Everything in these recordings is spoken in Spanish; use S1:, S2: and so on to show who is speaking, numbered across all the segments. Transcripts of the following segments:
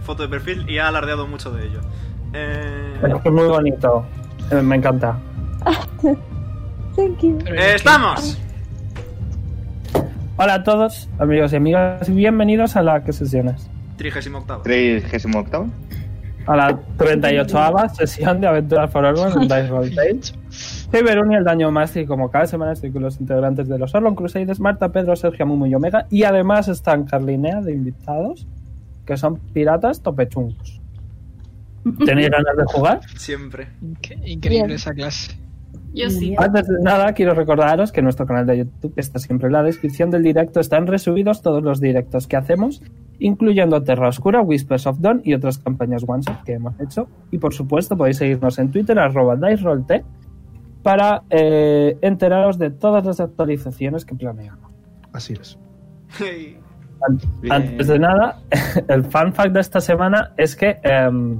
S1: foto de perfil y ha alardeado mucho de ello. Eh,
S2: Es muy bonito. Eh, Me encanta.
S3: Thank you.
S1: eh, ¡Estamos!
S2: Hola a todos, amigos y amigas, y bienvenidos a las que sesiones.
S1: 38.
S4: 38.
S2: A la 38 sesión de Aventuras for Orlon en Dice Roll Tale. Soy Veruni, el daño más y como cada semana estoy con los integrantes de los Orlon Crusaders, Marta, Pedro, Sergio, Mumu y Omega. Y además están Carlinea de invitados, que son piratas topechungos. ¿Tenéis ganas de jugar?
S1: Siempre.
S5: Inque- Increíble
S3: Bien.
S5: esa clase.
S6: Yo sí.
S2: Antes de nada, quiero recordaros que nuestro canal de YouTube está siempre en la descripción del directo. Están resubidos todos los directos que hacemos, incluyendo Terra Oscura, Whispers of Dawn y otras campañas one shot que hemos hecho. Y por supuesto, podéis seguirnos en Twitter, arroba DiceRollT, para eh, enteraros de todas las actualizaciones que planeamos.
S7: Así es.
S1: Hey.
S4: Bien.
S2: Antes de nada, el fun fact de esta semana es que. em,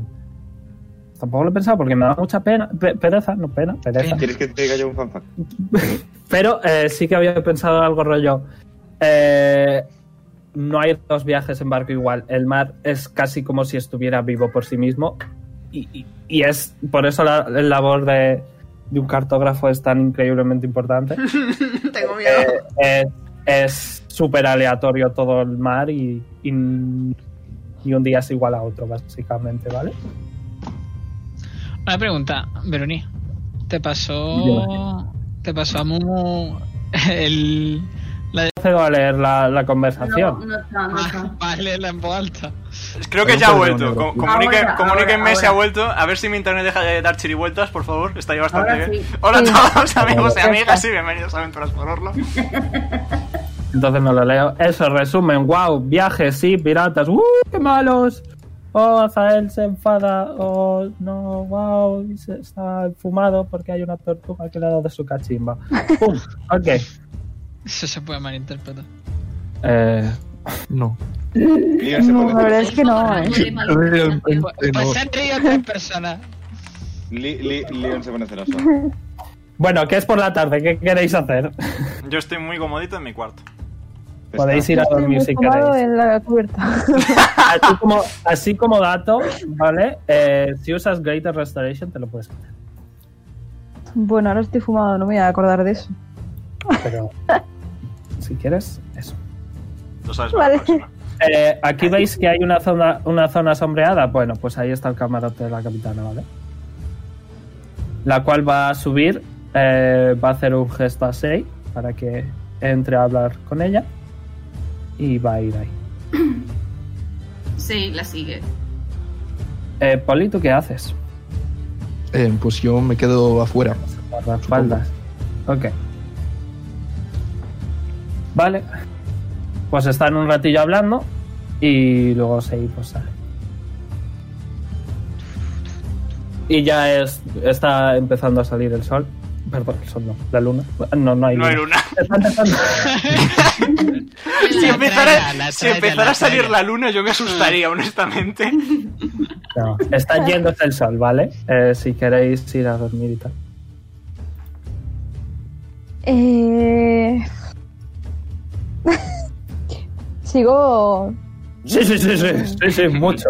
S2: tampoco lo he pensado porque me da mucha pena, pe- pereza, no pena, pereza.
S4: ¿Quieres que te diga yo un fanfact?
S2: Pero eh, sí que había pensado algo rollo. eh, no hay dos viajes en barco igual. El mar es casi como si estuviera vivo por sí mismo. Y, y- y es por eso la, la labor de, de un cartógrafo es tan increíblemente importante.
S1: Tengo miedo.
S2: Eh, es súper aleatorio todo el mar y, y, y un día es igual a otro, básicamente, ¿vale?
S5: Una pregunta, Veroni. ¿Te pasó. ¿Te pasó a Mumu el.
S2: Procedo a leer la, la
S6: No,
S2: conversación.
S6: no está, no está.
S5: Vale, la en voz alta.
S1: Creo que ya ha vuelto. Com- comunique-
S6: Ahora,
S1: comuníquenme
S6: ahora,
S1: si ha
S6: ahora.
S1: vuelto. A ver si mi internet deja de dar chirivueltas, por favor. Estaría bastante
S6: Ahora
S1: bien.
S6: sí.
S1: Hola a
S6: Sí.
S1: todos, amigos y
S6: Ya
S1: amigas,
S6: está.
S1: y bienvenidos a Aventuras por Orlo.
S2: Entonces no lo leo. Eso, resumen. Wow, viajes, sí, piratas. ¡Uh, qué malos! Oh, Azael se enfada. Oh, no, wow. y se- está fumado porque hay una tortuga que le ha dado de su cachimba. ¡Pum! Ok.
S5: Eso se puede malinterpretar.
S2: Eh,
S7: No.
S4: Dígase
S3: No,
S4: por
S3: la verdad
S4: detrás.
S3: es que no, ¿eh?
S6: Huele mal.
S7: Realmente
S5: Pues, pues
S7: no.
S5: se han reído tres personas.
S4: Li- li- Leon se pone celoso.
S2: Bueno, que es por la tarde. ¿Qué queréis hacer?
S1: Yo estoy muy comodito en mi cuarto.
S2: Podéis ir a
S3: Estoy
S2: dormir
S3: muy
S2: si
S3: fumado
S2: queréis.
S3: en la cubierta.
S2: Así como, así como dato, ¿vale? Eh, si usas Greater Restoration, te lo puedes hacer.
S3: Bueno, ahora estoy fumado, no me voy a acordar de eso.
S2: Pero si quieres, eso.
S1: Lo sabes para
S3: Vale.
S1: la próxima.
S2: Eh, aquí veis que hay una zona, una zona sombreada. Bueno, pues ahí está el camarote de la capitana, ¿vale? La cual va a subir, eh, va a hacer un gesto a Sei para que entre a hablar con ella y va a ir ahí.
S6: Sí, la sigue.
S2: Eh, Poli, ¿tú qué haces?
S7: Eh, pues yo me quedo afuera.
S2: espaldas. Ok. Vale. Pues están un ratillo hablando y luego Sei pues sale. Y ya es, está empezando a salir el sol. Perdón, el sol no, la luna. No, no hay
S1: No
S2: luna.
S1: hay luna.
S2: Está empezando-
S1: Si
S5: La traiga,
S1: empezara,
S5: la
S1: si
S5: traiga,
S1: empezara
S5: la
S1: a salir
S5: traiga.
S1: la luna, yo me asustaría, honestamente.
S2: No, está yéndose el sol, ¿vale? Eh, si queréis ir a dormir y tal.
S3: Eh... Sigo...
S2: Sí, sí, sí, sí, sí, sí, mucho.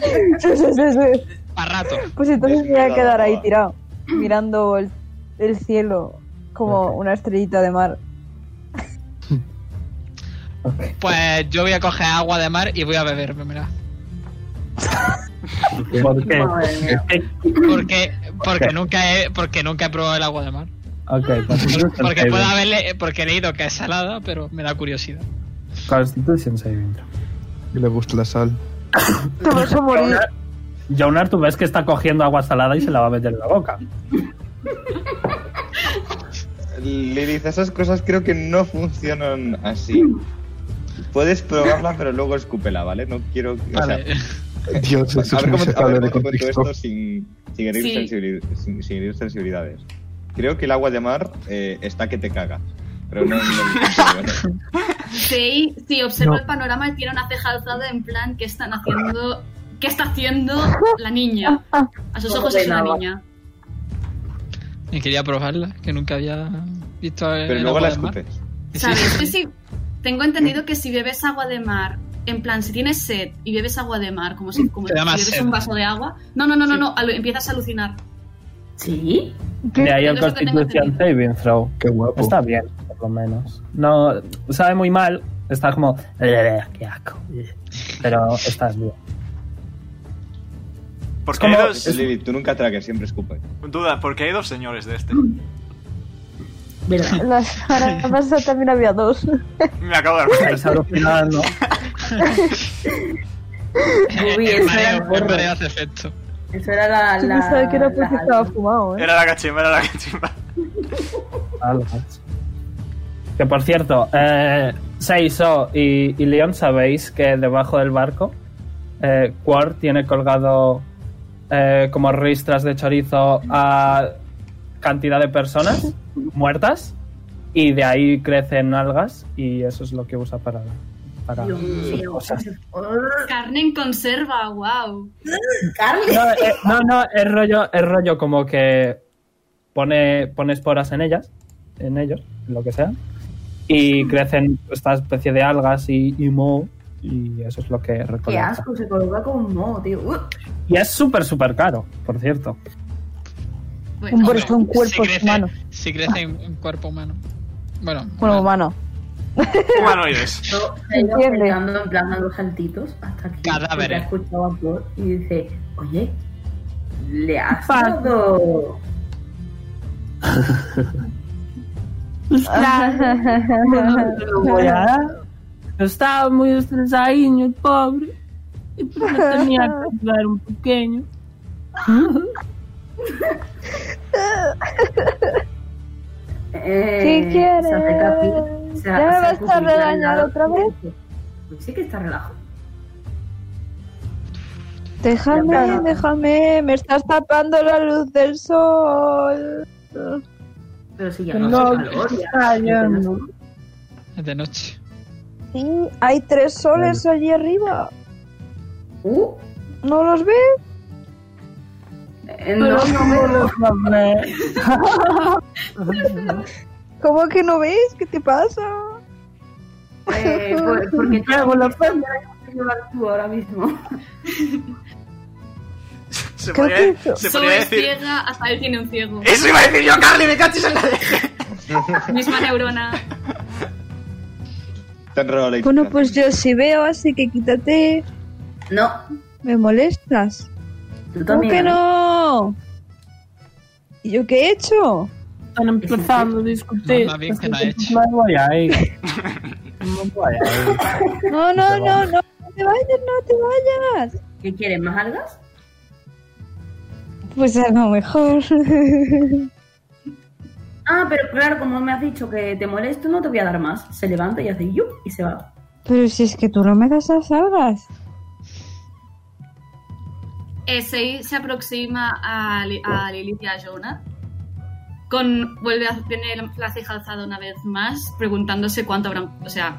S3: Sí, sí, sí, sí.
S5: Para rato.
S3: Pues entonces me voy a
S4: Desvelado,
S3: quedar ahí
S4: va.
S3: tirado, mirando el, el cielo como
S2: Ok.
S3: una estrellita de mar.
S2: Ok.
S5: Pues yo voy a coger agua de mar y voy a beberme,
S2: ¿Por qué?
S6: Madre mía.
S2: ¿Qué-
S5: Porque, porque,
S2: Ok.
S5: nunca he, porque nunca he probado el agua de mar.
S2: Ok, Constitution
S5: Porque
S2: saving.
S5: puedo haberle, porque he leído que es salada, pero me da curiosidad.
S2: Constitution saving. throw.
S7: Y le gusta la sal.
S3: Te vas a morir.
S2: Jonar, tú ves que está cogiendo agua salada y se la va a meter en la boca.
S4: Lilith, esas cosas creo que no funcionan así. Puedes probarla, pero luego escúpela, ¿vale? No quiero. o sea,
S5: Vale.
S7: Dios, eso
S4: a
S7: es
S4: ver
S7: muy
S4: cómo, te- a
S7: sacable
S4: ver
S7: de
S4: cómo te cuento
S7: contexto.
S4: esto sin, sin, herir
S6: Sí.
S4: sensibili- sin- sin herir sensibilidades. Creo que el agua de mar eh, está que te caga. Pero no. no- no-
S6: Sí, sí, observa
S2: No.
S6: el panorama y tiene una ceja alzada en plan ¿qué están haciendo? ¿Qué está haciendo la niña? A sus ojos es una niña.
S5: Y quería probarla, que nunca había visto el
S4: pero
S5: el
S4: luego
S5: agua
S4: la
S5: de mar.
S4: escupes.
S5: Sí,
S6: ¿Sabes?
S5: sí.
S6: Que si- tengo entendido que si bebes agua de mar en plan, si tienes sed y bebes agua de mar, como si, como
S5: Te da
S6: si
S5: más
S6: bebes
S5: sed.
S6: un vaso de agua, no, no, no, no, no, alu- empiezas a alucinar.
S8: ¿Sí?
S2: De ahí el
S6: Eso tengo
S2: Constitution
S6: entendido.
S2: Saving Throw.
S7: Qué guapo.
S2: Está bien, por lo menos. No sabe muy mal, está como. "Eh, Qué asco. eh". Pero está bien.
S1: Porque hay
S2: como-
S1: dos.
S4: Lilith, Eh, tú nunca tragues, siempre escupe.
S1: Duda, porque hay dos señores de este.
S8: ¿Verdad?
S3: La semana pasada también había dos.
S1: Me acabo de dar
S2: Estáis
S1: cuenta.
S2: alucinando.
S8: Uy,
S5: el
S8: eso era el
S5: mareo, el
S8: porro.
S5: mareo hace efecto.
S8: Eso era la...
S3: Yo
S8: la-
S3: pensaba que era
S8: la-
S3: porque estaba fumado, ¿eh?
S1: Era la cachimba, era la cachimba.
S2: Algo. Que por cierto, eh, Seiso y, y Leon, sabéis que debajo del barco, eh, Quar tiene colgado eh, como ristras de chorizo a cantidad de personas muertas y de ahí crecen algas y eso es lo que usa para. para
S8: Dios
S2: sus
S8: mío.
S2: cosas.
S6: Carne en conserva, wow.
S8: Carly.
S2: No, eh, no, no, es rollo, es rollo como que pone, pone esporas en ellas, en ellos, en lo que sea, y crecen esta especie de algas y, y moho, y eso es lo que
S8: Qué
S2: recolecta.
S8: asco, se coloca con mo, tío. Uy,
S2: Y es súper, súper caro, por cierto.
S6: Bueno,
S3: Hombre, son
S5: si
S3: cuerpos
S5: crece-
S3: humanos.
S5: Si crece en un cuerpo humano. Bueno,
S3: Bueno,
S5: humano.
S3: humano.
S1: Humanoides.
S8: yo he ido
S3: Entiende.
S8: apretando en plan a los saltitos hasta que
S5: Cadáveres.
S8: ya escuchaba a Flor y dice, oye, le Ah, has dado...
S2: Ya. Estaba muy estresadinho, el pobre. Y pues me tenía que ayudar un pequeño.
S8: Eh,
S3: ¿Qué quieres?
S8: Eh, se hace capi- se-
S3: ¿Ya
S8: se
S3: me vas
S8: acuclilla
S3: a
S8: al
S3: regañar
S8: lado
S3: otra vez?
S8: y dice, Pues sí que está relajado.
S3: Déjame, déjame, me estás tapando la luz del sol.
S8: Pero si ya no,
S2: No, pues,
S8: hace calor, ya.
S3: callando.
S5: Es de noche.
S3: Sí, hay tres soles allí arriba.
S8: Uh,
S3: ¿No los ves?
S8: eh, no, no me-
S3: ¿Cómo que no ves? ¿Qué te pasa?
S8: Eh, por- porque te hago la llevar tú ahora mismo.
S1: Se
S3: ¿Qué
S1: podría,
S3: has dicho?
S1: se
S6: Zoe
S1: podría
S6: es
S1: decir.
S6: ciega, hasta él tiene un ciego.
S1: Eso iba a decir yo, Carly, me cachis en la
S6: Misma neurona.
S4: Tan raro la
S3: Bueno,
S4: historia.
S3: pues yo sí veo, así que quítate.
S8: No,
S3: Me molestas.
S8: tú
S3: ¿Cómo
S8: también. ¿eh?
S3: que no? ¿Y yo qué he hecho?
S2: Están empezando a discutir. Pues,
S5: Más bien que la he hecho.
S2: No voy ahí. No voy ahí.
S3: No, no, no, no. No te vayas, no te vayas.
S8: ¿Qué quieres? ¿Más algas?
S3: Pues a lo mejor.
S8: Ah, pero claro, como me has dicho que te molesto, no te voy a dar más. Se levanta y hace yup y se va.
S3: Pero si es que tú no me das las algas.
S6: Ese se aproxima a, Li- a Lilith y a Jonah. Con, vuelve a tener la ceja alzada una vez más, preguntándose cuánto habrán. O sea,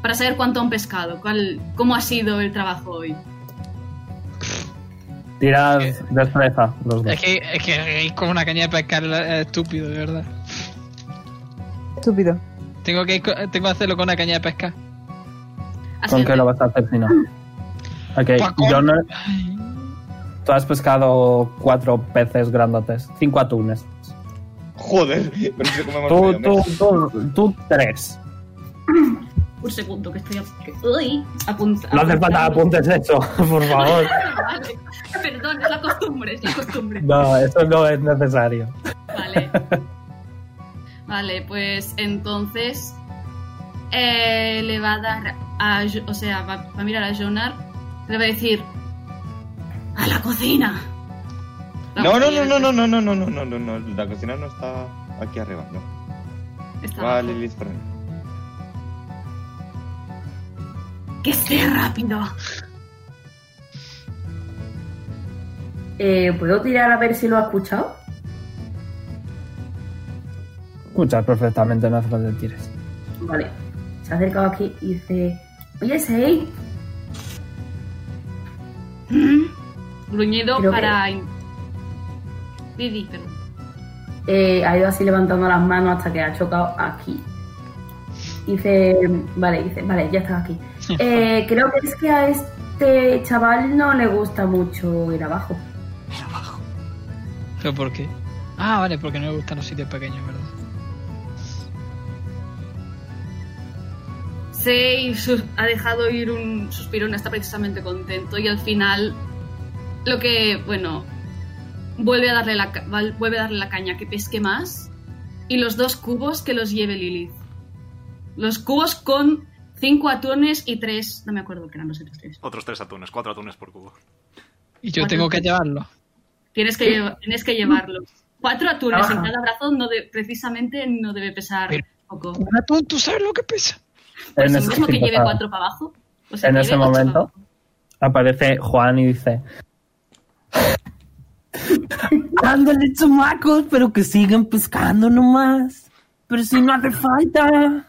S6: para saber cuánto han pescado, cuál, cómo ha sido el trabajo hoy.
S2: Tirad destreza, los dos.
S5: Es que, es que ir con una caña de pescar es estúpido, de verdad.
S3: Estúpido.
S5: Tengo que, ir co- tengo que hacerlo con una caña de pescar.
S6: Así
S2: ¿Con
S6: es.
S2: qué lo vas a hacer si no? Ok,
S5: Pa' con-
S2: yo no-
S5: Ay,
S2: tú has pescado cuatro peces grandotes, cinco atunes.
S4: Joder, pero no sé cómo hemos
S2: Tú,
S4: podido,
S2: tú,
S4: macho.
S2: tú, tú tres.
S6: Un segundo, que estoy. a- que- Uy, apunta.
S2: No hace falta que apuntes eso, por favor.
S6: Vale. Perdón, es la costumbre, es la costumbre.
S2: No, eso no es necesario.
S6: Vale. Vale, pues entonces eh, le va a dar a... Jo- O sea, va, va a mirar a Jonar, le va a decir... ¡A la cocina!
S4: No, no, no, no, no, no, no, no, no, no, no, no, la cocina no está aquí arriba, no.
S6: Está
S4: Va
S6: abajo.
S4: Lilith por ahí.
S6: ¡Que esté rápido!
S8: Eh, ¿Puedo tirar a ver si lo ha escuchado?
S2: Escuchas perfectamente, no hace falta que tires.
S8: Vale. Se ha acercado aquí y dice: Oye, Sei,
S6: Gruñido
S8: Creo que-
S6: para... in- Didi, perdón.
S8: Eh, ha ido así levantando las manos hasta que ha chocado aquí. Dice, vale, dice, vale, ya estás aquí. Eh, creo que es que a este chaval no le gusta mucho ir abajo.
S5: ¿Pero por qué? Ah, vale, porque no me gustan los sitios pequeños, ¿verdad?
S6: Sei sus- ha dejado ir un suspiro, no está precisamente contento y al final lo que, bueno, vuelve a darle la, ca- val- vuelve a darle la caña que pesque más y los dos cubos que los lleve Lilith. Los cubos con cinco atunes y tres, no me acuerdo que eran los otros tres.
S1: Otros tres atunes, cuatro atunes por cubo.
S5: Y yo
S6: Bueno,
S5: tengo que llevarlo.
S6: Tienes que, lleva- tienes que llevarlos. Cuatro atunes en
S8: Ajá.
S6: cada brazo no de- precisamente no debe pesar
S5: Pero-
S6: poco.
S5: Un atún, ¿tú sabes lo que pesa?
S6: Por
S2: En
S6: eso
S2: ese
S6: mismo que
S2: momento-
S6: lleve cuatro para abajo. o sea,
S2: En
S6: que
S2: ese
S6: lleve ocho para
S2: momento.
S6: abajo.
S2: Aparece Juan y dice: Dándole chamacos, pero que sigan pescando nomás. Pero si no hace falta.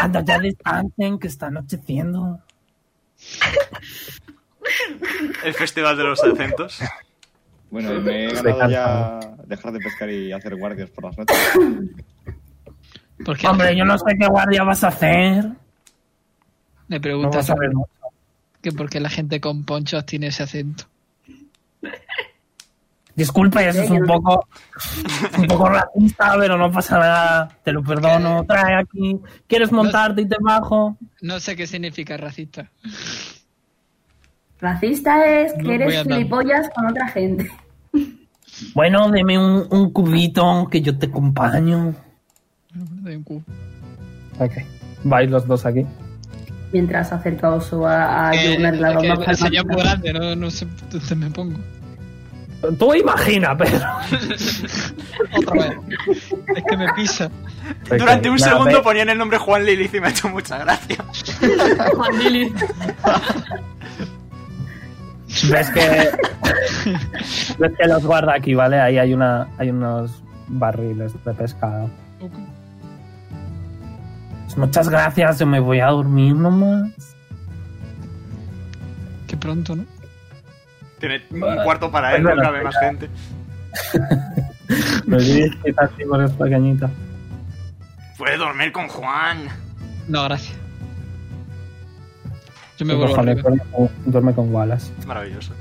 S2: Anda, ya descansen, que está anocheciendo.
S1: El festival de los acentos.
S4: Bueno, me he
S2: Estoy
S4: ganado ya
S2: cansado.
S4: dejar de pescar y hacer guardias por las noches.
S5: Porque
S2: Hombre, yo no sé qué guardia vas a hacer.
S5: me
S2: No
S5: preguntas
S2: vas a ver mucho.
S5: que por qué la gente con ponchos tiene ese acento.
S2: Disculpa, eso es un poco, un poco racista, pero no pasa nada. Te lo perdono. Trae aquí. ¿Quieres montarte y te bajo?
S5: No sé qué significa racista.
S8: Racista es que
S5: No voy
S8: eres
S5: andando.
S8: gilipollas con otra gente.
S2: Bueno, deme un, un cubito que yo te acompaño.
S5: Doy un cubo.
S2: Ok. Vais los dos aquí.
S8: Mientras acercaos a, a
S5: Eh,
S8: Jonar, la
S5: que
S8: bomba
S5: el señor muy
S8: palma.
S5: grande, no, no sé dónde me pongo.
S2: Tú imagina, pero.
S5: Otra vez. Es que me pisa.
S1: Durante un
S2: Nada,
S1: segundo
S2: ve-
S1: ponían el nombre Juan Lilith y me ha hecho mucha gracia.
S6: Juan Lilith.
S1: pues.
S2: ves que. ves que los guarda aquí, ¿vale? Ahí hay, una, hay unos barriles de pescado. Pues muchas gracias, yo me voy a dormir nomás.
S5: Que pronto, ¿no?
S1: Tiene un cuarto para él, no
S2: Bueno,
S1: cabe más gente.
S2: Me olvidé que está así por esta cañita.
S1: Puede dormir con Juan.
S5: No, gracias. Yo me
S2: Por
S5: vuelvo
S2: favor,
S5: arriba.
S2: duerme con- Duerme con Wallace.
S1: Es maravilloso.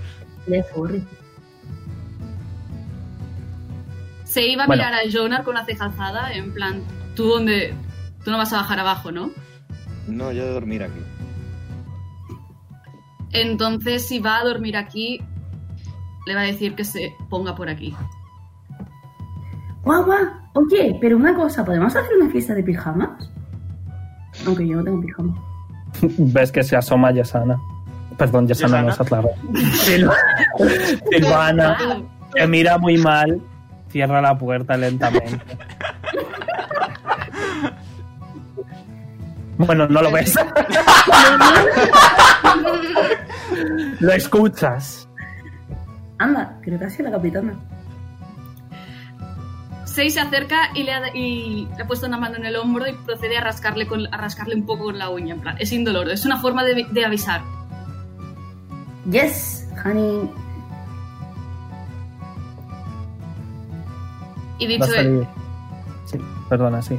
S8: De furry.
S6: Se iba a
S2: Bueno.
S6: mirar a Jonar con la ceja alzada, en plan, tú dónde. Tú no vas a bajar abajo, ¿no?
S4: No, yo de dormir aquí.
S6: Entonces, si va a dormir aquí, le va a decir que se ponga por aquí.
S8: Guau, guau. Oye, pero una cosa, ¿podemos hacer una fiesta de pijamas? Aunque yo no tengo pijamas.
S2: Ves que se asoma Yasana. Perdón, Yasana, no es
S1: ¿Yesana?
S2: Atlara. Sil- Silvana. Te mira muy mal. Cierra la puerta lentamente. Bueno, no lo ves. lo escuchas.
S8: Anda, creo que ha sido la capitana.
S6: Sei se acerca y le, ha, y le ha puesto una mano en el hombro y procede a rascarle, con, a rascarle un poco con la uña. En plan, es indolor, es una forma de, de avisar.
S8: Yes, honey.
S6: Y
S2: Va a
S6: dicho,
S2: salir. Sí, perdona, sí.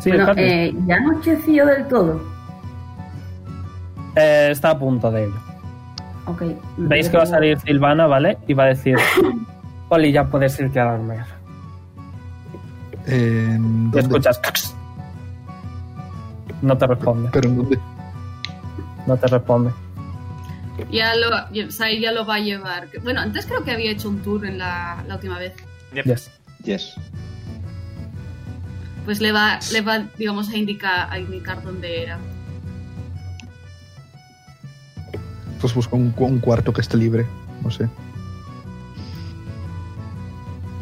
S2: Sí,
S8: bueno,
S2: Carlos.
S8: eh, ya anocheció del todo.
S2: Eh, está a punto de ello.
S8: Ok.
S2: Veis que va a salir Silvana, ¿vale? Y va a decir: Oli, ya puedes irte a dormir.
S7: ¿En
S2: Y
S7: dónde?
S2: escuchas. No te responde,
S7: Pero ¿en dónde?
S2: no te responde.
S6: e, ya lo, ya- Sei ya lo va a llevar. Bueno, antes creo que había hecho un tour en la, la última vez.
S2: Yes.
S4: Yes.
S6: Pues le va, le va digamos, a indicar, a indicar dónde era.
S7: Pues busco un, cu- un cuarto que esté libre. No sé.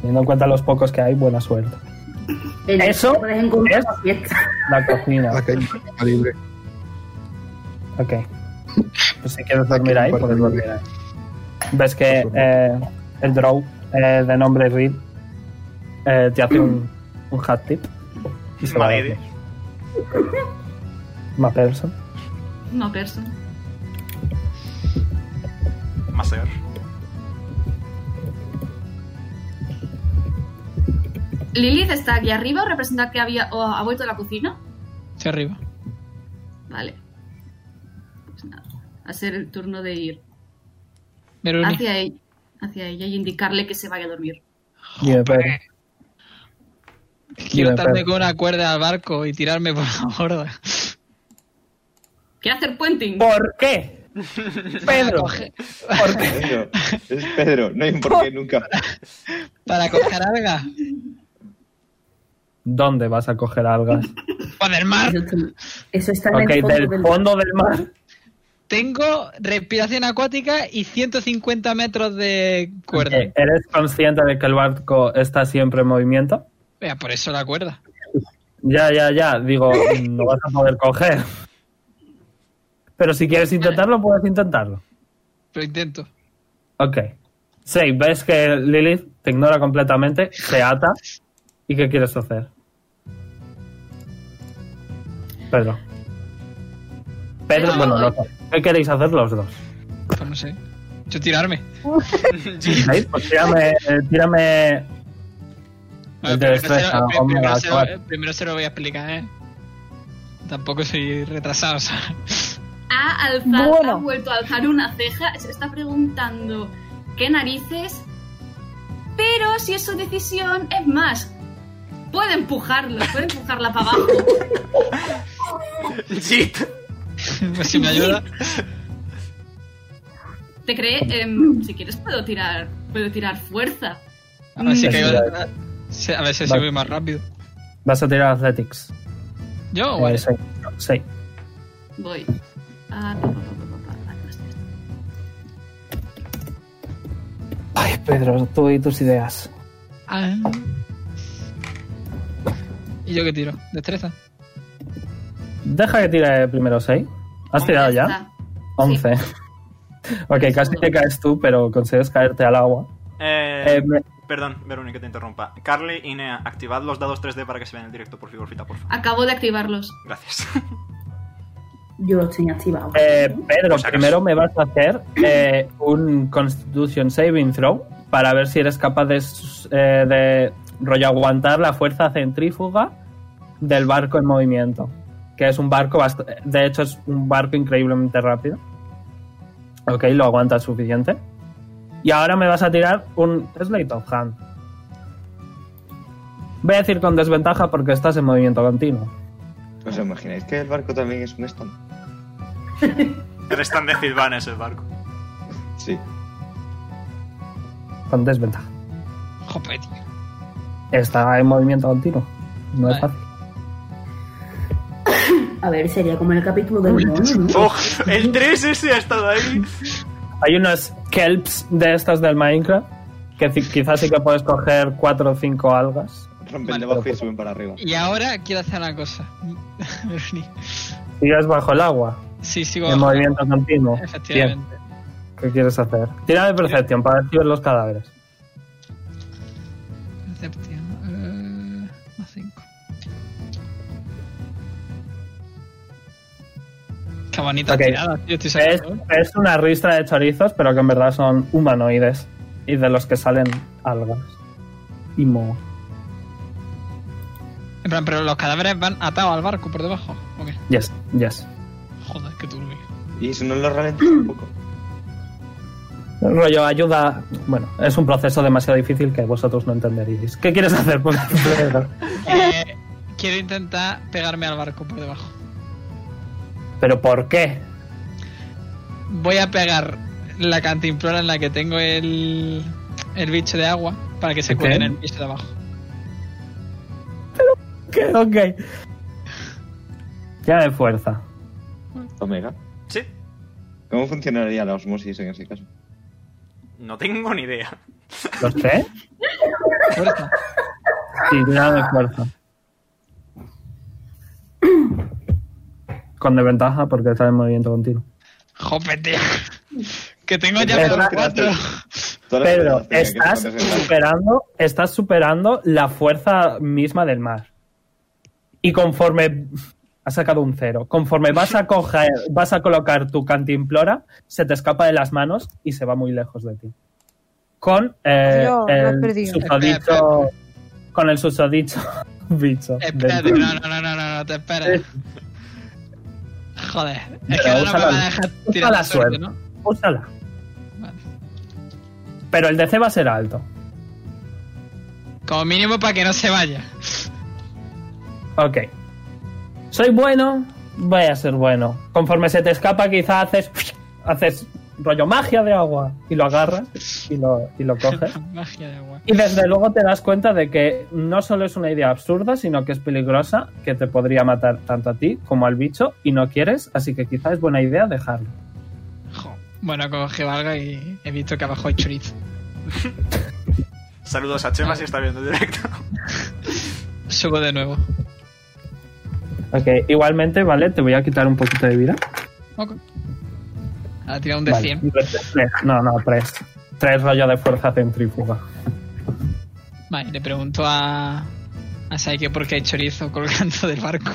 S2: Teniendo en cuenta los pocos que hay, buena suerte.
S8: En el-
S2: ¿Eso?
S8: Puedes encontrar
S2: ¿Es?
S8: la fiesta.
S2: La cocina.
S7: Acá hay un cuarto libre.
S2: Ok. Pues si quieres dormir ahí, puedes dormir ahí. Ves que eh, el draw eh, de nombre Reed eh, te hace un, un hat tip. Y se va a
S1: Madrid.
S2: dormir. Más person.
S6: No, persona.
S1: Maser.
S6: ¿Lilith está aquí arriba? ¿Representa que había o ha vuelto a la cocina?
S5: hacia arriba.
S6: Vale. Pues nada. Hacer el turno de ir
S5: Meruni.
S6: hacia ella, hacia ella y indicarle que se vaya a dormir.
S2: Ni de pedo.
S5: Quiero
S2: Mira,
S5: atarme
S2: espera.
S5: con una cuerda al barco y tirarme por la borda.
S6: ¿Quiere hacer puenting?
S2: ¿Por qué? Pedro,
S5: Coge-
S2: ¿por qué?
S4: Pedro, es Pedro, no hay un por qué nunca.
S5: Para coger alga.
S2: ¿Dónde vas a coger algas?
S5: O del mar.
S8: Eso, eso está en
S2: Ok,
S8: el fondo
S2: del
S8: del-
S2: fondo del mar.
S5: Tengo respiración acuática y 150 metros de cuerda.
S2: Ok, Eh, ¿Eres consciente de que el barco está siempre en movimiento?
S5: Vea, por eso la cuerda.
S2: Ya, ya, ya. Digo, no vas a poder coger. Pero si quieres intentarlo, puedes intentarlo.
S5: Lo intento.
S2: Ok. Sí, ves que Lilith te ignora completamente, se ata. ¿Y qué quieres hacer? Pedro. Pedro,
S6: Pedro.
S2: bueno, los dos. ¿Qué queréis hacer los dos?
S5: Pues no sé. Yo tirarme.
S2: ¿Veis? Pues tírame, eh, tírame
S5: Bueno,
S2: El
S5: primero,
S2: de
S5: se
S2: destreza,
S5: lo, pri- primero
S2: hombre,
S5: se
S2: actual.
S5: lo- primero se lo voy a explicar, ¿eh? Tampoco soy retrasado, o sea.
S6: Ha alzado,
S3: Bueno.
S6: ha vuelto a alzar una ceja, se está preguntando qué narices, pero si es su decisión, es más, puede empujarlo, puede empujarla para abajo.
S1: Jit.
S5: si me ayuda.
S6: ¿Te cree? em, si quieres puedo tirar, puedo tirar fuerza.
S5: A ver si
S2: Mm.
S5: caigo. se- A ver si
S2: Vale.
S5: voy más rápido.
S2: Vas a tirar Athletics.
S5: ¿Yo o
S2: Eh,
S5: Oh, vale?
S2: sí, sí.
S6: Voy. Ah, pa, pa, pa, pa, pa, pa, no, espera.
S2: Ay, Pedro, tú y tus ideas.
S5: Ah. ¿Y yo qué tiro? ¿Destreza?
S2: Deja que tire primero 6. ¿Has tirado ya?
S6: está.
S2: 11. ok, casi te caes tú, pero consigues caerte al agua.
S1: Eh,
S2: Eh, me-
S1: perdón, Verónica, que te interrumpa. Carly y Nea, activad los dados 3D para que se vean en directo por figurita, por favor.
S6: Acabo de activarlos.
S1: Gracias.
S8: Yo lo tenía activado.
S2: eh, Pedro,
S1: Por si acaso.
S2: primero me vas a hacer eh, un Constitution Saving Throw para ver si eres capaz de, s- eh, de rollo aguantar la fuerza centrífuga del barco en movimiento. Que es un barco, bast- de hecho es un barco increíblemente rápido. Ok, lo aguantas suficiente. Y ahora me vas a tirar un Slate of Hand. Voy a decir con desventaja porque estás en movimiento continuo.
S4: ¿Os imagináis que el barco también es un stand?
S1: Eres tan de Cidván ese barco.
S4: Sí.
S2: Con desventaja.
S5: Jope, tío.
S2: Está en movimiento continuo. No es
S5: Vale.
S2: fácil.
S8: A ver, sería como en el capítulo del mono, ¿no?
S1: ¡Uf! el 3 ese ha estado ahí.
S2: Hay unos kelps de estos del Minecraft que ci- quizás sí que puedes coger cuatro o cinco algas.
S4: Rompen
S5: Vale,
S4: debajo
S2: pero-
S4: y suben para arriba.
S5: Y ahora quiero hacer una cosa. Veroni.
S2: Sigues bajo el agua,
S5: sí, sigo.
S2: en
S5: bajando.
S2: movimiento continuo. Bien,
S5: Efectivamente.
S2: ¿qué quieres hacer? Tira de Perception para ver si ves los cadáveres.
S5: Percepción. Eh, más 5. Qué bonita
S2: Ok.
S5: tirada, tío. Estoy
S2: Es,
S5: sacando.
S2: es una ristra de chorizos, pero que en verdad son humanoides y de los que salen algas. Y moho.
S5: En plan, pero los cadáveres van atados al barco por debajo. Ok.
S2: Yes, yes.
S5: Joder, qué turbio.
S4: Y eso no lo ralentiza un poco.
S2: Rollo ayuda. Bueno, es un proceso demasiado difícil que vosotros no entenderíais. ¿Qué quieres hacer? Pues, por ejemplo?
S5: Eh, quiero intentar pegarme al barco por debajo.
S2: ¿Pero por qué?
S5: Voy a pegar la cantimplora en la que tengo el, el bicho de agua para que se
S2: Ok.
S5: cuele en el piso de abajo.
S2: Ok, ok. Ya de fuerza.
S4: Omega.
S1: Sí,
S4: ¿Cómo funcionaría la osmosis en ese caso?
S1: no tengo ni idea.
S2: ¿Los qué?
S5: Fuerza.
S2: Sí, ya de fuerza. Con desventaja porque está en movimiento continuo.
S5: Jope, tío. Que tengo ya
S2: Pedro,
S5: menos cuatro.
S4: Todas las
S2: Pedro,
S4: cosas que tenga que
S2: estás
S4: ponerse en la-
S2: superando, estás superando la fuerza misma del mar. Y conforme has sacado un cero, conforme vas a coger, vas a colocar tu cantimplora, se te escapa de las manos y se va muy lejos de ti. Con eh,
S3: Yo lo he
S2: el
S3: perdido.
S2: susodicho, con el susodicho bicho.
S5: Espérate,
S2: dentro.
S5: no, no, no, no, no, no, te esperes. Joder, es que
S2: Pero
S5: ahora no me
S2: úsala,
S5: va a dejar
S2: úsala
S5: tirar la suerte,
S2: suerte.
S5: ¿no?
S2: Úsala.
S5: Vale.
S2: Pero el DC va a ser alto.
S5: Como mínimo para que no se vaya.
S2: Ok. Soy bueno, voy a ser bueno. Conforme se te escapa, quizá haces. Haces rollo magia de agua y lo agarras y lo, y lo coges.
S5: Magia de agua.
S2: Y desde luego te das cuenta de que no solo es una idea absurda, sino que es peligrosa, que te podría matar tanto a ti como al bicho y no quieres, así que quizá es buena idea dejarlo.
S5: Jo. Bueno, coge valga y he visto que abajo hay chorizo.
S1: Saludos a Chema si está viendo el directo.
S5: Subo de nuevo.
S2: Ok, igualmente, ¿vale? Te voy a quitar un poquito de vida.
S5: Ok. Ahora tira un de
S2: Vale,
S5: 100.
S2: tres. No, no, tres. Tres rollo de fuerza centrífuga.
S5: Vale, le pregunto a. A Saike por qué hay chorizo colgando del barco.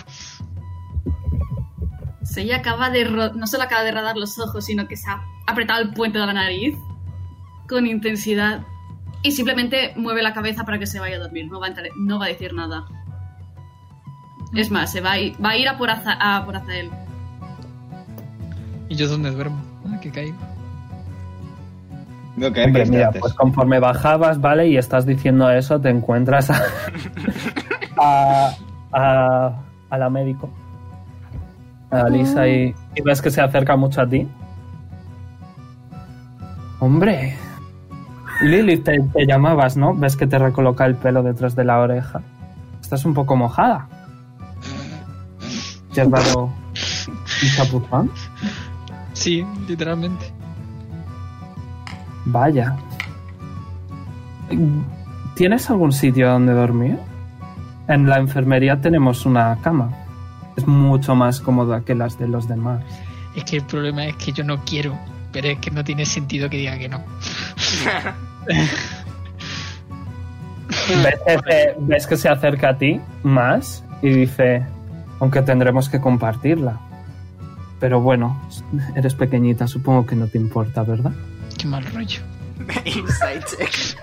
S6: Seiya acaba de ro- no solo acaba de rodar los ojos, sino que se ha apretado el puente de la nariz con intensidad y simplemente mueve la cabeza para que se vaya a dormir. No va a, entrar- no va a decir nada. Es más, se va a, ir- va a ir a por, Aza- a por Azael.
S5: ¿Y yo dónde duermo? Ah, que caigo.
S4: No, caer
S2: Hombre,
S4: que
S2: mira,
S4: antes.
S2: pues conforme bajabas, ¿vale? Y estás diciendo eso, te encuentras a. a. a, a la médico. A Lisa y, y ves que se acerca mucho a ti. Hombre. Lily, te, te llamabas, ¿no? Ves que te recoloca el pelo detrás de la oreja. Estás un poco mojada. ¿Te has dado un chapuzón?
S5: Sí, literalmente.
S2: Vaya. ¿Tienes algún sitio donde dormir? En la enfermería tenemos una cama. Es mucho más cómoda que las de los demás.
S5: Es que el problema es que yo no quiero, pero es que no tiene sentido que diga que no.
S2: ¿Ves que, se- ves que se acerca a ti más y dice, aunque tendremos que compartirla. Pero bueno, eres pequeñita, supongo que no te importa, ¿verdad?
S5: Qué mal rollo.
S1: Inside check.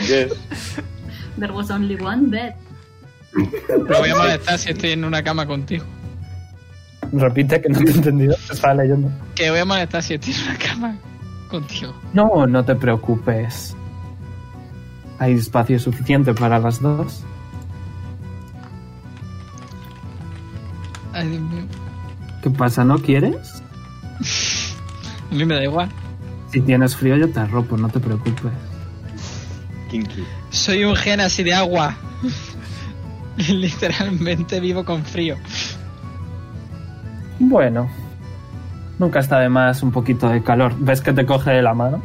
S4: Yes.
S6: There was only one bed.
S5: Lo voy a molestar si estoy en una cama contigo.
S2: Repite que no te he entendido. Estaba leyendo.
S5: Que voy a molestar si estoy en una cama contigo.
S2: No, no te preocupes. Hay espacio suficiente para las dos.
S5: Ay, Dios mío.
S2: ¿Qué pasa? ¿No quieres?
S5: A mí me da igual.
S2: Si tienes frío yo te arropo, no te preocupes.
S4: Kinky.
S5: Soy un gen así de agua. Literalmente vivo con frío.
S2: Bueno, nunca está de más un poquito de calor. Ves que te coge de la mano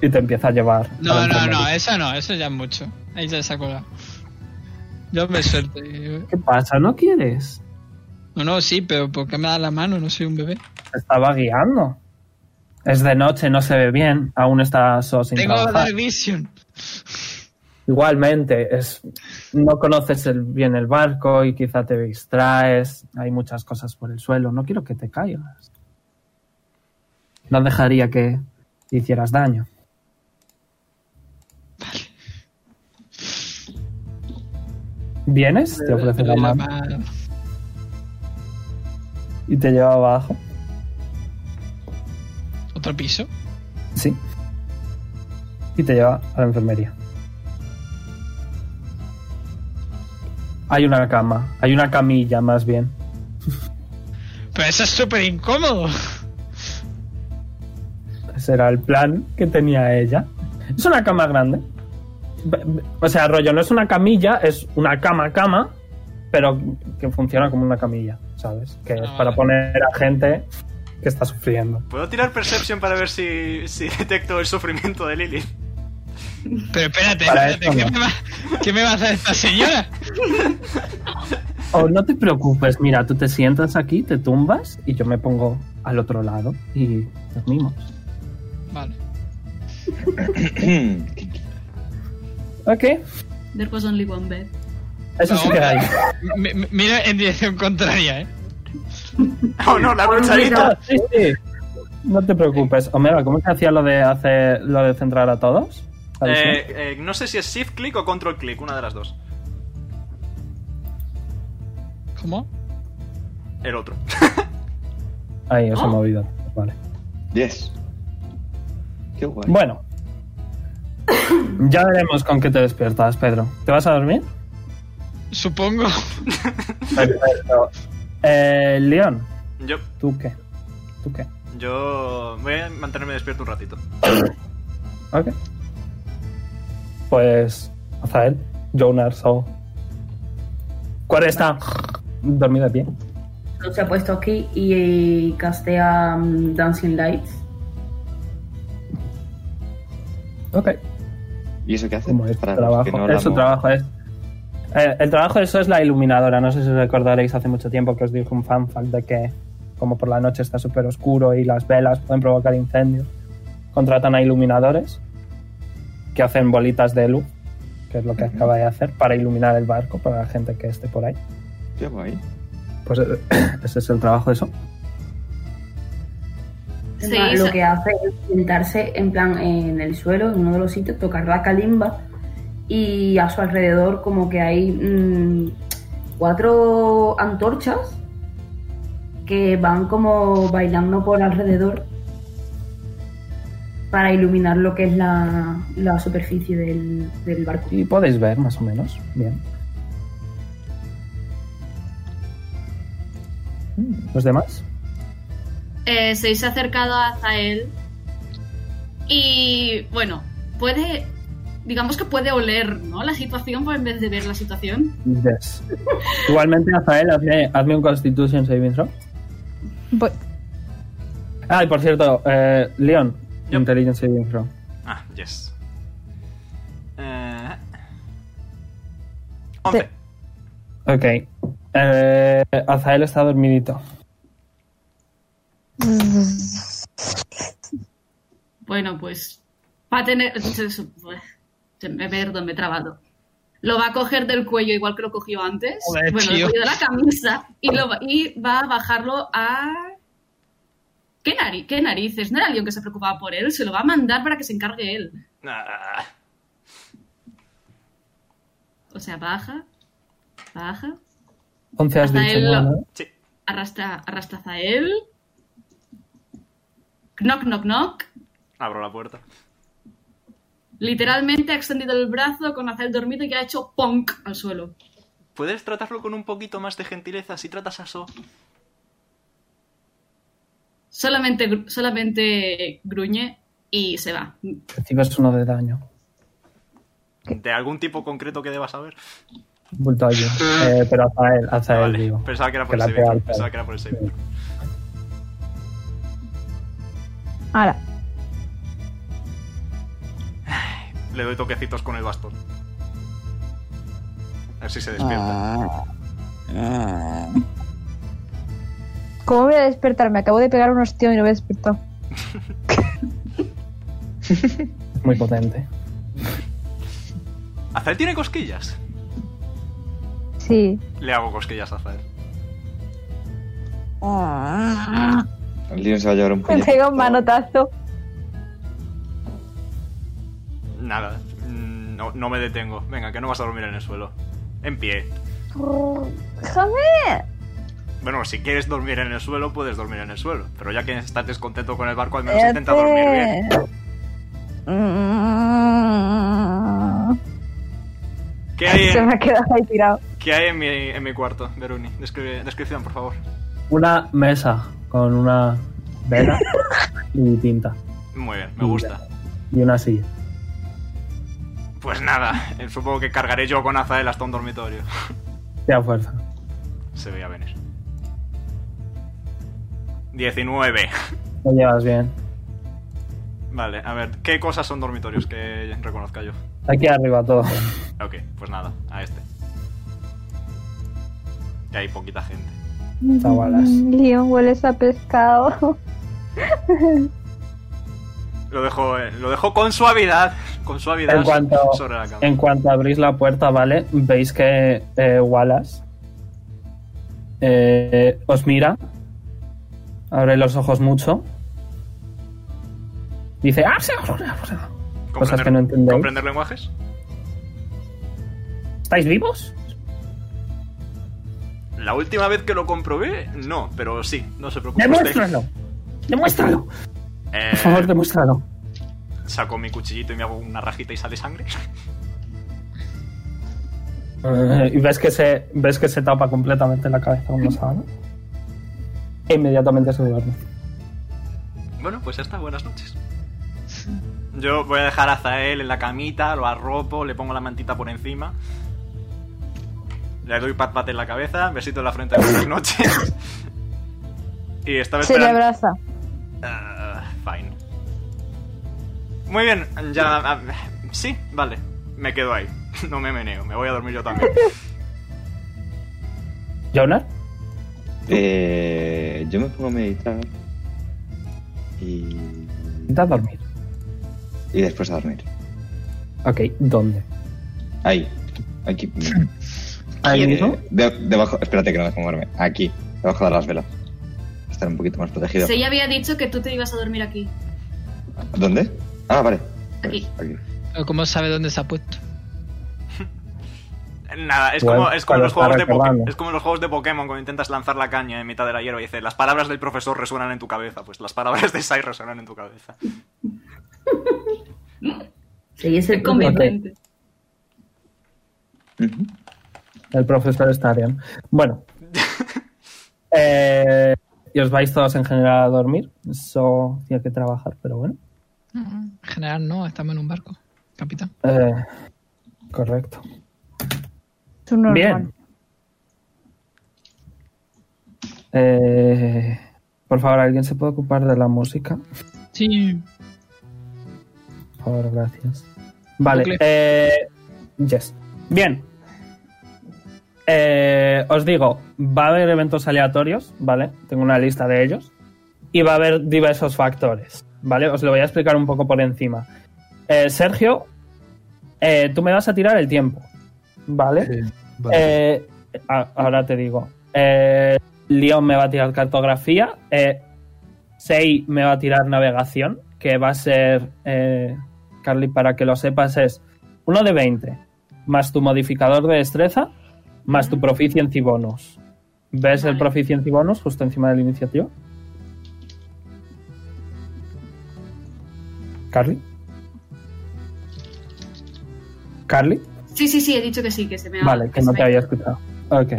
S2: y te empieza a llevar. a
S5: No,
S2: la
S5: no, no,
S2: enfermería.
S5: eso no, eso ya es mucho. Ahí ya se ha colgado. Yo me suelto. y-
S2: ¿Qué pasa? ¿No quieres?
S5: No, no, sí, pero ¿por qué me da la mano? No soy un bebé.
S2: Te estaba guiando. Es de noche, no se ve bien. Aún está so sin
S5: Tengo
S2: trabajar.
S5: Dark Vision.
S2: Igualmente, es, no conoces el- bien el barco y quizá te distraes. Hay muchas cosas por el suelo. No quiero que te caigas. No dejaría que te hicieras daño. ¿Vienes? Te ofrece la
S5: Pero la
S2: mano
S5: mano.
S2: y te lleva abajo.
S5: ¿Otro piso?
S2: Sí. Y te lleva a la enfermería. Hay una cama, hay una camilla más bien.
S5: Pero eso es súper incómodo.
S2: Ese pues era el plan que tenía ella. Es una cama grande. Be- be- O sea, rollo, no es una camilla, es una cama-cama, pero que funciona como una camilla, ¿sabes? Que es
S5: Ah,
S2: para
S5: vale.
S2: poner a gente que está sufriendo.
S1: ¿Puedo tirar Perception para ver si, si detecto el sufrimiento de Lily?
S5: Pero espérate,
S2: Para
S5: espérate,
S2: esto no.
S5: ¿qué, me va, qué me va a hacer esta señora?
S2: Oh, no te preocupes, mira, tú te sientas aquí, te tumbas y yo me pongo al otro lado y dormimos.
S5: Vale.
S4: Kinky.
S2: Ok,
S6: There was only one bed.
S2: eso sí que
S5: Ahora,
S2: hay.
S5: mi- mi- Mira en dirección contraria, ¿eh?
S1: ¡Oh no, la cucharita!
S2: Ah, sí, sí. No te preocupes. Omega, ¿cómo se hacía lo de hacer lo de centrar a todos? ¿Sabes?
S5: Eh,
S1: Eh, eh, no sé si es shift click o control click, una de las dos.
S5: ¿Cómo?
S1: El otro.
S2: Ahí os he
S6: Ah.
S2: movido. Vale.
S4: Yes. Qué guay.
S2: Bueno. Ya veremos con qué te despiertas, Pedro. ¿Te vas a dormir?
S5: Supongo.
S2: Perfecto. Eh, León,
S1: Yo,
S2: ¿tú qué? ¿Tú qué?
S1: yo voy a mantenerme despierto un ratito.
S2: Ok. Pues, Azael, Jonar, So. ¿Cuál está? Dormido de pie.
S8: Se ha puesto aquí y eh, castea mm, Dancing Lights.
S2: Ok.
S4: ¿Y eso qué hace?
S2: Como es su
S4: Para los
S2: trabajo.
S4: que no
S2: es su
S4: hablamos.
S2: trabajo. Es, Eh, el trabajo de eso es la iluminadora. No sé si recordaréis hace mucho tiempo que os dije un fanfact de que, como por la noche está súper oscuro y las velas pueden provocar incendios, contratan a iluminadores que hacen bolitas de luz, que es lo que
S4: Ujú.
S2: acaba de hacer, para iluminar el barco para la gente que esté por ahí.
S4: Qué guay.
S2: Pues eh, ese es el trabajo de eso.
S6: Sí,
S8: Ma- lo
S6: se-
S8: que hace es sentarse en plan en el suelo, en uno de los sitios, tocar la calimba y a su alrededor como que hay mm, cuatro antorchas que van como bailando por alrededor para iluminar lo que es la, la superficie del, del barco.
S2: Y podéis ver más o menos. Bien. ¿Los demás?
S6: Eh, Sei se ha acercado a Zael y bueno, puede, digamos que puede oler, ¿no? La situación pues, en vez de ver la situación.
S2: Yes. Igualmente, Rafael, hazme, hazme un Constitution Saving Throw.
S3: Voy.
S2: Ah, y por cierto, eh, Leon,
S1: Yep.
S2: Intelligence Saving Throw.
S1: Ah, yes. Eh... 11.
S2: Ok. Eh, Azael está dormidito.
S6: Bueno, pues va a tener... se su- se- Me, perdón, me he trabado. Lo va a coger del cuello igual que lo cogió antes.
S5: Joder,
S6: bueno,
S5: tío.
S6: del cuello de la camisa y, lo va- y va a bajarlo a... ¿Qué, nari- ¿Qué narices? No era Leon que se preocupaba por él, se lo va a mandar para que se encargue él.
S1: Ah,
S6: O sea, baja, baja,
S2: 11 has dicho.
S6: Azael lo-
S2: ¿no?
S1: sí.
S6: arrastra, arrastra a Zael. Knock, knock, knock.
S1: Abro la puerta.
S6: Literalmente ha extendido el brazo con Azael dormido y ha hecho punk al suelo.
S1: ¿Puedes tratarlo con un poquito más de gentileza si tratas a So?
S6: Solamente, gru- solamente gruñe y se va.
S2: Recibes uno de daño.
S1: ¿De algún tipo concreto que deba saber?
S2: Bulto allí. Eh, pero Azael,
S1: Ah,
S2: Azael,
S1: vale.
S2: digo.
S1: Pensaba que era
S2: Que
S1: por
S2: la
S1: el saving
S2: pega al
S1: throw, Pensaba
S2: pelo.
S1: que era por el saving throw.
S3: Ahora.
S1: Le doy toquecitos con el bastón. A ver si se despierta.
S9: Ah. Ah.
S3: ¿Cómo voy a despertar? Me acabo de pegar un ostión y no me he despertado.
S2: Muy potente.
S1: ¿Azael tiene cosquillas?
S3: Sí.
S1: Le hago cosquillas a Azael.
S9: Ah.
S4: El Leon se va a llevar un
S3: Me
S4: puñetazo.
S3: pega un manotazo.
S1: Nada. Mm, No, no me detengo. Venga, que no vas a dormir en el suelo. En pie.
S3: Déjame.
S1: Bueno, si quieres dormir en el suelo, puedes dormir en el suelo. Pero ya que estás descontento con el barco, al menos intenta dormir bien.
S9: Ah.
S1: ¿Qué hay
S3: Mm. Se
S1: en,
S3: me ha quedado ahí tirado.
S1: qué hay en, mi, en mi cuarto, Veruni? Describe- descripción, por favor.
S2: Una mesa con una vela y tinta.
S1: Muy bien, me gusta.
S2: Y una silla.
S1: Pues nada, eh, supongo que cargaré yo con Azael hasta un dormitorio.
S2: Te da fuerza.
S1: Se veía venir. 19.
S2: Lo llevas bien.
S1: Vale, a ver, ¿qué cosas son dormitorios que reconozca yo?
S2: Aquí arriba todo.
S1: Ok, pues nada, a este. Que hay poquita gente.
S2: Zabalas.
S3: Leon, hueles Mm, a pescado.
S1: Lo dejo, eh, lo dejo con suavidad. Con suavidad
S2: En cuanto-
S1: sobre la cama.
S2: En cuanto abrís la puerta, ¿vale? Veis que eh, Wallace eh, os mira, abre los ojos mucho, dice, ¡Ah, sí! cosas que no entendéis.
S1: ¿Comprender lenguajes?
S2: ¿estáis vivos?
S1: La última vez que lo comprobé, no, pero sí, no se preocupe. usted.
S2: ¡Demuéstralo! ¡Demuéstralo!
S1: Eh,
S2: Por favor, demuéstralo.
S1: saco mi cuchillito y me hago una rajita y sale sangre.
S2: Eh, y ves que, se, ves que se tapa completamente la cabeza con una sábana. E inmediatamente se duerme.
S1: Bueno, pues ya está, buenas noches. Yo voy a dejar a Zael en la camita, lo arropo, le pongo la mantita por encima. Le doy pat pat en la cabeza, besito en la frente de buenas noches. Y
S2: Pues
S1: estaba
S3: Se le
S1: esperando.
S3: abraza.
S1: Ah, fine. Muy bien, ya. ah, sí, vale. Me quedo ahí. No me meneo, me voy a dormir yo también.
S2: ¿Jonar?
S4: Eh, yo me pongo a meditar. Y.
S2: Intenta dormir.
S4: Y después a dormir.
S2: Ok, ¿dónde?
S4: Ahí. Aquí.
S2: ¿Ahí
S4: Eh,
S2: mismo?
S4: de- debajo. Espérate que no dejo moverme. Aquí. Debajo de las velas. Estar un poquito más protegido.
S6: Se ya había dicho que tú te ibas a dormir aquí.
S4: ¿Dónde? Ah, vale.
S6: Aquí.
S5: Pero ¿Cómo sabe dónde se ha puesto?
S1: Nada, es
S2: Bueno,
S1: como, es como
S2: para
S1: los juegos de
S2: estar
S1: Poké-
S2: acabando.
S1: es como los juegos de Pokémon cuando intentas lanzar la caña en mitad de la hierba y dice, las palabras del profesor resuenan en tu cabeza. Pues las palabras de Sai resuenan en tu cabeza.
S8: Sí, es el
S6: Conveniente.
S4: Ujú.
S2: El profesor está bien. Bueno. Eh, y os vais todos en general a dormir. Eso tiene que trabajar, pero bueno.
S5: No, en general no, estamos en un barco, capitán.
S2: Eh, correcto.
S3: Tú normal.
S2: Bien. Eh, por favor, ¿alguien se puede ocupar de la música?
S5: Sí.
S2: Por favor, gracias. Vale.
S5: Bucle.
S2: eh, yes. Bien. Eh, os digo, va a haber eventos aleatorios, ¿vale? Tengo una lista de ellos. Y va a haber diversos factores, ¿vale? Os lo voy a explicar un poco por encima. Eh, Sergio, eh, tú me vas a tirar el tiempo, ¿vale?
S7: Eh, vale.
S2: Eh, a- ahora te digo. Eh, Leon me va a tirar cartografía. Eh, Sei me va a tirar navegación. Que va a ser. eh, Carly, para que lo sepas, es uno de 20. Más tu modificador de destreza. Más tu proficiency bonus. ¿Ves el
S6: Vale.
S2: proficiency bonus justo encima de la iniciativa? ¿Carly? ¿Carly?
S6: Sí, sí, sí, he dicho que sí, que se me ha...
S2: Vale, que
S6: se
S2: no
S6: me
S2: te
S6: ha
S2: había
S6: ido.
S2: escuchado. Ok.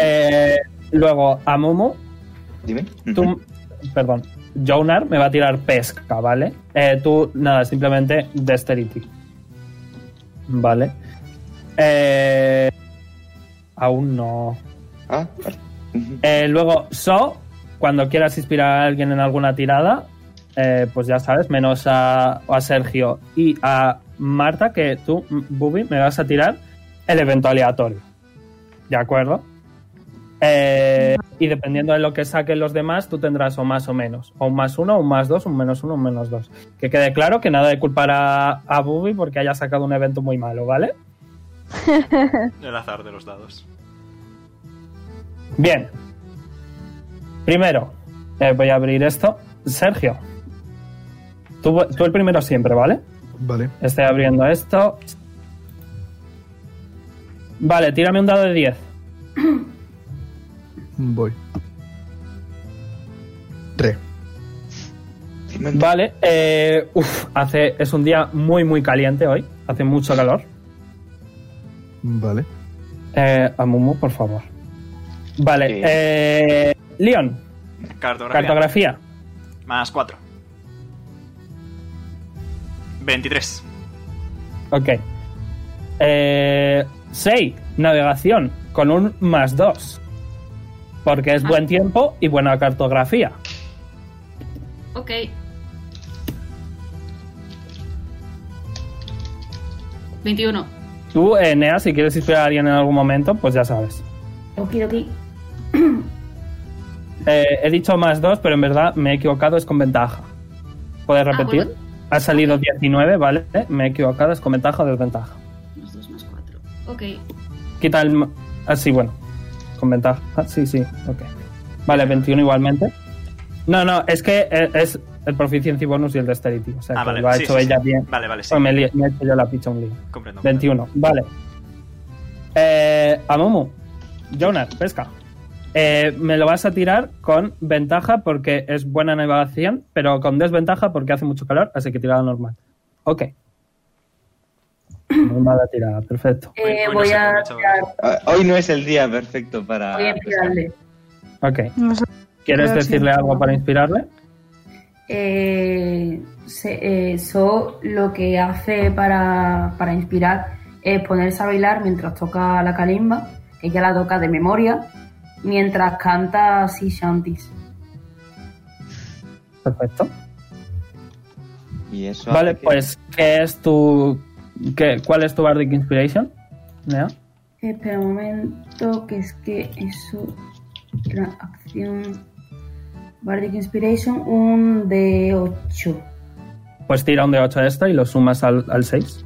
S2: Eh, luego, a Momo,
S4: Dime.
S2: tú. Perdón. Jonar me va a tirar pesca, ¿vale? Eh, tú, nada, simplemente Dexterity. Vale. Eh, aún no.
S4: Ah, vale. Ujú.
S2: Eh, luego, So, cuando quieras inspirar a alguien en alguna tirada, eh, pues ya sabes, menos a, a Sergio y a Marta, que tú, M- Bubi, me vas a tirar el evento aleatorio. ¿De acuerdo? Eh, y dependiendo de lo que saquen los demás, tú tendrás o más o menos. O un más uno, un más dos, un menos uno, un menos dos. Que quede claro que nada de culpar a, a Bubi porque haya sacado un evento muy malo, ¿vale?
S1: El azar de los dados.
S2: Bien. Primero, eh, voy a abrir esto. Sergio. Tú, tú el primero siempre, ¿vale?
S7: Vale.
S2: Estoy abriendo esto. Vale, tírame un dado de 10.
S7: Voy. Re.
S2: Vale, eh, uf, hace, es un día muy, muy caliente hoy. Hace mucho calor.
S7: Vale.
S2: Eh, a Mumu, por favor. Vale,
S4: Sí.
S2: eh, Leon,
S1: Cartografía.
S2: cartografía.
S1: Más 4. 23.
S2: Ok. Eh, 6. Navegación. Con un más 2. Porque es buen tiempo y buena cartografía.
S6: Ok, ¿21?
S2: Tú, eh, Nea, si quieres inspirar a alguien en algún momento, pues ya sabes.
S8: Okidoki.
S2: Eh, he dicho más 2, pero en verdad me he equivocado, es con ventaja. ¿Puedes repetir?
S6: bueno.
S2: ha salido 19, ¿vale? Eh, Me he equivocado, es con ventaja o desventaja.
S6: Más 2, más 4. Ok.
S2: Quita el... ma- Ah, sí, bueno. Con ventaja. Ah, sí, sí. Ok. Vale, 21 igualmente. No, no, es que eh, es el proficiency bonus y el dexterity. O sea,
S1: Ah,
S2: que
S1: vale.
S2: lo ha
S1: sí,
S2: hecho
S1: sí, sí.
S2: ella bien.
S1: Vale, vale, sí.
S2: Pues me, li- me he hecho yo la picha un lío.
S1: Comprendo.
S2: 21, vale. Eh, Amumu, Jonas, pesca. Eh, me lo vas a tirar con ventaja porque es buena navegación, pero con desventaja porque hace mucho calor, así que tirada normal. Ok. Muy mala tirada, perfecto.
S1: Hoy-
S8: Eh,
S1: hoy no
S8: voy
S1: se
S8: a
S1: come, chavales.
S8: tirar-
S4: Ah, Hoy no es el día perfecto para.
S8: voy a tirarle.
S2: Ok.
S9: No sé.
S2: ¿Quieres
S9: Creo que sí.
S2: decirle algo para inspirarle?
S8: Eh, se- eh, So lo que hace para, para inspirar es ponerse a bailar mientras toca la calimba, que ya la toca de memoria, mientras canta así shanties.
S2: Perfecto.
S4: Y eso
S2: Vale,
S4: hace que-
S2: pues, ¿qué es tu. qué- ¿Cuál es tu Bardic Inspiration? Nea.
S8: Espera un momento, que es que eso era acción Bardic Inspiration, un de 8.
S2: Pues tira un de 8 a esta y lo sumas al, al 6.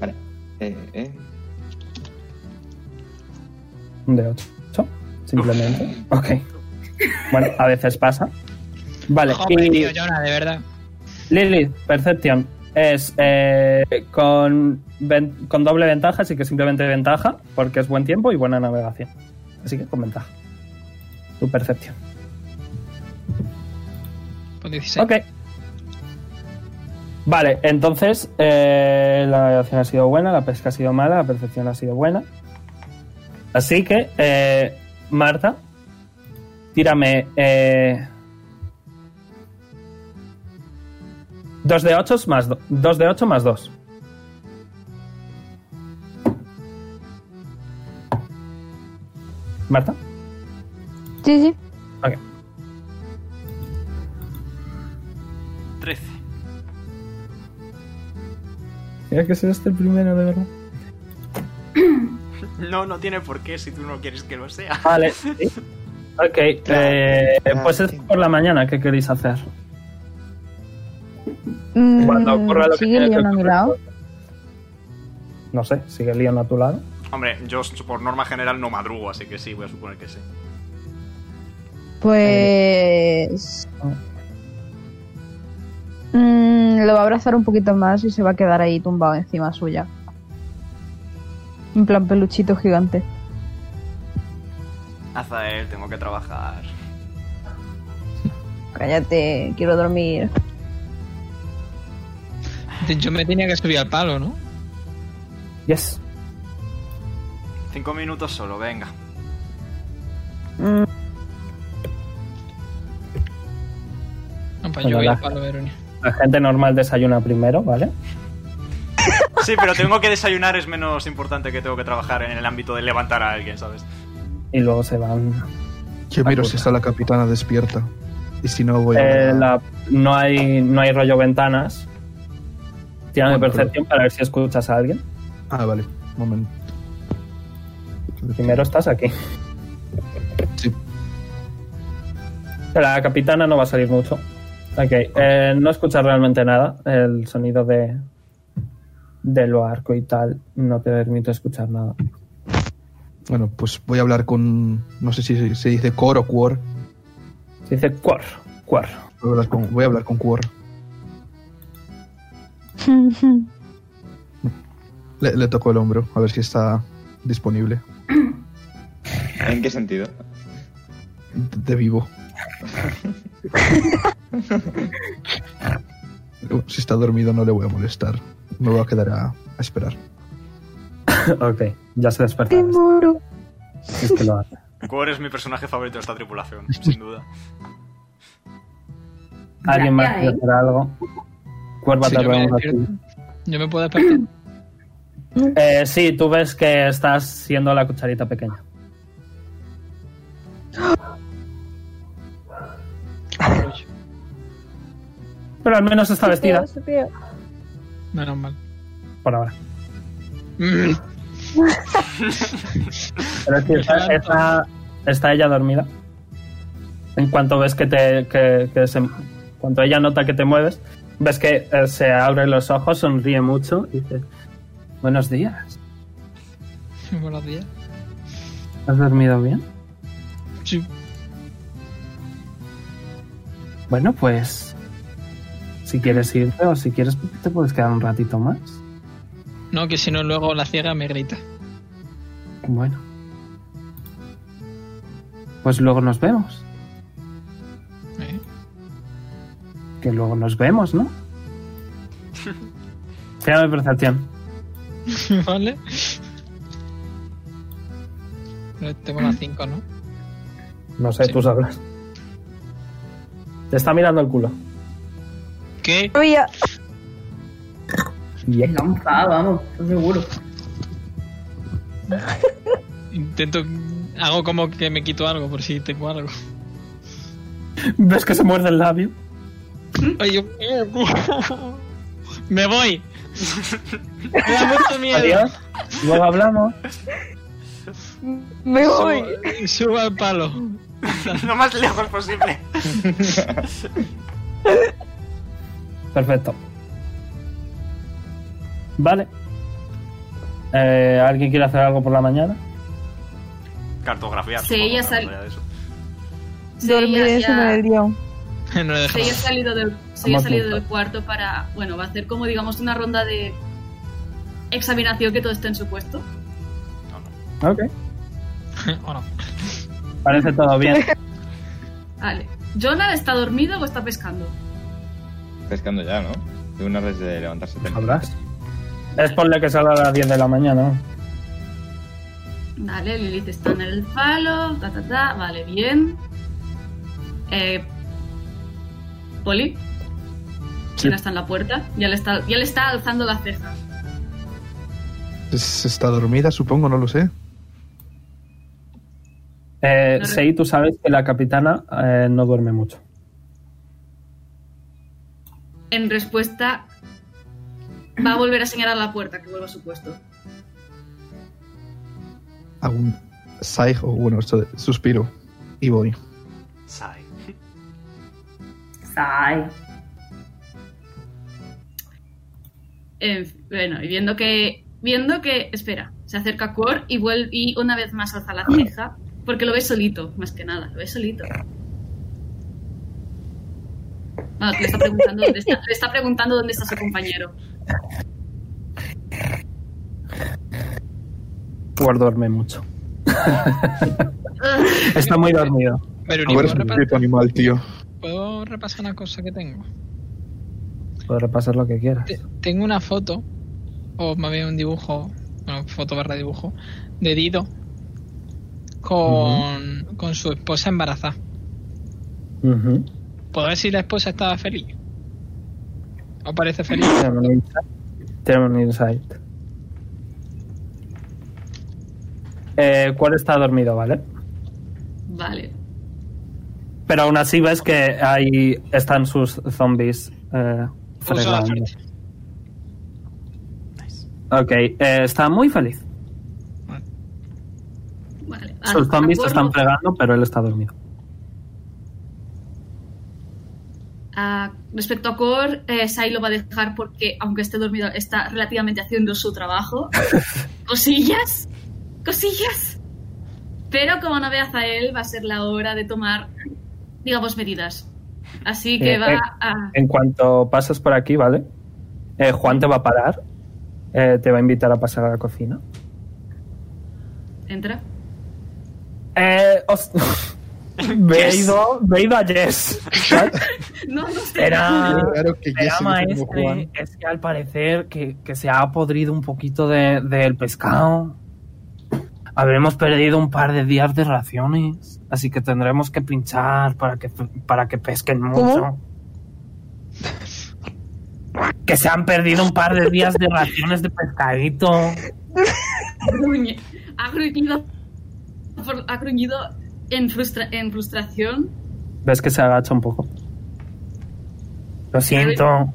S4: Vale. Eh, eh.
S2: Un de 8. Simplemente. Ok. Bueno, a veces pasa. Vale,
S5: Joder,
S2: y
S5: tío, Jonah, de verdad.
S2: Lilith, Perception es eh, con, ven- con doble ventaja, así que simplemente ventaja, porque es buen tiempo y buena navegación. Así que con ventaja. Tu Perception.
S5: Con 16.
S2: Ok. Vale, entonces eh, la navegación ha sido buena, la pesca ha sido mala, la percepción ha sido buena. Así que, eh, Marta, tírame eh, 2 de 8 más 2 de 8 más 2. Marta,
S3: Sí, sí.
S2: ok.
S1: 13.
S2: Tienes que ser este el primero, de verdad.
S1: No, no tiene por qué si tú no quieres que lo sea.
S2: Vale. sí. Ok, eh, pues es por la mañana que queréis hacer.
S9: Mm,
S2: Cuando ocurra lo que
S9: ¿Sigue
S2: tiene que
S9: Leon a mi
S2: ocurrir.
S9: lado?
S2: No sé, sigue Leon a tu lado.
S1: Hombre, yo por norma general no madrugo, así que sí, voy a suponer que sí.
S9: Pues. Mm, lo va a abrazar un poquito más y se va a quedar ahí tumbado encima suya. En plan peluchito gigante.
S1: Azael, tengo que trabajar.
S9: Cállate, quiero dormir.
S5: Yo me tenía que subir al palo, ¿no?
S2: Yes.
S1: Cinco minutos solo, venga.
S9: Mm,
S5: No, pues
S2: Bueno,
S5: yo voy
S2: la-
S5: al palo, Verónica.
S2: La gente normal desayuna primero, ¿vale?
S1: Sí, pero tengo que desayunar, es menos importante que tengo que trabajar en el ámbito de levantar a alguien, ¿sabes?
S2: Y luego se van.
S7: Yo miro si está la capitana despierta. Y si no, voy a.
S2: Eh, la- no, hay, no hay rollo ventanas. Tírame
S7: Bueno, pero-
S2: percepción para ver si escuchas a alguien.
S7: Ah, vale. Un momento.
S2: Primero estás aquí.
S7: Sí.
S2: La capitana no va a salir mucho.
S7: Ah.
S2: Ok, eh, no escuchas realmente nada. El sonido de, de lo arco y tal no te permite escuchar nada.
S7: Bueno, pues voy a hablar con. No sé si se dice Cor o Cuor.
S2: Se dice cuar, cuar.
S7: Voy a hablar con, voy a hablar con Cuor. Le, le toco el hombro, a ver si está disponible.
S4: ¿En qué sentido?
S7: De, de vivo. si está dormido, no le voy a molestar. Me voy a quedar a, a esperar.
S2: ok, ya se despertó.
S3: Te muro.
S2: Es que lo hace.
S1: Cuor es mi personaje favorito de esta tripulación, sin duda.
S2: ¿Alguien más
S8: Ya,
S2: quiere
S8: ¿eh?
S2: hacer algo? Cuerva
S5: Sí,
S2: te
S5: yo me
S2: veo un
S5: despierto.
S2: ratito.
S5: Yo me puedo despertar.
S2: Eh, sí, tú ves que estás siendo la cucharita pequeña. Pero al menos está vestida
S3: Supeo, supeo.
S5: Menos mal.
S2: por ahora.
S5: Mm,
S2: Pero es que está, está- está ella dormida. En cuanto ves que te. que- que se- en cuanto ella nota que te mueves, ves que eh, se abre los ojos, sonríe mucho y dice: Buenos días.
S5: Buenos días.
S2: ¿Has dormido bien?
S5: Sí.
S2: Bueno, pues. Si quieres irte o si quieres, te puedes quedar un ratito más.
S5: No, que si no, luego la ciega me grita.
S2: Bueno. Pues luego nos vemos.
S5: ¿eh?
S2: Que luego nos vemos, ¿no? Tira de percepción.
S5: ¿Vale? Pero Tengo una 5, ¿no?
S2: No sé,
S5: Sí.
S2: tú sabrás. Te está mirando el culo.
S5: ¿Qué?
S3: Oye,
S2: Bien.
S8: La enfada, vamos, estoy seguro.
S5: Intento. Hago como que me quito algo por si tengo algo.
S2: ¿Ves que se muerde el labio?
S5: Ay, yo- Me voy. Me da mucho miedo.
S2: Adiós. Luego hablamos.
S3: me voy.
S5: Subo, subo al palo.
S1: Lo más lejos posible.
S2: Perfecto. Vale. Eh, ¿Alguien quiere hacer algo por la mañana?
S1: Cartografiar.
S6: Sí,
S1: supongo,
S6: ya
S1: ¿no?
S6: sal-
S1: Ya eso.
S6: Sí,
S3: Dormiré eso
S6: ya-
S3: en el día.
S5: No le dejo.
S6: Se haya salido del, se haya
S2: Vamos
S6: salido
S2: juntos.
S6: del cuarto para, bueno, va a hacer como digamos una ronda de examinación que todo esté en su puesto.
S2: Ok.
S5: ¿O no?
S2: Parece todo bien.
S6: Vale. ¿Jonah está dormido o está pescando?
S4: Pescando ya, ¿no? De una vez de levantarse temprano.
S2: Sabrás. Es por la que sale a las 10 de la mañana.
S6: Vale, Lilith está en el palo, ta ta ta, vale, bien. Eh, Poli, Jonah está en la puerta, ya le está, ya le está alzando la ceja.
S7: Es- Está dormida, supongo, no lo sé.
S2: Eh,
S6: No, no.
S2: Sei, tú sabes que la capitana eh, no duerme mucho.
S6: En respuesta, va a volver a señalar la puerta, que vuelva a su puesto.
S7: Hago un sigh, o bueno, esto de- suspiro. Y voy.
S1: Sai.
S8: Sai.
S6: En fin, bueno, y viendo que. Viendo que. Espera, se acerca a Quor y vuelve y una vez más alza la ceja. Porque lo ve solito, más que nada, lo ve solito. Bueno, le Ah, está preguntando dónde está, le está preguntando dónde está su compañero.
S2: Pues duerme mucho.
S6: Ugh,
S2: Está muy dormido.
S5: Pero
S7: A
S5: ni
S7: ver, es
S5: puedo,
S7: un
S5: repasar,
S7: tipo animal, tío.
S5: ¿puedo repasar una cosa que tengo.
S2: Puedes repasar lo que quieras.
S5: Te- Tengo una foto, o más bien un dibujo, bueno, foto barra dibujo, de Dido con, con su esposa embarazada.
S2: Ujú.
S5: ¿Puedo ver si la esposa estaba feliz? ¿O parece feliz?
S2: Tenemos un insight. Tenemos un insight. Eh, ¿Cuál está dormido, vale?
S6: Vale.
S2: Pero aún así ves que ahí están sus zombies. Eh,
S5: Uso la
S2: fregando.
S5: suerte.
S2: ok, eh, está muy feliz.
S6: Vale. Ah,
S2: sus
S6: A-
S2: zombies
S6: a
S2: se
S6: Quor
S2: están
S6: lo-
S2: fregando, pero él está dormido.
S6: a- Ah, respecto a Cor, eh, Sai lo va a dejar porque, aunque esté dormido, está relativamente haciendo su trabajo. cosillas, cosillas. Pero como no ve a Zael, va a ser la hora de tomar, digamos, medidas. Así que
S2: Eh,
S6: va
S2: eh.
S6: a...
S2: En cuanto pasas por aquí, ¿vale? Eh, Juan te va a parar. eh, te va a invitar a pasar a la cocina.
S6: Entra.
S2: Eh, os... me, he ido, me he ido a Jess. ¿vale?
S6: No, no sé.
S5: Ah,
S2: Era...
S7: Claro que
S2: Era,
S7: Jesse no es como
S5: este
S2: maestre,
S7: Juan.
S2: es que al parecer que, que se ha podrido un poquito de- del pescado. Habremos perdido un par de días de raciones, así que tendremos que pinchar para que, para que pesquen mucho. Que se han perdido un par de días de raciones de pescadito.
S6: Gruñe. Ha gruñido, por- ha gruñido en, frustra- en frustración.
S2: Ves que se agacha un poco. Lo
S6: siento.
S2: siento.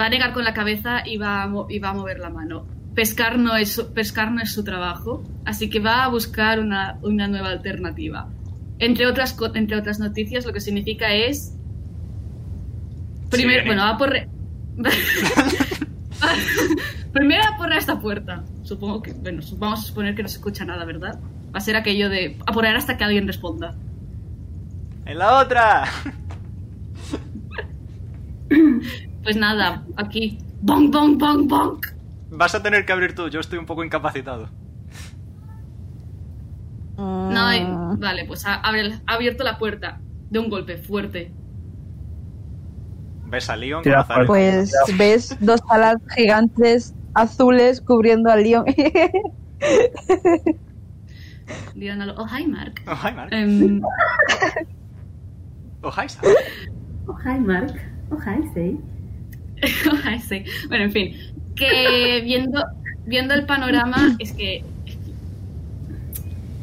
S6: Va a negar con la cabeza y va a, mo- y va a mover la mano. Pescar no, es, su- pescar no es su trabajo, así que va a buscar una, una nueva alternativa. Entre otras, co- entre otras noticias, lo que significa es... Primero,
S1: viene.
S6: bueno, va por... re- Primero a porrar esta puerta. Supongo que, bueno, su- vamos a suponer que no se escucha nada, ¿verdad? Va a ser aquello de a porrar hasta que alguien responda.
S1: ¡En la otra!
S6: Pues nada, aquí, ¡Bong, bong, bong, bong!
S1: Vas a tener que abrir tú, yo estoy un poco incapacitado.
S6: No,
S9: Ah.
S6: y- vale, pues ha, abre- ha abierto la puerta de un golpe fuerte.
S1: ¿Ves a Leon?
S2: Tira
S1: González?
S9: Pues ves dos alas gigantes azules cubriendo al Leon.
S6: Digan a lo- Oh, hi, Mark.
S1: Oh, hi, Mark.
S6: Em,
S1: Oh, hi, Sam.
S8: Oh, hi, Mark. Oh, hi, Sei.
S6: Ay, oh, sí. Bueno, en fin. Que viendo, viendo el panorama, es que.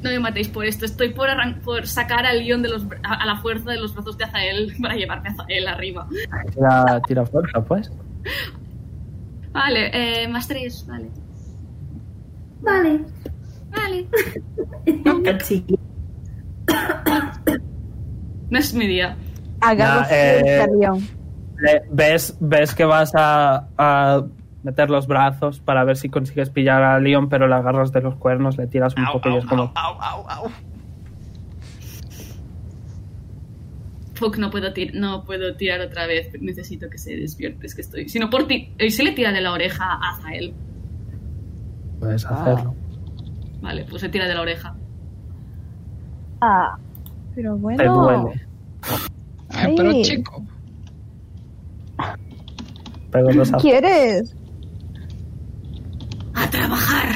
S6: No me matéis por esto. Estoy por, arran- por sacar al guión de los, bra- a, a la fuerza de los brazos de Azael para llevarme a Azael arriba.
S2: Tira, tira fuerza, pues.
S6: Vale, eh, más tres, vale.
S8: Vale.
S6: Vale.
S8: Chiqui.
S6: No es mi día.
S9: Agarro
S2: Nah, eh,
S9: fuerte al Leon.
S2: Le- Eh, ves, ves que vas a, a meter los brazos para ver si consigues pillar a Leon, pero le agarras de los cuernos, le tiras un poco y es como...
S1: au, au, au.
S6: Fuck, no puedo, tir- no puedo tirar otra vez. Necesito que se despierte. Es que estoy. Si no, por ti. eh, se le tira de la oreja a Azael.
S2: Puedes hacerlo.
S6: Vale, pues se tira de la oreja.
S9: Ah, pero bueno.
S2: Te duele.
S5: Ay, pero
S9: Sí.
S5: chico.
S2: Pero los haces.
S9: ¿Quieres?
S6: ¡A trabajar!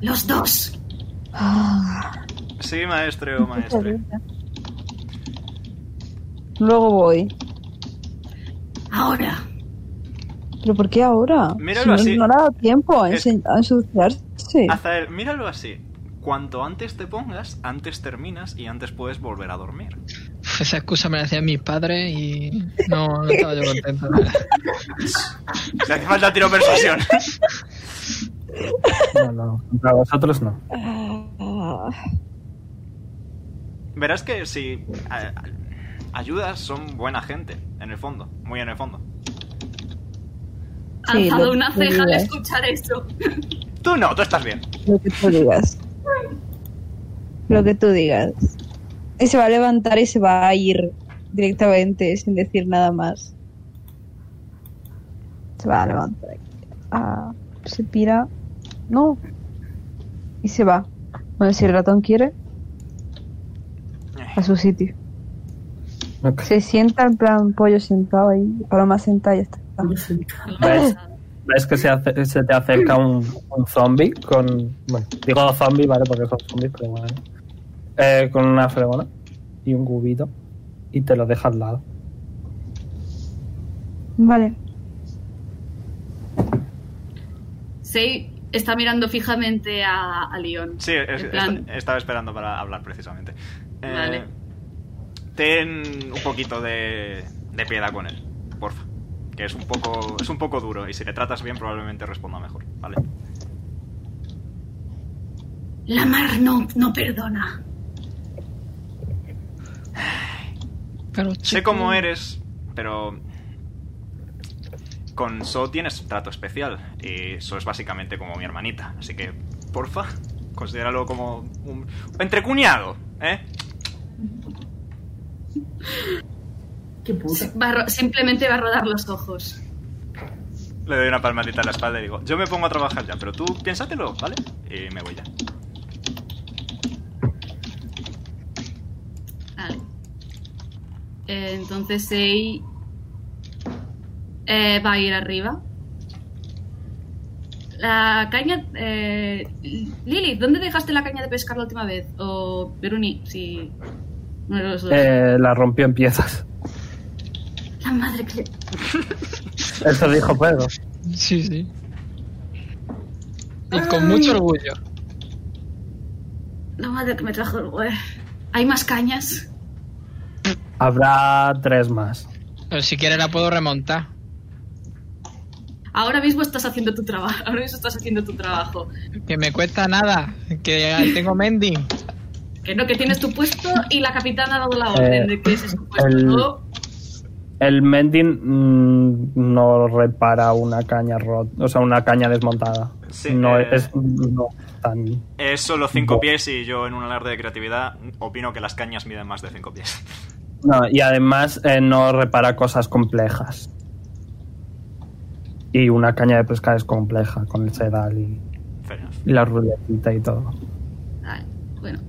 S6: ¡Los dos!
S9: Ah,
S1: Sí, maestre o maestre.
S9: Luego voy.
S6: Ahora.
S9: ¿Pero por qué ahora?
S1: Míralo
S9: Si
S1: así.
S9: No, no le ha dado tiempo a,
S1: Es-
S9: ense- a ensuciarse.
S1: Azael, míralo así. Cuanto antes te pongas, antes terminas y antes puedes volver a dormir.
S5: Esa excusa me la hacían mis padres y no, no estaba yo contento.
S1: Si hace falta tiro persuasión.
S2: No, no, contra vosotros no.
S9: Ah,
S1: Verás que si a- a- ayudas son buena gente, en el fondo, muy en el fondo.
S9: Sí,
S6: alzado
S9: lo
S6: una
S9: que
S6: ceja al
S9: digas.
S6: escuchar esto.
S1: Tú no, tú estás bien.
S9: Lo que tú digas. Lo que tú digas. Y se va a levantar y se va a ir directamente sin decir nada más. Se va a levantar. Ah, se pira. No. Y se va. Bueno, si el ratón quiere, a su sitio.
S2: Ok.
S9: Se sienta en plan pollo sentado ahí, paloma sentada y ya está. Pues.
S2: ¿Ves? Ves que se, hace- se te acerca un, un zombie con. Bueno, digo zombie, ¿vale? Porque son zombies, pero bueno. Eh, con una fregona y un cubito. Y te lo deja al lado.
S9: Vale.
S6: Sei está mirando fijamente a, a Leon.
S1: Sí, es-
S6: En plan-
S1: est- estaba esperando para hablar precisamente. Eh,
S6: Vale.
S1: Ten un poquito de, de piedad con él, porfa. Que es un poco es un poco duro y si le tratas bien probablemente responda mejor, ¿vale?
S6: La mar no, no perdona.
S5: Pero chico.
S1: Sé cómo eres, pero con So tienes trato especial y So es básicamente como mi hermanita, así que porfa, considéralo como un entrecuñado, ¿eh?
S8: Qué puta.
S6: Va a ro- simplemente va a rodar los ojos.
S1: Le doy una palmadita en la espalda y digo, yo me pongo a trabajar ya, pero tú piénsatelo, ¿vale? Y me voy ya.
S6: Vale. Eh, entonces Sei eh, va a ir arriba. La caña... Eh, Lili, ¿dónde dejaste la caña de pescar la última vez? O Veruni, si... No los dos.
S2: Eh, la rompió en piezas.
S6: La madre que...
S2: Eso dijo Pedro.
S5: Sí, sí. Y con mucho orgullo.
S6: La madre que me trajo el güey. ¿Hay más cañas?
S2: Habrá tres más.
S5: Pero si quieres la puedo remontar.
S6: Ahora mismo estás haciendo tu trabajo. Ahora mismo estás haciendo tu trabajo.
S5: Que me cuesta nada. Que tengo mending.
S6: Que no, que tienes tu puesto y la capitana ha dado la orden
S2: Eh,
S6: de que ese es su puesto.
S2: el-
S6: ¿no?
S2: El mending mm, no repara una caña rota, o sea, una caña desmontada.
S1: Sí,
S2: no
S1: eh,
S2: es no tan
S1: Es solo 5
S2: Bo-
S1: pies y yo en un alarde de creatividad opino que las cañas miden más de 5 pies.
S2: No, y además eh, no repara cosas complejas. Y una caña de pescar es compleja con el sedal y,
S1: Fair
S2: y la ruletita y todo.
S6: Vale, bueno.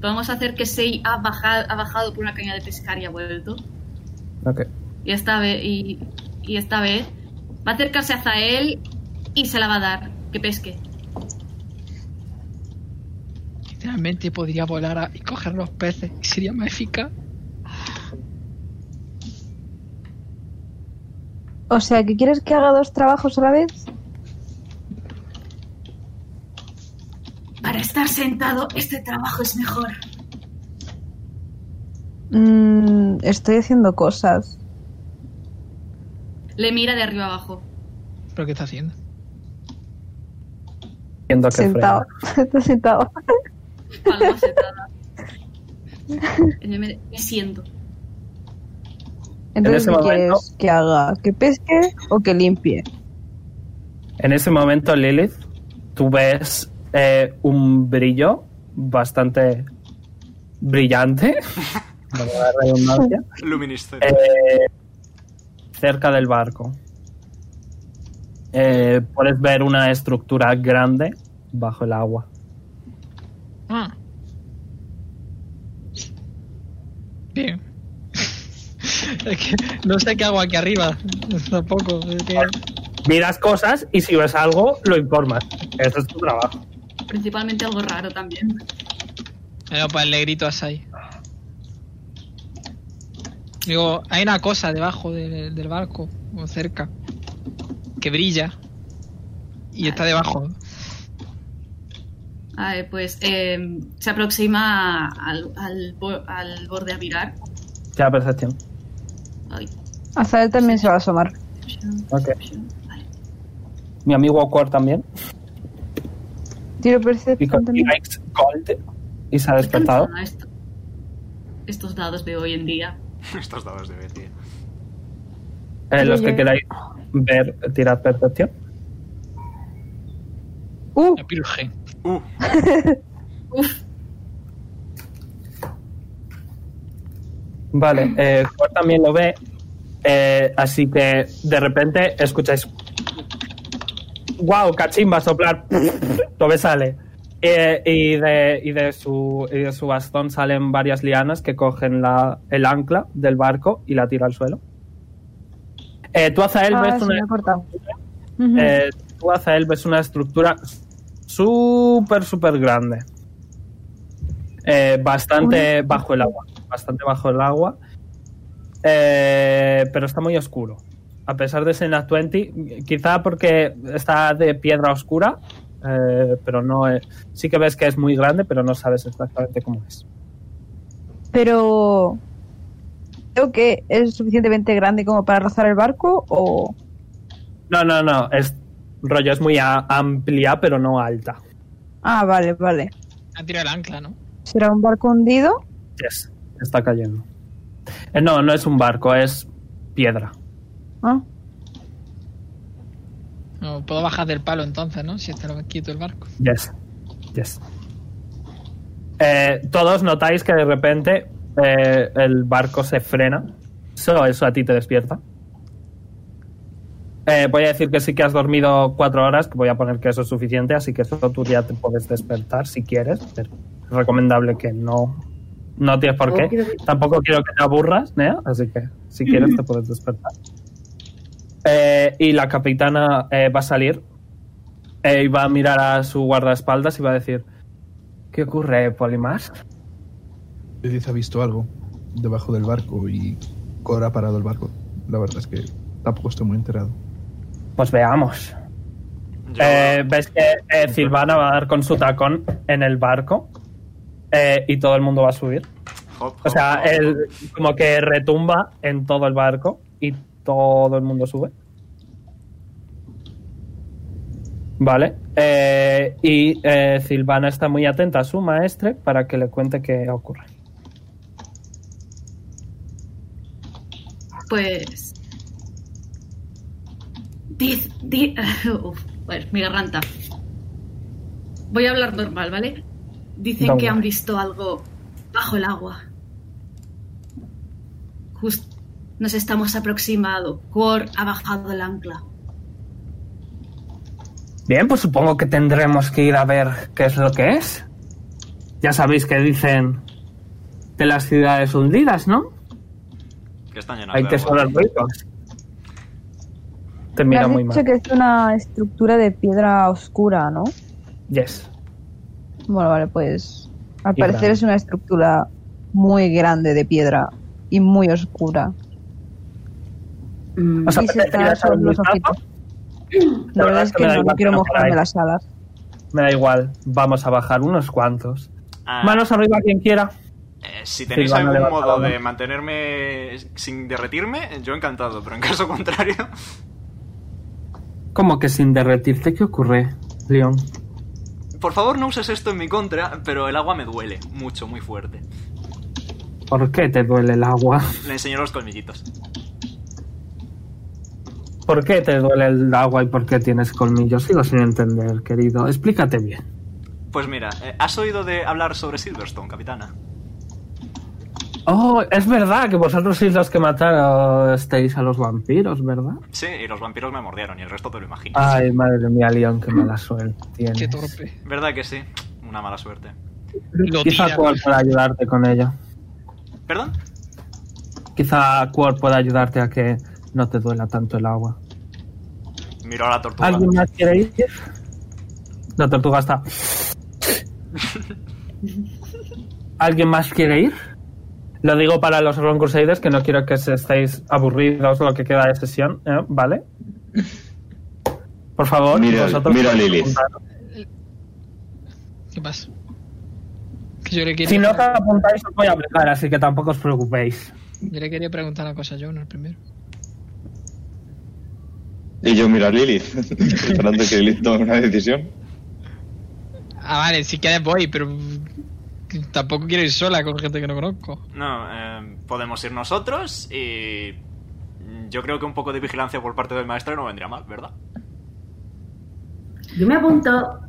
S6: Vamos a hacer que Sei ha bajado, ha bajado por una caña de pescar y ha vuelto.
S2: Ok.
S6: Y esta vez, y, y esta vez va a acercarse hacia él y se la va a dar. Que pesque.
S5: Literalmente podría volar a- y coger los peces. y Sería más eficaz.
S9: O sea, ¿que quieres que haga dos trabajos a la vez?
S6: Para estar sentado, este trabajo es mejor.
S9: Mm, estoy haciendo cosas.
S6: Le mira de arriba abajo.
S5: ¿Pero qué está haciendo?
S2: Viendo que
S9: Sentado.
S2: frena.
S9: Estoy sentado.
S6: Palma sentada. Yo me, me siento.
S9: Entonces,
S2: ese
S9: ¿qué
S2: momento-
S9: quieres que haga? ¿Que pesque o que limpie?
S2: En ese momento, Lilith, tú ves eh, un brillo bastante brillante, valga la redundancia,
S1: Luminiscente.
S2: eh, cerca del barco. Eh, puedes ver una estructura grande bajo el agua.
S5: Ah. Bien. es que no sé qué hago aquí arriba. Tampoco. es que-
S2: Miras cosas y si ves algo, lo informas. Eso es tu trabajo.
S6: Principalmente algo raro también.
S5: Bueno, pues le grito a Sai. Digo, hay una cosa debajo del- del barco, o cerca, que brilla.
S2: Ah,
S5: Y está debajo.
S6: A ver, pues eh, se aproxima al, al, bo- al borde a mirar.
S2: Ya, percepción.
S6: Ay,
S9: Hasta él también se va a asomar.
S2: Ok.
S6: vale.
S2: Mi amigo Quar también.
S9: Tiro
S2: Y,
S9: percepción
S2: con- y
S9: también.
S2: likes gold. Y se ha
S6: Estoy
S2: despertado.
S6: cansada de esto- Estos dados de hoy en día.
S1: Estos dados de Betty.
S2: Eh, los que
S9: Yo-
S2: queráis ver, tirad percepción.
S9: Uh,
S5: La virgen.
S1: Uh,
S2: Vale, eh, Cor también lo ve. eh, así que de repente escucháis. ¡Wow! Cachín va a soplar. Lo ve, sale. Eh, y, de, y de su, y de su bastón salen varias lianas que cogen la, el ancla del barco y la tira al suelo. Eh, tú, Azael,
S9: ah,
S2: ves
S9: se
S2: una,
S9: me ha cortado. Ujú.
S2: eh, tú, Azael, ves una estructura súper, súper grande. Eh, bastante bajo el agua. Bastante bajo el agua. Eh, pero está muy oscuro. A pesar de ser en la 20, quizá porque está de piedra oscura, eh, pero no. es- sí que ves que es muy grande, pero no sabes exactamente cómo es.
S9: Pero creo que es suficientemente grande como para rozar el barco o
S2: No, no, no. Es rollo, es muy a- amplia, pero no alta.
S9: ah vale vale
S5: Ha tirado el ancla, ¿no?
S9: será un barco hundido
S2: Yes, está cayendo. Eh, no, no es un barco, es piedra.
S9: Ah,
S5: No, puedo bajar del palo entonces, ¿no? Si está quieto el barco.
S2: Yes, yes. Eh, todos notáis que de repente eh, el barco se frena. Solo eso a ti te despierta. Eh, voy a decir que sí que has dormido cuatro horas, que voy a poner que eso es suficiente, así que eso tú ya te puedes despertar si quieres, pero es recomendable que no. No tienes por
S8: No,
S2: qué.
S8: quiero que-
S2: Tampoco quiero que te aburras, ¿eh? así que si quieres te puedes despertar. Eh, y la capitana eh, va a salir eh, y va a mirar a su guardaespaldas y va a decir: ¿Qué ocurre, Polimar?
S7: Lilith ha visto algo debajo del barco y Cora ha parado el barco. La verdad es que tampoco estoy muy enterado.
S2: Pues veamos.
S1: yo-
S2: Eh, Ves que eh, Silvana va a dar con su tacón en el barco eh, y todo el mundo va a subir.
S1: hop,
S2: O
S1: hop,
S2: sea,
S1: hop.
S2: el, como que retumba en todo el barco y todo el mundo sube. Vale. eh, y eh, Silvana está muy atenta a su maestre para que le cuente qué ocurre.
S6: Pues. Diz. di- Uf, bueno, mi garganta. Voy a hablar normal, ¿vale? Dicen
S2: Don't
S6: que han
S2: worry.
S6: visto algo bajo el agua. Justo. Nos estamos aproximando. Cor ha bajado el ancla.
S2: Bien, pues supongo que tendremos que ir a ver qué es lo que es. Ya sabéis que dicen de las ciudades hundidas, ¿no?
S1: Que están llenas
S2: Hay
S1: de agua.
S2: tesoros ricos. Te
S9: Me
S2: mira
S9: has
S2: muy
S9: dicho
S2: mal.
S9: que es una estructura de piedra oscura, ¿no?
S2: Yes.
S9: Bueno, vale, pues al
S2: Piedra.
S9: parecer es una estructura muy grande de piedra y muy oscura.
S8: Mm,
S2: O sea,
S9: Y se
S2: ¿te- te
S9: está
S2: quieres dar un
S9: los
S2: vistazo?
S9: ojitos. La verdad es que
S2: me da
S9: no, no
S2: igual
S9: quiero
S2: que no
S9: mojarme
S2: paráis.
S9: las alas.
S2: Me da igual, vamos a bajar unos cuantos.
S1: Ah,
S2: Manos arriba quien quiera.
S1: eh, si tenéis
S2: Sí, van a
S1: algún
S2: levantar
S1: modo
S2: la
S1: de
S2: mano.
S1: mantenerme sin derretirme, yo encantado, pero en caso contrario,
S2: Como que sin derretirte, ¿qué ocurre, León?
S1: por favor no uses esto en mi contra, pero el agua me duele mucho, muy fuerte.
S2: ¿Por qué te duele el agua?
S1: Le enseño los colmillitos.
S2: ¿Por qué te duele el agua y por qué tienes colmillos? Sigo sin entender, querido. Explícate bien.
S1: Pues mira, eh, ¿has oído de hablar sobre Silverstone, capitana?
S2: Oh, es verdad que vosotros sois los que matasteis a los vampiros, ¿verdad?
S1: Sí, y los vampiros me mordieron y el resto te lo imaginas.
S2: Ay, madre mía, León, qué mala suerte tienes.
S5: Qué torpe.
S1: ¿Verdad que sí? Una mala suerte.
S5: Lo
S2: Quizá
S5: tira.
S2: Quor pueda ayudarte con ello.
S1: ¿Perdón?
S2: Quizá Quor pueda ayudarte a que no te duela tanto el agua.
S1: Miro a la tortuga.
S2: ¿Alguien más quiere ir? La tortuga está. ¿Alguien más quiere ir? Lo digo para los Ron Crusaders, que no quiero que se estéis aburridos lo que queda de sesión, ¿eh? ¿vale? Por favor,
S4: Mira-
S2: vosotros.
S4: mira a Lilith.
S5: ¿Qué pasa? Que yo le quería,
S2: Si no te apuntáis, os voy a obligar, así que tampoco os preocupéis.
S5: yo le quería preguntar una cosa a Jonah primero.
S4: Y yo miro a Lilith, esperando que Lilith tome una decisión.
S5: Ah, vale, si quieres voy, pero mm, tampoco quiero ir sola con gente que no conozco.
S1: No, eh, podemos ir nosotros y... Yo creo que un poco de vigilancia por parte del maestro no vendría mal, ¿verdad?
S8: Yo me apunto.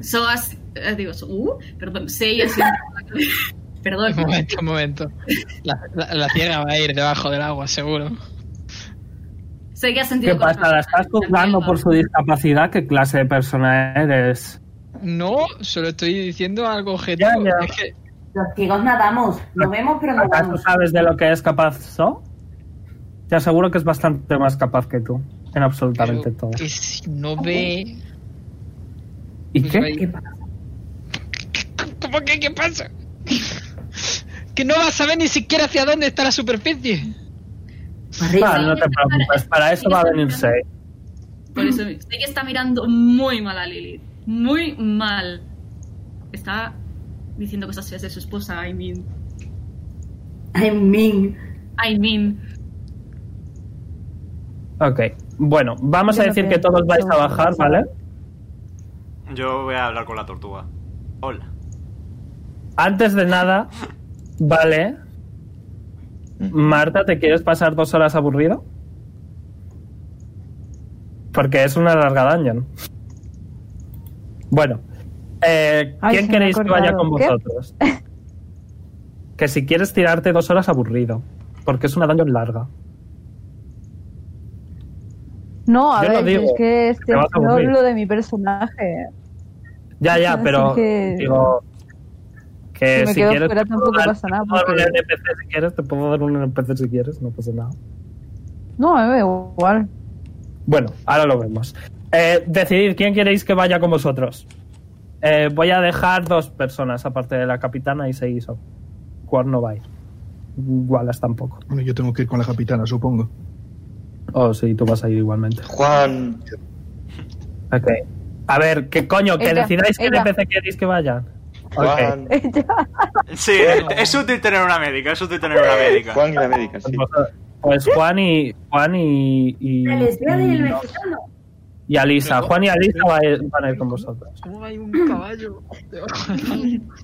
S6: Soas, eh, digo, so- uh, perdón, Sei asienta la cabeza. Perdón.
S5: Un momento, un momento. La, la, la ciega va a ir debajo del agua, seguro.
S6: Sei que ha sentido
S2: ¿Qué pasa? ¿La estás juzgando por su discapacidad? ¿Qué clase de persona eres?
S5: No, solo estoy diciendo algo objetivo.
S2: Ya, ya.
S5: Es que
S8: Los ciegos nadamos. Nos vemos, pero
S2: ¿Acaso
S8: nadamos.
S2: Ah, sabes de lo que es capaz So? Te aseguro que es bastante más capaz que tú en absolutamente
S5: pero
S2: todo.
S5: que si no ve.
S2: ¿Y
S5: pues va a
S2: qué?
S5: ir-
S8: ¿Qué pasa?
S5: ¿Cómo que qué pasa? que no va a saber ni siquiera hacia dónde está la superficie.
S8: Arriba.
S2: Ah, no te preocupes, para eso va a venir Sei.
S6: Por eso sé que está mirando muy mal a Lilith. Muy mal. Está diciendo cosas feas de su esposa, I mean.
S8: I mean.
S6: I mean.
S2: Ok, bueno, vamos a
S9: Yo no
S2: decir que
S9: pienso,
S2: todos vais a
S9: seguro que
S2: bajar,
S9: sí.
S2: ¿vale?
S1: Yo voy a hablar con la tortuga. Hola.
S2: Antes de nada, ¿vale? Marta, ¿te quieres pasar dos horas aburrido? Porque es una larga dungeon. Bueno, eh,
S9: Ay,
S2: ¿quién
S9: se me ha
S2: queréis que vaya
S9: acordado.
S2: con
S9: ¿Qué?
S2: vosotros? que si quieres tirarte dos horas aburrido, porque es una dungeon larga.
S9: No, a
S2: Yo lo
S9: ver,
S2: digo,
S9: es que este
S2: te vas a
S9: no
S2: aburrir.
S9: lo de mi personaje.
S2: Ya, ya,
S9: Así
S2: pero
S9: Ah, que-
S2: digo que
S9: Si me
S2: si
S9: quedo
S2: quieres
S9: fuera
S2: te puedo
S9: tampoco
S2: dar-
S9: pasa nada,
S2: Te puedo dar un
S9: porque-
S2: NPC si quieres, te puedo dar un NPC si quieres, no pasa nada.
S9: No, a mí me da igual.
S2: Bueno, ahora lo vemos. Eh, decidid quién queréis que vaya con vosotros. Eh, voy a dejar dos personas, aparte de la capitana y Seiso. Cuar no va a ir. Wallace tampoco.
S7: Bueno, yo tengo que ir con la capitana, supongo.
S2: Oh, sí, tú vas a ir igualmente.
S4: Juan,
S2: Ok. A ver, ¿qué coño? Que
S9: Ella,
S2: decidáis qué
S9: ella.
S2: NPC queréis que vayan.
S4: Juan,
S1: Sí, es útil tener una médica, es útil tener una
S2: Eh,
S1: médica.
S4: Juan y la médica, sí.
S2: Pues Juan y. Juan y. y
S8: La lesbiana y el
S2: y-
S8: mexicano.
S2: y Alisa. Juan y Alisa va a ir- van a ir con vosotros.
S5: ¿Cómo hay un caballo debajo del agua?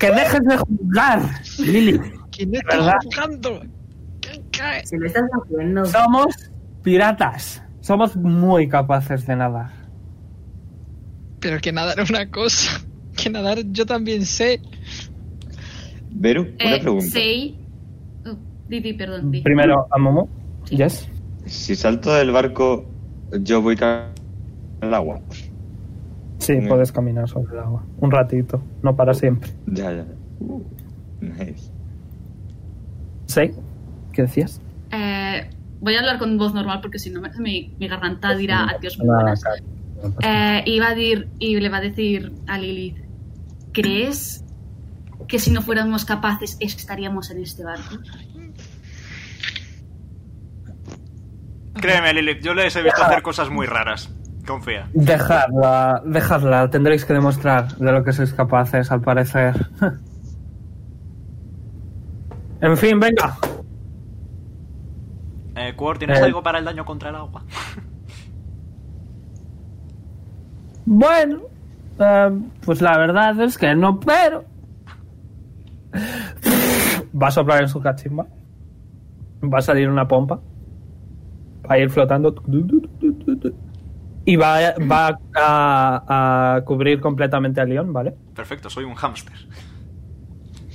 S2: ¡Que dejes de juzgar! Lili.
S5: ¿Quién le
S2: ¿Verdad?
S5: está jugando? ¿Qué cae?
S8: Si lo estás haciendo.
S2: Somos piratas. Somos muy capaces de nadar.
S5: Pero que nadar es una cosa. Que nadar yo también sé.
S4: Veru, una
S6: Eh,
S4: pregunta.
S6: Sei. Uh, Didi, perdón, Didi.
S2: Primero a Momo. Yes.
S4: Si salto del barco, yo voy ca- el agua.
S2: Sí,
S4: Bien.
S2: puedes caminar sobre el agua. Un ratito, no para siempre.
S4: Ya, ya. ya. Nice.
S2: ¿Sí? ¿Qué decías?
S6: Eh, voy a hablar con voz normal porque si no me- mi, mi garganta dirá adiós muy
S2: Nada,
S6: buenas.
S2: claro, no pasa nada.
S6: Eh, y, va a dir- y le va a decir a Lilith, ¿crees que si no fuéramos capaces estaríamos en este barco?
S1: Créeme, Lilith, yo les he
S2: Ah.
S1: visto hacer cosas muy raras. Confía.
S2: Dejadla, dejadla. Tendréis que demostrar de lo que sois capaces, al parecer. en fin, venga.
S1: Eh, Quor, ¿tienes
S2: Eh.
S1: algo para el daño contra el agua?
S2: Bueno, eh, pues la verdad es que no, pero... Va a soplar en su cachimba. Va a salir una pompa. Va a ir flotando. Y va, va a, a cubrir completamente a León, ¿vale?
S1: Perfecto, soy un hámster.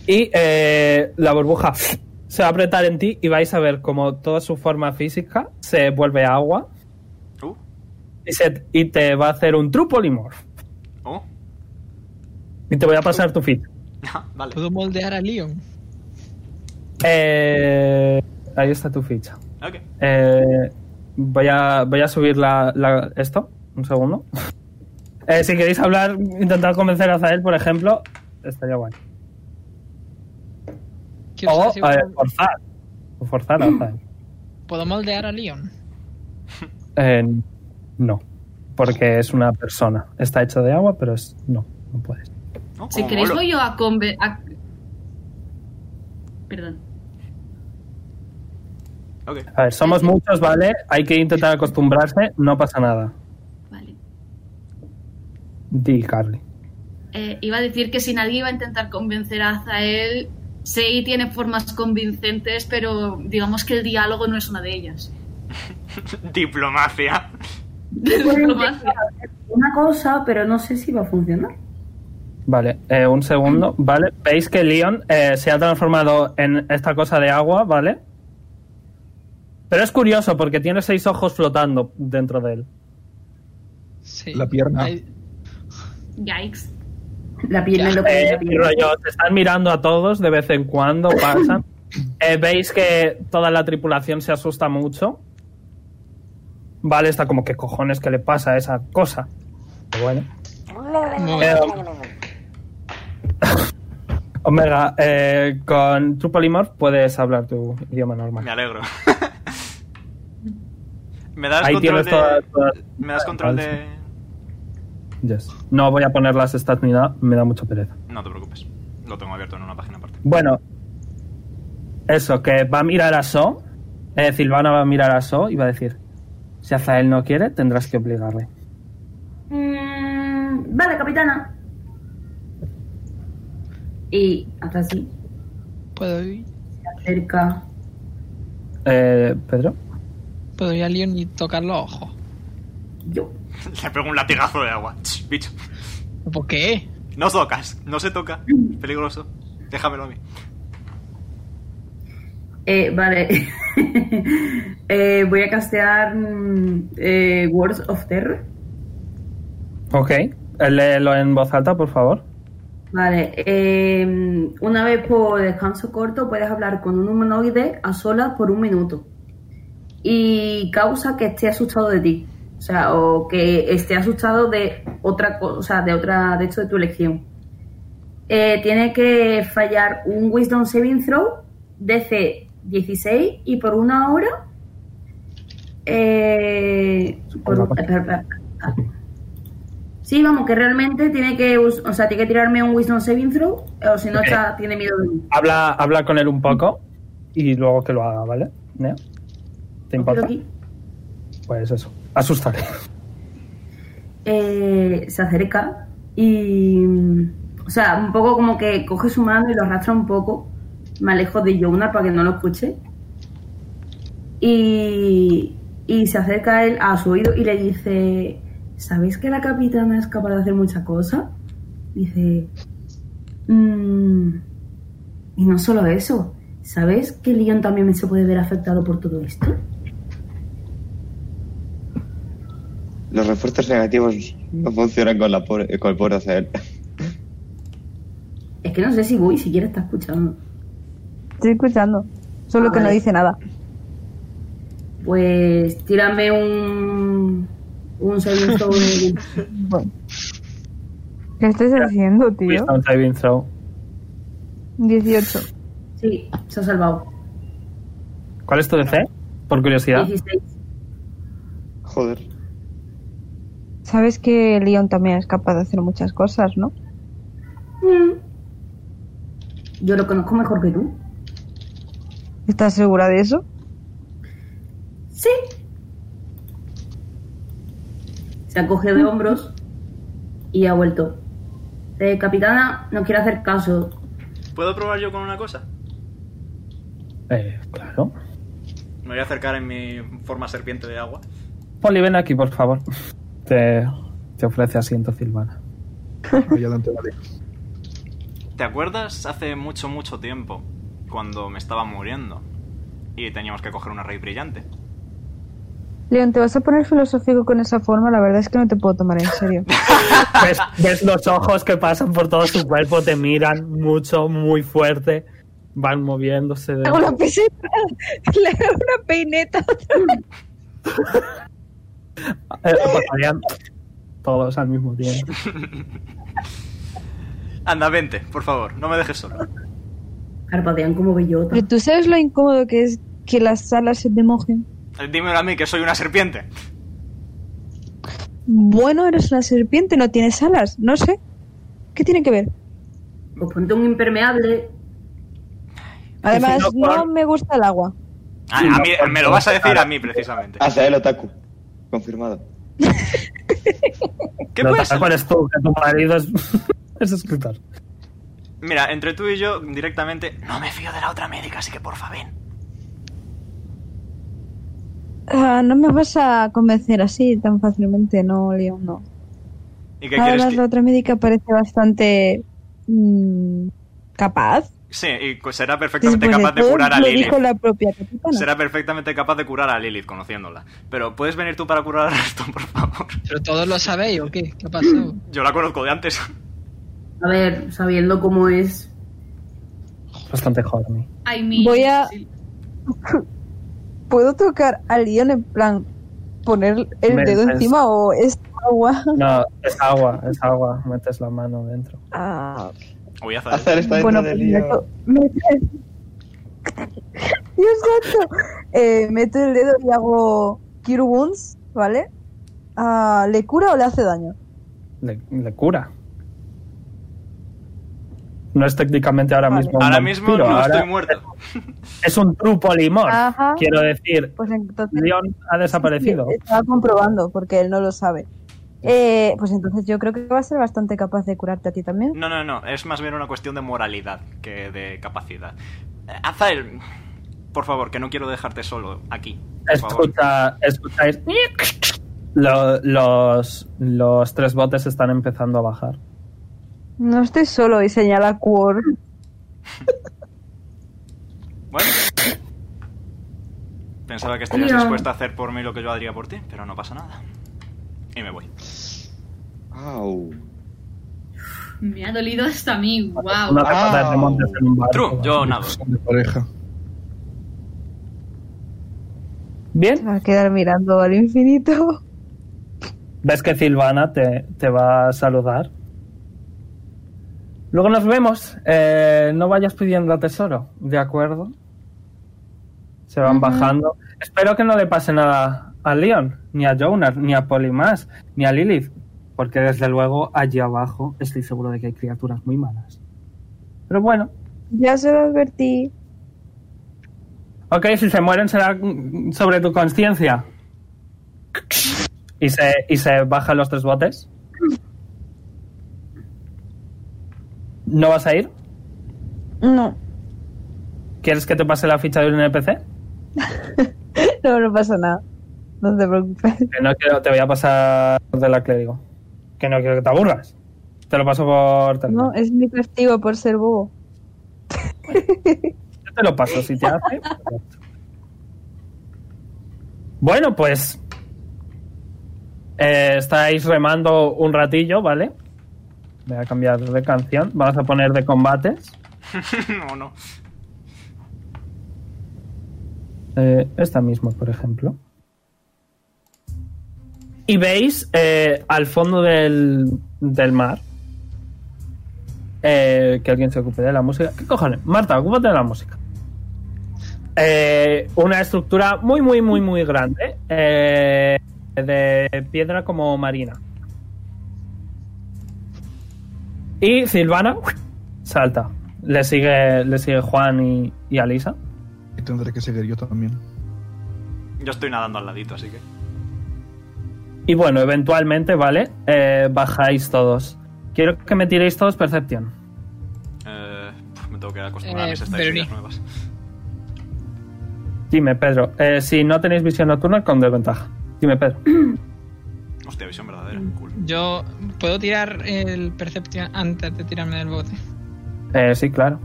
S2: Y eh, la burbuja se va a apretar en ti y vais a ver como toda su forma física se vuelve agua
S1: Uh,
S2: y, se- y te va a hacer un true polymorph.
S1: oh.
S2: Y te voy a pasar tu fit.
S1: Ah, vale.
S5: ¿Puedo moldear a Leon?
S2: Eh, ahí está tu ficha.
S1: Ok.
S2: Eh, voy, a, voy a subir la, la- esto. Un segundo. Eh, si queréis hablar, intentar convencer a Zael, por ejemplo, estaría guay.
S5: Quiero
S2: O
S5: saber si
S2: eh, forzar. O forzar a Zael.
S5: ¿Puedo moldear a Leon?
S2: Eh, no. Porque es una persona. Está hecho de agua, pero es. No, no puedes.
S1: No,
S6: Si
S1: Oh, como
S6: queréis
S1: molo.
S6: voy yo a conver... a- Perdón.
S1: Ok.
S2: A ver, somos muchos, ¿vale? Hay que intentar acostumbrarse, no pasa nada.
S6: Vale.
S2: Di, Carly.
S6: Eh, iba a decir que si nadie iba a intentar convencer a Azael, Sei tiene formas convincentes, pero digamos que el diálogo no es una de ellas.
S1: Diplomacia.
S6: Diplomacia.
S8: Una cosa, pero no sé si va a funcionar.
S2: Vale, eh, un segundo, ¿vale? Veis que Leon eh, se ha transformado en esta cosa de agua, ¿vale? Pero es curioso porque tiene seis ojos flotando dentro de él.
S5: Sí.
S7: La pierna.
S5: Ay,
S6: Yikes.
S8: La pierna es lo que es
S2: Eh,
S8: la pierna.
S2: rollo, te están mirando a todos de vez en cuando, pasan. Eh, Veis que toda la tripulación se asusta mucho. Vale, está como, ¿qué cojones que le pasa a esa cosa? Pero bueno.
S5: mo-
S2: Eh, Omega, eh, con True Polymorph puedes hablar tu idioma normal.
S1: Me alegro. ¿Me das
S2: Ahí
S1: control
S2: tienes
S1: de...?
S2: todas- todas-
S1: ¿Me das control
S2: Vale,
S1: de...?
S2: Yes. No voy a poner las stats ni nada, me da mucha pereza.
S1: No te preocupes. Lo tengo abierto en una página aparte.
S2: Bueno, eso, que va a mirar a So. Eh, Silvana va a mirar a So y va a decir: Si Azael no quiere, tendrás que obligarle.
S8: Mm, vale, capitana. Y hasta así,
S5: ¿puedo, ir,
S8: se acerca.
S2: Eh, Pedro,
S5: puedo ir a Leon y tocar los ojos.
S8: Yo.
S1: Le pego un latigazo de agua. Ch, bicho.
S5: ¿Por qué?
S1: No tocas. No se toca.
S2: Mm.
S1: Es peligroso. Déjamelo a mí.
S8: Eh, vale. Eh, voy a castear mm, eh, Words of Terror.
S2: ok, eh, léelo en voz alta, por favor.
S8: Vale. eh, una vez por descanso corto puedes hablar con un humanoide a solas por un minuto. Y causa que esté asustado de ti. O sea, o que esté asustado de otra cosa, o sea, de otra, de hecho, de tu elección. Eh, tiene que fallar un Wisdom Saving Throw DC 16 y por una hora. eh, por-
S2: Supongo.
S8: espera, espera, espera. Sí, vamos, que realmente tiene que, us- o sea, tiene que tirarme un Wisdom Saving Throw, eh, o si no,
S2: Ok.
S8: está, tiene miedo de mí.
S2: Habla, habla con él un poco y luego que lo haga, ¿vale? Nea, ¿Te importa?
S8: Pero aquí,
S2: Pues eso, asústale.
S8: eh, se acerca y. mm, O sea, un poco como que coge su mano y lo arrastra un poco. Me alejo de Jonah para que no lo escuche. Y. Y se acerca a él a su oído y le dice: ¿Sabéis que la capitana es capaz de hacer mucha cosa? Dice. "Mm, y no solo eso. ¿Sabéis que Leon también se puede ver afectado por todo esto?
S4: Los refuerzos negativos no funcionan con, la pobre- con el pobre Azael.
S8: Es que no sé si voy siquiera está escuchando.
S9: Estoy escuchando. Solo
S8: Ah,
S9: que no
S8: vale.
S9: dice nada.
S8: Pues tírame un. Un saving throw de-
S9: Bueno. ¿Qué estás haciendo, tío?
S2: Wisdom saving throw.
S9: 18.
S8: Sí, se ha salvado.
S2: ¿Cuál es tu DC? Por curiosidad.
S8: 16.
S4: Joder.
S9: Sabes que Leon también es capaz de hacer muchas cosas, ¿no?
S8: Mm. Yo lo conozco mejor que tú.
S9: ¿Estás segura de eso?
S8: Sí. Se ha
S9: Mm.
S8: cogido de hombros y ha vuelto. Eh, capitana, no quiere hacer caso.
S1: ¿Puedo probar yo con una cosa?
S2: Eh, claro.
S1: Me voy a acercar en mi forma serpiente de agua.
S2: Poli, ven aquí, por favor. Te, te ofrece asiento, Silvana.
S7: Ahí adelante, vale.
S1: ¿Te acuerdas hace mucho, mucho tiempo, cuando me estaba muriendo y teníamos que coger una raíz brillante?
S9: Leon, te vas a poner filosófico con esa forma, la verdad es que no te puedo tomar en serio.
S2: ¿Ves, ves los ojos que pasan por todo su cuerpo, te miran mucho, muy fuerte. Van moviéndose. de-
S9: Le hago una peseta, le hago una peineta.
S2: Eh, parpadean todos al mismo tiempo.
S1: Anda, vente, por favor, no me dejes solo.
S8: Carpadean como bellota.
S9: Pero tú sabes lo incómodo que es que las alas se te mojen.
S1: Eh, Dímelo a mí, que soy una serpiente.
S9: Bueno, eres una serpiente, no tienes alas, no sé. ¿Qué tiene que ver?
S8: Pues ponte un impermeable.
S9: Además,
S2: si no,
S9: no
S2: Juan-
S9: me gusta el agua.
S1: Ah, a mí, me lo vas a decir a mí, precisamente.
S4: Azael Otaku. Confirmado.
S1: ¿Qué
S2: Lo
S1: puedes?
S2: mejor es tú, que tu marido es, es escritor.
S1: Mira, entre tú y yo, directamente, no me fío de la otra médica, así que porfa, ven.
S9: Ah, no me vas a convencer así tan fácilmente, no, Leon, no.
S1: ¿Y qué
S9: Además,
S1: quieres
S9: la
S1: que...?
S9: otra médica parece bastante mm, capaz.
S1: Sí, y cu- será
S9: Se
S1: perfectamente
S9: supone,
S1: capaz de
S9: todo
S1: curar a
S9: Pues lo
S1: Lilith.
S9: dijo la propia capitana.
S1: Será perfectamente capaz de curar a Lilith, conociéndola. Pero, ¿puedes venir tú para curar a Raston, por favor?
S5: ¿Pero todos lo sabéis o qué? ¿Qué ha pasado?
S1: Yo la conozco de antes.
S8: A ver, sabiendo cómo es.
S2: Bastante joven.
S6: I mean,
S9: Voy a-
S6: sí.
S9: ¿Puedo tocar a Leon en plan poner el
S2: Me-
S9: dedo
S2: es-
S9: encima o es agua?
S2: No, es agua, es agua. Metes la mano dentro.
S9: Ah,
S1: Voy a hacer...
S4: Azael está dentro
S9: bueno,
S4: del
S9: pues
S4: lío.
S9: meto- meto- Dios santo. Eh, meto el dedo y hago Cure Wounds, ¿vale? Ah, ¿Le cura o le hace daño?
S2: Le, le cura. No es técnicamente ahora
S9: Vale.
S2: mismo. un
S1: Ahora mismo
S2: vampiro,
S1: no
S2: ahora
S1: estoy muerto.
S2: Es un truco limón.
S9: Ajá.
S2: Quiero decir,
S9: Pues entonces...
S2: Leon ha desaparecido.
S9: Ah. Sí, Estaba comprobando porque él no lo sabe. Eh, pues entonces yo creo que va a ser bastante capaz de curarte a ti también.
S1: No, no, no, es más bien una cuestión de moralidad que de capacidad. Eh, Azael, por favor, que no quiero dejarte solo aquí. Por favor.
S2: Escucha, escucháis. Lo- los, los tres botes están empezando a bajar.
S9: No estoy solo y señala Quor.
S1: Bueno. Pensaba que estarías dispuesta a hacer por mí lo que yo haría por ti, pero no pasa nada. Y me voy.
S4: Au.
S6: Me ha dolido hasta a mí, wow.
S2: Una cosa de
S4: Wow.
S2: remontes en un barco.
S1: True, yo nado.
S7: De pareja.
S9: Se
S2: Bien,
S9: Va a quedar mirando al infinito.
S2: ves que Silvana te, te va a saludar. Luego nos vemos. Eh, no vayas pidiendo tesoro, ¿de acuerdo? Se van bajando. Espero que no le pase nada a Leon, ni a Jonar, ni a Polymas, ni a Lilith. Porque desde luego allí abajo estoy seguro de que hay criaturas muy malas. Pero bueno,
S9: Ya se lo advertí.
S2: Ok, si se mueren será mm, sobre tu conciencia. Y se, y se bajan los tres botes. ¿No vas a ir?
S9: No,
S2: ¿Quieres que te pase la ficha de un NPC?
S9: no, no pasa nada. No te preocupes.
S2: Que no quiero, te voy a pasar de la clérigo. Que no quiero que te aburras. Te lo paso por teléfono.
S9: No, es mi castigo por ser bobo.
S2: Yo te lo paso, si te hace. perfecto. Bueno, pues. Eh, estáis remando un ratillo, ¿vale? Voy a cambiar de canción. Vamos a poner de combates.
S1: o no.
S2: Eh, esta misma, por ejemplo. Y veis eh, al fondo del, del mar eh, que alguien se ocupe de la música. ¿Qué cojones? Marta, ocúpate de la música. Eh, una estructura muy, muy, muy, muy grande eh, de piedra como marina. Y Silvana salta. Le sigue, le sigue Juan y, y Alisa.
S7: Y tendré que seguir yo también.
S1: Yo estoy nadando al ladito, así que.
S2: Y bueno, eventualmente, ¿vale? Eh, bajáis todos. Quiero que me tiréis todos percepción.
S1: eh, pf, me tengo que acostumbrar a mis
S5: Eh,
S1: estadísticas
S5: Bernie.
S1: nuevas.
S2: Dime, Pedro. Eh, si no tenéis visión nocturna, con desventaja. Dime, Pedro.
S1: Hostia, visión verdadera. Cool.
S5: Yo puedo tirar el Perception antes de tirarme del bote.
S2: Eh, sí, claro.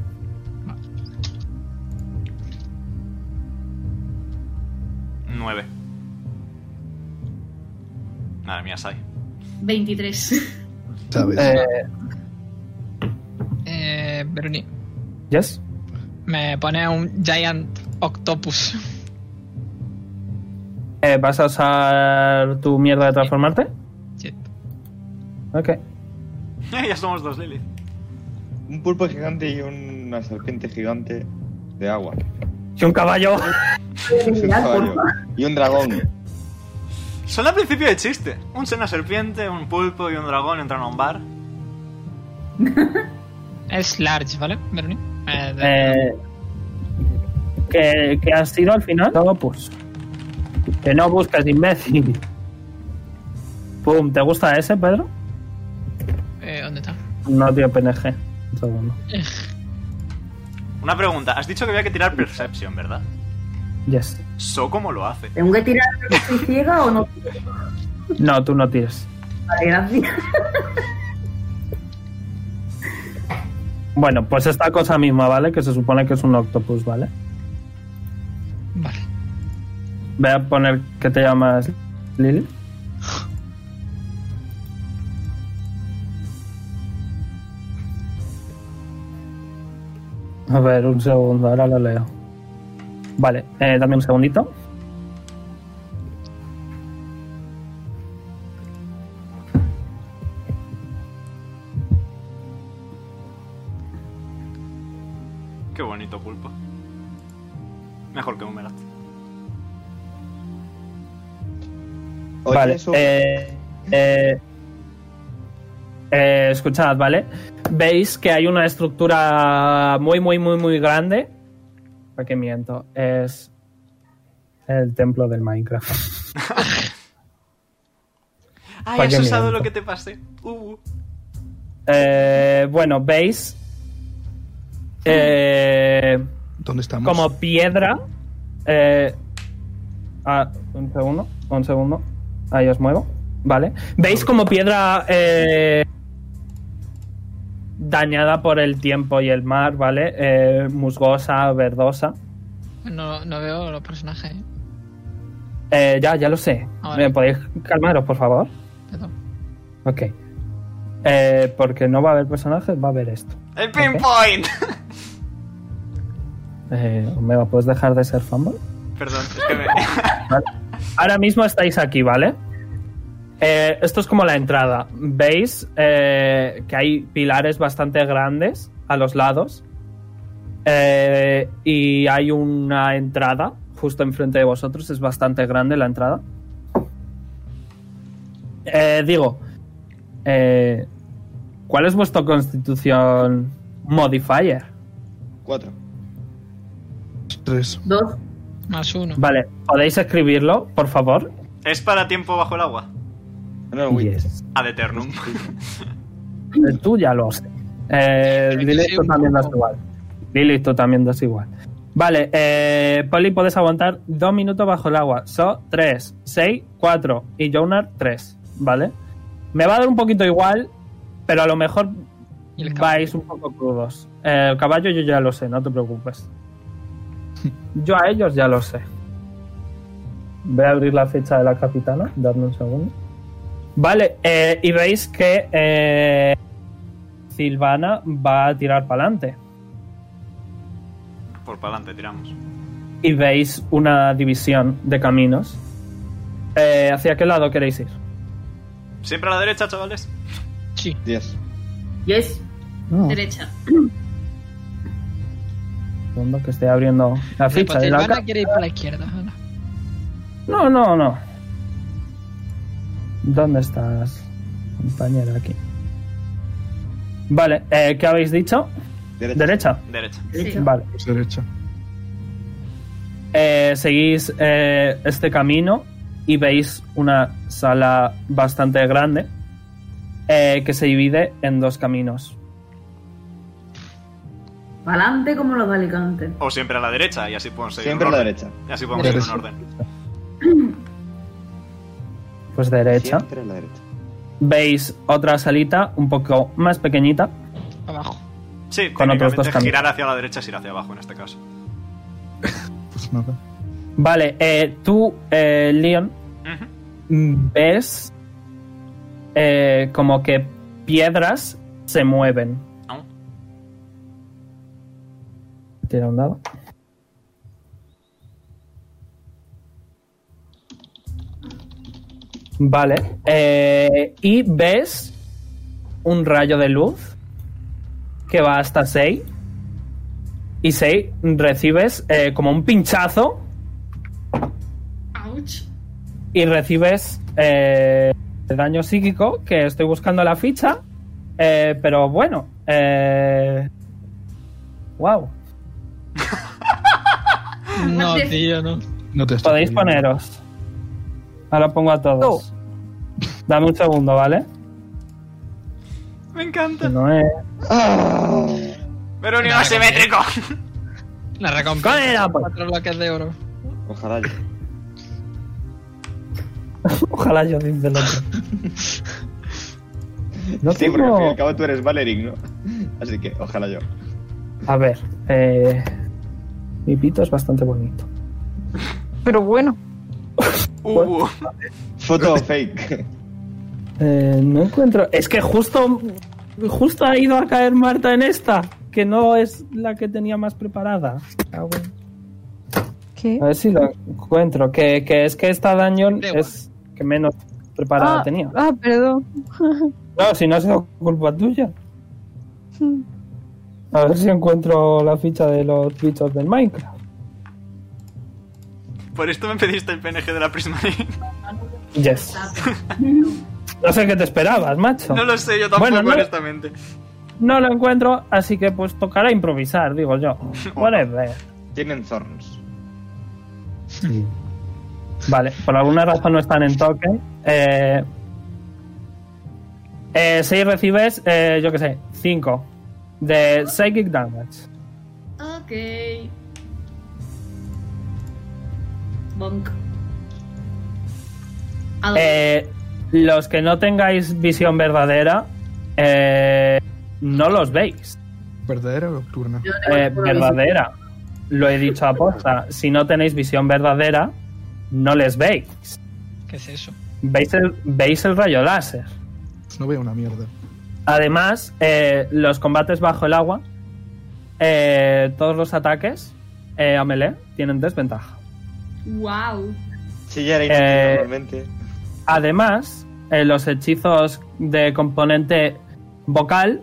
S1: Nueve. Madre mía, Sai.
S6: 23.
S7: ¿Sabes?
S2: Eh,
S5: Eh, Bernie,
S2: yes.
S5: me pone un Giant Octopus.
S2: Eh, ¿Vas a usar tu mierda de transformarte?
S5: Shit.
S2: Ok.
S1: ya somos dos, Lilith.
S4: Un pulpo gigante y una serpiente gigante de agua.
S2: Si un caballo.
S4: Es un caballo. Y un dragón.
S1: Son al principio de chiste. Un una serpiente, un pulpo y un dragón entran a un bar.
S5: Es large, ¿vale, Bernie? Eh, de-
S2: Eh, ¿qué, qué has sido al final? Todo pues. Que no buscas, imbécil. Pum, ¿te gusta ese, Pedro?
S5: eh, ¿Dónde está?
S2: No, tío, PNG. Un segundo.
S1: Una pregunta. Has dicho que había que tirar Perception, ¿verdad?
S2: Yes.
S1: So cómo lo hace.
S8: ¿Tengo que tirar que soy ciega o no?
S2: No, tú no tires.
S8: Vale, gracias.
S2: Bueno, pues esta cosa misma, ¿vale? Que se supone que es un octopus, ¿vale?
S5: Vale.
S2: Voy a poner que te llamas Lily. A ver, un segundo, ahora lo leo. Vale, eh, dame un segundito.
S1: Qué bonito pulpo. Mejor que un melat.
S4: Oye,
S2: vale.
S4: eso-
S2: eh, eh, eh, escuchad, ¿vale? Veis que hay una estructura muy, muy, muy, muy grande. ¿Para qué miento? Es el templo del Minecraft.
S1: Ay,
S2: ¿Para
S1: has
S2: qué
S1: usado
S2: miento?
S1: lo que te pasé. Uh,
S2: Eh, bueno, veis eh,
S7: ¿Dónde estamos?
S2: como piedra. eh, ah, un segundo, un segundo. Ahí os muevo. Vale. Veis como piedra eh, dañada por el tiempo y el mar, ¿vale? Eh, musgosa, verdosa.
S5: No, no veo los personajes. eh.
S2: Eh, ya, ya lo sé.
S5: Ah,
S2: ¿Me
S5: vale.
S2: podéis calmaros, por favor?
S5: Perdón.
S2: Ok. Eh, porque no va a haber personajes, va a haber esto.
S1: ¡El pinpoint!
S2: Eh, Omega, ¿puedes dejar de ser fanboy?
S1: Perdón, es que me...
S2: Vale. Ahora mismo estáis aquí, ¿vale? Eh, esto es como la entrada. Veis eh, que hay pilares bastante grandes a los lados. Eh, y hay una entrada justo enfrente de vosotros. Es bastante grande la entrada. Eh, digo, eh, ¿cuál es vuestra constitución modifier?
S4: Cuatro.
S7: Tres.
S8: Dos.
S5: Más uno.
S2: Vale, ¿podéis escribirlo, por favor?
S1: ¿Es para tiempo bajo el agua?
S4: No, güey.
S2: Yes.
S1: Ad eternum.
S2: Eh, Tú ya lo sé. Eh,
S5: Creo que
S2: Lilith,
S5: soy
S2: tú
S5: un
S2: también das
S5: poco-
S2: igual. Lilith, tú también das igual. Vale, eh, Poli, puedes aguantar dos minutos bajo el agua. So, tres, seis, cuatro. Y Jonar, tres. ¿Vale? Me va a dar un poquito igual, pero a lo mejor
S5: Y el caballo.
S2: vais un poco crudos. Eh, el caballo yo ya lo sé, no te preocupes. Yo a ellos ya lo sé. Voy a abrir la fecha de la capitana, dadme un segundo. Vale, eh, y veis que eh, Silvana va a tirar para adelante.
S1: Por para adelante tiramos.
S2: Y veis una división de caminos. Eh, ¿Hacia qué lado queréis ir?
S1: Siempre a la derecha, chavales.
S5: Sí.
S4: 10.
S8: Yes.
S9: Oh.
S2: No,
S6: Derecha.
S2: segundo, que estoy abriendo la ficha de la
S5: pues Silvana
S2: ca-
S5: quiere ir para la izquierda. ala.
S2: No, no, no. ¿Dónde estás, compañera? Aquí. Vale, eh, ¿qué habéis dicho?
S4: Derecha.
S2: Derecha.
S1: Derecha.
S8: Sí.
S2: Vale.
S7: Pues derecha.
S2: Eh, seguís eh, este camino y veis una sala bastante grande eh, que se divide en dos caminos.
S8: Pa'lante como los de Alicante.
S1: O siempre a la derecha y así podemos seguir.
S4: Siempre a
S1: un
S4: la
S1: orden.
S4: derecha.
S1: Y así podemos seguir un
S7: Derecha.
S1: orden.
S2: Pues derecha.
S4: Siempre a la derecha.
S2: Veis otra salita un poco más pequeñita.
S5: Abajo.
S1: Sí,
S2: Con otros dos
S1: técnicamente,
S2: caminos.
S1: Girar hacia la derecha es ir hacia abajo en este caso.
S7: Pues nada.
S2: Vale, eh, tú, eh, Leon,
S1: Ujú.
S2: mm, ves eh, como que piedras se mueven.
S1: Ah.
S2: Tira un dado. Vale. eh, y ves un rayo de luz que va hasta 6. Y 6 recibes eh, como un pinchazo
S6: Ouch.
S2: y recibes eh, daño psíquico, que estoy buscando la ficha, eh, pero bueno. Eh, wow.
S5: No,
S6: sé.
S5: tío, no.
S7: No te estoy
S2: Podéis
S7: jodiendo.
S2: poneros. Ahora pongo a todos. Dame un segundo, ¿vale?
S1: Me encanta.
S2: No es...
S1: Pero ni
S5: Nada,
S1: asimétrico.
S5: La
S2: Cólera,
S5: recompensa.
S2: pues.
S5: Cuatro bloques de oro.
S4: Ojalá yo.
S2: Ojalá yo dice el otro. No
S4: Sí, porque al fin y
S2: tengo...
S4: al cabo tú eres Valeric, ¿no? Así que ojalá yo.
S2: A ver. eh, mi pito es bastante bonito.
S9: Pero bueno.
S1: Uh,
S4: Foto fake.
S2: Eh, no encuentro. Es que justo, justo ha ido a caer Marta en esta, que no es la que tenía más preparada. Ah, bueno.
S9: ¿Qué?
S2: A ver si la encuentro. Que, que es que esta Dungeon
S5: Tregua.
S2: es que menos preparada
S9: ah,
S2: tenía.
S9: ah, perdón.
S2: No, si no ha sido culpa tuya.
S9: Hmm.
S2: A ver si encuentro la ficha de los bichos del Minecraft.
S1: por esto me pediste el PNG de la Prisma.
S2: Yes. No sé qué te esperabas, macho.
S1: no lo sé yo tampoco,
S2: Bueno, no-
S1: honestamente.
S2: No lo encuentro, así que pues tocará improvisar, digo yo. Whatever.
S4: Tienen thorns.
S2: Vale, por alguna razón no están en token. Eh, eh, si recibes, eh, yo qué sé, 5 de Psychic Damage.
S6: Ok. Bonk. ¿A dónde?
S2: Eh, los que no tengáis visión verdadera, eh, no los veis.
S7: ¿Verdadera o nocturna?
S8: Yo tengo
S2: Eh,
S8: una visión.
S2: verdadera. Lo he dicho a posta. Si no tenéis visión verdadera, no les veis.
S5: ¿Qué es eso?
S2: Veis el, veis el rayo láser.
S7: Pues no veo una mierda.
S2: Además, eh, los combates bajo el agua, eh, todos los ataques eh, a melee tienen desventaja.
S6: Wow.
S4: Sí, ya era inútil
S2: Eh,
S4: normalmente.
S2: Además, eh, los hechizos de componente vocal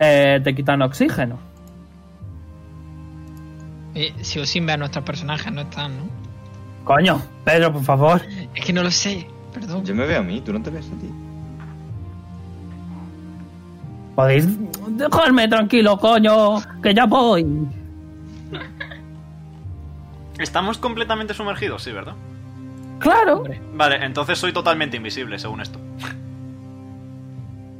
S2: eh, te quitan oxígeno.
S5: Eh, si os sin ver a nuestros personajes, no están, ¿no?
S2: Coño, Pedro, por favor.
S5: Es que no lo sé. Perdón.
S4: Yo me veo a mí, tú no te ves a ti.
S2: Podéis dejarme tranquilo, coño, que ya voy.
S1: Estamos completamente sumergidos, sí, ¿verdad?
S2: Claro.
S5: Hombre.
S1: Vale, entonces soy totalmente invisible, según esto.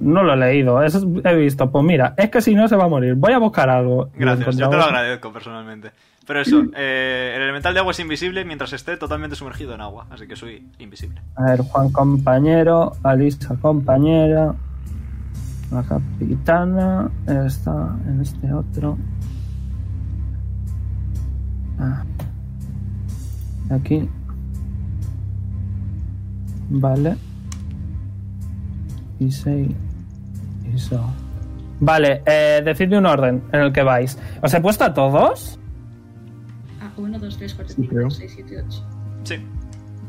S2: No lo he leído, eso he visto. Pues mira, es que si no se va a morir. Voy a buscar algo.
S1: Gracias, yo te lo
S2: Encontramos-
S1: agradezco personalmente. Pero eso, eh, el elemental de agua es invisible mientras esté totalmente sumergido en agua, así que soy invisible.
S2: A ver, Juan compañero, Alisa compañera, la capitana está en este otro. Ah. Aquí. Vale. 16. Eso. Vale, eh, decidme un orden en el que vais. ¿Os he puesto a todos?
S6: Ah, 1, 2, 3, 4,
S7: Sí,
S6: 5,
S7: creo.
S6: 6, 7, 8.
S1: Sí,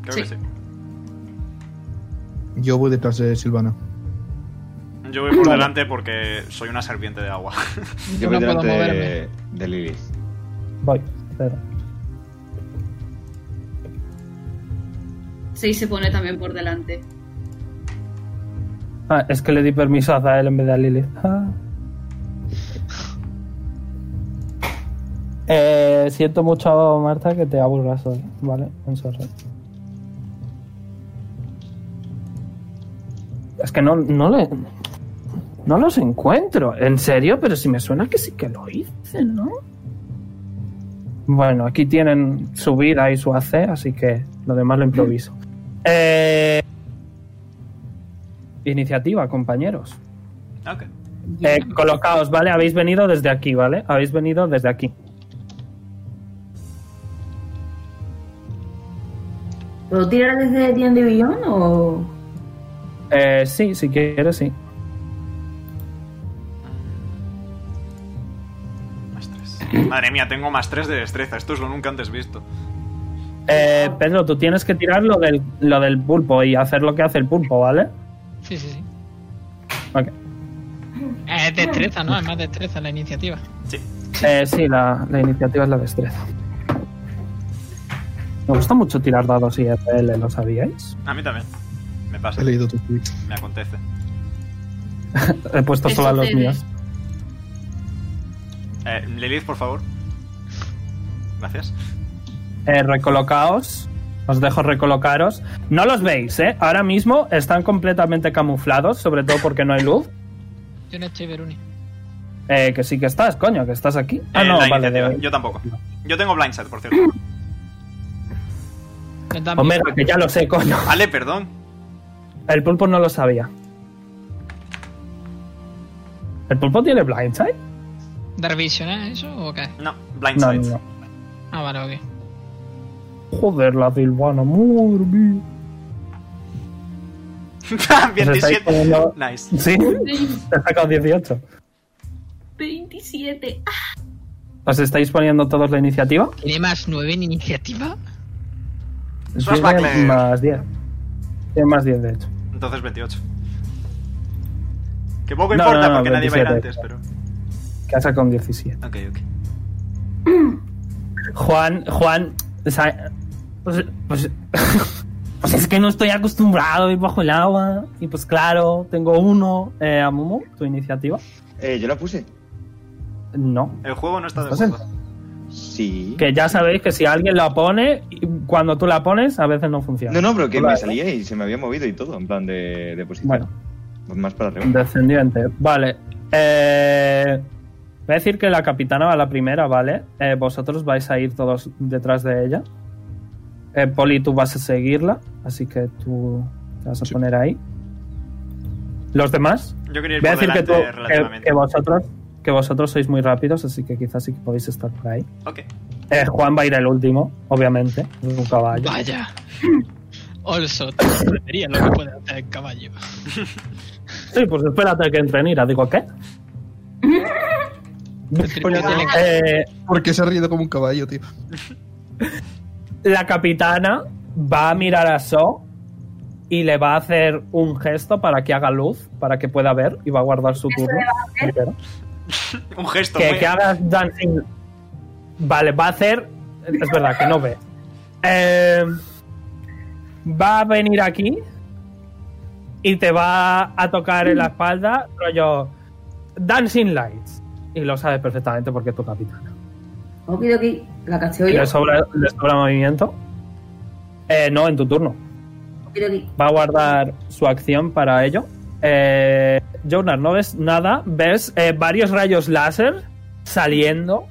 S1: creo
S6: Sí.
S1: que sí.
S7: Yo voy detrás de Silvana.
S1: Yo voy por delante porque soy una serpiente de agua.
S4: Yo
S5: Yo
S4: voy
S5: no puedo
S4: delante de,
S5: moverme.
S4: de Lilith.
S2: Voy. Espera.
S6: 6 se pone también por delante.
S2: Ah, es que le di permiso a Zael en vez de a Lily. Ah. Eh, siento mucho, Marta, que te aburras hoy. Vale, I'm sorry. Es que no, no le. No los encuentro. ¿En serio? Pero si me suena que sí que lo hice, ¿no? Bueno, aquí tienen su vida y su AC, así que lo demás lo improviso. Eh, iniciativa, compañeros.
S1: Ah, Ok.
S2: Eh, colocaos, ¿vale? Habéis venido desde aquí, ¿vale? Habéis venido desde aquí.
S8: ¿Puedo tirar desde D&D Beyond o...?
S2: Eh, sí, si quieres, sí.
S1: Más tres. Madre mía, tengo más tres de destreza. Esto es lo nunca antes visto.
S2: Eh, Pedro, tú tienes que tirar lo del, lo del pulpo y hacer lo que hace el pulpo, ¿vale?
S5: Sí, sí, sí.
S2: Ok.
S5: Es destreza, ¿no? Es más destreza la iniciativa.
S1: Sí.
S2: Eh, sí, la, la iniciativa es la destreza. Me gusta mucho tirar dados y RL, ¿lo sabíais?
S1: A mí también. Me pasa.
S7: He leído tu tweet.
S1: Me acontece.
S2: He puesto
S6: ¿Qué
S2: solo a los
S6: sucede?
S2: míos.
S1: Eh, Lilith, por favor. Gracias.
S2: Eh, recolocaos. Os dejo recolocaros. No los veis, ¿eh? Ahora mismo están completamente camuflados, sobre todo porque no hay luz.
S5: Yo no estoy Veruni.
S2: Eh, que sí que estás, coño, que estás aquí. Ah,
S1: Eh,
S2: no,
S1: la
S2: vale.
S1: iniciativa.
S2: de-
S1: Yo tampoco. Yo tengo blindsight, por cierto.
S5: Yo también.
S2: Omega, que ya lo sé, coño.
S1: Ale, perdón.
S2: El pulpo no lo sabía. ¿El pulpo tiene blindsight?
S5: ¿Dar vision ¿eh? eso o qué?
S1: No,
S2: No,
S1: blindsight.
S2: no, no.
S5: Ah, vale, ok.
S2: Joder, la Silvana, madre mía. Os
S1: 27.
S2: estáis poniendo-
S1: Nice.
S2: Sí, te he sacado 18.
S6: 27. Ah,
S2: ¿Os estáis poniendo todos la iniciativa?
S5: ¿Tiene más 9 en iniciativa?
S1: Eso es Buckler.
S2: más 10. Tiene más 10, de hecho.
S1: Entonces 28. Que poco
S2: No,
S1: importa
S2: no, no,
S1: porque nadie va a ir
S2: 27.
S1: antes, pero.
S2: Que ha sacado un 17.
S1: Ok, ok.
S2: Juan, Juan, o sea, pues, pues, pues es que no estoy acostumbrado a ir bajo el agua. Y pues claro, tengo uno. Eh, Amumu, ¿tu iniciativa?
S4: Eh, yo la puse.
S2: No.
S1: El juego no está de
S2: ¿Estás en-
S1: acuerdo.
S4: Sí.
S2: Que ya sabéis que si alguien la pone, y cuando tú la pones, a veces no funciona.
S4: No, no, pero que
S2: Vale.
S4: me salía y se me había movido y todo, en plan de, de posición.
S2: Bueno,
S4: Pues más para arriba.
S2: descendiente. Vale. Eh, voy a decir que la capitana va la primera, ¿vale? Eh, vosotros vais a ir todos detrás de ella. Eh, Poli, tú vas a seguirla, así que tú te vas a poner ahí. ¿Los demás?
S1: Yo quería ir
S2: Voy a
S1: por
S2: decir que,
S1: delante
S2: tú- que-
S1: relativamente.
S2: que vosotros, que vosotros sois muy rápidos, así que quizás sí que podéis estar por ahí.
S1: Ok.
S2: Eh, Juan va a ir el último, obviamente. Es un caballo.
S5: Vaya. Also, te sorprendería lo que puede hacer el caballo.
S2: Sí, pues espérate a que entre Nira. Digo, ¿qué?
S5: primero tiene
S2: Eh,
S7: Porque se ha reído como un caballo, tío.
S2: la capitana va a mirar a So y le va a hacer un gesto para que haga luz, para que pueda ver y va a guardar su turno. Entero.
S1: Un gesto.
S2: Que,
S1: Pues muy-
S2: que hagas dancing. Vale, va a hacer. Es verdad que no ve. Eh, va a venir aquí y te va a tocar en la espalda, rollo. Dancing Lights. Y lo sabes perfectamente porque es tu capitana.
S8: Okidoki, la casteo yo.
S2: ¿Le sobra, le sobra movimiento? Eh, no, en tu turno.
S8: Okidoki.
S2: Va a guardar su acción para ello. Eh, Jonar, no ves nada. Ves eh, varios rayos láser saliendo.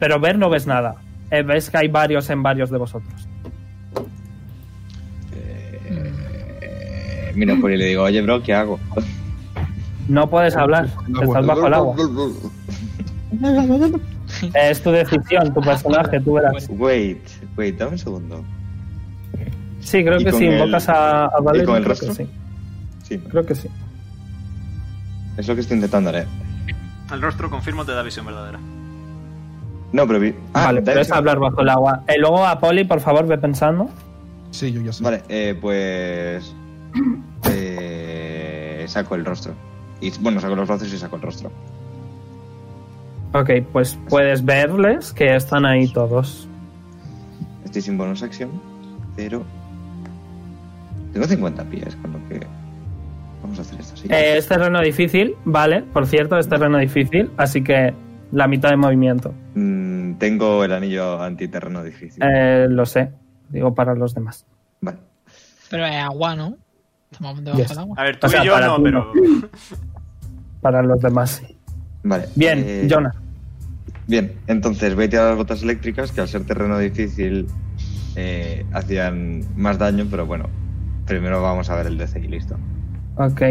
S2: Pero ver no ves nada. Eh, ves que hay varios en varios de vosotros.
S4: Eh, mira, por ahí le digo, oye, bro, ¿qué hago?
S2: No puedes hablar. Estás bajo el agua. Eh, es tu decisión, tu personaje, tú verás.
S4: Wait, wait, dame un segundo.
S2: Sí, creo
S4: ¿Y
S2: que
S4: con
S2: sí.
S4: el-
S2: Invocas a, a Valerie,
S4: y con el
S2: creo
S4: resto?
S2: que sí.
S4: Sí,
S2: Creo que sí.
S4: es lo que estoy intentando leer.
S1: El rostro confirmo te da visión verdadera.
S4: No, pero vi. Ah,
S2: vale,
S4: da
S2: puedes
S4: igual.
S2: hablar bajo el agua. Y luego a Poli, por favor, ve pensando.
S7: Sí, yo ya sé.
S4: Vale, eh, pues. eh, saco el rostro. Y, bueno, saco los brazos y saco el rostro.
S2: Ok, pues puedes verles que están ahí todos.
S4: Estoy sin bonus acción, pero. Tengo 50 pies, con lo que. Vamos a hacer esto, sí.
S2: Eh, es terreno difícil, vale, por cierto, es terreno difícil, así que la mitad de movimiento.
S4: Mm, tengo el anillo antiterreno difícil.
S2: Eh, lo sé, digo para los demás.
S4: Vale.
S5: Pero es agua, ¿no? Estamos debajo
S2: Yes.
S5: del agua.
S1: A ver, tú
S2: O sea,
S1: y yo
S2: para
S1: no,
S2: ti
S1: pero.
S2: Para los demás, sí.
S4: Vale.
S2: Bien,
S4: eh,
S2: Jonah.
S4: Bien, entonces voy a tirar las gotas eléctricas que al ser terreno difícil eh, hacían más daño, pero bueno, primero vamos a ver el DC y listo.
S2: Ok.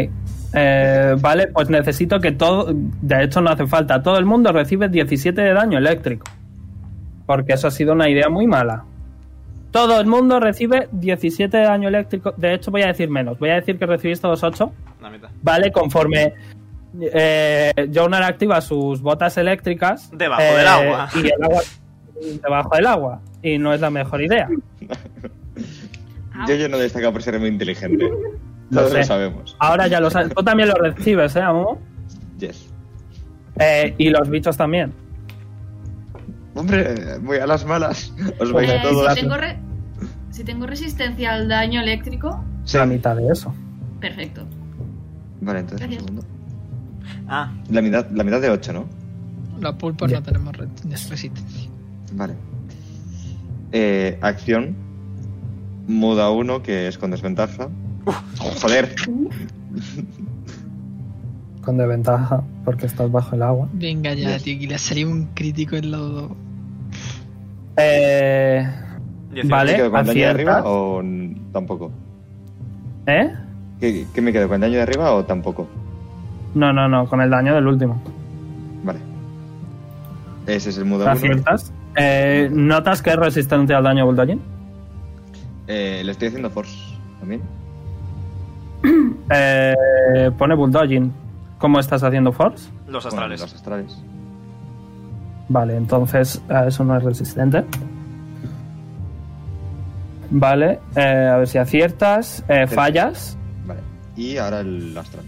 S2: Eh, vale, pues necesito que todo. De hecho, no hace falta. Todo el mundo recibe 17 de daño eléctrico. Porque eso ha sido una idea muy mala. Todo el mundo recibe 17 de daño eléctrico. De hecho, voy a decir menos. Voy a decir que recibís todos 8.
S1: La mitad.
S2: Vale, conforme. Eh, Jonar activa sus botas eléctricas.
S1: Debajo
S2: eh,
S1: del agua.
S2: Y el agua. Debajo del agua. Y no es la mejor idea.
S6: Ah.
S4: Yo, yo no destaco por ser muy inteligente.
S2: Lo
S4: Todos lo
S2: sé. Ah.
S4: sabemos.
S2: Ahora ya lo sabes. Tú también lo recibes, ¿eh, Amumu?
S4: Yes.
S2: Eh, y los bichos también.
S4: Hombre, voy a las malas. Os vais
S6: Eh,
S4: todos.
S6: si, tengo re- si tengo resistencia al daño eléctrico,
S4: Sí.
S2: La mitad de eso.
S6: perfecto.
S4: Vale, entonces un
S6: Gracias.
S4: segundo.
S1: Ah,
S4: La mitad, la mitad de 8, ¿no?
S5: Los pulpos
S2: Ya.
S5: no tenemos re- resistencia.
S4: Vale. Eh, acción. Muda 1, que es con desventaja. Joder.
S2: Con desventaja, porque estás bajo el agua.
S5: Venga ya,
S4: Yes.
S5: tío, que le salió un crítico en los dos.
S2: Eh,
S1: 18.
S2: Vale.
S4: ¿Me quedo con daño de
S2: acierta.
S4: arriba o n- tampoco?
S2: ¿Eh?
S4: ¿Qué, qué me quedo con daño de arriba o tampoco?
S2: No, no, no, con el daño del último.
S4: Vale. Ese es el muda 1.
S2: Aciertas. Eh, ¿Notas que es resistente al daño bulldogging?
S4: Eh, le estoy haciendo force también.
S2: Eh, pone bulldogging. ¿Cómo estás haciendo force?
S1: Los
S4: Bueno,
S1: astrales.
S4: los astrales.
S2: Vale, entonces a eso no es resistente. Vale, eh, a ver si aciertas. Eh, fallas.
S4: Vale. Y ahora el astral.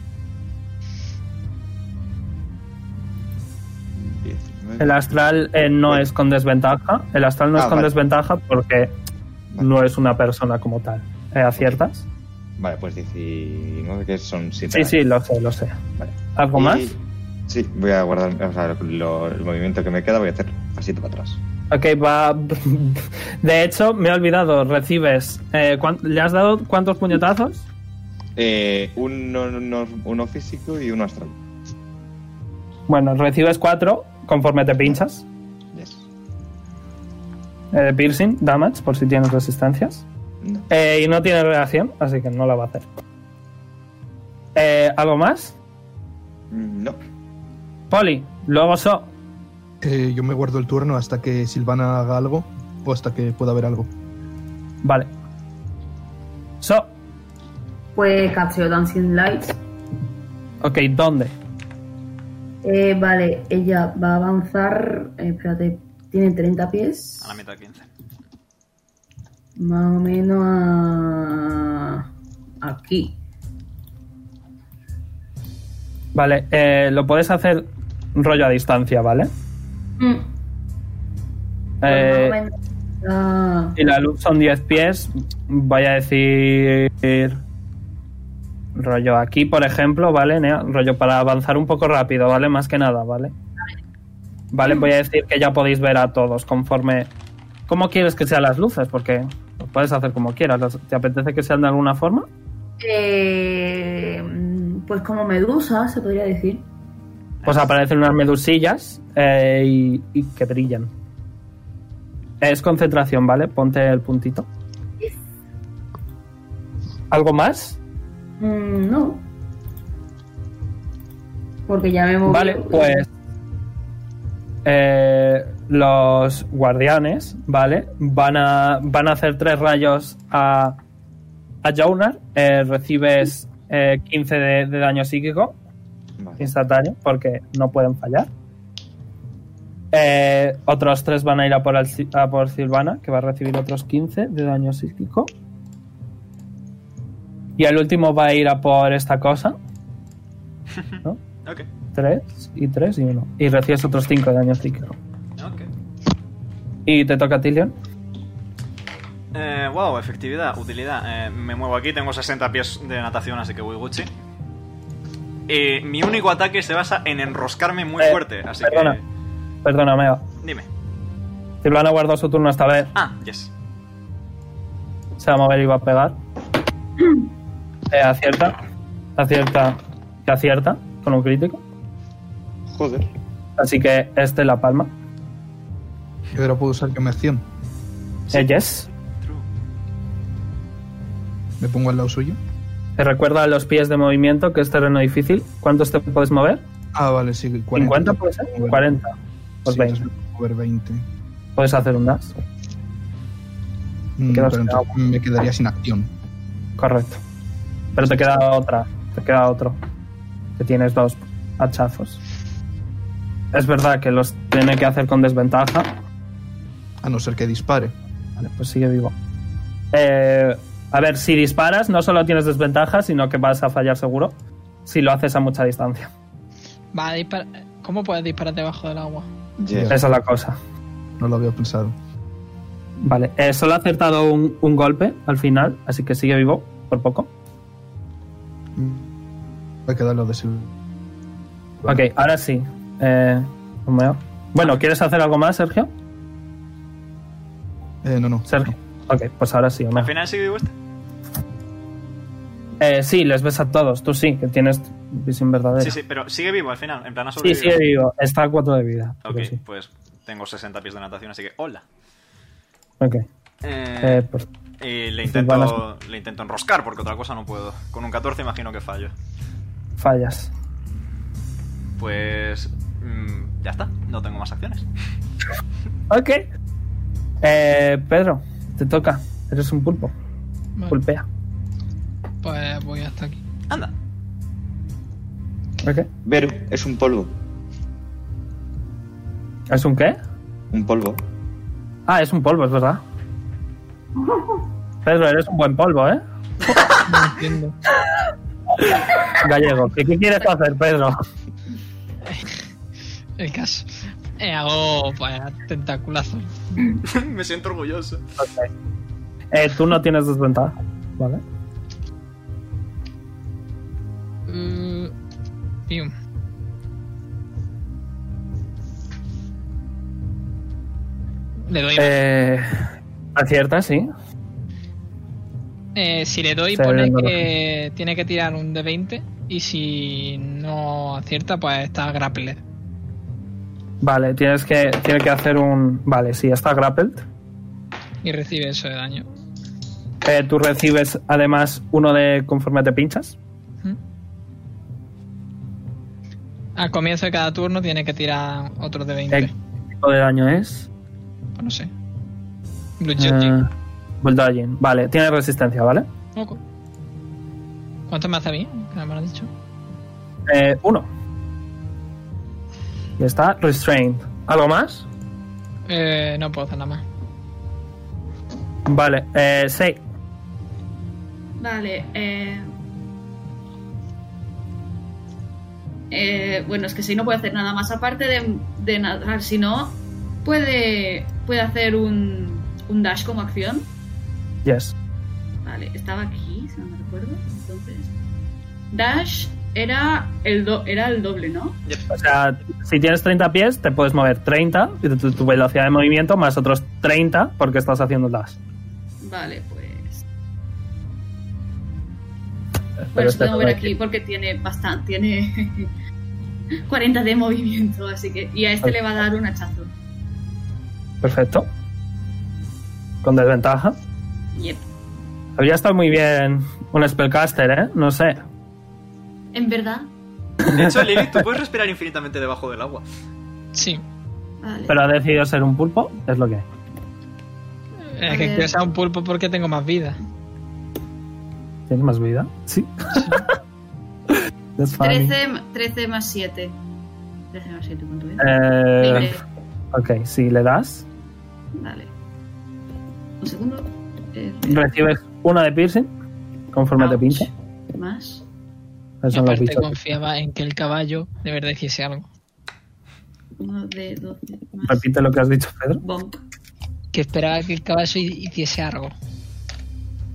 S4: 19.
S2: El astral eh, no es con desventaja. El astral no
S4: Ah,
S2: es con
S4: vale.
S2: desventaja porque
S4: Vale.
S2: no es una persona como tal. Eh, ¿Aciertas?
S4: Vale, pues 19, que son 7.
S2: Sí, sí, lo sé, lo sé.
S4: Vale.
S2: ¿Algo
S4: Y-
S2: más?
S4: Sí, voy a guardar o sea, lo- el movimiento que me queda, voy a hacer así para atrás.
S2: Ok, va. De hecho, me he olvidado. Recibes. eh, ¿cuán- ¿Le has dado cuántos puñetazos?
S4: Eh, uno, uno, uno físico y uno astral.
S2: Bueno, recibes cuatro conforme te pinchas.
S4: Yes.
S2: Eh, de piercing, damage, por si tienes resistencias.
S4: No.
S2: Eh, y no tiene reacción, así que no la va a hacer. Eh, ¿Algo más?
S4: Mm, no.
S2: Poli, luego So.
S7: Eh, yo me guardo el turno hasta que Silvana haga algo o hasta que pueda haber algo.
S2: Vale. So.
S8: Pues casteo Dancing Lights.
S2: Ok, ¿dónde?
S8: Eh, vale, ella va a avanzar. eh, espérate, tiene 30 pies.
S1: A la mitad 15.
S8: Más o menos a. Aquí.
S2: Vale, eh, lo puedes hacer rollo a distancia, ¿vale?
S8: Mm,
S2: Eh,
S8: pues más o menos a-
S2: Si la luz son 10 pies, voy a decir. Rollo aquí, por ejemplo, ¿vale? Nea? Rollo para avanzar un poco rápido, ¿vale? Más que nada, ¿vale? Vale, voy a decir que ya podéis ver a todos conforme. ¿Cómo quieres que sean las luces? Porque lo puedes hacer como quieras. Las- ¿Te apetece que sean de alguna forma?
S8: Eh, mm, pues como medusa, se podría decir.
S2: Pues aparecen unas medusillas eh, y, y que brillan. Es concentración, ¿vale? Ponte el puntito. ¿Algo más?
S8: Mm, no. Porque ya me moví.
S2: Vale, pues. eh, los guardianes, ¿vale? Van a, van a hacer tres rayos a, a Jonar. Eh, recibes eh, 15 de, de daño psíquico
S4: Vale.
S2: instantáneo, porque no pueden fallar. Eh, otros tres van a ir a por, Alci- a por Silvana, que va a recibir otros 15 de daño psíquico. Y el último va a ir a por esta cosa.
S1: Ok,
S2: 3 y 3 y 1. Y recibes otros 5 de daño psíquico.
S1: ok.
S2: Y te toca a Tillion.
S1: Eh, wow, efectividad, utilidad. Eh, me muevo aquí, tengo 60 pies de natación, así que voy Gucci. Eh, mi único ataque se basa en enroscarme muy
S2: Eh,
S1: fuerte, así
S2: perdona. Perdona, Mega.
S1: que. Dime.
S2: Silvana guardó su turno esta vez.
S1: Ah, yes.
S2: Se va a mover y va a pegar. Eh, acierta. Acierta. Que acierta con un crítico.
S4: Joder.
S2: Así que este la palma.
S7: Yo ahora puedo usar que me acción.
S2: Eh, yes.
S1: True.
S7: Me pongo al lado suyo.
S2: Te recuerda los pies de movimiento, que es terreno difícil. ¿Cuántos te puedes mover?
S7: Ah, vale, sí.
S2: 50 puede ser. 40. Pues
S7: Sí,
S2: 20.
S7: entonces me puedo mover 20.
S2: Puedes hacer un dash.
S7: Mm,
S2: quedas
S7: pero
S2: pegado.
S7: entonces me quedaría sin acción.
S2: Correcto. Pero te queda otra. Te queda otro. Que tienes dos hachazos. Es verdad que los tiene que hacer con desventaja.
S7: A no ser que dispare.
S2: Vale, pues sigue vivo. Eh, a ver, si disparas, no solo tienes desventaja, sino que vas a fallar seguro. Si lo haces a mucha distancia.
S5: Va a disparar. ¿Cómo puedes disparar debajo del agua?
S4: Yes.
S2: Esa es la cosa.
S7: No lo había pensado.
S2: Vale, eh, solo ha acertado un, un golpe al final, así que sigue vivo por poco.
S7: Mm. Voy a quedar lo de Silvio.
S2: Ok, ahora sí. Eh, Romeo. bueno, ¿quieres hacer algo más, Sergio?
S7: Eh, no, no.
S2: Sergio. Ok, pues ahora sí, Romeo.
S1: Al final sigue vivo este.
S2: Eh, sí, les ves a todos. Tú sí, que tienes visión verdadera.
S1: Sí, sí, pero sigue vivo al final, en plan ha
S2: Sí,
S1: sobrevivido.
S2: sigue vivo. Está a 4 de vida.
S1: Ok,
S2: pero sí.
S1: pues tengo 60 pies de natación, así que hola.
S2: Ok.
S1: Eh,
S2: Eh, pues,
S1: y le
S2: van
S1: intento, le intento enroscar porque otra cosa no puedo. Con un 14 imagino que fallo.
S2: fallas.
S1: Pues. mm, ya está, no tengo más acciones.
S2: Ok. Eh, Pedro, te toca. Eres un pulpo.
S5: Vale,
S2: Pulpea.
S5: pues voy hasta aquí.
S1: Anda.
S2: Ok.
S4: Vero, es un polvo.
S2: ¿Es un qué?
S4: Un polvo.
S2: Ah, es un polvo, es verdad. Pedro, eres un buen polvo, ¿eh?
S5: No entiendo.
S2: Gallego. ¿Qué, qué quieres hacer, Pedro?
S5: El caso. Eh, hago pues, tentaculazos.
S1: me siento orgulloso.
S2: Eh, tú no tienes desventaja. Vale.
S5: Eh, pium. Le doy.
S2: Eh, acierta, sí.
S5: Eh, si le doy,
S2: Se
S5: pone
S2: ven los
S5: que tiene que tirar un D20. Y si no acierta, pues está grapple.
S2: Vale, tienes que, tiene que hacer un. Vale, sí, está grappled.
S5: Y recibe eso de daño.
S2: Eh, tú recibes además uno de conforme te pinchas.
S5: Ujú. Al comienzo de cada turno tiene que tirar otro D20.
S2: Eh, ¿Qué tipo de daño es?
S5: Pues no sé. Blue
S2: Eh, bulldogging. Vale, tiene resistencia, ¿vale?
S5: Oh, ¿Cuánto me hace a mí? Que no me lo has dicho.
S2: Eh, uno. Y está restrained. ¿Algo más?
S5: Eh, no puedo hacer nada más.
S2: Vale, eh, sí.
S6: Vale, eh... Eh, bueno, es que si no puede hacer nada más aparte de, de nadar, si no, puede, puede hacer un, un dash como acción.
S2: Yes.
S6: Vale, estaba aquí, si no me recuerdo. Entonces, dash era el, do- era el doble, ¿no?
S2: O sea, si tienes 30 pies, te puedes mover 30, y tu, tu velocidad de movimiento, más otros 30, porque estás haciendo dash.
S6: Vale, pues.
S2: Pero
S6: Bueno, se puede
S2: está
S6: mover
S2: todo
S6: aquí porque tiene bastante. Tiene 40 de movimiento, así que. Y a este le va a dar un hachazo.
S2: Perfecto. Con desventaja.
S6: Yep.
S2: Habría estado Pues muy bien un spellcaster, ¿eh? No sé.
S6: ¿En verdad?
S1: De hecho, Lilith, tú puedes respirar infinitamente debajo del agua.
S5: Sí.
S6: Vale.
S2: Pero ha decidido ser un pulpo, es lo que hay.
S5: Es que quiero ser un pulpo porque tengo más vida.
S2: ¿Tiene más vida? Sí. That's funny.
S6: 13, 13 más 7. 13 más 7, ¿cuánto es?
S2: Eh,
S6: 20.
S2: ok, si le das,
S6: Vale. Un segundo. Eh,
S2: recibes una de piercing conforme te
S6: ouch.
S2: pinche.
S6: Más.
S2: Esos son
S5: Y
S2: los
S5: aparte
S2: bichos.
S5: confiaba en que el caballo de verdad hiciese algo.
S6: Uno de 12. Más.
S2: Repite lo que has dicho, Pedro.
S6: Bonk.
S5: Que esperaba que el caballo hiciese algo.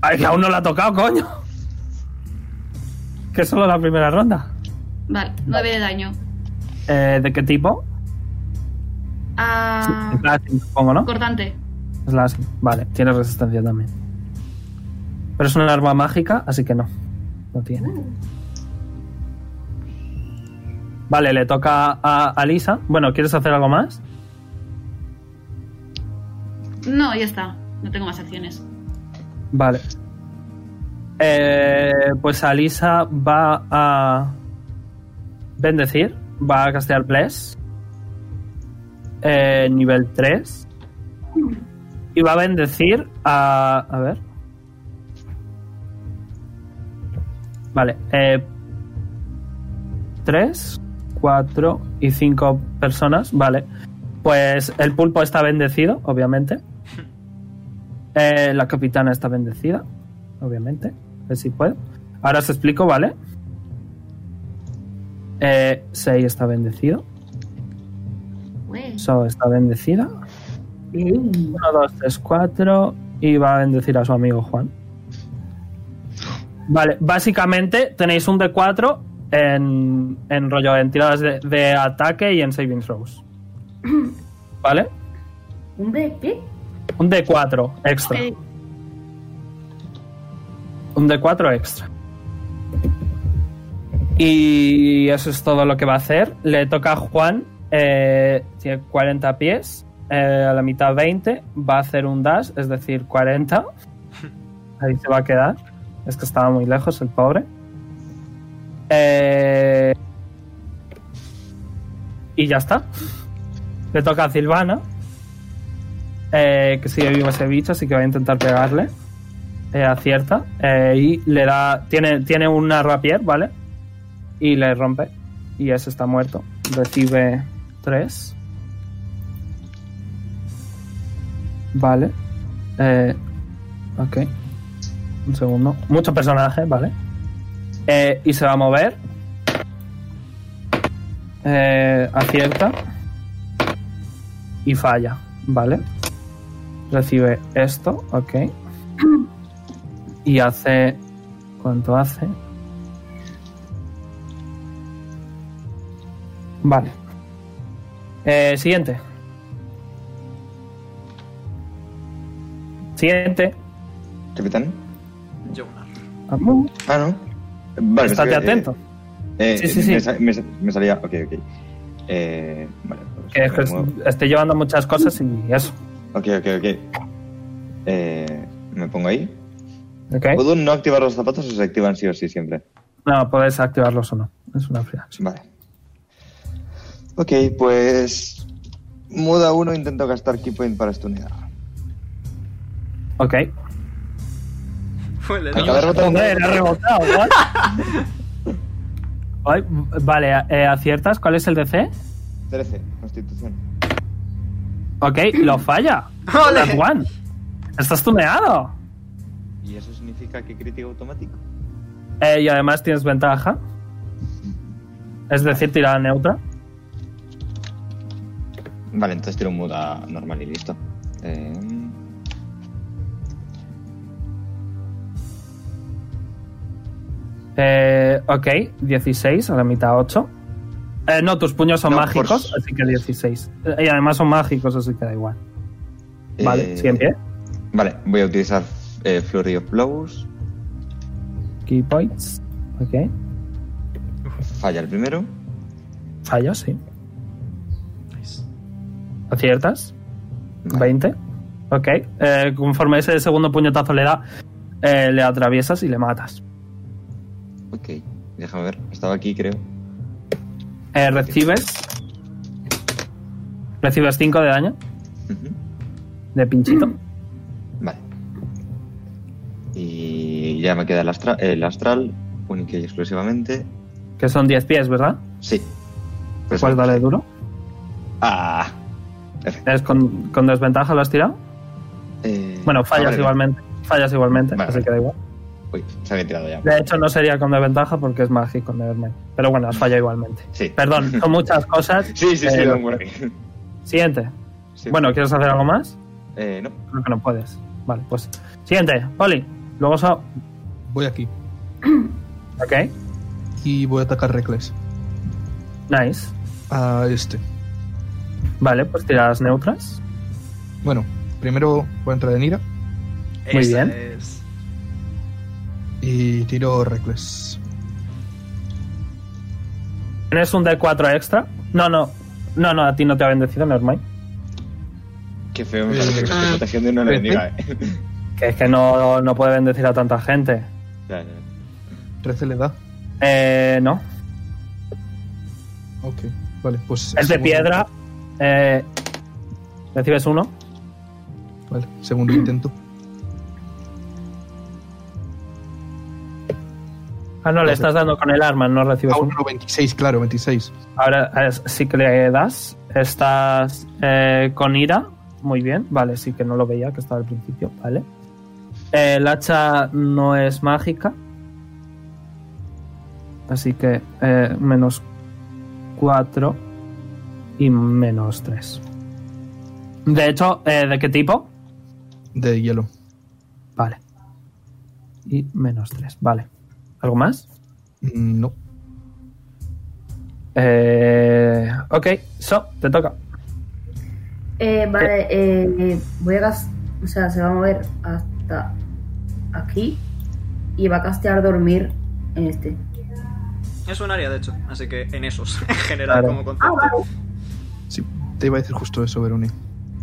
S2: ¡Ay, que aún no la ha tocado, coño! Que es solo la primera ronda.
S6: Vale, 9 de daño.
S2: Eh, ¿De qué tipo?
S6: Ah,
S2: Es la así, supongo, ¿no?
S6: cortante.
S2: Es la así. Vale, tiene resistencia también. Pero es una arma mágica, así que no. No tiene. Vale, le toca a, a Lisa. Bueno, ¿quieres hacer algo más?
S6: No, ya está. No tengo más acciones.
S2: Vale. Eh, pues Alisa va a bendecir, va a castear Bless, eh, nivel 3, y va a bendecir a... A ver. Vale. Eh, 3, 4 y 5 personas, vale. Pues el pulpo está bendecido, obviamente. Eh, la capitana está bendecida, obviamente. A ver si puedo. Ahora os explico, ¿vale? Eh, Sei está bendecido.
S6: Ué.
S2: So está bendecida. 1, 2, 3, 4. Y va a bendecir a su amigo Juan. Vale, básicamente tenéis un D4 en, en rollo, en tiradas de, de ataque y en saving throws. ¿Vale?
S8: ¿Un de qué?
S2: Un D4 extra.
S6: Ok.
S2: Un D4 extra. Y eso es todo lo que va a hacer. Le toca a Juan. eh, tiene 40 pies. eh, a la mitad 20. Va a hacer un dash, es decir, 40. Ahí se va a quedar. Es que estaba muy lejos el pobre. Eh, y ya está. Le toca a Silvana. eh, que sigue vivo ese bicho, así que voy a intentar pegarle. Eh, acierta eh, y le da tiene tiene una rapier vale y le rompe y ese está muerto recibe 3 vale eh, ok un segundo mucho personaje vale Eh, y se va a mover Eh, acierta y falla vale recibe esto ok y hace. ¿Cuánto hace? Vale. Eh, siguiente. Siguiente.
S4: ¿Capitán?
S1: Jonar.
S2: Vamos.
S4: Ah, no. Vale, pensé
S2: Estate
S4: que, eh,
S2: atento.
S4: eh,
S2: Sí, sí, sí.
S4: Me, sa- me sa- me salía. Ok, ok. Eh, vale. pues,
S2: Que es que
S4: me muevo.
S2: estoy llevando muchas cosas y eso.
S4: Ok, ok, ok. Eh, me pongo ahí.
S2: ¿Ok?
S4: ¿Puedo no activar los zapatos o se activan sí o sí siempre?
S2: No, podéis activarlos o no. Es una fría.
S4: Vale. Ok, pues. Muda uno, intento gastar key point para stunear.
S2: Ok.
S1: Fue el
S4: Acaba de botar un
S2: Joder, ha rebotado, ¿what? Ay, Vale, eh, aciertas. ¿Cuál es el DC?
S4: 13, constitución.
S2: Ok, lo falla.
S1: ¡Ole!
S2: Nat one. Estás tuneado.
S4: ¿Y eso significa que crítico automático?
S2: Eh, y además tienes ventaja. Es decir, tirada neutra.
S4: Vale, entonces tiro un muda normal y listo. Eh,
S2: Eh, ok, 16, a la mitad 8. Eh, no, tus puños son
S4: No,
S2: mágicos,
S4: por-
S2: así que 16. Eh, Y además son mágicos, así que da igual. Vale,
S4: eh,
S2: siempre.
S4: Vale, voy a utilizar eh, Flurry of Blows.
S2: Key points. Ok.
S4: Falla el primero.
S2: Fallas, sí. Aciertas. 20. Ok. Eh, conforme ese segundo puñetazo le da, eh, le atraviesas y le matas.
S4: Ok, déjame ver. Estaba aquí, creo.
S2: Eh, recibes. Recibes 5 de daño
S4: Ujú. Mm.
S2: de pinchito.
S4: Vale. Y ya me queda el, astra- el astral, única y exclusivamente.
S2: Que son 10 pies, ¿verdad?
S4: Sí. Pues-
S2: Pues dale duro.
S4: Ah.
S2: ¿Es con, con desventaja lo has tirado?
S4: eh,
S2: Bueno,
S4: ah,
S2: fallas
S4: vale,
S2: igualmente. Fallas igualmente,
S4: Vale,
S2: así
S4: vale.
S2: que da igual.
S4: Uy, se había tirado ya.
S2: De hecho, no sería con desventaja porque es mágico, nevermind. Pero bueno, has fallado igualmente.
S4: Sí.
S2: Perdón, son muchas cosas.
S4: Sí, sí, sí,
S2: Eh,
S4: don't worry.
S2: Siguiente.
S4: Sí.
S2: Bueno, ¿quieres hacer algo más?
S4: Eh, no.
S2: Creo que no puedes. Vale, pues. Siguiente, Oli. Luego so.
S7: Voy aquí
S2: Ok,
S7: y voy a atacar Reckless
S2: nice.
S7: a este.
S2: Vale, pues tiradas neutras.
S7: Bueno, primero voy a entrar en ira
S2: Muy
S1: Esa
S2: bien.
S1: es.
S7: y tiro Reckless.
S2: ¿Tienes un D4 extra? No, no. No, no, a ti no te ha bendecido, nevermind.
S4: Qué feo me
S1: Eh,
S4: parece que me estoy protegiendo y no le
S7: Pepe.
S4: bendiga, eh.
S2: Que es que no, no puede bendecir a tanta gente.
S4: Ya, ya.
S7: 13 le da.
S2: Eh, no.
S7: Ok, vale, pues.
S2: Es de
S7: segundo-
S2: piedra. Eh, recibes uno.
S7: Vale, segundo intento.
S2: Ah, no, le
S7: Perfecto.
S2: estás dando con el arma, no recibes
S7: Ah,
S2: uno.
S7: bueno, no, 26, claro, 26.
S2: Ahora eh, sí que le das. Estás eh, con ira. Muy bien. Vale, sí que no lo veía, que estaba al principio. Vale. Eh, El hacha no es mágica. Así que eh, menos 4 y menos 3. De hecho, eh, ¿de qué tipo?
S7: De hielo.
S2: Vale. Y menos 3. Vale. ¿Algo más?
S7: Mm, No.
S2: Eh, ok, so, te toca.
S8: Eh, vale, eh, eh, voy a gas- O sea, se va a mover hasta aquí y va a castear dormir en este.
S1: Es un área, de hecho, así que en esos, en general,
S2: Claro.
S1: como
S2: Ah,
S1: concepto.
S7: Sí, te iba a decir justo eso, Veroni.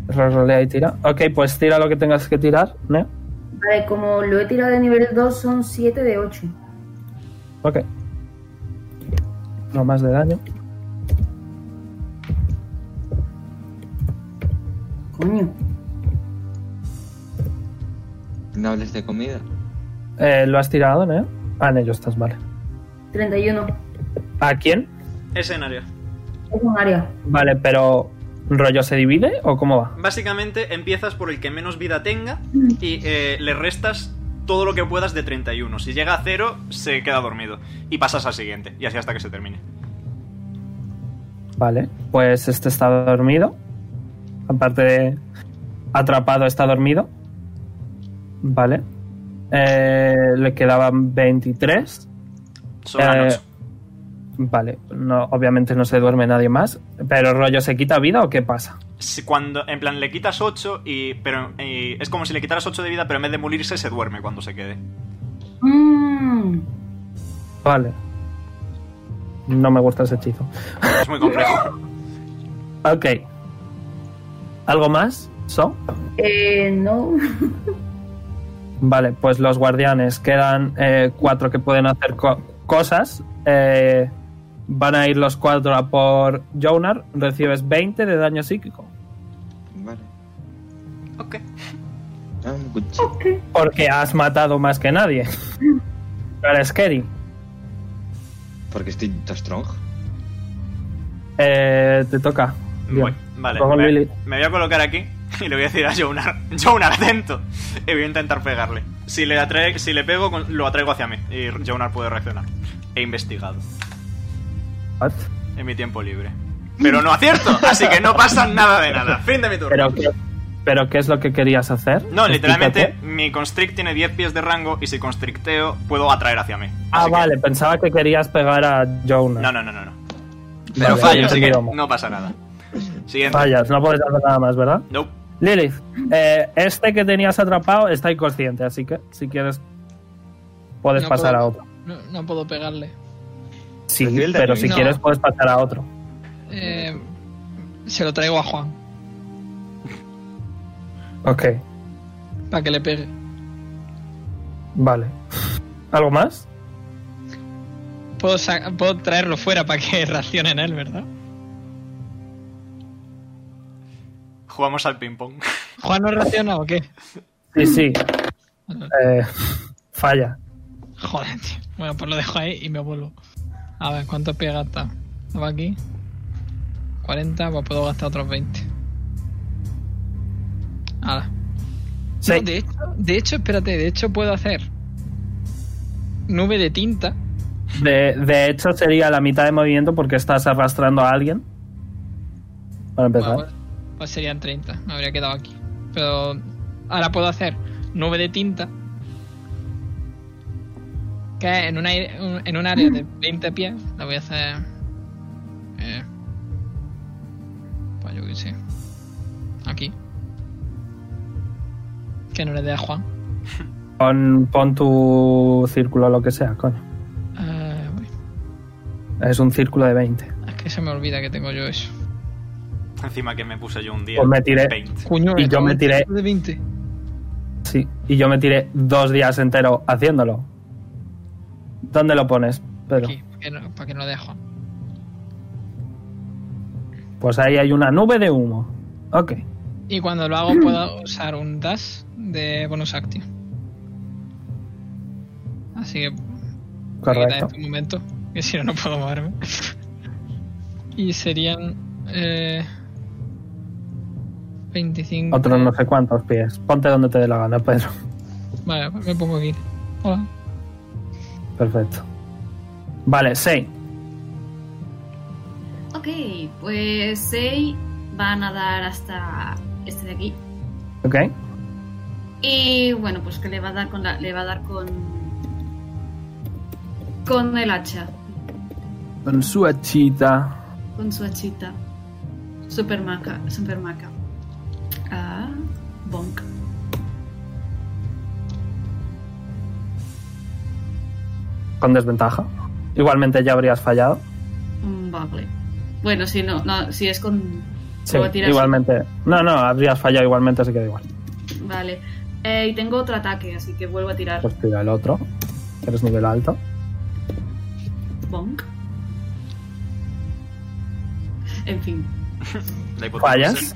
S2: Rolea y tira. Ok, pues tira lo que tengas que tirar, ¿eh? ¿no?
S8: Vale, como lo he tirado de nivel 2, son 7 de 8.
S2: Ok. No más de daño.
S8: Coño.
S4: No hables de comida.
S2: Eh, lo has tirado, ¿no? Ah, en ello estás, vale.
S8: 31.
S2: ¿A quién?
S1: Es en área.
S8: Es un área.
S2: Vale, pero ¿rollo se divide o cómo va?
S1: Básicamente empiezas por el que menos vida tenga y eh, le restas todo lo que puedas de 31. Si llega a cero, se queda dormido. Y pasas al siguiente, y así hasta que se termine.
S2: Vale, pues este está dormido. Aparte de atrapado, está dormido. Vale. Eh, le quedaban 23.
S1: Sobran
S2: Eh,
S1: 8.
S2: Vale, no, obviamente no se duerme nadie más. Pero rollo, ¿se quita vida o qué pasa?
S1: Si cuando, en plan, le quitas 8 y, pero, y es como si le quitaras 8 de vida, pero en vez de morirse se duerme cuando se quede.
S8: Mm.
S2: Vale. No me gusta ese hechizo.
S1: Es muy complejo.
S2: Ok. ¿Algo más? ¿So?
S8: Eh, no.
S2: Vale, pues los guardianes quedan eh, cuatro que pueden hacer co- cosas. Eh, van a ir los cuatro a por Jonar. Recibes 20 de daño psíquico.
S4: Vale.
S1: Ok.
S4: Ah, un cuchillo.
S2: Porque has matado más que nadie. Pero eres Kerry.
S4: Porque estoy too strong.
S2: Eh, te toca. Bien.
S1: Voy. Vale,
S2: Vamos,
S1: me,
S2: Lili.
S1: me voy a colocar aquí y le voy a decir a Jonar, Jonar, atento. Y voy a intentar pegarle. Si le, atrae- si le pego, con- lo atraigo hacia mí. Y Jonar puede reaccionar. He investigado
S2: What?
S1: en mi tiempo libre. Pero no acierto, así que no pasa nada de nada. Fin de mi turno.
S2: ¿Pero, qué, pero qué es lo que querías hacer?
S1: No, literalmente
S2: Explícate.
S1: mi constrict tiene 10 pies de rango y si constricteo puedo atraer hacia mí.
S2: Ah,
S1: Así que-
S2: vale, pensaba que querías pegar a Jonar.
S1: No, no, no, no. no. Pero fallo,
S2: Vale, vale,
S1: así que
S2: sigamos.
S1: no pasa nada. Siguiente.
S2: Fallas, no puedes hacer nada más, ¿verdad?
S1: Nope.
S2: Lilith, eh, este que tenías atrapado está inconsciente, así que si quieres puedes
S5: No
S2: pasar
S5: puedo.
S2: a otro.
S5: No, no puedo pegarle.
S2: Sí,
S4: Recibe el daño,
S2: pero si
S5: ¿no?
S2: quieres puedes pasar a otro.
S5: Eh, se lo traigo a Juan
S2: Ok,
S5: para que le pegue.
S2: vale. ¿Algo más?
S5: Puedo, sa- puedo traerlo fuera para que reaccione en él, ¿verdad?
S1: Jugamos al ping-pong.
S5: ¿Juan no reacciona o qué?
S2: Sí, sí. Eh, falla.
S5: Joder, tío. Bueno, pues lo dejo ahí y me vuelvo. A ver, ¿cuánto pie gasta? ¿Va aquí? 40, pues puedo gastar otros 20. Ahora.
S2: Sí.
S5: de, hecho, de hecho, espérate, de hecho puedo hacer nube de tinta.
S2: De, de hecho, sería la mitad de movimiento porque estás arrastrando a alguien. Para empezar.
S5: Bueno, pues- pues serían 30, me habría quedado aquí. Pero ahora puedo hacer nube de tinta. Que en, una, en un área de
S2: Mm.
S5: 20 pies la voy a hacer. eh, pues yo qué sé. Aquí. Que no le dé a Juan.
S2: Pon, pon tu círculo o lo que sea, coño.
S5: Eh, uy,
S2: Es un círculo de 20.
S5: es que se me olvida que tengo yo eso.
S1: Encima que me puse yo un día.
S2: Pues me tiré.
S1: 20.
S5: Coño,
S2: Y
S5: le
S2: yo
S5: tengo
S2: me
S5: un
S2: tiré.
S5: tiro De 20.
S2: Sí. Y yo me tiré dos días entero haciéndolo. ¿Dónde lo pones, Pedro?
S5: Aquí, para que no, para que no le dé a Juan.
S2: Pues ahí hay una nube de humo. Ok.
S5: Y cuando lo
S2: Mm.
S5: hago puedo usar un dash de bonus action. Así que voy a quitar
S2: Correcto.
S5: esto un momento, que si no no puedo moverme. y serían eh, 25.
S2: Otros no sé cuántos pies. Ponte donde te dé la gana, Pedro.
S5: Vale, pues me pongo aquí. Hola.
S2: Perfecto. Vale, 6.
S6: Ok, pues 6 van a dar hasta este de aquí.
S2: Ok.
S6: Y bueno, pues que le va a dar con la, le va a dar con con el hacha,
S2: Con su hachita.
S6: con su hachita. Super maca, super maca. Ah, bonk.
S2: Con desventaja. Igualmente ya habrías fallado.
S6: Mm, Vale. Bueno, si no, no, si es con
S2: Sí,
S6: luego tiras-
S2: igualmente. No, no, habrías fallado igualmente, así que da igual.
S6: Vale. Eh, y tengo otro ataque, así que vuelvo a tirar.
S2: Pues tira el otro. Eres nivel alto.
S6: Bonk. En fin.
S1: La hipotenusa.
S2: Fallas.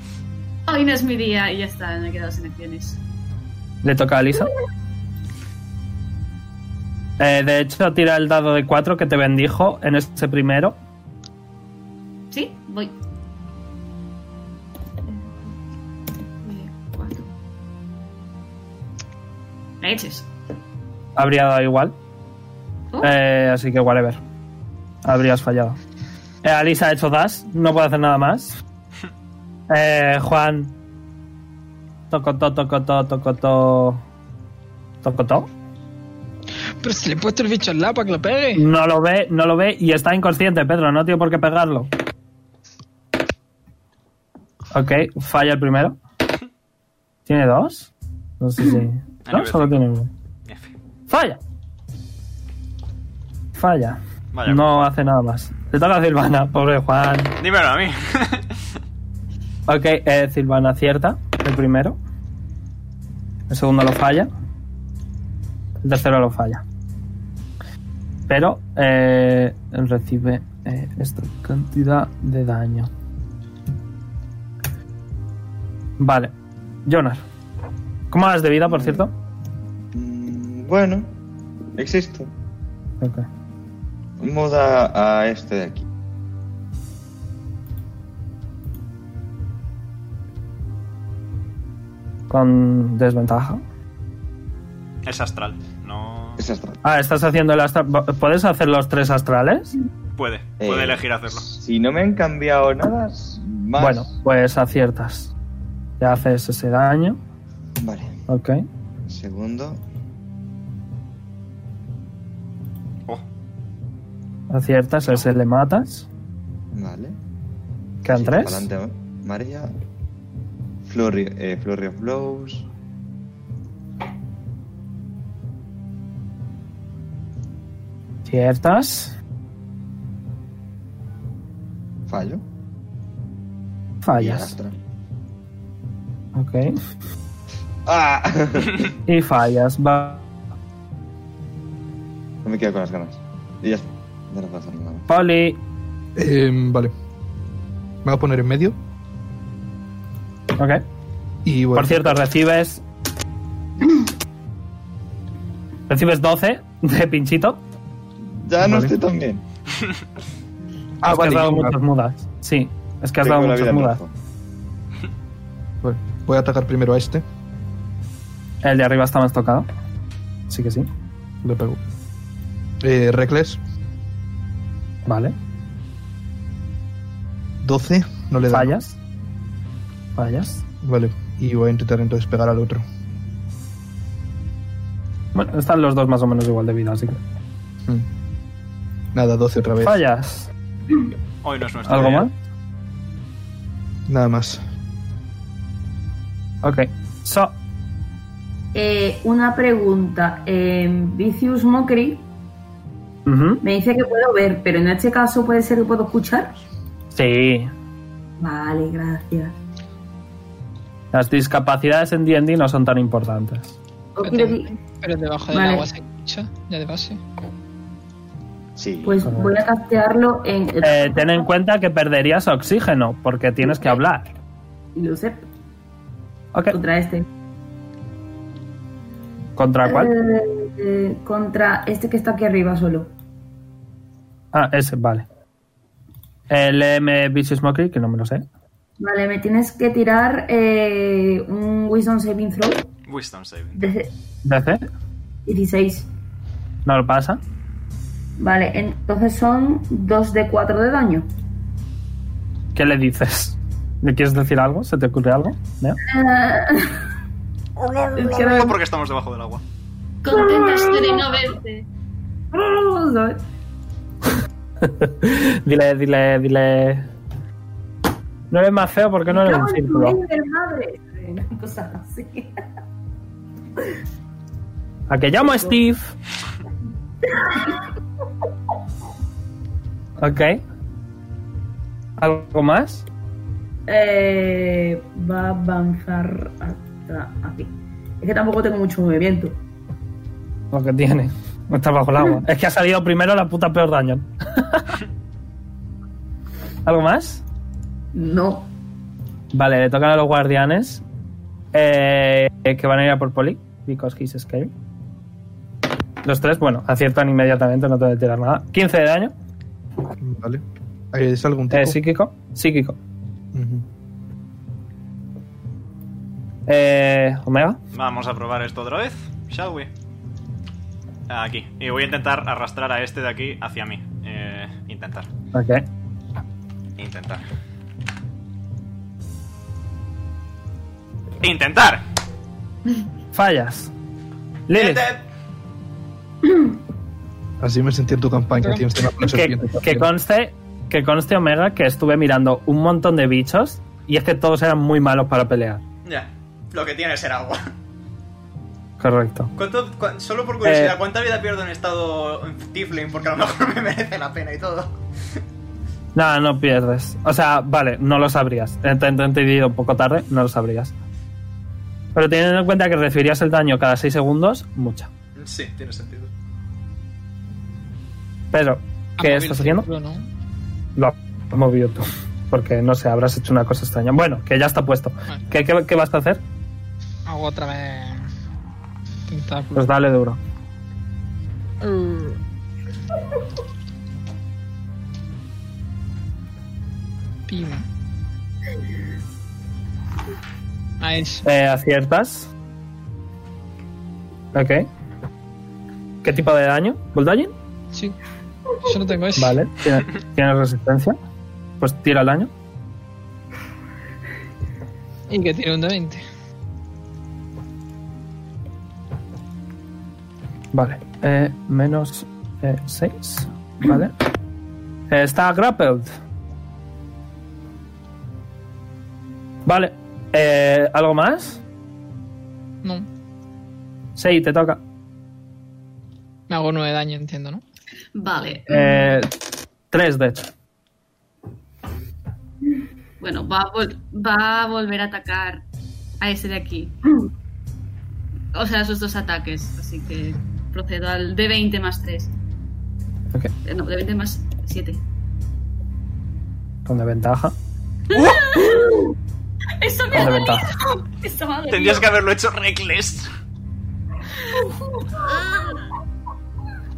S6: Hoy no es mi día y ya está, me he quedado sin acciones.
S2: Le toca a Lisa. Eh, de hecho, tira el dado de 4 que te bendijo en este primero.
S6: Sí, voy. Cuatro. Leches.
S2: Habría dado igual.
S6: Oh.
S2: Eh, así que, whatever. Habrías fallado. Eh, Alisa ha hecho dash. No puede hacer nada más. Eh, Juan. Tocotó, tocotó, tocotó. Tocotó.
S5: Pero si le he puesto el bicho al lado para que lo pegue.
S2: No lo ve, no lo ve y está inconsciente, Pedro. No tiene por qué pegarlo. Ok, falla el primero. ¿Tiene dos? No sé si.
S1: A
S2: ¿No?
S1: nivel
S2: Solo
S1: cinco.
S2: tiene uno.
S1: F.
S2: ¡Falla! Falla.
S1: Vaya.
S2: No hace nada más. Le toca a Silvana, pobre Juan.
S1: Dímelo a mí.
S2: Ok, eh, Silvana acierta. El primero. El segundo lo falla. El tercero lo falla. Pero eh, recibe eh, esta cantidad de daño. Vale. Jonas. ¿Cómo vas de vida, por cierto?
S4: Mm, Bueno, existo.
S2: Ok.
S4: Muda a este de aquí.
S2: Con desventaja.
S1: Es astral. No.
S4: Es astral.
S2: Ah, estás haciendo el astral. ¿Puedes hacer los tres astrales?
S1: Puede. Puede
S4: Eh,
S1: elegir hacerlo.
S4: Si no me han cambiado nada, s- más.
S2: Bueno, pues aciertas. Te haces ese daño.
S4: Vale,
S2: Ok.
S4: un segundo.
S1: Oh,
S2: Aciertas, ese le matas.
S4: Vale.
S2: Quedan
S4: Sí,
S2: tres.
S4: Adelante, María. Flurry, eh, Flurry of Blows.
S2: Aciertas.
S4: Fallo. Y
S2: Fallas.
S4: arrastra.
S2: Ok.
S4: ¡Ah!
S2: Y fallas. Va.
S4: no me quedo con las ganas. Y ya está. Ya no pasa nada.
S2: Poli.
S7: Em, vale. Me voy a poner en medio.
S2: Ok.
S7: Y bueno,
S2: Por cierto, recibes. Recibes 12 de pinchito.
S4: Ya no
S7: Vale.
S4: estoy tan bien.
S2: Ah, es que has dado
S7: vale.
S2: muchas mudas. Sí, es que has
S4: Tengo
S2: dado
S4: la vida
S2: muchas
S4: en
S2: mudas.
S4: rojo.
S7: Bueno, voy a atacar primero a este.
S2: El de arriba está más tocado. Sí que sí.
S7: Le pego. Eh, Reckless,
S2: Vale.
S7: 12. No le da.
S2: Fallas. Fallas.
S7: Vale. Y voy a intentar entonces pegar al otro.
S2: Bueno, están los dos más o menos igual de vida, así que.
S7: Mm. Nada, 12 otra vez.
S2: Fallas.
S1: Hoy no es nuestro
S2: ¿Algo
S1: día.
S2: más?
S7: Nada más.
S2: Ok. So,
S8: Eh, una pregunta. Eh, Vicious Mockery
S2: ujú.
S8: me dice que puedo ver, pero en este caso puede ser que puedo escuchar.
S2: Sí.
S8: Vale, gracias.
S2: Las discapacidades en D&D no son tan importantes.
S8: Ok,
S5: Pero,
S8: ok.
S5: pero debajo del
S8: Vale.
S5: agua se escucha, ya de base.
S4: Sí.
S8: Pues voy a castearlo en.
S2: Eh, ten en cuenta que perderías oxígeno porque tienes que hablar.
S8: Lo sé,
S2: Ok.
S8: contra este.
S2: ¿Contra cuál?
S8: Eh, eh, contra este que está aquí arriba solo.
S2: Ah, ese, vale. El M Vicious Mockery, que no me lo sé.
S8: Vale, me tienes que tirar eh, un Wisdom Saving Throw
S1: Wisdom saving.
S8: de
S2: DC.
S8: 16.
S2: No lo pasa.
S8: Vale, entonces son 2 de 4 de daño.
S2: ¿Qué le dices? ¿Le quieres decir algo? ¿Se te ocurre algo? Leo?
S8: Es que
S1: No
S8: me-
S1: porque estamos debajo del agua.
S6: Contenta estoy de no verte.
S8: ¿sabes?
S2: Dile, dile, dile. No eres más feo porque no eres un
S8: Cago en tu
S2: círculo.
S8: líder, madre. Cosas así.
S2: A que llamo a Steve. ok. ¿Algo más?
S8: Eh, va a avanzar hasta aquí. Es que tampoco tengo mucho movimiento.
S2: Lo que tiene. No está bajo el agua. es que ha salido primero la puta peor daño. ¿Algo más?
S8: No.
S2: Vale, le tocan a los guardianes. eh, que van a ir a por Poli. Because he's scary. Los tres, bueno, aciertan inmediatamente, no te voy a tirar nada. 15 de daño.
S7: Vale. Ahí ¿Es algún tipo?
S2: Eh, psíquico. Psíquico.
S7: Ujú.
S2: Eh, Omega.
S1: Vamos a probar esto otra vez, shall we? Aquí. Y voy a intentar arrastrar a este de aquí hacia mí. Eh, intentar.
S2: Ok.
S1: Intentar. Intentar.
S2: Fallas. Lilith,
S7: Así me sentí en tu campaña, tío. Este mapa no se
S2: que,
S7: siente tan
S2: que
S7: bien.
S2: conste, que conste Omega que estuve mirando un montón de bichos y es que todos eran muy malos para pelear.
S1: Ya. Lo que tiene es ser agua.
S2: Correcto.
S1: ¿Cuánto, cuán- solo por
S2: Eh.
S1: ¿cuánta vida pierdo en estado Tifling? Porque a lo mejor me merece la pena y todo.
S2: No, no pierdes. O sea, vale, no lo sabrías. Eh, Te he entendido un poco tarde, no lo sabrías. Pero teniendo en cuenta que recibirías el daño cada 6 segundos, mucha.
S1: Sí, tiene sentido.
S2: Pero,
S5: Ha
S2: ¿qué
S5: movido
S2: estás
S5: Ah, el
S2: haciendo?
S5: círculo, ¿no?
S2: Lo has movido tú. Porque, no sé, habrás hecho una cosa extraña. Bueno, que ya está puesto.
S5: Vale.
S2: ¿Qué, qué- qué vas a hacer?
S5: Hago otra vez. Tentáculo.
S2: Pues dale duro.
S5: Pim. A eso.
S2: Eh, aciertas. Ok. ¿Qué tipo de daño? ¿Bulldogging?
S5: Sí. Yo no tengo eso.
S2: Vale. ¿Tiene- ¿Tienes resistencia? Pues tira el daño.
S5: Y que tiene un de 20.
S2: Vale. Eh, menos 6. Vale. Eh, está grappled. Vale. Eh, ¿Algo más?
S5: No.
S2: Sí, te toca.
S5: Me hago 9 daño, entiendo, ¿no?
S6: Vale.
S2: Eh, 3, de hecho.
S6: Bueno, va a, vol- va a volver a atacar a ese de aquí. O sea, sus dos ataques. Así que procedo al de 20 más 3.
S2: Ok.
S6: No, de 20 más 7.
S2: Con desventaja.
S6: ¡Eso me
S2: Con
S6: ha dolido!
S2: desventaja.
S6: ¡Eso me ha dolido!
S1: Tendrías que haberlo hecho reckless.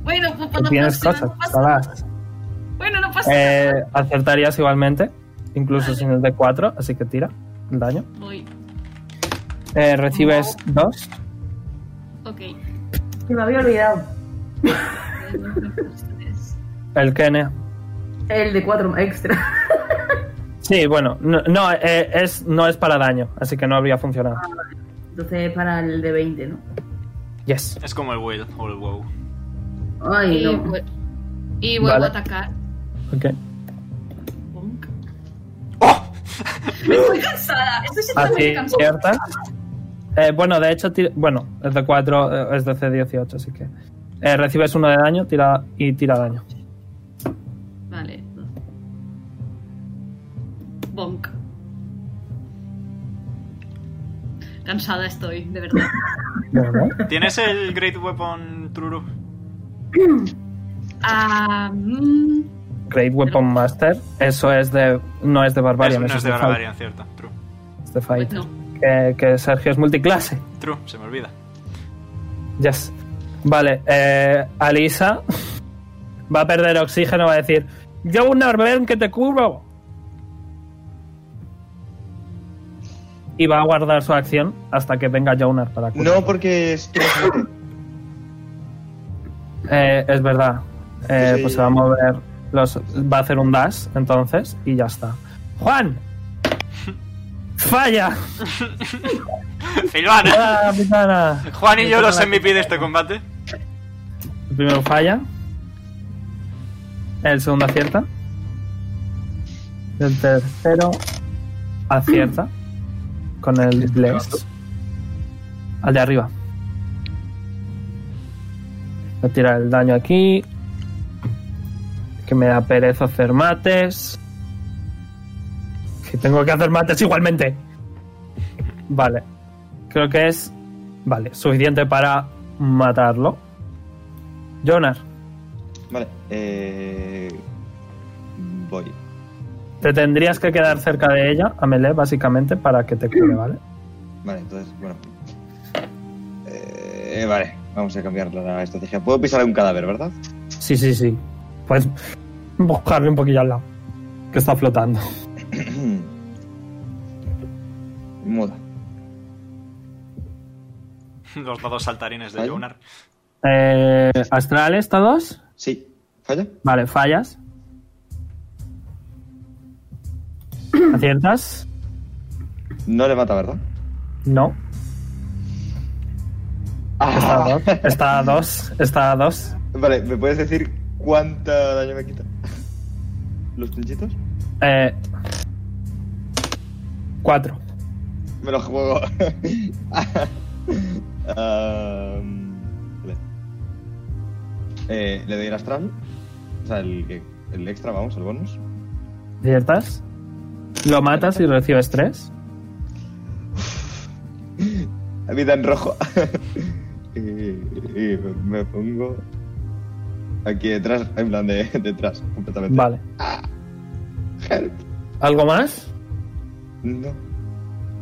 S6: Bueno, pues para
S2: Tú
S6: la
S2: tienes
S6: próxima,
S2: cosas,
S6: no pasa nada.
S2: Salas.
S6: Bueno, no pasa nada.
S2: Eh, acertarías igualmente, incluso sin el de 4, así que tira el daño.
S6: Voy.
S2: Eh, recibes 2.
S6: Ok.
S8: Que me había olvidado.
S2: El Kene.
S8: El de 4 extra.
S2: Sí, bueno, no, no, eh, es, no es para daño, así que no habría funcionado.
S8: Entonces es para el de 20, ¿no?
S2: Yes.
S1: Es como el Will o el WoW.
S8: Ay,
S6: Y,
S8: no.
S6: vu- y vuelvo
S2: Vale.
S6: a atacar.
S2: Ok.
S6: Bonk. Estoy cansada. Estoy
S2: Así
S6: sintiéndome cansada.
S2: ciertas. Eh, bueno, de hecho, tira- bueno, el de 4 es de C18, así que. eh, recibes uno de daño tira, y tira daño.
S6: Vale. Bonk. Cansada estoy, de verdad.
S2: ¿Verdad?
S1: ¿Tienes el Great Weapon Truru?
S6: Ah, mm,
S2: Great Weapon Master. Eso es de. No es de
S1: Es,
S2: Barbarian.
S1: no
S2: eso
S1: es de
S2: fight,
S1: Barbarian, cierto. True.
S2: es de Fight.
S6: no.
S2: Que, que Sergio es multiclase.
S1: True, se me olvida.
S2: Yes. Vale, eh, Alisa va a perder oxígeno, va a decir: Yo un Arben que te curvo. Y va a guardar su acción hasta que venga Jonar para curar.
S4: No, porque es tu azote.
S2: Eh, es verdad. Eh,
S4: Sí.
S2: Pues se va a mover. Los, va a hacer un dash, entonces, y ya está. ¡Juan! ¡Falla!
S1: Silvana.
S2: ¡Ah, capitana!
S1: Juan y yo los
S2: Capitana,
S1: MVP de este combate.
S2: El primero falla. El segundo acierta. El tercero acierta. Con el bless. Al de arriba. Voy a tirar el daño aquí. Que me da pereza hacer mates. Que tengo que hacer mates igualmente. Vale. Creo que es. Vale, suficiente para matarlo. Jonar,
S4: Vale, eh. Voy.
S2: te tendrías que quedar cerca de ella, a melee, básicamente, para que te cure, ¿vale?
S4: Vale, entonces, bueno. Eh, vale, vamos a cambiar la estrategia. Puedo pisar un cadáver, ¿verdad?
S2: Sí, sí, sí. Puedes buscarle un poquillo al lado, que está flotando.
S4: Muda.
S1: Los dados saltarines de
S4: Vaya.
S1: Jonar.
S2: Eh, Astrales, todos.
S4: Sí. ¿Falla?
S2: Vale, fallas. ¿Aciertas?
S4: No le mata, ¿verdad?
S2: No. Está a
S4: Ah,
S2: dos. Está a dos. Está a dos.
S4: vale, ¿me puedes decir cuánto daño me quita? ¿Los pinchitos?
S2: Eh, cuatro.
S4: Me lo juego. Am, vale. Eh, le doy el astral. O sea, el, que- el extra, vamos, el bonus.
S2: ¿Aciertas? Lo matas y recibes tres.
S4: Vida en rojo. y, y me pongo. Aquí detrás, en plan de detrás, completamente.
S2: Vale.
S4: Help.
S2: ¿Algo más?
S4: No.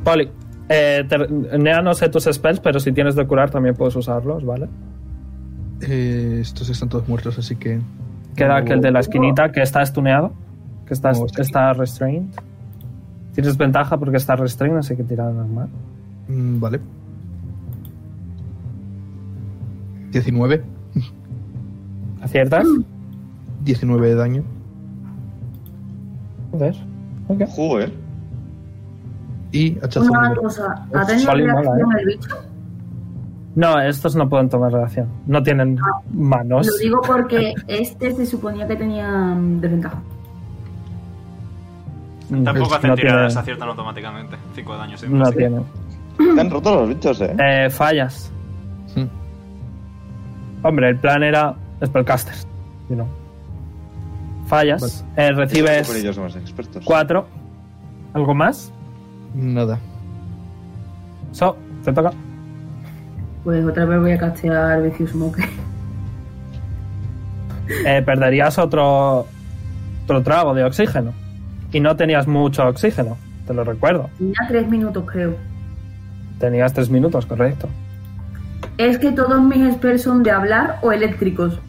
S2: Poli, eh, te- Nea, no sé tus spells, pero si tienes de curar también puedes usarlos, ¿vale?
S7: Eh, estos están todos muertos, así que.
S2: Queda
S7: No.
S2: aquel de la esquinita que está estuneado, que está,
S7: No, sí.
S2: está restrained. Tienes ventaja porque está restrained, así que tira normal.
S7: mm, vale. 19.
S2: ¿Aciertas?
S7: 19 de daño.
S2: Joder. Ok.
S4: Joder.
S7: Y hachazo.
S8: Una
S7: libre.
S8: cosa,
S2: Uf,
S8: ¿ha tenido
S2: sale mala,
S8: reacción
S2: eh.
S8: el bicho?
S2: No, estos no pueden tomar reacción. No tienen manos.
S8: Lo digo porque este se suponía que tenía mm, desventaja.
S2: No
S1: Tampoco hacen
S2: tienen-
S1: tiradas, aciertan automáticamente. 5 de daño siempre.
S2: No
S1: así que-
S2: tienen.
S4: Están rotos los bichos, eh.
S2: Eh, fallas.
S7: Mm.
S2: Hombre, el plan era spellcasters. You know. Fallas. Eh,
S4: Por
S2: recibes
S4: ellos somos expertos.
S2: 4. ¿Algo más?
S7: Mm, Nada.
S2: So, te toca.
S8: Pues otra vez voy a castear Vicious Smoke.
S2: Eh, perderías otro, otro trago de oxígeno. Y no tenías mucho oxígeno, te lo recuerdo.
S8: Tenía tres minutos, creo.
S2: Tenías tres minutos, correcto.
S8: Es que todos mis spells son de hablar o eléctricos.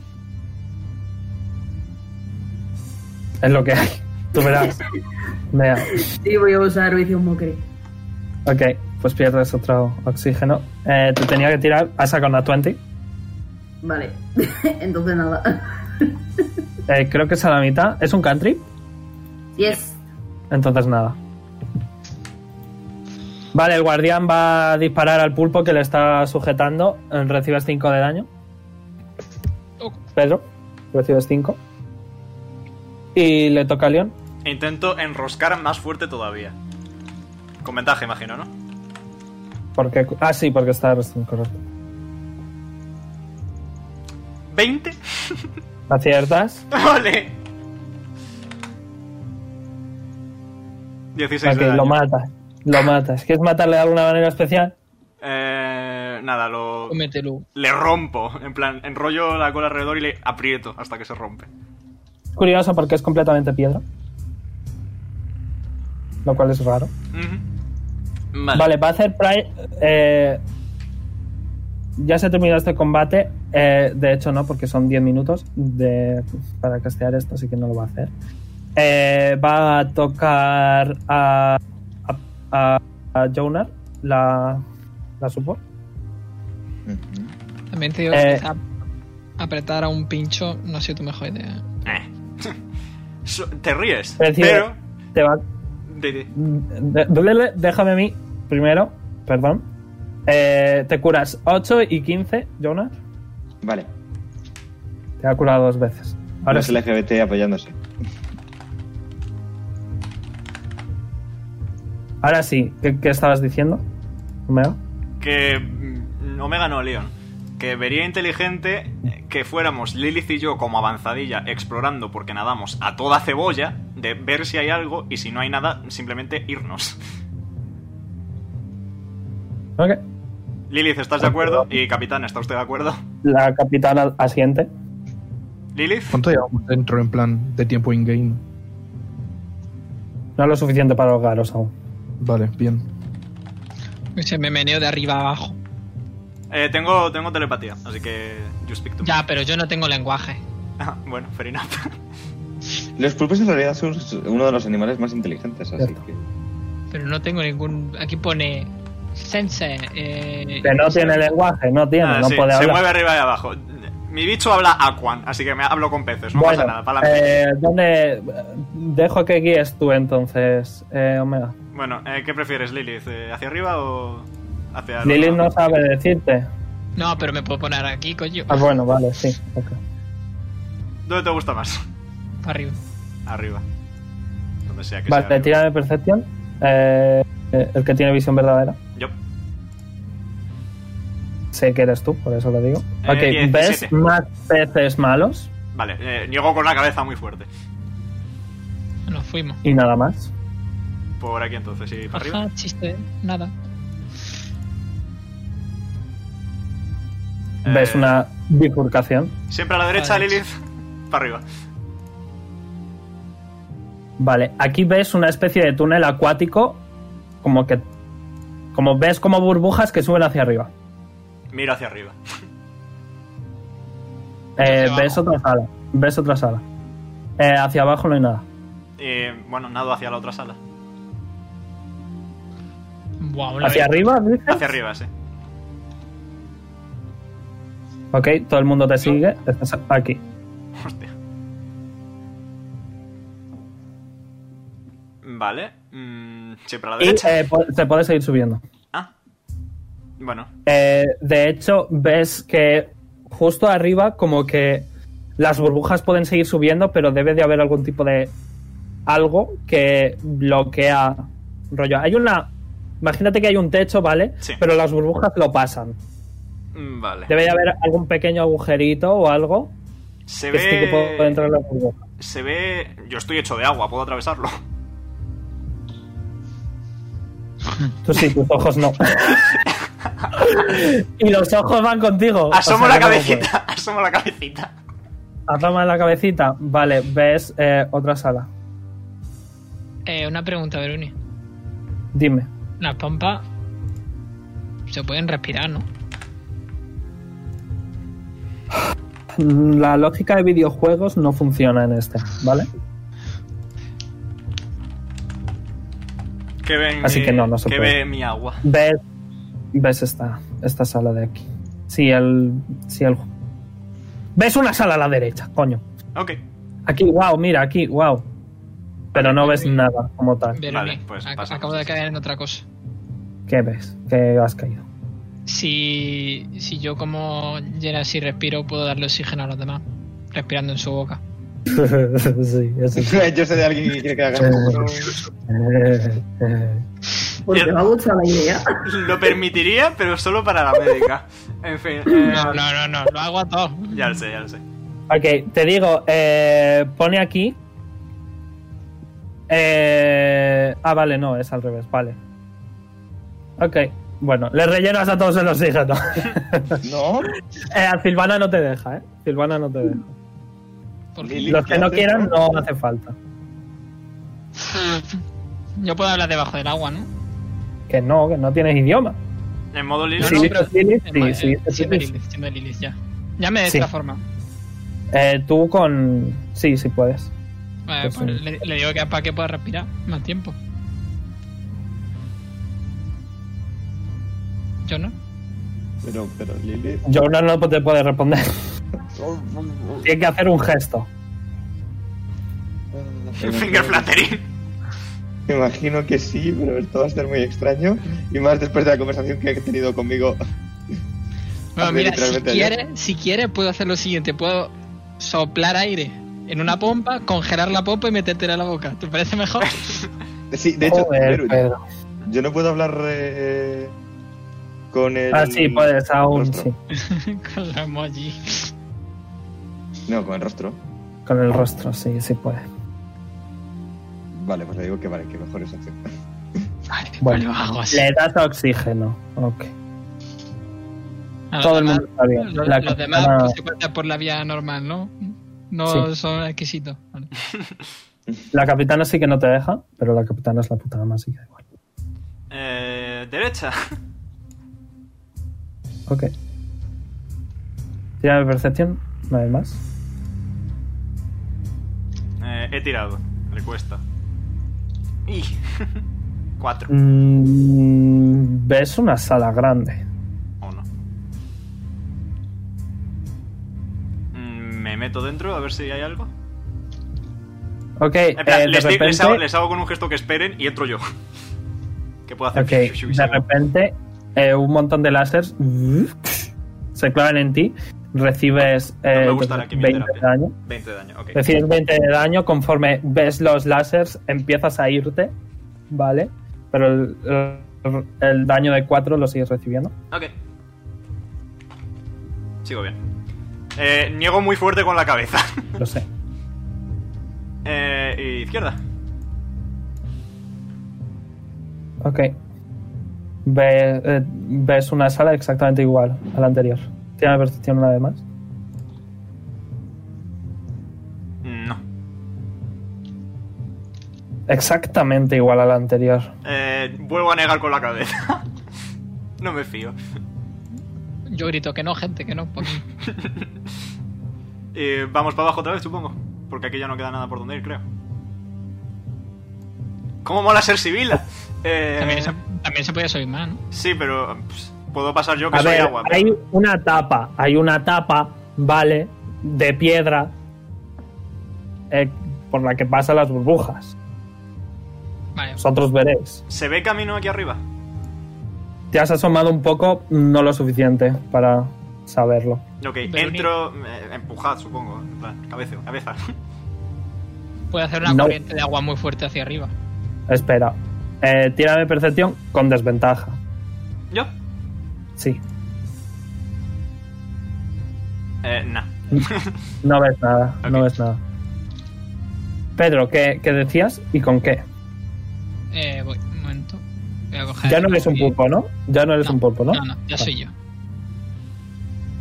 S2: Es lo que hay. Tú verás. Vea.
S8: Sí, voy a usar visión mockery.
S2: Ok, pues pierdes otro oxígeno. Eh, te tenía que tirar. Has sacado una 20.
S8: Vale. Entonces nada.
S2: Eh, creo que es a la mitad. ¿Es un country?
S8: Yes.
S2: Entonces nada. Vale, el guardián va a disparar al pulpo que le está sujetando. Eh, Recibes 5 de daño. Pedro, recibes 5. Y le toca a León.
S1: Intento enroscar más fuerte todavía. Con ventaja, imagino, ¿no?
S2: Porque, ah, sí, porque está restringido, correcto.
S1: ¿20?
S2: Aciertas.
S1: ¡Ole! 16
S2: Ok,
S1: de daño.
S2: lo matas. Lo matas. ¿Quieres matarle de alguna manera especial?
S1: Eh, nada, lo...
S5: Cómetelo.
S1: Le rompo. En plan, enrollo la cola alrededor y le aprieto hasta que se rompe.
S2: Curioso porque es completamente piedra. Lo cual es raro.
S1: Ujú. Vale.
S2: Vale, va a hacer Pride. eh, ya se ha terminado este combate. eh, de hecho, no, porque son 10 minutos de, para castear esto, así que no lo va a hacer. Eh, va a tocar a, a, a- a Jonar, la, la support.
S4: Ujú.
S5: También te digo
S2: Eh.
S5: que ap- apretar a un pincho no ha sido tu mejor idea.
S1: Eh. So- Te ríes,
S2: Recibe-
S1: pero...
S2: Te va,
S1: de- de-
S2: de- de- déjame a mí primero, perdón. Eh, te curas 8 y 15, Jonar.
S4: Vale.
S2: Te ha curado dos veces.
S4: Ahora
S2: Ahora
S4: es
S2: sí.
S4: el LGBT apoyándose.
S2: Ahora sí, ¿qué, qué estabas diciendo? Romeo?
S1: que... mm, Omega no, Leon. Que vería inteligente que fuéramos Lilith y yo como avanzadilla explorando porque nadamos a toda cebolla de ver si hay algo y si no hay nada simplemente irnos.
S2: Ok.
S1: Lilith, ¿estás de acuerdo? Y capitán, ¿está usted de acuerdo?
S2: La capitana asiente.
S1: Lilith,
S7: ¿Cuánto llevamos dentro en plan de tiempo in-game?
S2: No lo suficiente para ahogaros aún.
S7: Vale, bien.
S5: Se me meneo de arriba a abajo.
S1: eh, tengo, tengo telepatía, así que you speak to me.
S5: Ya, pero yo no tengo lenguaje.
S1: Ah, bueno, fair enough.
S4: Los pulpos en realidad son uno de los animales más inteligentes, así
S2: Cierto.
S4: que...
S5: Pero no tengo ningún. Aquí pone. Sense. Eh,
S2: Que no tiene lenguaje, no tiene,
S1: Ah,
S2: no
S1: sí,
S2: puede
S1: se
S2: hablar.
S1: mueve arriba y abajo. Mi bicho habla aquan, así que me hablo con peces, no
S2: bueno,
S1: pasa nada. pa'lante.
S2: eh, ¿dónde dejo que guíes tú entonces, eh, Omega?
S1: Bueno, eh, ¿qué prefieres, Lilith? Eh, ¿Hacia arriba o hacia arriba?
S2: Lilith no sabe decirte.
S5: No, pero me puedo poner aquí, coño.
S2: Ah, bueno, vale, sí. ok.
S1: ¿Dónde te gusta más?
S5: Para arriba.
S1: Arriba. Donde sea que sea.
S2: Vale,
S1: arriba.
S2: tira de percepción. Eh, eh, el que tiene visión verdadera.
S1: Yo.
S2: Sé que eres tú, por eso lo digo.
S1: Eh, 17.
S2: ok, ¿ves más peces malos?
S1: Vale, eh, niego con la cabeza muy fuerte.
S5: Nos fuimos.
S2: Y nada más.
S1: Por aquí entonces, y para arriba.
S5: Ajá, chiste. Nada.
S1: Eh,
S2: Ves una bifurcación.
S1: Siempre a la derecha,
S5: A la
S1: Lilith.
S5: derecha.
S1: Para arriba.
S2: Vale, aquí ves una especie de túnel acuático, como que... Como ves como burbujas que suben hacia arriba.
S1: Miro hacia arriba.
S2: Eh,
S5: Hacia
S2: ves otra sala. Ves otra sala. Eh, hacia abajo no hay nada.
S1: Y bueno, nado hacia la otra sala.
S5: Buah, una
S2: ¿Hacia
S5: vez.
S2: arriba? dices?
S1: Hacia arriba, sí.
S2: Ok, todo el mundo te sigue. Estás aquí.
S1: Hostia. Vale. mm, siempre a la
S2: Y
S1: derecha.
S2: eh, po- te puedes seguir subiendo.
S1: Ah. Bueno.
S2: Eh, de hecho, ves que justo arriba como que las burbujas pueden seguir subiendo, pero debe de haber algún tipo de algo que bloquea rollo. Hay una... Imagínate que hay un techo, ¿vale?
S1: Sí.
S2: Pero las burbujas lo pasan.
S1: mm, Vale.
S2: Debe de haber algún pequeño agujerito o algo
S1: Se
S2: que sí que puede
S1: ve.
S2: entrar las burbujas.
S1: Se ve. Yo estoy hecho de agua, puedo atravesarlo.
S2: Tú sí, tus ojos no. y los ojos van contigo.
S1: Asomo
S2: O sea,
S1: la
S2: que no
S1: cabecita. Asomo la cabecita.
S2: puedes. Asoma la cabecita. Vale, ves eh, otra sala.
S5: Eh, una pregunta, Veroni.
S2: Dime.
S5: Las pompas. Se pueden respirar, ¿no?
S2: La lógica de videojuegos no funciona en este, ¿vale?
S1: Que ven
S2: Así
S1: mi-
S2: que no, no se
S1: que
S2: puede.
S1: ve mi agua.
S2: Ves, ves esta, esta sala de aquí. Sí, el, sí, el... Ves una sala a la derecha, coño.
S1: Ok.
S2: Aquí, wow, mira, aquí, wow. Pero no ves nada como tal.
S5: Verone,
S1: pues
S5: ac-
S1: pasamos.
S5: acabo de caer en otra cosa.
S2: ¿Qué ves? ¿Qué has caído?
S5: Si, si yo como Gerasi respiro, puedo darle oxígeno a los demás, respirando en su boca.
S2: sí, eso sí. Eh,
S4: Yo sé de alguien que quiere que haga eso.
S8: Porque me ha gustado la idea.
S1: Lo permitiría, pero solo para la médica. En fin. eh,
S5: No, no, no, no, lo hago a todos.
S1: Ya lo sé, ya lo sé.
S2: ok, te digo, eh, pone aquí. Eh, ah, vale, no, es al revés, vale. Ok, bueno, le rellenas a todos el oxígeno.
S4: No,
S2: eh, a Silvana no te deja, ¿eh? Silvana no te deja.
S5: Porque
S4: Lili,
S2: Los que
S4: ¿qué
S2: no
S4: haces,
S2: quieran no hace falta.
S5: yo puedo hablar debajo del agua, ¿no?
S2: Que no, que no tienes idioma.
S1: En modo Lilith.
S5: No,
S2: Sí,
S5: no,
S2: sí,
S5: pero-
S2: sí,
S5: En
S2: sí,
S5: ma-
S2: sí,
S5: eh,
S2: sí,
S5: siendo
S2: sí.
S5: Lilith, siendo Lilith, ya. Ya me des
S2: Sí.
S5: la forma.
S2: Eh, tú con... Sí, sí puedes.
S5: Eh,
S2: Pues
S5: pues
S2: sí.
S5: le, le digo que para que pueda respirar más tiempo. Yo no.
S4: pero, pero, Lili.
S2: Yo no, no te puedo responder. Tienes que hacer un gesto.
S1: Finger flattering.
S4: Me imagino que sí, pero esto va a ser muy extraño. Y más después de la conversación que he tenido conmigo.
S5: Bueno,
S4: Hace
S5: Ah, mira, si
S4: literalmente ayer.
S5: quieres, si quieres, puedo hacer lo siguiente: puedo soplar aire en una pompa, congelar la pompa y metértela en la boca. ¿Te parece mejor?
S4: Sí, de hecho,
S2: Joder,
S4: Beru,
S2: Oh, Pedro.
S4: yo no puedo hablar eh, con el.
S2: Ah, sí, puedes, aún
S4: rostro.
S2: sí.
S5: Con la emoji.
S4: No, con el rostro.
S2: Con el rostro, sí, sí puede.
S4: Vale, pues le digo que vale, que mejor es así.
S5: Vale,
S2: Bueno,
S5: lo hago así.
S2: Le das oxígeno. Ok.
S1: Ah,
S5: A los
S2: Todo el
S5: demás-
S2: mundo está bien.
S5: Los,
S2: La
S5: los demás
S2: capitana-
S5: pues, se cuentan por la vía normal, ¿no? No son exquisitos. Vale.
S2: la capitana sí que no te deja, pero la capitana es la puta más así que da igual.
S1: Eh, derecha.
S2: Ok. Tira de percepción, una vez más.
S1: Eh, he tirado. Le cuesta. Y. Cuatro.
S2: Mm, ves una sala grande.
S1: ¿O no? Mm, Me meto dentro a ver si hay algo.
S2: Ok,
S1: En plan,
S2: eh, de
S1: les, di- les
S2: repente,
S1: hago, les hago con un gesto que esperen y entro yo. ¿Qué puedo hacer?
S2: ok, de repente eh, un montón de láseres se clavan en ti. Recibes
S1: me
S2: eh,
S1: gusta la
S2: 20
S1: quimioterapia.
S2: de daño.
S1: 20 de daño, ok.
S2: Recibes 20 de daño. Conforme ves los láseres, empiezas a irte, ¿vale? Pero el, el- el daño de 4 lo sigues recibiendo.
S1: Ok. Sigo bien. Eh, niego muy fuerte con la cabeza.
S2: Lo sé.
S1: eh, izquierda.
S2: Ok. Ve- eh, ves una sala exactamente igual a la anterior. Tiene la percepción una vez más.
S1: No.
S2: Exactamente igual a la anterior.
S1: Eh, vuelvo a negar con la cabeza. no me fío.
S5: Yo grito que no, gente, que no. porque-
S1: Eh, vamos para abajo otra vez, supongo. Porque aquí ya no queda nada por donde ir, creo. ¿Cómo mola ser Sibila? Eh,
S5: También, se, también se podía subir más, ¿no?
S1: Sí, pero pues, puedo pasar yo que
S2: A
S1: soy
S2: ver,
S1: agua. pero-
S2: hay una tapa, hay una tapa, ¿vale? De piedra eh, por la que pasan las burbujas.
S5: Vale.
S2: Vosotros veréis.
S1: ¿Se ve camino aquí arriba?
S2: Te has asomado un poco, no lo suficiente para saberlo.
S1: Ok,
S5: Veroni-
S1: entro. eh, empujad, supongo. en plan, Cabeza, cabeza.
S5: Puede hacer una
S2: No.
S5: corriente de agua muy fuerte hacia arriba.
S2: Espera. Eh, tira de percepción con desventaja.
S1: ¿Yo?
S2: Sí.
S1: Eh, nah.
S2: No ves nada, no
S1: Ok.
S2: ves nada. Pedro, ¿qué, qué decías y con qué?
S5: Eh, voy, un momento. Voy a coger
S2: Ya
S5: el
S2: no eres un
S5: y-
S2: pulpo, ¿no? Ya no eres un pulpo, ¿no?
S5: No, no, ya soy yo.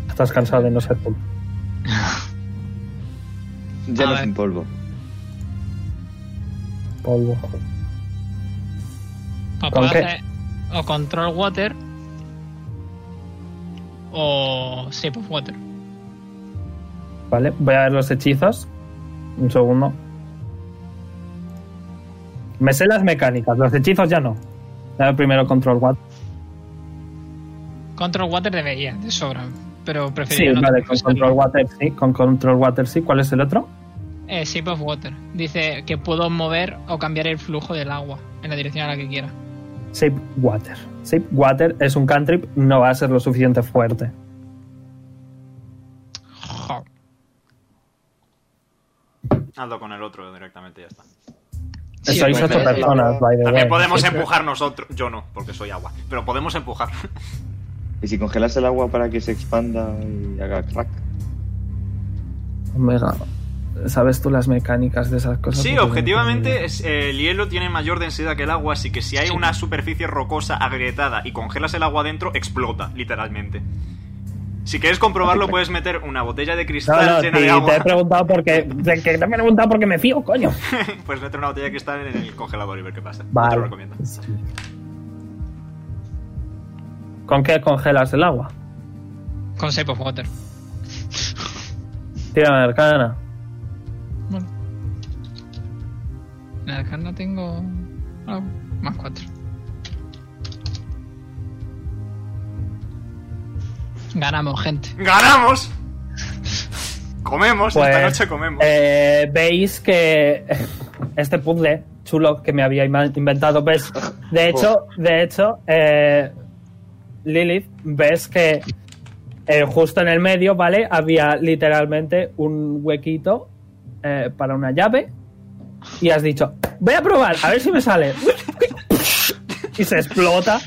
S2: Estás cansado de no ser pulpo.
S4: Ya
S5: A
S4: no
S5: ver.
S4: es un polvo.
S2: Polvo.
S5: Pa-
S2: ¿Con
S5: puedo
S2: qué?
S5: hacer o control water o shape of water.
S2: Vale, voy a ver los hechizos. Un segundo. Me sé las mecánicas, los hechizos ya no. Dame primero control what.
S5: Control Water debería, de sobra. Pero
S2: Sí,
S5: preferiría no
S2: vale,
S5: tener
S2: con
S5: que
S2: control water sí, con control water sí. ¿Cuál es el otro?
S5: usarlo. Eh, Shape of Water. Dice que puedo mover o cambiar el flujo del agua en la dirección a la que quiera.
S2: Shape water. Shape water es un cantrip, no va a ser lo suficiente fuerte.
S5: Jo.
S1: Hazlo con el otro directamente y ya está.
S5: Sí,
S2: Sois
S5: pues,
S2: ocho
S5: eh,
S2: personas, by the
S1: También
S2: way.
S1: podemos empujar nosotros. Yo no, porque soy agua. Pero podemos empujar.
S4: ¿Y si congelas el agua para que se expanda y haga crack?
S2: Omega, ¿sabes tú las mecánicas de esas cosas?
S1: Sí,
S2: Porque
S1: objetivamente
S2: no
S1: es- el hielo tiene mayor densidad que el agua, así que si hay una superficie rocosa agrietada y congelas el agua dentro, explota, literalmente. Si quieres comprobarlo, puedes meter una botella de
S2: No,
S1: cristal
S2: no,
S1: llena
S2: sí,
S1: de
S2: te he
S1: agua.
S2: preguntado porque. de que no me he preguntado porque me fío, coño.
S1: puedes meter una botella de cristal en el congelador y ver qué pasa. No te lo
S2: Vale.
S1: recomiendo.
S2: ¿Con qué congelas el agua?
S5: Con Shape of Water.
S2: Tira la arcana.
S5: Bueno. En la arcana tengo. ah, más cuatro. Ganamos, gente.
S1: ¡Ganamos! Comemos, esta
S2: Pues,
S1: noche comemos.
S2: Eh, Veis que este puzzle chulo que me había ima- inventado, ves. De hecho, de hecho, eh, Lilith, ves que eh, justo en el medio, ¿vale? Había literalmente un huequito eh, para una llave. Y has dicho, voy a probar, a ver si me sale. Y se explota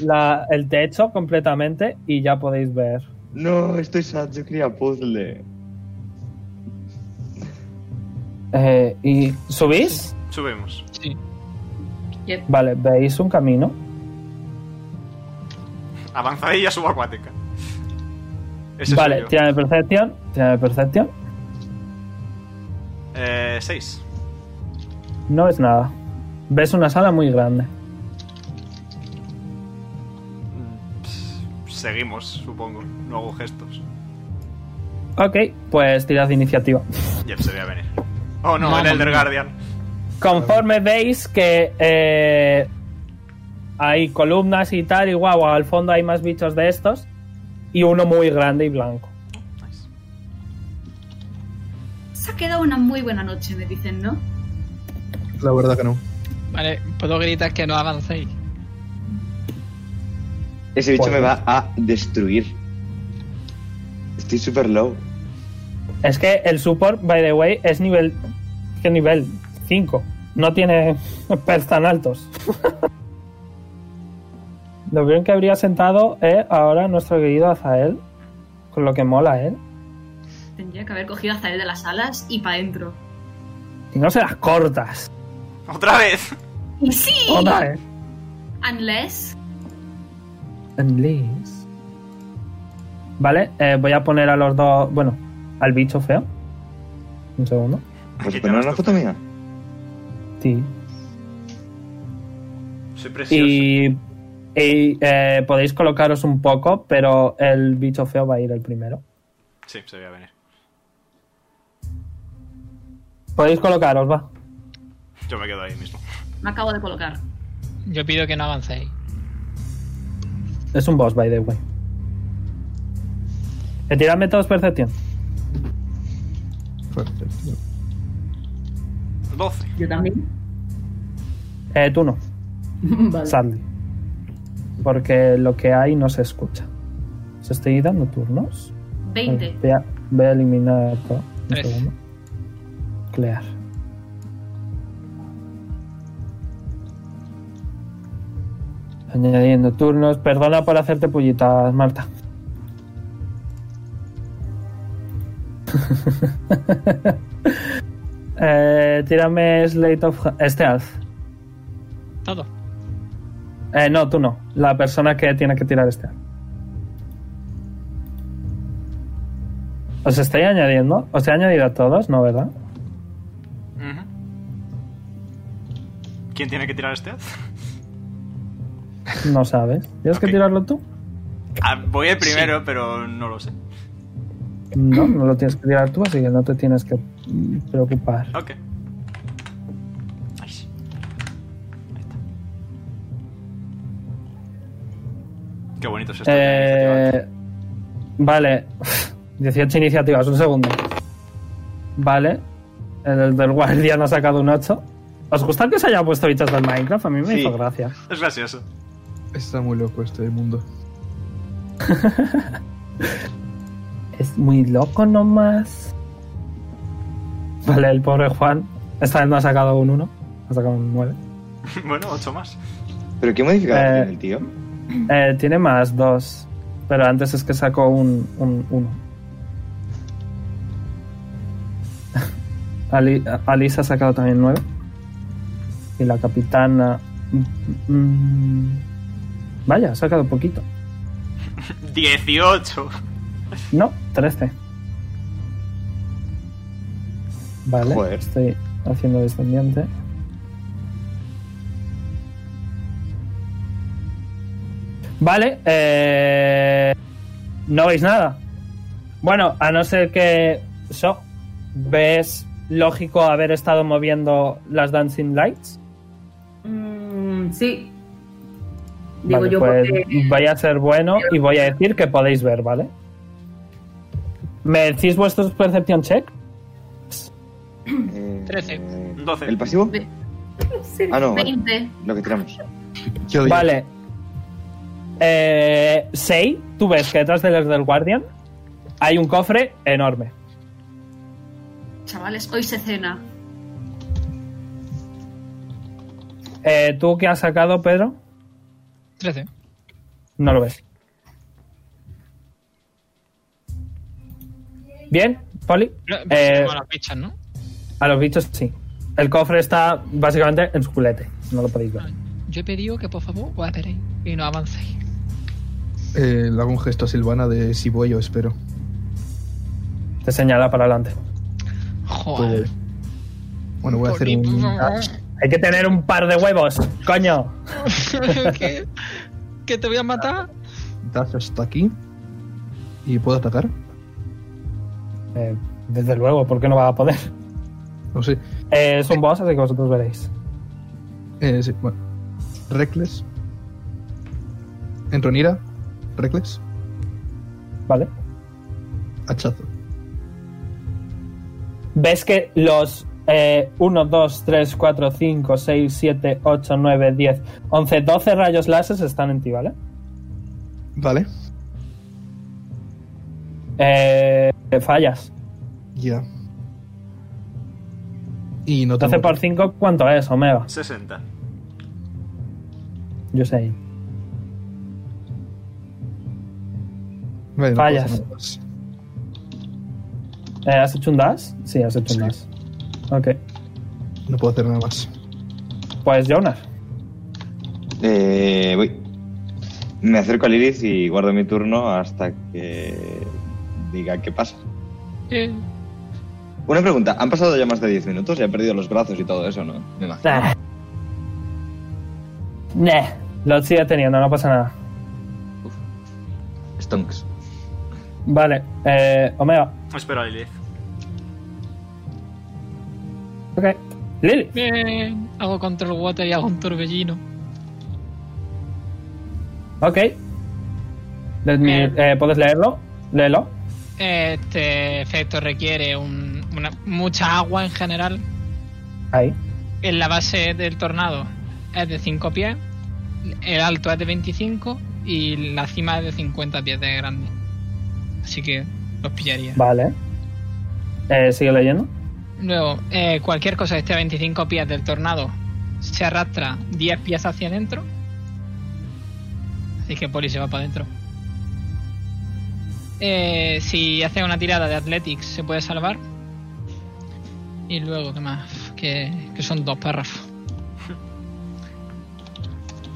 S2: la- el techo completamente y ya podéis ver.
S4: No, estoy sad, yo quería puzzle.
S2: Eh, ¿Y subís?
S1: Subimos.
S5: Sí.
S2: Vale, veis un camino.
S1: Avanzadilla subacuática. Ese
S2: vale,
S1: soy yo.
S2: tira de percepción. Tira de percepción.
S1: Eh, seis.
S2: No es nada. Ves una sala muy grande.
S1: Mm, Seguimos, supongo. No hago gestos.
S2: Ok, pues tirad de iniciativa.
S1: Jeff se veía venir. Oh no,
S5: No,
S1: el Elder
S5: no.
S1: Guardian.
S2: Conforme veis que eh, hay columnas y tal, y guau, al fondo hay más bichos de estos. Y uno muy grande y blanco.
S1: Nice.
S6: Se ha quedado una muy buena noche, me dicen, ¿no?
S7: La verdad que no.
S5: Vale, puedo gritar que no avancéis.
S4: Ese bicho
S2: Joder.
S4: me va a destruir. Estoy super low.
S2: Es que el support, by the way, es nivel. ¿Qué nivel? 5. No tiene perks tan altos. Lo bien que habría sentado eh, ahora nuestro querido Azael. Con lo que mola, ¿eh?
S6: Tendría que haber cogido hasta él de las alas y para adentro.
S2: Y no se las cortas. eh.
S1: ¡Otra vez!
S6: ¡Y sí!
S2: Otra vez.
S6: Unless.
S2: Unleash. Vale, eh, voy a poner a los dos. Bueno, al bicho feo. Un segundo.
S4: ¿Puedes
S1: Aquí
S4: Pues poner
S1: llamas
S4: una
S1: tú.
S4: foto mía?
S2: Sí.
S1: Soy precioso.
S2: Y, y, eh, podéis colocaros un poco, pero el bicho feo va a ir el primero.
S1: Sí, se veía venir.
S2: Podéis colocaros, va.
S1: Yo me quedo ahí mismo.
S6: Me acabo de colocar.
S5: Yo pido que no avancéis.
S2: Es un boss, by the way. Eh, Tiradme todos percepción.
S7: Fuerte, tío.
S1: 12.
S8: Yo también.
S2: Eh, tú no,
S8: vale.
S2: Sandy. Porque lo que hay no se escucha. Os estoy dando turnos.
S6: 20.
S2: Voy a, voy a eliminar todo. Un
S5: Trece.
S2: segundo. Clear. Añadiendo turnos. Perdona por hacerte pullitas, Marta. eh, tírame Slate of Ha- este Stealth.
S5: Todo.
S2: Eh, no, tú no. La persona que tiene que tirar este. ¿Os estoy añadiendo? ¿Os he añadido a todos? No, ¿verdad?
S1: Ujú. ¿Quién tiene que tirar este?
S2: No sabes. ¿Tienes
S1: Ok.
S2: que tirarlo tú?
S1: Ah, voy el primero, pero no lo sé.
S2: No, no lo tienes que tirar tú, así que no te tienes que mm, preocupar.
S1: Ok. Nice. Qué bonito es esto.
S2: Eh, vale. 18 iniciativas, un segundo. Vale. El del guardián ha sacado un 8. ¿Os gusta que os haya puesto bichos del Minecraft? A mí me
S1: Sí.
S2: hizo gracia.
S1: Es gracioso.
S7: Está muy loco este mundo.
S2: Es muy loco nomás. Vale, el pobre Juan. Esta vez no ha sacado un 1. Ha sacado un 9.
S1: bueno, ocho más.
S4: ¿Pero qué modificador
S2: Eh,
S4: tiene el tío?
S2: Eh, tiene más 2. Pero antes es que sacó un 1. Ali, Alice ha sacado también 9. Y la capitana. mm, mm, vaya, ha sacado poquito.
S1: 18.
S2: No, 13. Vale,
S4: Joder.
S2: estoy haciendo descendiente. Vale, eh, no veis nada. Bueno, a no ser que so, ves lógico haber estado moviendo las dancing lights.
S8: Mm, sí. Digo
S2: Vale,
S8: yo
S2: pues
S8: porque.
S2: voy a ser bueno y voy a decir que podéis ver, ¿vale? ¿Me decís vuestros percepción check?
S4: Eh,
S5: 13.
S1: 12.
S4: ¿El pasivo?
S6: Ve-
S4: Ah, no, vale,
S6: 20.
S4: lo que tiramos.
S7: Yo digo,
S2: Vale. Eh, Sei, tú ves que detrás de los del Guardian hay un cofre enorme.
S6: Chavales, hoy se cena.
S2: Eh, ¿Tú qué has sacado, Pedro?
S5: 13.
S2: No lo ves. Bien, Poli.
S5: Pero- pero se
S2: Eh,
S5: llama las bichas, ¿no?
S2: a los bichos sí. El cofre está básicamente en su culete. No lo podéis ver.
S5: Yo he pedido que por favor os esperéis y no avancéis.
S7: eh, le hago un gesto a Silvana de si voy o espero.
S2: Te señala para adelante.
S5: Joder.
S7: Pues, bueno, voy a hacer un.
S2: Hay que tener un par de huevos, coño.
S5: ¿Qué? ¿Que te voy a matar?
S7: dash hasta aquí. ¿Y puedo atacar?
S2: Eh, desde luego, ¿por qué no va a poder?
S7: No sé.
S2: Eh, es un boss, así que vosotros veréis.
S7: Eh, sí, bueno. Reckless. Entronira. Reckless.
S2: ¿Vale?
S7: Hachazo.
S2: ves que los eh, 1, 2, 3, 4, 5, 6, 7, 8, 9, 10, 11, 12 rayos láseres están en ti, ¿vale?
S7: Vale.
S2: Eh, te fallas.
S7: Ya. Y no
S2: 12
S7: tengo-
S2: por 5, ¿cuánto es, Omega?
S1: 60.
S2: Yo sé.
S7: Vale, no
S2: fallas.
S7: pasa nada más.
S2: Eh, ¿Has hecho un dash? Sí, has hecho un dash. Ok.
S7: No puedo hacer nada más.
S2: Pues Jonas.
S4: Eh, voy. Me acerco a Lilith y guardo mi turno hasta que diga qué pasa.
S5: Eh,
S4: Una pregunta, han pasado ya más de 10 minutos y han perdido los brazos y todo eso, ¿no? Me imagino.
S2: Nah. Nah. Lo sigue teniendo, no pasa nada.
S4: Stonks.
S2: Vale. Eh, Omega.
S1: Espero a Lilith.
S2: Ok. Lily.
S5: bien. Hago control water y hago un torbellino.
S2: Ok. Let me- eh, ¿Puedes leerlo? Léelo.
S5: Este efecto requiere un- una- mucha agua en general.
S2: Ahí.
S5: En la base del tornado es de 5 pies, el alto es de 25 y la cima es de 50 pies de grande. Así que los pillaría.
S2: Vale. Eh, sigue leyendo.
S5: Luego, eh, cualquier cosa que esté a 25 pies del tornado se arrastra 10 pies hacia adentro. Así que Poli se va para adentro. Eh, si hace una tirada de Athletics se puede salvar. Y luego, ¿qué más? Que, que son dos párrafos.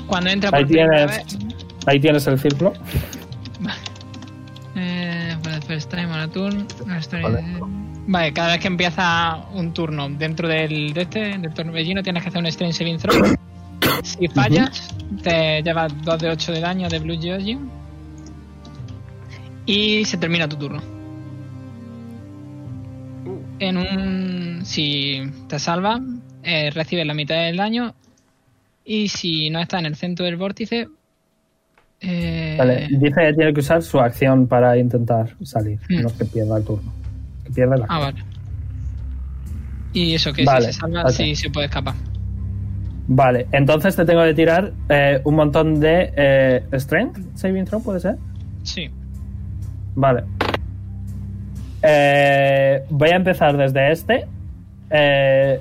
S5: Cuando entra por
S2: Ahí
S5: primera
S2: tienes.
S5: vez-
S2: Ahí tienes el círculo.
S5: eh, para el first time on a turn, a story-
S7: Vale.
S5: Vale, cada vez que empieza un turno dentro del de este, del torbellino, tienes que hacer un Strange Saving Throw. si fallas, te llevas 2 de 8 de daño de Blue Georgie. Y se termina tu turno. En un. Si te salvas, eh, recibes la mitad del daño. Y si no está en el centro del vórtice, eh,
S2: Vale, dice que tiene que usar su acción para intentar salir,
S5: Hmm.
S2: no que pierda el turno. Que pierda la.
S5: Ah, vale. Y eso, que
S2: Vale,
S5: si se salva,
S2: ok.
S5: sí se puede escapar.
S2: Vale, entonces te tengo que tirar eh, un montón de eh, Strength Saving Throw, ¿puede ser?
S5: Sí.
S2: Vale. Eh, voy a empezar desde este. eh,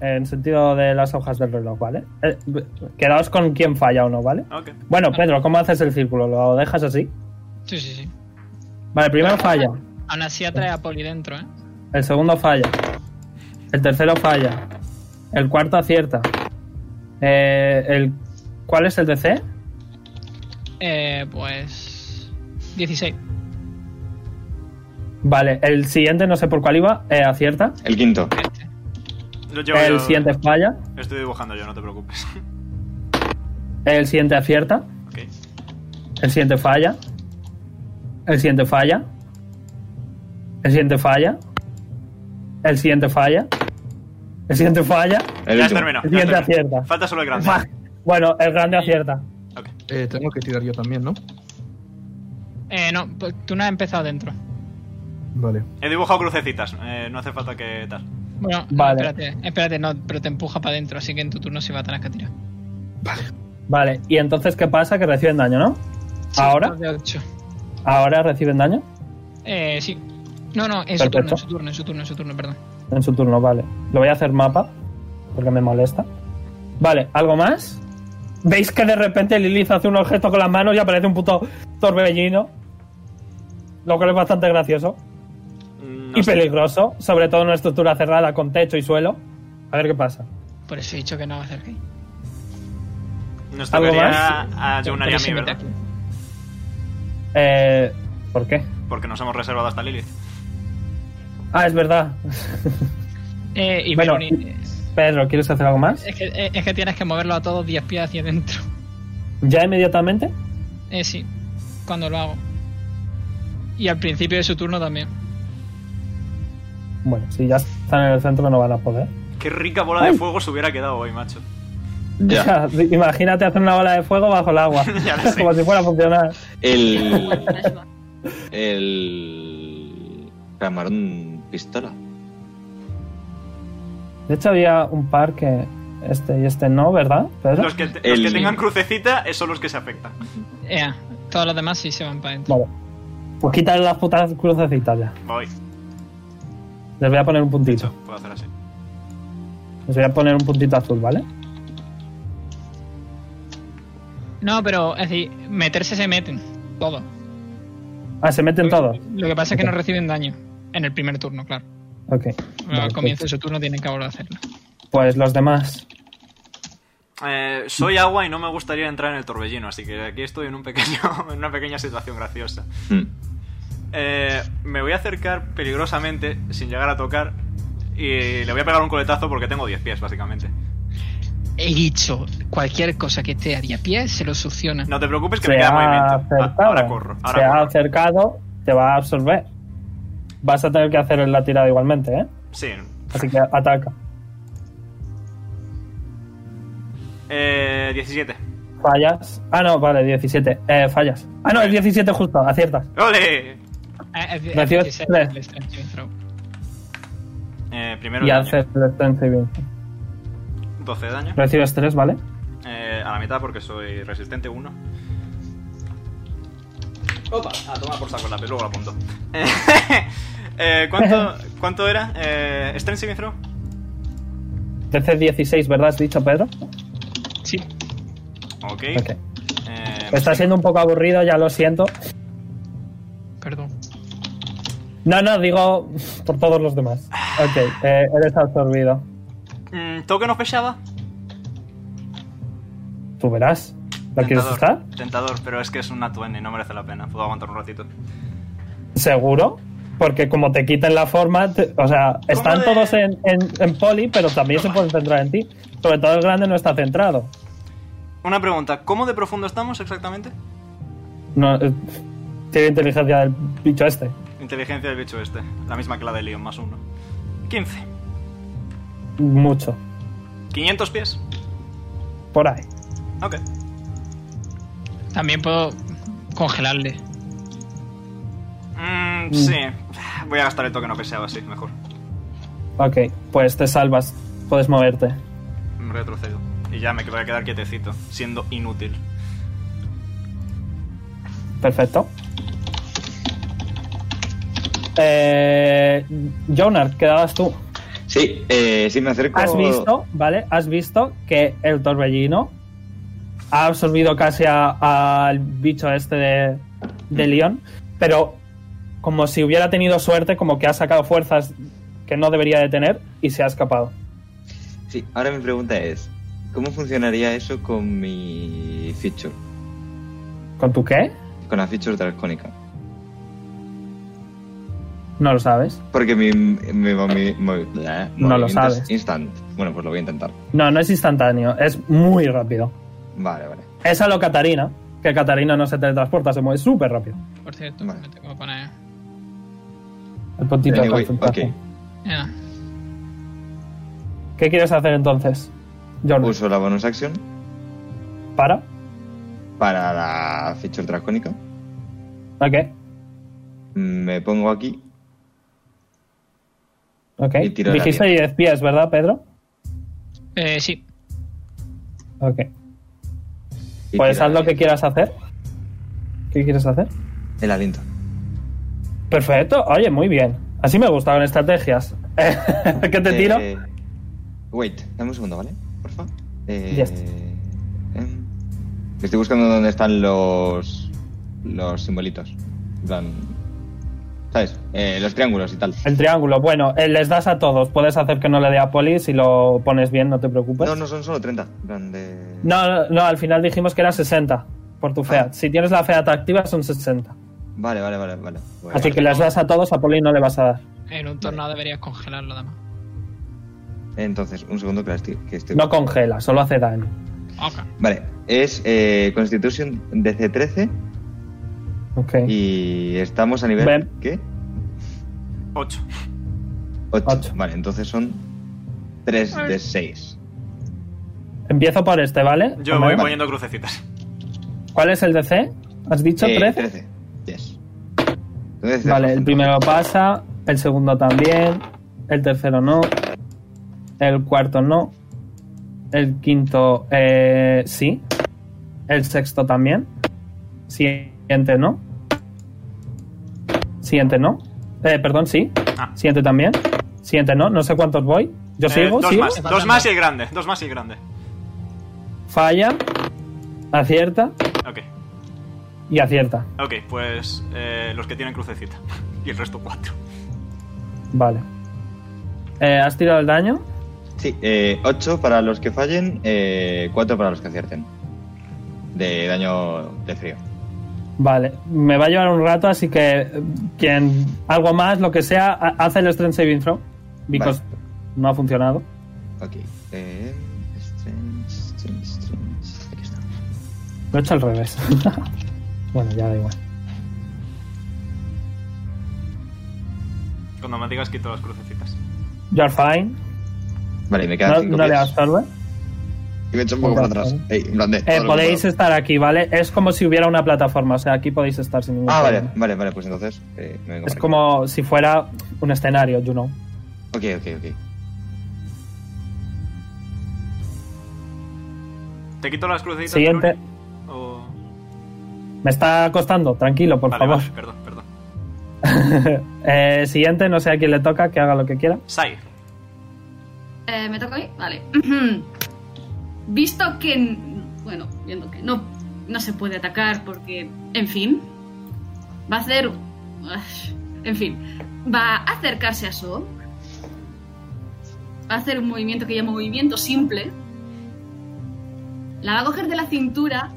S2: en sentido de las hojas del reloj, ¿vale? Eh, quedaos con quién falla o no, ¿vale?
S1: Ok.
S2: Bueno,
S5: Ah.
S2: Pedro, ¿cómo haces el círculo? ¿Lo dejas así?
S5: Sí, sí, sí.
S2: Vale, primero falla.
S5: Aún así atrae a Poli dentro, ¿eh?
S2: El segundo falla. El tercero falla. El cuarto acierta. Eh, el, ¿Cuál es el DC?
S5: Eh, pues. 16.
S2: Vale, el siguiente, no sé por cuál iba, eh, acierta.
S4: El quinto.
S5: Este.
S1: Lo llevo
S2: El
S1: yo-
S2: siguiente falla.
S1: Estoy dibujando yo, no te preocupes.
S2: El siguiente acierta.
S1: ok.
S2: El siguiente falla. El siguiente falla. El siguiente falla. El siguiente falla. El siguiente falla.
S4: El
S1: ya has
S4: último.
S1: terminado.
S2: El
S1: ya has
S2: siguiente
S1: terminado.
S2: acierta.
S1: Falta solo el grande.
S2: Fa- Bueno, el grande acierta.
S1: Ok.
S7: Eh, tengo que tirar yo también, ¿no?
S5: Eh, no, pues tú no has empezado dentro.
S7: Vale.
S1: He dibujado crucecitas, eh, no hace falta que tal.
S5: Bueno, no,
S2: Vale.
S5: espérate, espérate, no, pero te empuja para adentro, así que en tu turno sí va a tener que tirar.
S2: Vale, y entonces, ¿qué pasa? Que reciben daño, ¿no? ¿Ahora?
S5: Dos de ocho.
S2: ¿Ahora reciben daño?
S5: Eh, sí. No, no, en su turno,
S2: Perfecto.
S5: en su turno, en su turno, en su turno, perdón.
S2: En su turno, vale. Lo voy a hacer mapa, porque me molesta. Vale, ¿algo más? ¿Veis que de repente Lilith hace unos gestos con las manos y aparece un puto torbellino? Lo cual es bastante gracioso
S1: Mm, no
S2: y
S1: sé.
S2: peligroso, sobre todo en una estructura cerrada con techo y suelo. A ver qué pasa.
S5: Por eso he dicho que no os acerquéis.
S1: Nos
S2: ¿Algo
S1: tocaría
S2: más?
S1: a Jonar y a
S5: Pero sí
S1: mí,
S5: me
S1: ¿verdad?
S5: ataque.
S2: Eh, ¿Por qué?
S1: Porque nos hemos reservado hasta Lilith.
S2: Ah, es verdad.
S5: Eh, y
S2: Bueno,
S5: Meloni, eh,
S2: Pedro, ¿quieres hacer algo más?
S5: es, que, eh, es que tienes que moverlo a todos 10 pies hacia adentro.
S2: ¿Ya inmediatamente?
S5: Eh, sí, cuando lo hago. Y al principio de su turno también.
S2: Bueno, si ya están en el centro no van a poder.
S1: Qué rica bola de
S2: Ay.
S1: fuego se hubiera quedado hoy, macho.
S4: Ya.
S2: O sea, imagínate hacer una bola de fuego bajo el agua.
S1: Ya lo sé.
S2: Como si fuera a funcionar.
S4: El. El. Camarón pistola.
S2: De hecho, había un par que este y este no, ¿verdad, Pedro?
S1: Los que, te- los que
S4: El-
S1: tengan crucecita eh, son los que se afectan.
S5: Eh, todos los demás sí se van para adentro.
S2: Vale. Pues quítale las putas crucecitas ya.
S1: Voy.
S2: Les voy a poner un
S1: Yo
S2: puntito.
S1: puedo hacer así.
S2: Les voy a poner un puntito azul, ¿vale?
S5: No, pero es decir, meterse se meten. Todos.
S2: Ah, se meten todos.
S5: Lo que pasa es que
S2: Ok.
S5: no reciben daño. En el primer turno, claro.
S2: Ok.
S5: Bueno,
S2: Vale,
S5: al comienzo de su turno tienen que volver a hacerlo.
S2: pues- Pues los demás.
S1: Eh, soy agua y no me gustaría entrar en el torbellino, así que aquí estoy en, un pequeño, en una pequeña situación graciosa.
S4: Mm.
S1: Eh, me voy a acercar peligrosamente, sin llegar a tocar, y le voy a pegar un coletazo porque tengo 10 pies, básicamente.
S5: He dicho, cualquier cosa que esté a 10 pies se lo succiona.
S1: No te preocupes que
S2: Se
S1: me queda
S2: ha
S1: movimiento. Ah,
S2: acercado.
S1: Ahora corro,
S2: se ha
S1: ahora corro.
S2: acercado, te va a absorber. Vas a tener que hacer la tirada igualmente, ¿eh?
S1: Sí.
S2: Así que ataca.
S1: Eh, 17.
S2: Fallas. Ah, no, vale, 17. Eh, fallas. Ah, no, es 17 justo, aciertas.
S1: ¡Ole!
S5: Eh, es de- es
S2: Recibe
S5: 16,
S2: tres.
S5: el strength saving throw.
S1: Eh, primero
S2: Y
S1: daño.
S2: haces el strength saving.
S1: 12 de daño.
S2: Recibes 3, ¿vale?
S1: Eh, a la mitad porque soy resistente 1. Opa, a tomar por saco el lápiz, luego lo apunto. eh, ¿cuánto, ¿Cuánto era? Eh, ¿Strength saving throw?
S2: DC 16, ¿verdad? Has dicho, Pedro.
S5: Sí.
S1: Ok.
S2: Ok.
S1: Eh,
S2: Está siendo un poco aburrido, ya lo siento.
S5: Perdón.
S2: No, no, digo por todos los demás. Ok, eh, eres absorbido.
S1: mm, ¿Toque no pechaba?
S2: Tú verás. ¿Lo quieres usar?
S1: Tentador, pero es que es un atuendo y no merece la pena. Puedo aguantar un ratito.
S2: Seguro. Porque como te quitan la forma, te- o sea, están
S1: de-
S2: todos en, en- en poli, pero también se pueden centrar en ti. Sobre todo el grande no está centrado.
S1: Una pregunta, ¿cómo de profundo estamos exactamente?
S2: No, eh, tiene inteligencia del bicho este.
S1: Inteligencia del bicho este, la misma que la de Leon, más uno. 15.
S2: Mucho.
S1: 500 pies.
S2: Por ahí.
S1: Ok.
S5: También puedo Congelarle.
S1: Mm, sí. Voy a gastar el toque no peseado así, mejor.
S2: Ok, pues te salvas. Puedes moverte.
S1: Me retrocedo. Y ya me voy a quedar quietecito, siendo inútil.
S2: Perfecto. Eh, Jonar, quedabas tú.
S4: Sí, eh, sí me acerco.
S2: Has visto, ¿vale? Has visto que el torbellino ha absorbido casi a- al bicho este de, de León, pero como si hubiera tenido suerte, como que ha sacado fuerzas que no debería de tener y se ha escapado.
S4: Sí, ahora mi pregunta es, ¿cómo funcionaría eso con mi feature?
S2: ¿Con tu qué?
S4: Con la feature dracónica.
S2: No lo sabes.
S4: Porque mi, mi, mi- mi-
S2: No lo
S4: movimiento es
S2: sabes.
S4: Instant. Bueno, pues lo voy a intentar.
S2: No, no es instantáneo, es muy rápido.
S4: Vale, vale.
S2: Es a lo Catarina, que Catarina no se teletransporta, se mueve súper rápido.
S5: Por cierto,
S4: Vale.
S5: me tengo que poner.
S2: El puntito de
S4: Anyway,
S2: concentración.
S4: ok.
S5: Ya.
S2: ¿Qué quieres hacer entonces? Jordan,
S4: Uso la bonus action
S2: para.
S4: para la feature dracónica.
S2: Ok,
S4: Me pongo aquí.
S2: ok.
S4: Y tiro la
S2: Dijiste
S4: mía.
S2: 10 pies, ¿verdad, Pedro?
S5: Eh, sí.
S2: Ok.
S4: y
S2: Pues
S4: tiro
S2: haz lo que quieras hacer. ¿Qué quieres hacer?
S4: El aliento.
S2: Perfecto, oye, muy bien. Así me gustaban estrategias. ¿Qué te tiro?
S4: Eh, wait, dame un segundo, ¿vale? Porfa. Eh,
S2: Yes.
S4: em, estoy buscando dónde están los los simbolitos. En plan, ¿Sabes? Eh, los triángulos y tal.
S2: El triángulo. Bueno, eh, les das a todos. Puedes hacer que no le dé a Poli si lo pones bien, no te preocupes.
S4: No, no son solo 30. en plan de-
S2: No, no, no, al final dijimos que era 60 por tu feat. Si tienes la feat activa son 60.
S4: Ah. Vale, vale, vale, vale. Voy a-
S2: Así que les das a todos, a Poli no le vas a dar.
S5: En un tornado deberías congelarlo, además.
S4: Entonces, un segundo que, la estoy, que estoy-
S2: No congela, solo hace daño.
S5: Ok.
S4: Vale, es eh, Constitution DC 13
S2: Ok.
S4: y estamos a nivel...
S2: Ven.
S4: ¿Qué?
S1: 8.
S4: 8.
S2: Ocho.
S4: Vale, entonces son 3 de 6.
S2: Empiezo por este, ¿vale?
S1: Yo voy
S4: Vale.
S1: poniendo crucecitas.
S2: ¿Cuál es el DC? ¿Has dicho 13?
S4: 13. Eh, Yes. Entonces,
S2: Vale, el primero pasa, el segundo también, el tercero no, el cuarto no, el quinto eh, sí, el sexto también, siguiente no, siguiente no, eh, perdón, sí,
S1: Ah.
S2: siguiente también, siguiente no, no sé cuántos voy, yo
S1: Eh,
S2: sigo,
S1: dos
S2: sigo,
S1: más, dos más y el grande. Dos más y el grande.
S2: falla, acierta
S1: Ok.
S2: y acierta,
S1: Ok, pues eh, los que tienen crucecita. Y el resto cuatro.
S2: vale. Eh, ¿Has tirado el daño?
S4: Sí, 8 para los que fallen, 4 para los que acierten. De daño de frío.
S2: Vale, me va a llevar un rato, así que eh, quien algo más, lo que sea, ha- hace el strength saving throw, because no ha funcionado.
S4: Ok. Eh, strength, strength, strength. Aquí está.
S2: Lo he hecho al revés. bueno, ya da igual.
S1: Cuando me digas quito las crucecitas.
S2: You're fine.
S4: Vale, y me
S2: No,
S4: quedan 5
S2: no le absorbe.
S4: Y me echo un poco para atrás. Ey, en plan de- todo
S2: Eh,
S4: lo que
S2: podéis
S4: puedo.
S2: estar aquí, ¿vale? Es como si hubiera una plataforma, o sea, aquí podéis estar sin ningún
S4: Ah,
S2: problema.
S4: vale, vale, vale, pues entonces eh, me vengo
S2: Es
S4: para
S2: como si fuera un escenario, you know.
S4: aquí. Ok, ok, ok.
S1: ¿Te quito las crucecitas?
S2: Siguiente.
S1: Luli? O-
S2: Me está costando, tranquilo, por
S1: Vale,
S2: favor.
S1: vale, perdón, perdón.
S2: Eh, siguiente, no sé a quién le toca, que haga lo que quiera.
S1: Sai.
S6: Eh, ¿Me toca a mí? Vale. Visto que. n- Bueno, viendo que no, no se puede atacar porque. En fin. Va a hacer. En fin. Va a acercarse a Sob. Va a hacer un movimiento que llamo movimiento simple. La va a coger de la cintura.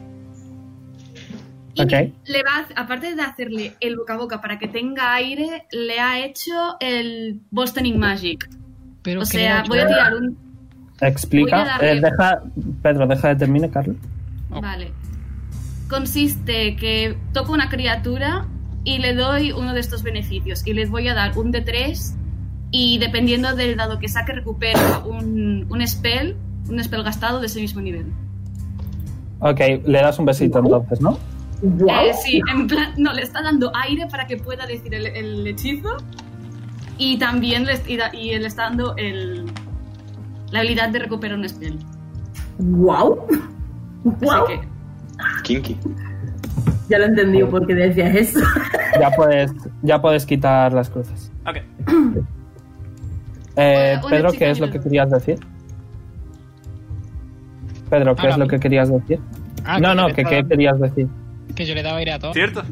S6: Y
S2: Ok.
S6: le va a, aparte de hacerle el boca a boca para que tenga aire, le ha hecho el Bostoning Magic.
S5: Pero
S6: O
S5: que le he
S6: sea,
S5: hecho-
S6: voy a tirar un Voy a
S2: Explica.
S6: darle-
S2: Eh, deja, Pedro, deja de terminar, Carlos.
S5: Ok.
S6: Vale. Consiste que toco una criatura y le doy uno de estos beneficios. Y les voy a dar un de 3 y dependiendo del dado que saque recupero un, un spell, un spell gastado de ese mismo nivel.
S2: Ok, le das un besito entonces, ¿no?
S8: Guau.
S6: Eh, sí, en plan, no, le está dando aire para que pueda decir el, el hechizo. Y también le, y da- y le está dando el, la habilidad de recuperar un spell.
S8: Guau.
S6: Así
S8: Guau.
S6: que,
S4: Kinky.
S8: Ya lo he entendido porque decías eso.
S2: Ya puedes, ya puedes quitar las cruces.
S1: Ok.
S2: Eh,
S6: Hola, hola,
S2: Pedro,
S6: chica,
S2: ¿qué es lo que
S6: ayuda.
S2: querías decir? Pedro, ¿qué
S5: Ahora
S2: es lo
S5: a mí.
S2: que querías decir?
S5: Ah,
S2: no, no,
S5: yo le
S2: que
S5: estaba
S2: qué
S5: dando-
S2: querías decir.
S5: que yo le daba aire a todo.
S1: ¿Cierto?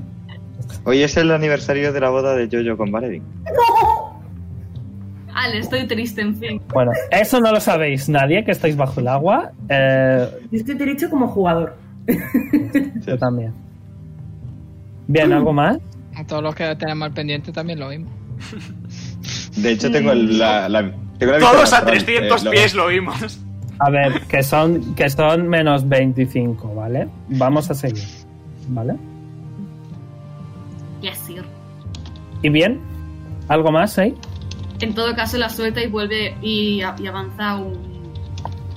S4: Hoy es el aniversario de la boda de Jojo con Valerie.
S6: Ale, estoy triste, en fin.
S2: Bueno, eso no lo sabéis nadie que estáis bajo el agua. Eh,
S8: Yo estoy triste como jugador.
S2: Yo también. Bien, ¿algo más?
S5: A todos los que tenemos al pendiente también lo vimos.
S4: De hecho, tengo el- la, la- tengo la vista
S1: Todos a
S4: astral, eh,
S1: 300
S4: lo-
S1: pies lo vimos.
S2: A ver, que son, que son menos 25, ¿vale? Vamos a seguir, ¿vale?
S6: Yes, sir.
S2: ¿Y bien? ¿Algo más ahí?
S6: En todo caso, la suelta y vuelve y, a- y avanza un,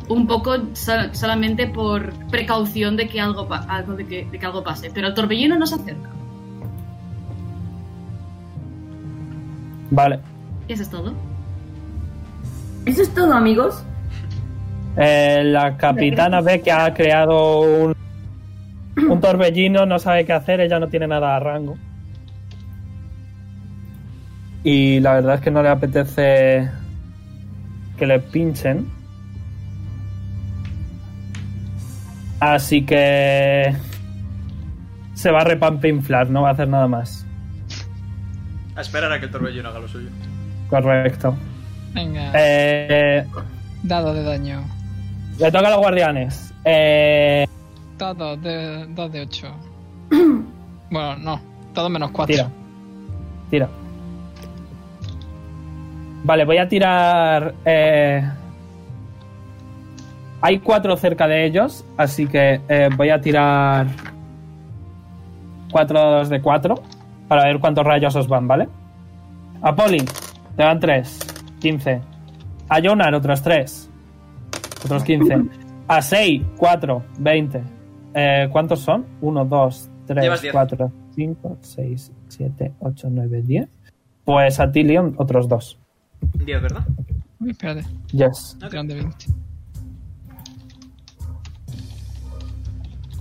S6: un poco sol- solamente por precaución de que algo, pa- algo de que, de que algo pase. Pero el torbellino no se acerca.
S2: Vale.
S6: Y eso es todo.
S8: Eso es todo, amigos.
S2: Eh, la capitana ve que ha creado un, un torbellino, no sabe qué hacer, ella no tiene nada a rango. Y la verdad es que no le apetece que le pinchen. Así que se va a repampinflar, no va a hacer nada más.
S1: A esperar a que el torbellino haga lo suyo.
S2: Correcto.
S5: Venga,
S2: Eh,
S5: dado de daño.
S2: le toca a los guardianes. Eh,
S5: Dado de 2 de 8. bueno, no, todo menos 4.
S2: Tira. Tira. Vale, voy a tirar. eh, Hay cuatro cerca de ellos, así que eh, voy a tirar. Cuatro dados de cuatro. Para ver cuántos rayos os van, ¿vale? A Poli, te dan tres. 15. A Jonar, otros tres. Otros 15. A 6, 4, 20. Eh, ¿Cuántos son? 1, 2, 3,
S1: Llevas diez.
S2: 4, 5, 6, 7, 8, 9, 10. Pues a Tilion, otros dos.
S1: 10, ¿verdad?
S5: Uy, espérate,
S2: Yes.
S5: tiran de 20.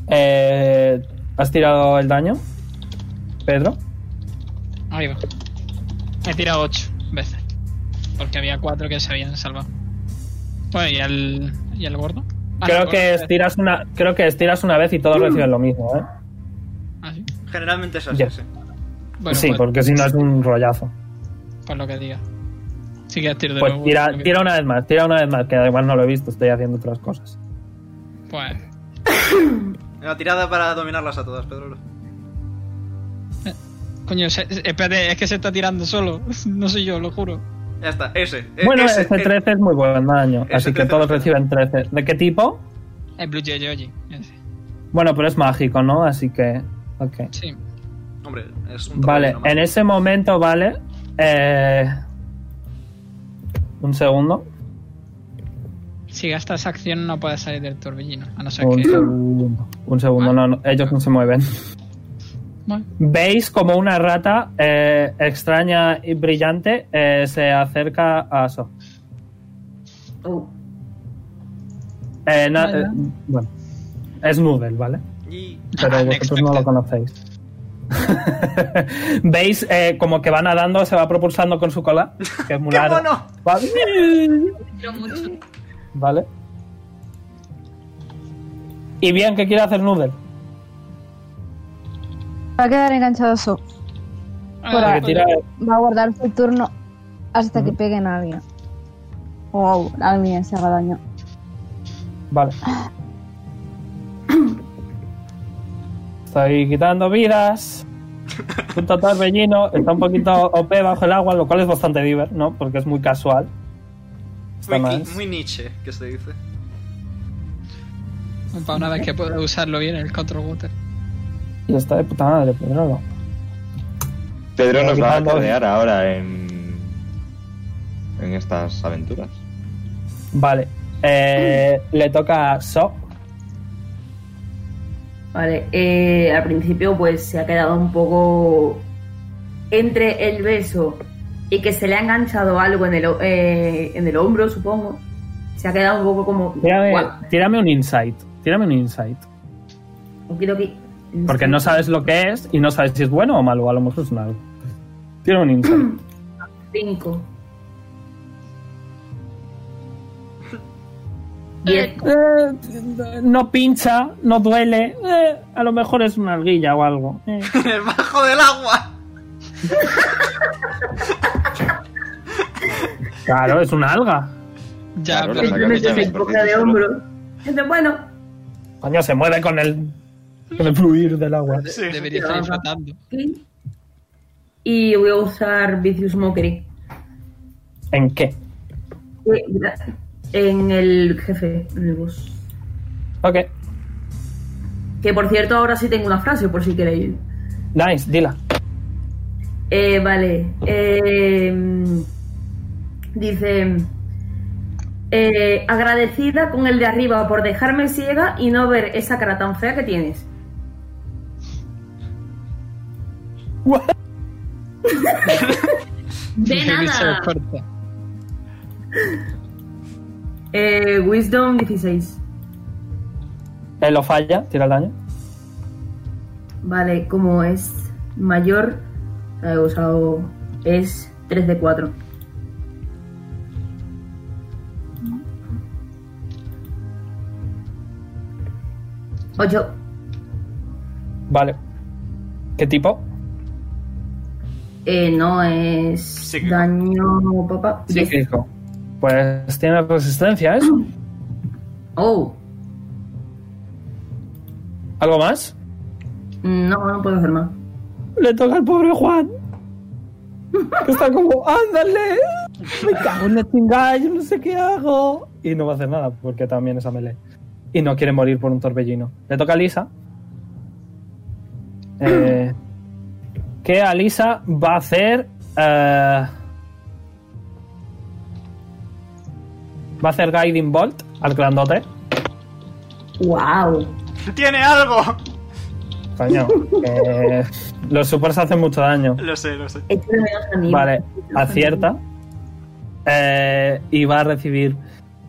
S2: Eh, ¿Has tirado el daño, Pedro?
S5: Ahí va. He tirado 8 veces. Porque había 4 que se habían salvado. Bueno, y el, y el gordo. Ah,
S2: creo,
S5: el gordo
S2: que
S5: es-
S2: estiras una, creo que estiras una vez y todos reciben lo mismo, ¿eh?
S5: Ah, sí.
S1: Generalmente es así.
S2: Ya.
S1: sí.
S5: Bueno,
S2: sí,
S5: pues,
S2: porque si no es un rollazo.
S5: pues lo que diga. Sí que tiro de
S2: Pues
S5: nuevo,
S2: tira,
S5: lo que-
S2: tira una vez más, tira una vez más, que además no lo he visto, estoy haciendo otras cosas.
S5: Pues
S1: La tirada para dominarlas a todas, Pedro.
S5: Coño, se- se- espérate, es que se está tirando solo. No soy yo, lo juro.
S1: Ya está, ese. eh,
S2: Bueno,
S1: ese,
S2: ese
S1: eh,
S2: 13 es muy buen daño,
S1: ese
S2: así que
S1: 13
S2: todos
S1: no.
S2: reciben 13. ¿De qué tipo?
S5: Es Blue Jay Joji.
S2: Bueno, pero es mágico, ¿no? Así que. Ok.
S5: Sí.
S1: Hombre, es un
S2: Vale,
S1: torbellino más.
S2: en ese momento, vale. Eh, un segundo.
S5: Si gastas acción no puedes salir del torbellino. A no ser
S2: Un
S5: que.
S2: segundo. Un segundo, no, no, ellos no se mueven.
S5: Bueno,
S2: Veis como una rata eh, extraña y brillante eh, se acerca a So.
S8: Oh.
S2: Eh, na-
S5: Vale.
S2: eh, bueno, es Noodle, ¿vale?
S1: Y
S2: pero
S5: Ah,
S2: vosotros no
S5: unexpected.
S2: lo conocéis. ¿Veis eh, como que va nadando, se va propulsando con su cola? Que es muy
S1: ¡Qué
S2: raro.
S1: mono!
S2: Va-
S6: Quiero mucho.
S2: Vale. Y bien, ¿qué quiere hacer Noodle?
S9: Va a quedar enganchado eso.
S5: Ah,
S9: Por ahí.
S2: Que tira-
S9: Va a guardar su turno hasta que peguen a alguien. O a alguien se haga daño.
S2: Vale. Estoy quitando vidas. Un total bellino. Está un poquito OP bajo el agua, lo cual es bastante diver, ¿no? Porque es muy casual. Está
S1: muy,
S2: más.
S1: muy Nietzsche, que se dice.
S5: pues Para una vez que pueda usarlo bien el control water.
S2: Y está de puta madre, pero no.
S4: Pedro nos va a
S2: Quitando-
S4: rodear ahora en. en estas aventuras.
S2: Vale. Eh, le toca a So.
S8: Vale, eh, al principio pues se ha quedado un poco entre el beso y que se le ha enganchado algo en el, o- eh, en el hombro, supongo. Se ha quedado un poco como...
S2: Tírame,
S8: "Guau,
S2: tírame un insight. Tírame un insight.
S8: no quiero que-".
S2: Porque no sabes lo que es y no sabes si es bueno o malo. A lo mejor es malo. Tírame un insight.
S8: Cinco. Diez.
S2: Eh, no pincha, no duele. eh, a lo mejor es una alguilla o algo. eh.
S1: ¡Debajo del agua!
S2: Claro, es una alga.
S5: Ya,
S4: Claro,
S5: pero
S4: la-
S8: Me se me coge de hombro. Entonces, bueno,
S2: Coño, se mueve con el, con el fluir del agua.
S1: Sí.
S5: debería estar flotando.
S8: aquí. Y voy a usar Vicious Mockery.
S2: ¿En qué?
S8: Eh, En el jefe, en el boss.
S2: Ok.
S8: Que por cierto, ahora sí tengo una frase, por si queréis.
S2: Nice, dila.
S8: Eh, vale. eh, dice. eh, agradecida con el de arriba por dejarme ciega y no ver esa cara tan fea que tienes.
S6: De
S5: Ese bicho
S6: nada.
S5: es fuerte.
S8: Eh, Wisdom 16.
S2: Él Eh, lo falla, tira el daño.
S8: Vale, como es mayor, la he usado. Es 3 de 4. Ocho.
S2: Vale. ¿Qué tipo?
S8: Eh, no es
S1: Psíquico.
S8: daño, papá. Diez.
S2: Psíquico. Pues tiene resistencia, ¿eh?
S8: Oh,
S2: ¿Algo más?
S8: no, no puedo hacer más.
S2: Le toca al pobre Juan. Que está como, ándale. Me cago en la chingada, yo no sé qué hago. Y no va a hacer nada, porque también es a melee. Y no quiere morir por un torbellino. Le toca a Lisa. Eh, que a Lisa va a hacer. eh, va a hacer Guiding Bolt al grandote.
S8: Wow.
S1: ¡Tiene algo!
S2: Coño, que los supers hacen mucho daño.
S1: Lo sé, lo sé.
S8: Echo de menos a mí.
S2: Vale, acierta. Eh, y va a recibir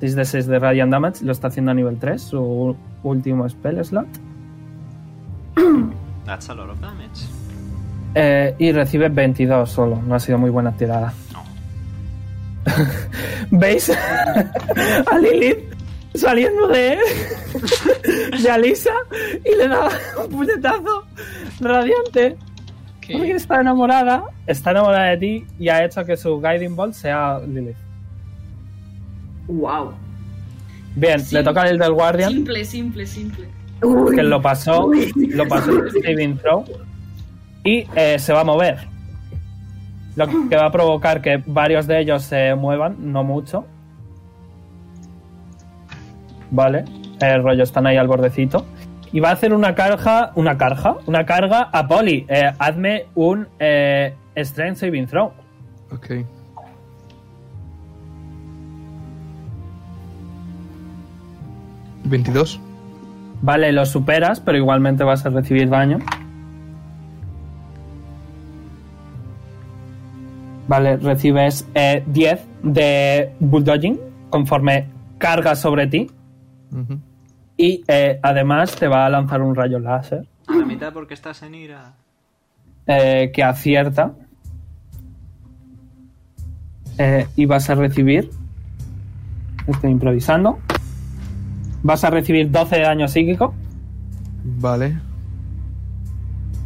S2: 6 de 6 de Radiant Damage. Lo está haciendo a nivel 3, su último spell slot.
S1: That's a lot of damage.
S2: Eh, y recibe 22 solo. No ha sido muy buena tirada. ¿Veis? a Lilith saliendo de, de Alisa y le da un puñetazo radiante.
S5: Que-
S2: Porque está enamorada. Está enamorada de ti y ha hecho que su Guiding Ball sea Lilith.
S8: Wow.
S2: Bien,
S6: Sí.
S2: le toca el del Guardian,
S6: Simple, simple, simple.
S8: Uy,
S2: que lo pasó, lo pasó el saving throw, y eh, se va a mover. Lo que va a provocar que varios de ellos se muevan, no mucho. Vale, el rollo están ahí al bordecito. Y va a hacer una carga, una carga, una carga a Poli. Eh, hazme un eh, Strength Saving Throw.
S7: Ok. ¿22?
S2: Vale, lo superas, pero igualmente vas a recibir daño. Vale, recibes eh, 10 de bulldogging conforme carga sobre ti.
S7: Ujú.
S2: Y eh, además te va a lanzar un rayo láser
S1: A la mitad porque estás en ira.
S2: eh, que acierta. Eh, y vas a recibir. Estoy improvisando. Vas a recibir 12 de daño psíquico.
S7: Vale.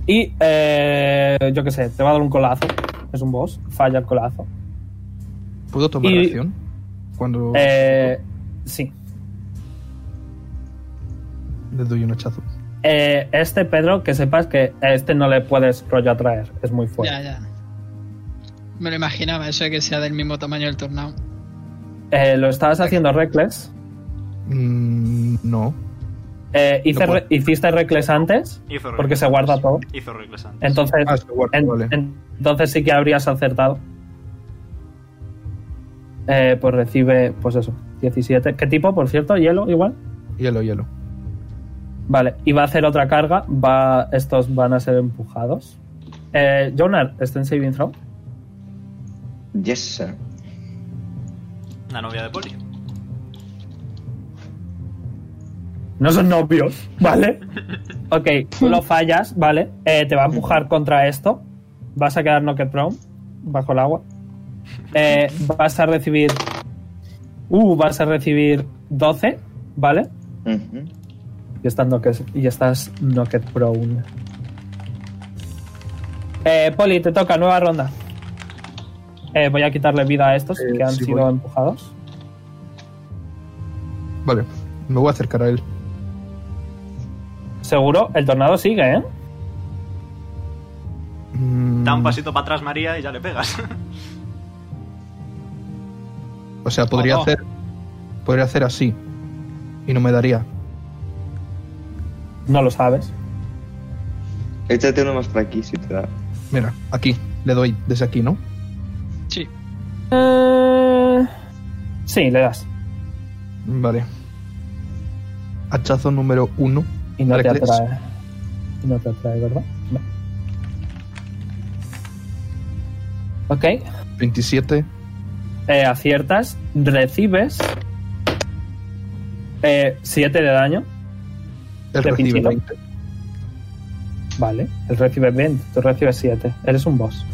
S2: Y eh, yo qué sé, te va a dar un colazo. Es un boss, falla el colazo.
S7: ¿Puedo tomar
S2: Y-
S7: acción? Cuando
S2: Eh, sí.
S7: le doy un hachazo.
S2: Eh, este Pedro, que sepas que a este no le puedes rollo atraer, es muy fuerte.
S5: Ya, ya. Me lo imaginaba, eso de que sea del mismo tamaño del tornado.
S2: Eh, lo estabas haciendo reckless.
S7: Mm, no.
S2: Eh, hice
S7: No puedo.
S2: re- hiciste reckless antes,
S1: Hizo reglas.
S2: porque se guarda todo.
S1: Hizo reglas antes.
S2: Entonces,
S7: Ah, se guarda,
S2: en-
S7: vale.
S2: en- entonces sí que habrías acertado. Eh, pues recibe, pues eso, 17. ¿Qué tipo, por cierto? ¿Hielo igual?
S7: Hielo, hielo.
S2: Vale, y va a hacer otra carga. Va, estos van a ser empujados. Eh, Jonar, ¿está en saving throw?
S4: Yes, sir.
S1: La novia de Poli.
S2: No son novios, ¿vale? Ok, tú lo fallas, ¿vale? Eh, te va a empujar contra esto. Vas a quedar knocked prone, bajo el agua. Eh, vas a recibir... Uh, vas a recibir 12, ¿vale?
S4: Ujú.
S2: Y estás knocked, y estás knocked prone. Eh, Poli, te toca, nueva ronda. Eh, voy a quitarle vida a estos
S7: Eh,
S2: que han
S7: sí,
S2: sido
S7: voy.
S2: empujados.
S7: Vale, me voy a acercar a él.
S2: Seguro, el tornado sigue, ¿eh?
S7: Mm,
S1: Da un pasito para atrás, María, y ya le pegas.
S7: O sea,
S5: Oh,
S7: podría
S5: no.
S7: hacer. Podría hacer así. Y no me daría.
S2: No lo sabes.
S4: Échate uno más para aquí si te da.
S7: Mira, aquí. Le doy desde aquí, ¿no?
S5: Sí.
S2: Eh, Sí, le das.
S7: Vale. Hachazo número uno.
S2: Y no te
S7: Reckless.
S2: atrae. Y no te atrae, ¿verdad? No. Ok.
S7: 27.
S2: eh, aciertas. Recibes. 7 de daño. Te
S7: Él recibe
S2: pinchito.
S7: 20.
S2: Vale. Él recibe 20. Tú recibes 7. Eres un boss.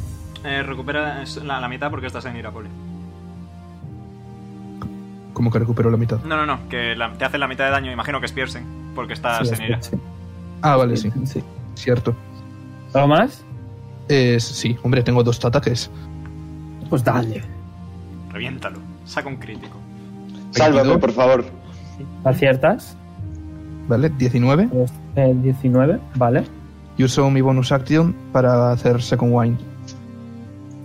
S1: Eh, recupera es la, la mitad porque estás en ira, Poli.
S7: Como que recupero la mitad.
S1: No, no, no, que la- te hace la mitad de daño, imagino que es piercing, porque estás
S2: Sí,
S1: en ira.
S2: sí.
S7: Ah, vale, sí.
S2: sí.
S7: Cierto.
S2: ¿Algo más?
S7: Es, sí, hombre, tengo dos ataques.
S2: Pues dale.
S1: Reviéntalo. Saca un crítico.
S4: Sálvame,
S7: 22.
S4: por favor.
S2: Aciertas.
S7: Vale, 19.
S2: Eh, 19. Vale.
S7: Y uso mi bonus action para hacer second wine.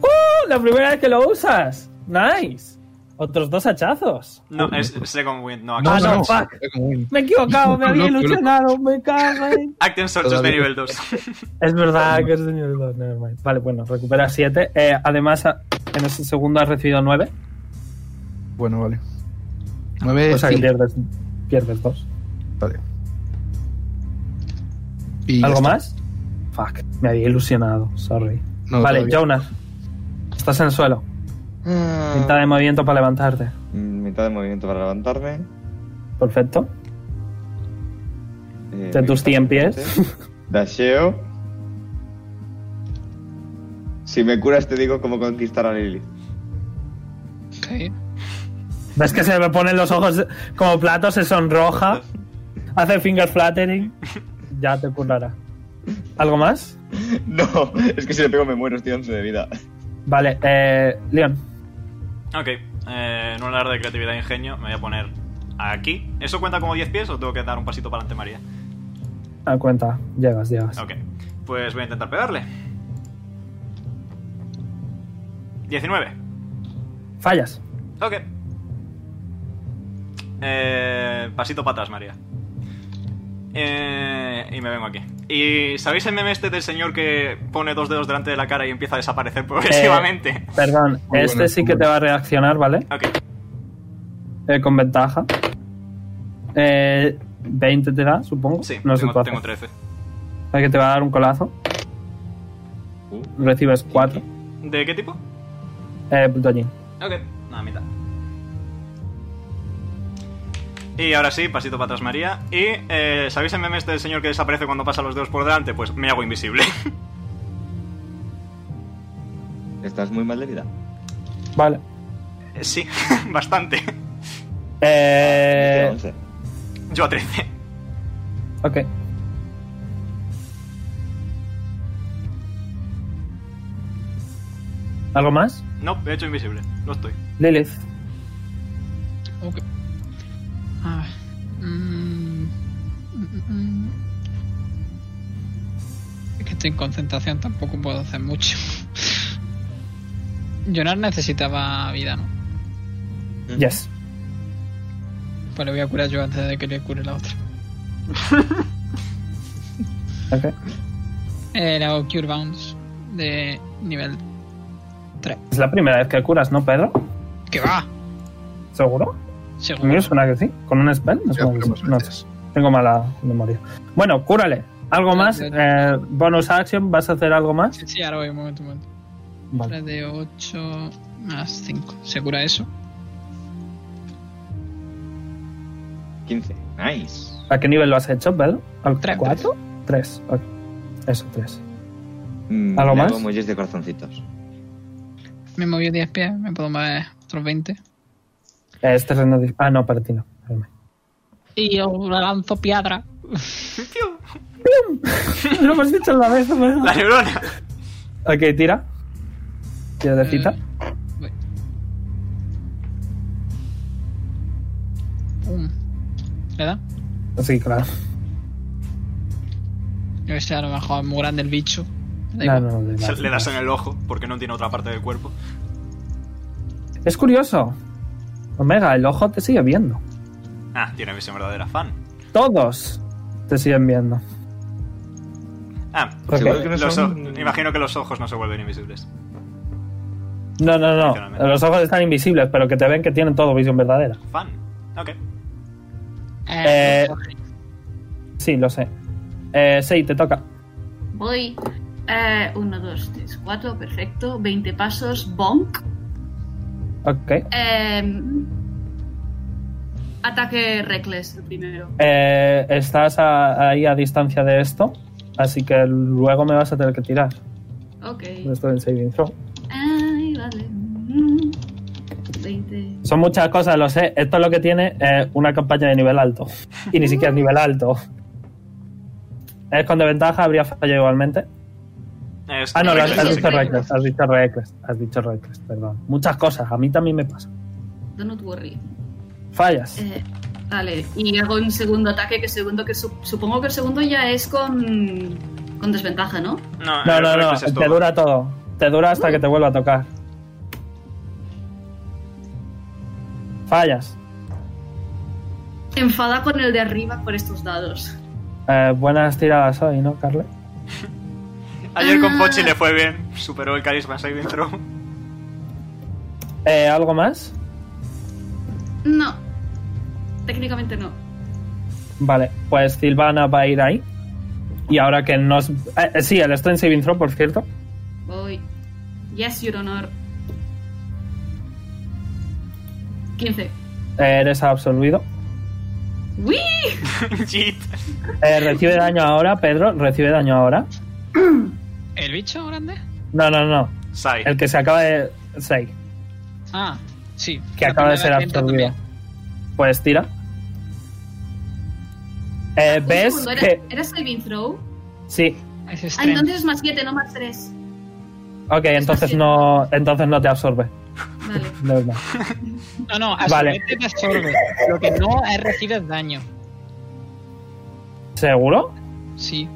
S2: ¡Oh, La primera vez que lo usas. Nice. Otros dos hachazos.
S1: No, es Second Wind, no,
S2: Ah,
S1: Action
S2: no,
S1: Surge.
S2: fuck.
S7: Second wine.
S2: Me he equivocado, me
S7: No,
S2: había
S7: no, no.
S2: ilusionado, me cago en-
S1: Action Surge es de
S7: Todavía.
S1: nivel 2.
S2: Es verdad que es de nivel 2, nevermind. Vale, bueno, recupera 7. Eh, además, a- en ese segundo has recibido 9.
S7: Bueno, vale. 9.
S2: o sea que pierdes, pierdes 2.
S7: Vale. Y ya
S2: ¿Algo
S7: está.
S2: más? Fuck, me había ilusionado, sorry.
S7: No,
S2: vale,
S7: todavía.
S2: Jonas, estás en el suelo.
S4: Ah,
S2: Pinta de movimiento para levantarte.
S4: mm, mitad de movimiento para levantarme.
S2: Perfecto.
S4: Eh,
S2: De tus 100 pies.
S4: Dasheo. Si me curas, te digo cómo conquistar a Lily.
S5: Ok.
S2: Ves que se me ponen los ojos como platos, se sonroja. Hace finger flattering. Ya te curará. ¿Algo más?
S4: No, es que si le pego me muero, estoy 11 de vida.
S2: Vale, eh, Leon.
S1: ok, eh, en un alarde de creatividad e ingenio, me voy a poner aquí. ¿Eso cuenta como 10 pies o tengo que dar un pasito para adelante, María?
S2: A cuenta, llegas, llegas.
S1: Ok, pues voy a intentar pegarle. 19.
S2: Fallas.
S1: Ok. Eh, pasito para atrás, María. Eh, y me vengo aquí. ¿Y sabéis el meme este del señor que pone dos dedos delante de la cara y empieza a desaparecer progresivamente?
S2: Perdón,
S7: Muy
S2: este
S7: buena,
S2: sí
S7: muy
S2: que te
S7: buena.
S2: va a reaccionar, ¿vale?
S1: Ok,
S2: Eh, con ventaja. Eh, 20 te da, supongo.
S1: sí,
S2: no sé
S1: tengo,
S2: cuánto.
S1: tengo 13.
S2: O sea que te va a dar un colazo.
S4: Uh.
S2: Recibes 4.
S1: ¿De qué tipo?
S2: Eh, punto allí.
S1: Ok, nada, mitad. Y ahora sí, pasito para atrás, María. Y, eh, ¿sabéis el meme este del señor que desaparece cuando pasa los dedos por delante? Pues me hago invisible.
S4: Estás muy mal de vida.
S2: Vale.
S1: Eh, sí, bastante.
S4: Estoy a
S2: Eh,
S4: 11.
S1: Yo a 13.
S2: ok. ¿Algo más?
S1: No, me he hecho invisible. No estoy.
S2: Lilith.
S5: Ok. A ver. Mm, mm, mm. Es que estoy en concentración, tampoco puedo hacer mucho. Jonar necesitaba vida, ¿no?
S2: Yes.
S5: Pues le voy a curar yo antes de que le cure la otra.
S2: Ok.
S5: Eh, le hago Cure Bounce de nivel.
S2: Es la primera vez que curas, ¿no, Pedro?
S5: ¡Que va!
S2: ¿Seguro? A mí
S5: Seguro.
S2: me suena que sí. ¿Con un spell? Me
S7: Ya
S2: suena que sí.
S7: veremos
S2: No sé.
S7: veces.
S2: Tengo mala memoria. Bueno, cúrale. ¿Algo más? Eh, bonus action, ¿vas a hacer algo más?
S5: Sí, ahora voy, un momento, un momento.
S2: Vale.
S5: 3 de 8 más 5. ¿Se cura eso?
S4: 15. Nice.
S2: ¿A qué nivel lo has hecho, Pedro? ¿Al
S5: Tres,
S2: cuatro? Tres. ok. Eso, tres.
S4: Mm,
S2: ¿Algo
S4: le
S2: más?
S4: hago emojis de corazoncitos.
S5: Me moví 10 pies, me puedo mover otros 20.
S2: Eh, Es terreno de... Ah, no, para ti no. Espérame.
S5: Y yo lanzo piedra.
S2: lo hemos dicho a la vez. ¿no?
S1: La neurona.
S2: Ok, tira. Piedrecita.
S5: Eh, voy. Pum. ¿Le da?
S2: Sí, claro.
S5: Yo que sé, a lo mejor es muy grande el bicho. Da
S2: No,
S5: igual.
S2: no, le
S1: Se-
S2: das.
S1: Le das en el ojo porque no tiene otra parte del cuerpo.
S2: Es curioso. Omega, el ojo te sigue viendo.
S1: Ah, tiene visión verdadera fan.
S2: Todos te siguen viendo.
S1: Ah,
S2: Ok.
S4: Seguro que no
S1: los
S4: son-
S1: o- imagino que los ojos no se vuelven invisibles.
S2: No, no, no.
S1: Literalmente.
S2: Los ojos están invisibles, pero que te ven que tienen todo visión verdadera.
S1: Fan. Ok.
S5: Eh,
S2: Eh, Sí, lo sé. Eh, sí, te toca.
S6: Voy. eh, 1, 2, 3, 4, perfecto. 20 pasos, bonk.
S2: Ok.
S6: Eh, ataque reckless, el primero.
S2: Eh, estás a- ahí a distancia de esto, así que luego me vas a tener que tirar.
S6: Ok.
S2: Esto en saving throw.
S6: Ay, vale. Mm. 20.
S2: Son muchas cosas, lo sé. Esto es lo que tiene eh, una campaña de nivel alto. Y ni siquiera es nivel alto. Es con desventaja, habría fallado igualmente.
S1: Es-
S2: Ah, no, lo has,
S6: Reckless,
S2: has dicho
S6: sí.
S2: reckless, has dicho reckless, has dicho reckless, perdón. Muchas cosas, a mí también me pasa.
S6: Don't worry.
S2: Fallas.
S6: Eh, vale, y hago un segundo ataque, que segundo que su- supongo que el segundo ya es con, con desventaja, ¿no?
S1: No,
S2: No,
S1: el
S2: no, no,
S1: reflex Ah, es
S2: te
S1: todo.
S2: dura todo. Te dura hasta que te vuelva a tocar. Fallas.
S6: Enfada con el de arriba por estos dados.
S2: Eh, buenas tiradas hoy, ¿no, Carle?
S1: Ayer con Pochi
S6: Ah.
S1: le fue bien. Superó el carisma saving throw.
S2: Eh, ¿Algo más?
S6: No, técnicamente no.
S2: Vale, pues Silvana va a ir ahí. Y ahora que nos... eh, eh, sí, el Strength Saving Throw, por cierto.
S6: Voy. Yes, Your Honor. 15.
S2: Eh, eres absolvido.
S6: ¡Wii!
S1: Jeet.
S2: Eh, recibe daño ahora, Pedro. Recibe daño ahora.
S5: ¿El bicho grande?
S2: No, no, no.
S1: Sai.
S2: El que se acaba de... 6.
S5: Ah, sí.
S2: que
S5: La
S2: acaba de ser
S5: primera vez que
S2: absorbido.
S5: entro
S2: Pues tira. Eh,
S6: Un
S2: ¿Ves
S6: segundo,
S2: que...?
S6: ¿Era, ¿Era saving throw?
S2: Sí.
S5: también. Es este.
S6: Ah,
S5: strength.
S6: entonces es más 7, no más 3.
S2: Ok, entonces
S6: sí.
S2: no, entonces no te absorbe.
S6: Vale.
S2: de verdad.
S5: No, no,
S2: Vale.
S5: vale. te absorbe. Lo que no es recibes daño.
S2: ¿Seguro?
S5: Sí.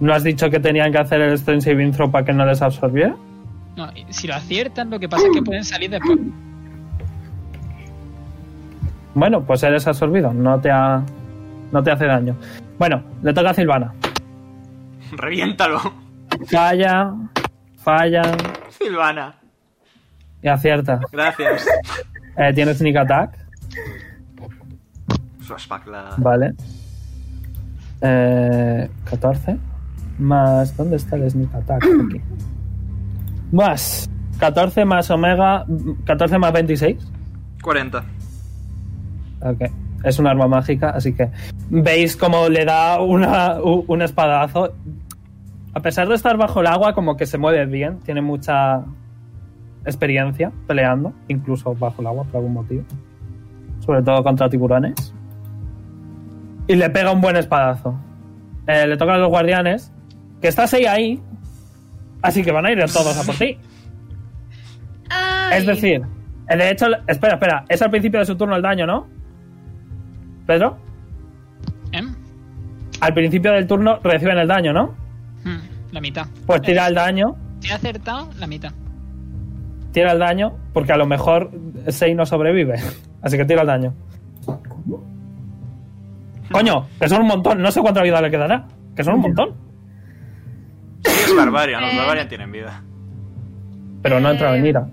S2: ¿No has dicho que tenían que hacer el Strength Saving Throw para que no les absorbiera?
S5: No, y si lo aciertan, lo que pasa es que pueden salir después.
S2: Bueno, pues eres absorbido. No te, ha, no te hace daño. Bueno, le toca a Silvana.
S1: Reviéntalo.
S2: Falla, falla
S1: Silvana.
S2: y acierta.
S1: Gracias.
S2: Eh, Tiene Sneak Attack.
S1: Flashback la.
S2: Vale. Eh, 14. Más. ¿Dónde está el sneak attack? Aquí. Más. 14 más omega. 14 más 26.
S1: 40.
S2: Ok. Es un arma mágica, así que. Veis cómo le da una, u- un espadazo. A pesar de estar bajo el agua, como que se mueve bien. Tiene mucha experiencia peleando, incluso bajo el agua por algún motivo. Sobre todo contra tiburones. Y le pega un buen espadazo. Eh, le toca a los guardianes, que estás ahí ahí. Así que van a ir todos a por ti.
S6: Ay.
S2: Es decir, eh, de hecho, espera, espera, es al principio de su turno el daño, ¿no? Pedro,
S5: ¿Eh?
S2: al principio del turno reciben el daño, ¿no?
S5: Hmm, La mitad.
S2: Pues tira el daño,
S5: Si he acertado, la mitad.
S2: tira el daño, porque a lo mejor Sei no sobrevive. Así que tira el daño. Coño, que son un montón, no sé cuánta vida le quedará, que son un montón,
S1: Sí, es Barbarian. Los
S6: Eh.
S1: Barbarian tienen vida.
S2: pero no entra en ira.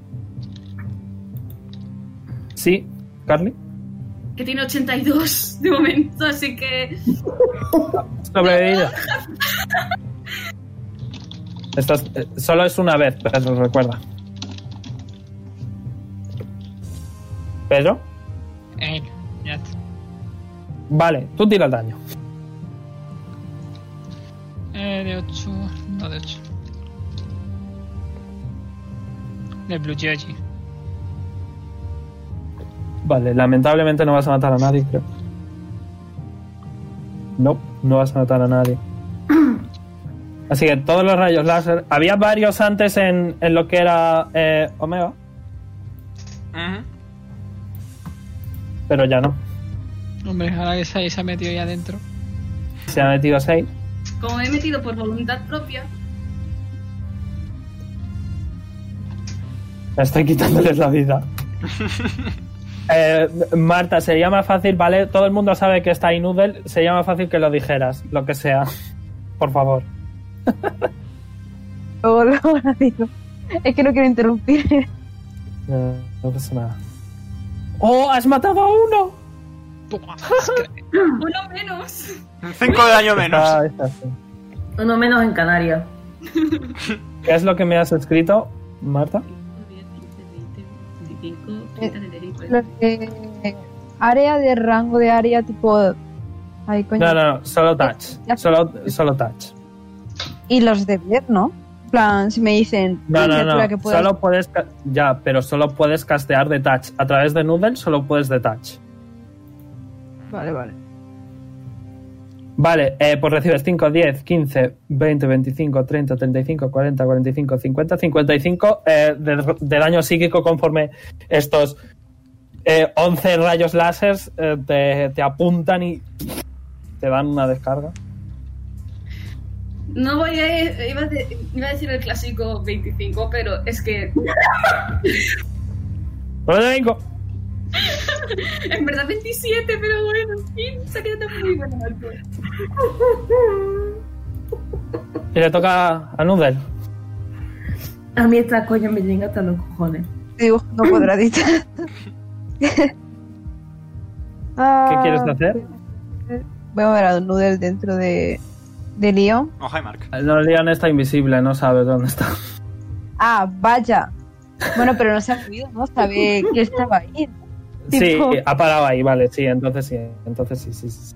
S2: Sí, Carly.
S6: que tiene 82 de momento, así que
S2: Sobrevivido. Esto es- eh, solo es una vez, pero recuerda. Pedro,
S5: Eh, ya está.
S2: vale, tú tira el daño.
S5: Eh, de 8, no de 8. De Blue Georgie.
S2: Vale, lamentablemente no vas a matar a nadie, creo. No, no vas a matar a nadie. Así que todos los rayos láser. Había varios antes en, en lo que era eh, Omega,
S1: Ujú.
S2: pero ya no.
S5: Hombre, ahora que se, se ha metido ya adentro.
S2: Se ha metido 6.
S6: como me he metido por voluntad propia,
S2: Estoy quitándoles la vida. Eh, Marta, sería más fácil, ¿vale? Todo el mundo sabe que está Inudel. Sería más fácil que lo dijeras, lo que sea. Por favor.
S9: Luego, luego la digo. Es que no quiero interrumpir.
S2: Eh, no pasa nada. ¡Oh, has matado a uno!
S5: Toma.
S6: uno menos.
S1: Cinco de daño
S2: Ah,
S1: menos.
S2: está, sí.
S8: Uno menos en Canarias.
S2: ¿Qué es lo que me has escrito, Marta?
S6: 10, 15, 20, 25, 35,
S9: Lo que- área de rango de área tipo. Ay, coño.
S2: No, no, no, solo touch.
S9: Ya.
S2: Solo, solo touch.
S9: Y los de ver, ¿no? En plan, si me dicen.
S2: No, no,
S9: criatura
S2: no.
S9: que pueda-
S2: Solo puedes. ca- Ya, pero solo puedes castear de touch. A través de Noodle solo puedes de touch.
S9: Vale, vale.
S2: Vale, eh, pues recibes 5, 10, 15, 20, 25, 30, 35, 40, 45, 50, 55 eh, de, de daño psíquico conforme estos eh, 11 rayos láser eh, te, te apuntan y te dan una descarga.
S6: No voy a. Iba a, de- iba a decir el clásico 25, pero es que.
S2: ¡Rodrigo!
S6: En verdad 27, pero bueno, en fin, está quedando muy bueno el juego.
S2: Y le toca a Noodle.
S8: A mí esta coña me llega hasta los cojones.
S9: Estoy dibujando cuadraditos.
S2: ¿Qué quieres hacer?
S9: Ah, Voy a ver a Noodle dentro de, de Leon.
S1: Ojo de Oh, Mark.
S2: No, Leon está invisible, no sabes dónde está.
S9: Ah, vaya. Bueno, pero no se ha movido, ¿no? Sabe que estaba ahí.
S2: Sí, eh,
S9: Tipo-
S2: ha parado ahí, vale, sí, entonces sí, entonces sí, sí, sí. sí.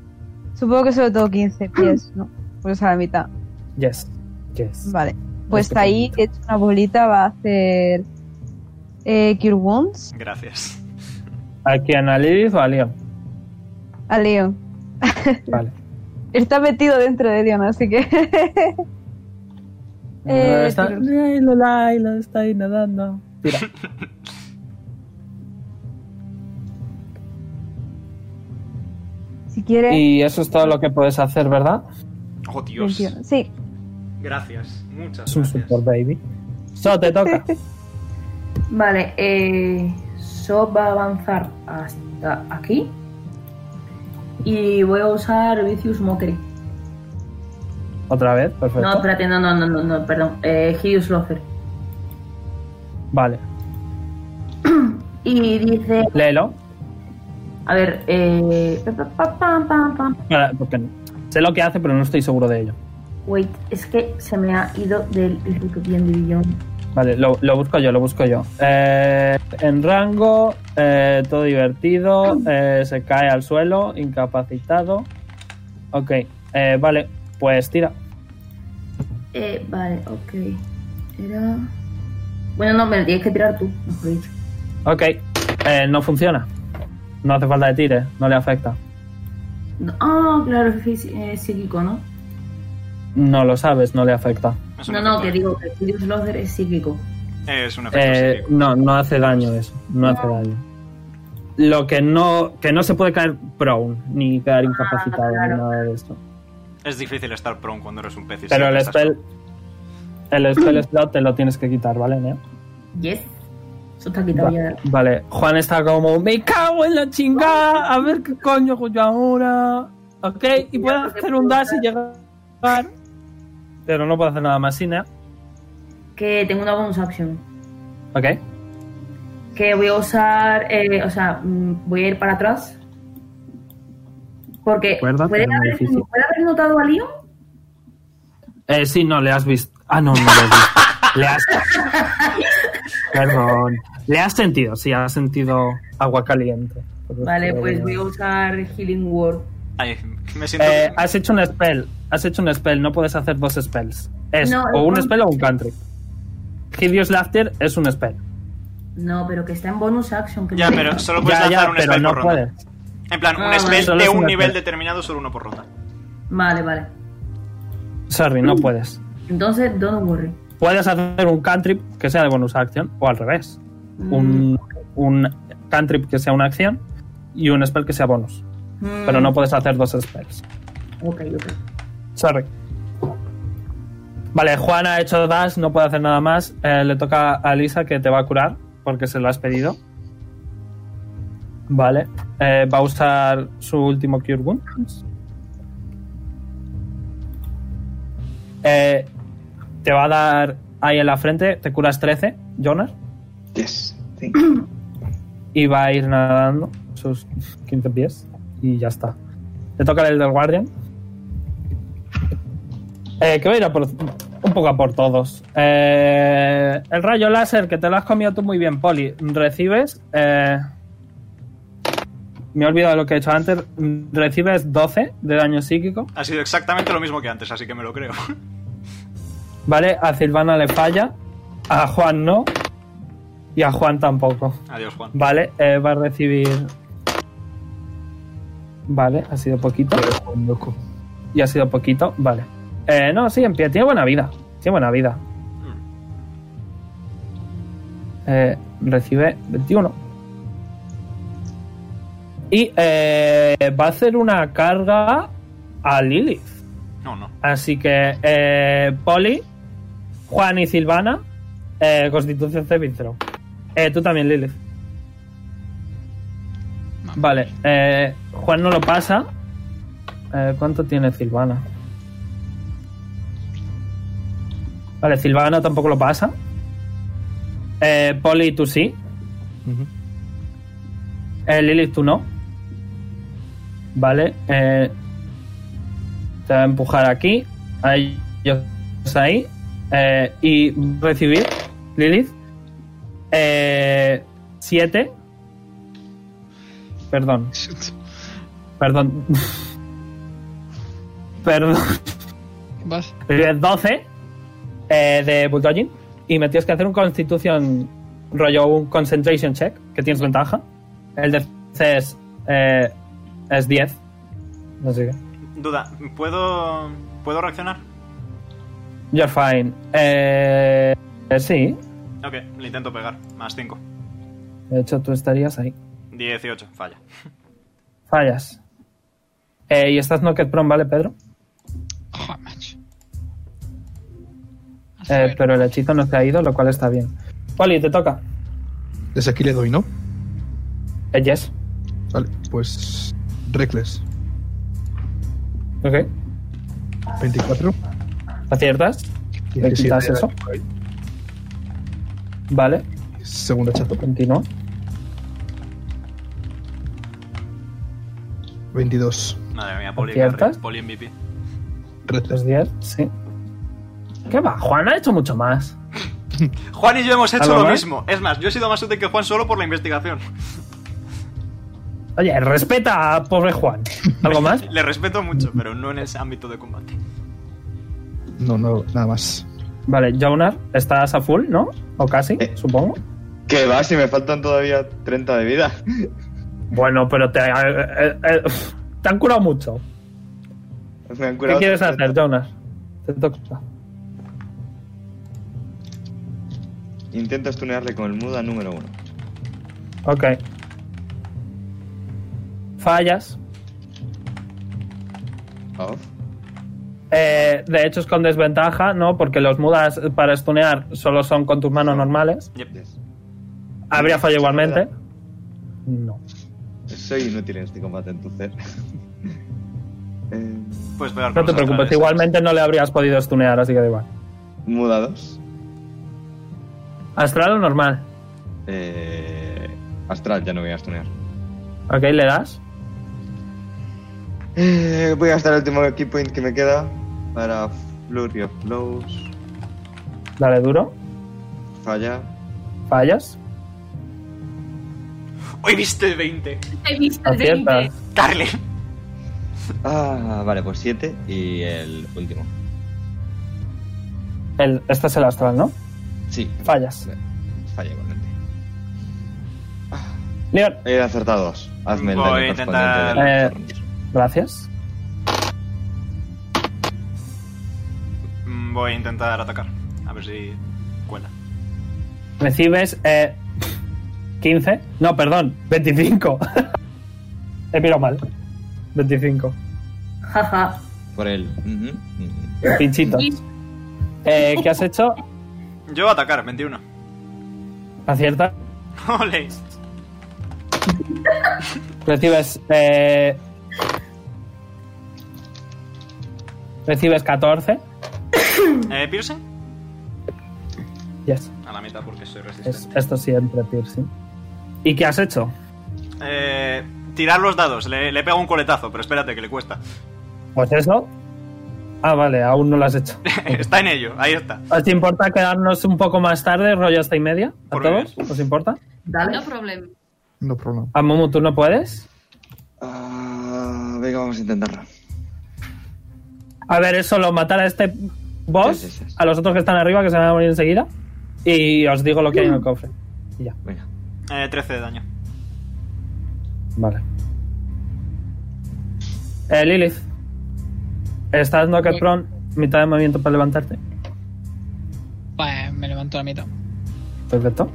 S9: Supongo que solo tengo 15 pies, ¿no? Porque es a la mitad.
S2: Yes, yes.
S9: Vale. Pues
S2: Este
S9: ahí, hecho una bolita, va a hacer eh, Cure Wounds
S1: Gracias.
S2: ¿A quién? ¿A Lilith o a Leon?
S9: a Leon.
S2: Vale.
S9: Está metido dentro de Leon, así que... Eh,
S2: está...
S9: pero-
S2: Ay, la, la, la, está ahí nadando. Tira.
S9: si quieres...
S2: y eso es todo lo que puedes hacer, ¿verdad?
S1: Oh, Dios.
S9: funciona. Sí.
S1: Gracias. Muchas
S2: Es un
S1: gracias.
S2: super baby. So, te toca.
S8: Vale, eh, So va a avanzar hasta aquí. Y voy a usar Vicious Mockery.
S2: Otra vez, perfecto.
S8: No, espérate, no, no, no, no, no, perdón. Eh, Hideous Loafer.
S2: Vale.
S8: Y dice,
S2: Léelo.
S8: a ver, eh, pa, pa, pa, pam, pam, pam.
S2: Para- porque sé lo que hace, pero no estoy seguro de ello.
S8: Wait, es que se me ha ido del bien de billón.
S2: Vale, lo, lo busco yo, lo busco yo. Eh, en rango, eh, todo divertido, eh, se cae al suelo, incapacitado. Ok, eh, vale, pues tira.
S8: Eh, vale, ok. Era... Bueno, no, me lo tienes que tirar tú, mejor dicho.
S2: Ok, eh, no funciona. No hace falta de tire, no le afecta.
S8: No- Ah, claro, es fisi- eh, psíquico, ¿no?
S2: No lo sabes, no le afecta.
S1: Es un
S8: No, no,
S1: efecto-
S8: que digo que Hideous Loafer es psíquico.
S1: Es un efecto
S2: Eh,
S1: psíquico.
S2: no, no hace daño eso. No hace daño. Lo que no, que no se puede caer prone, ni quedar incapacitado,
S8: claro.
S2: ni nada de esto.
S1: Es difícil estar prone cuando eres un pez. y
S2: Pero
S1: siempre
S2: el
S1: estás
S2: spell. El spell slot te lo tienes que quitar, ¿vale, Neo?
S8: Yes. Eso está
S2: Va-
S8: quitado ya.
S2: vale, Juan está como, me cago en la chingada, a ver qué coño hago yo ahora. Ok, y puedo hacer un dash y llegar. Pero no puedo hacer nada más, ¿sí, Neo?
S8: Que tengo una bonus action.
S2: Ok,
S8: Que voy a usar, eh, o sea, mm, voy a ir para atrás Porque
S2: Recuerda, pero
S8: puede
S2: es muy
S8: haber,
S2: difícil.
S8: puede haber notado a Leon.
S2: Eh, sí, no, le has visto. Ah, no, no le has visto. Le has. Perdón. Le has sentido, sí, has sentido agua caliente. Por eso
S8: Vale,
S2: lo
S8: pues
S2: digo.
S8: voy a usar Healing Word.
S1: Ay, me siento.
S2: Eh, has hecho un spell. Has hecho un spell. No puedes hacer dos spells. Es
S8: No,
S2: o un
S8: no.
S2: spell o un country. Hideous Laughter es un spell.
S8: No, pero que está en bonus action. Que
S1: Ya,
S8: no-
S1: pero solo puedes
S2: Ya,
S1: lanzar
S2: ya,
S1: un
S2: pero
S1: spell
S2: no
S1: por ronda.
S2: puedes.
S1: En plan,
S8: Ah,
S1: un
S8: vale.
S1: spell
S2: Solo
S1: de
S2: es
S1: un
S2: una
S1: nivel
S2: spell.
S1: determinado, solo uno por ronda.
S8: Vale, vale.
S2: Sorry, no puedes.
S8: Entonces, don't worry.
S2: Puedes hacer un cantrip que sea de bonus acción o al revés. Un, un cantrip que sea una acción y un spell que sea bonus.
S8: Mm,
S2: Pero no puedes hacer dos spells.
S8: Ok, ok.
S2: Sorry. Vale, Juan ha hecho dash, no puede hacer nada más. Eh, le toca a Lisa que te va a curar porque se lo has pedido. Vale. Eh, va a usar su último Cure Wounds. Eh, te va a dar ahí en la frente, te curas 13, Jonas,
S4: Yes. Thank you.
S2: y va a ir nadando sus 15 pies y ya está. Le toca el del Guardian. Eh, que voy a ir a por- un poco a por todos. Eh, el rayo láser, que te lo has comido tú muy bien, Poli. Recibes. eh, me he olvidado de lo que he hecho antes. Recibes 12 de daño psíquico.
S1: Ha sido exactamente lo mismo que antes, así que me lo creo.
S2: ¿Vale? A Silvana le falla. A Juan no. Y a Juan tampoco.
S1: Adiós, Juan.
S2: Vale, eh, va a recibir. Vale, ha sido poquito.
S7: Juan loco.
S2: Y ha sido poquito, vale. Eh, no, sí, en pie. Tiene buena vida. Tiene buena vida. Eh, recibe 21. Y eh, va a hacer una carga a Lilith.
S1: No, no.
S2: Así que eh, Poli, Juan y Silvana, eh, Constitución Saving Throw. Eh, tú también, Lilith. Vale, eh, Juan no lo pasa. Eh, ¿Cuánto tiene Silvana? Vale, Silvana tampoco lo pasa. Eh, Poli, tú sí. Eh, Lilith, tú no. Vale, eh, te va a empujar aquí, a ellos ahí, eh, y recibir, Lilith, eh, 7. perdón, perdón. perdón.
S5: Vas.
S2: Recibes 12 eh, de Bulldogging y me tienes que hacer un Constitución, rollo un Concentration Check, que tienes ventaja. El de C es, eh, es 10. Así que...
S1: Duda, ¿puedo. ¿Puedo reaccionar?
S2: You're fine. Eh, eh, sí,
S1: Ok, le intento pegar. Más 5.
S2: de hecho tú estarías ahí.
S1: 18, falla.
S2: Fallas. Eh, y estás knocked prone, ¿vale, Pedro?
S5: Joder, macho.
S2: Eh, pero el hechizo no te ha ido, lo cual está bien. Poli, te toca.
S7: Desde aquí le doy, ¿no?
S2: Eh, yes.
S7: Vale, pues. Reckless.
S2: Ok.
S7: 24.
S2: ¿Aciertas? ¿Le
S7: 17
S2: quitas
S7: de
S2: eso?
S7: daño.
S2: Vale,
S7: Segundo hachazo.
S2: continúa.
S7: 22.
S1: Madre mía, poli,
S2: ¿Aciertas?
S1: poli MVP.
S2: Los
S7: Reckless.
S2: 10, sí. ¿Qué va? Juan ha hecho mucho más.
S1: Juan y yo hemos hecho
S2: ¿Algo
S1: lo
S2: más?
S1: mismo. Es más, yo he sido más útil que Juan solo por la investigación.
S2: Oye, respeta a pobre Juan. ¿Algo más?
S1: Le respeto mucho, pero no en ese ámbito de combate.
S7: No, no, nada más.
S2: Vale, Jonar, estás a full, ¿no? O casi,
S4: Eh.
S2: supongo.
S4: ¿Qué va? Si me faltan todavía 30 de vida.
S2: Bueno, pero te, eh, eh, eh, te han curado mucho.
S4: Me han
S2: ¿Qué
S4: curado
S2: quieres
S4: 30.
S2: hacer, Jonas? Te toca.
S4: Intento stunearle con el muda número uno.
S2: Ok. Fallas.
S4: Off.
S2: Eh, de hecho es con desventaja, ¿no? Porque los mudas para stunear solo son con tus manos normales.
S1: Yep.
S4: Yes.
S2: Habría fallado igualmente. No.
S4: Soy inútil en este combate, entonces. Eh,
S1: Puedes pegar con
S2: No te
S1: los
S2: preocupes,
S1: astrales.
S2: igualmente no le habrías podido stunear, así que da igual.
S4: muda 2.
S2: Astral o normal.
S4: Eh, astral, ya no voy a stunear.
S2: Ok, le das.
S4: Eh, voy a gastar el último key point que me queda para Flurry of Blows.
S2: Dale duro.
S4: Falla.
S2: Fallas.
S1: Hoy viste el 20.
S6: He visto el 20.
S2: Aciertas.
S1: Carle.
S4: Ah, vale, pues 7 y el último.
S2: El, este es el astral, ¿no?
S4: Sí.
S2: Fallas.
S4: Falla igualmente.
S2: León,
S4: He acertado dos. Hazme el
S1: Voy
S4: daño
S1: a intentar-
S2: Eh.
S4: correspondiente del
S2: gracias.
S1: Mm, Voy a intentar atacar. A ver si cuela.
S2: Recibes eh, 15. No, perdón, 25. He mirado mal. 25.
S8: Jaja.
S4: Por el. ujú, ujú.
S2: Pinchito.
S6: Y
S2: Eh, ¿Qué has hecho?
S1: Yo atacar, 21.
S2: Acierta.
S1: Ole.
S2: Recibes. eh, recibes 14.
S1: Eh, piercing.
S2: Yes.
S1: A la mitad porque soy resistente.
S2: Es- esto siempre, piercing. ¿Y qué has hecho?
S1: Eh, tirar los dados. Le, le pego un coletazo, pero espérate que le cuesta.
S2: Pues eso. Ah, vale, aún no lo has hecho.
S1: está en ello, ahí está.
S2: ¿Os importa quedarnos un poco más tarde, rollo hasta y media? ¿A
S1: Por
S2: todos? ¿Os importa?
S8: Dale.
S6: No problema.
S7: No problema.
S2: ¿A Momo tú no puedes?
S4: Ah, venga, vamos a intentarlo.
S2: A ver, es solo matar a este boss,
S4: Sí, sí, sí.
S2: a los otros que están arriba, que se van a morir enseguida, y os digo lo que hay en el cofre. Y ya.
S4: Venga.
S1: Eh, 13 de daño.
S2: Vale. Eh, Lilith. Estás knocked
S5: Sí.
S2: prone, mitad de movimiento para levantarte.
S5: Pues me levanto la mitad.
S2: Perfecto.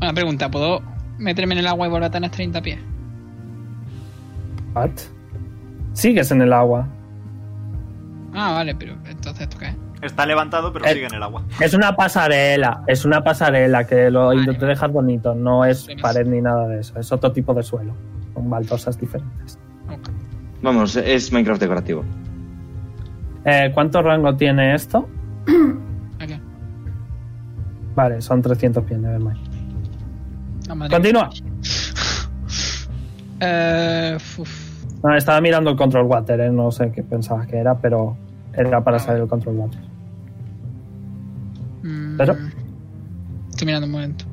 S5: Una pregunta, ¿puedo meterme en el agua y volver a tener 30 pies?
S2: What? Sigues en el agua.
S5: Ah, vale, pero entonces esto qué es.
S1: Está levantado, pero
S2: Eh.
S1: sigue en el agua.
S2: Es una pasarela, es una pasarela que lo
S5: Vale.
S2: intenté dejar bonito, no es
S5: Sí, sí.
S2: pared ni nada de eso, es otro tipo de suelo, con baldosas diferentes.
S5: Ok.
S4: Vamos, es Minecraft decorativo.
S2: Eh, ¿Cuánto rango tiene esto?
S5: Aquí.
S2: Vale, son 300 pies, nevermind.
S5: Ah, madre
S2: Continúa.
S5: mía. Eh, uf.
S2: No, Ah, estaba mirando el control water, eh, no sé qué pensabas que era, pero era para saber el control water.
S5: Mm.
S2: Pero-
S5: Estoy mirando un momento.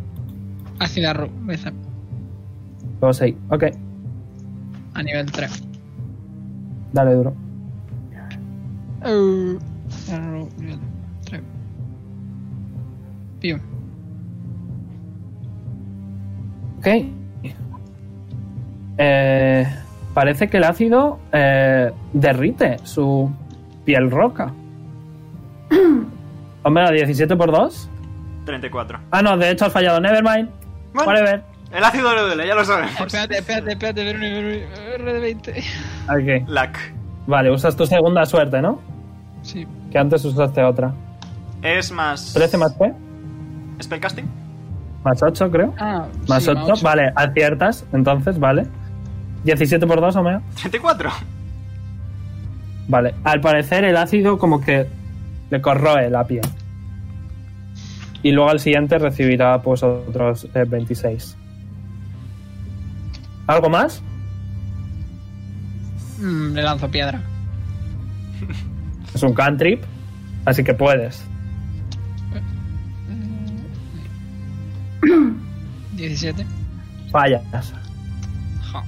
S5: Ácida ro- esa,
S2: Luego sí, ok,
S5: a nivel 3.
S2: dale duro.
S5: Uh, ro- nivel 3. Bien.
S2: Ok. Eh, parece que el ácido eh, derrite su piel roca. Hombre, ¿a 17 por 2.
S1: 34.
S2: Ah, no, de hecho has fallado, nevermind.
S1: Bueno,
S2: Whatever.
S1: el ácido le duele, ya lo sabemos.
S5: Espérate, espérate, espérate, ver un R20.
S2: Ok.
S1: Lack.
S2: Vale, usas tu segunda suerte, ¿no?
S5: Sí.
S2: Que antes usaste otra.
S1: Es más.
S2: 13 más qué?
S1: Spellcasting.
S2: Más 8, creo.
S5: Ah,
S2: Más
S5: sí,
S2: 8,
S5: ocho.
S2: vale, aciertas, entonces, vale. 17 por 2, Omega.
S1: 34.
S2: Vale, al parecer el ácido como que le corroe la piel. Y luego al siguiente recibirá pues otros eh, 26. ¿Algo más?
S5: Mm, le lanzo piedra.
S2: Es un cantrip, así que puedes.
S5: 17.
S2: Fallas.
S5: Ja.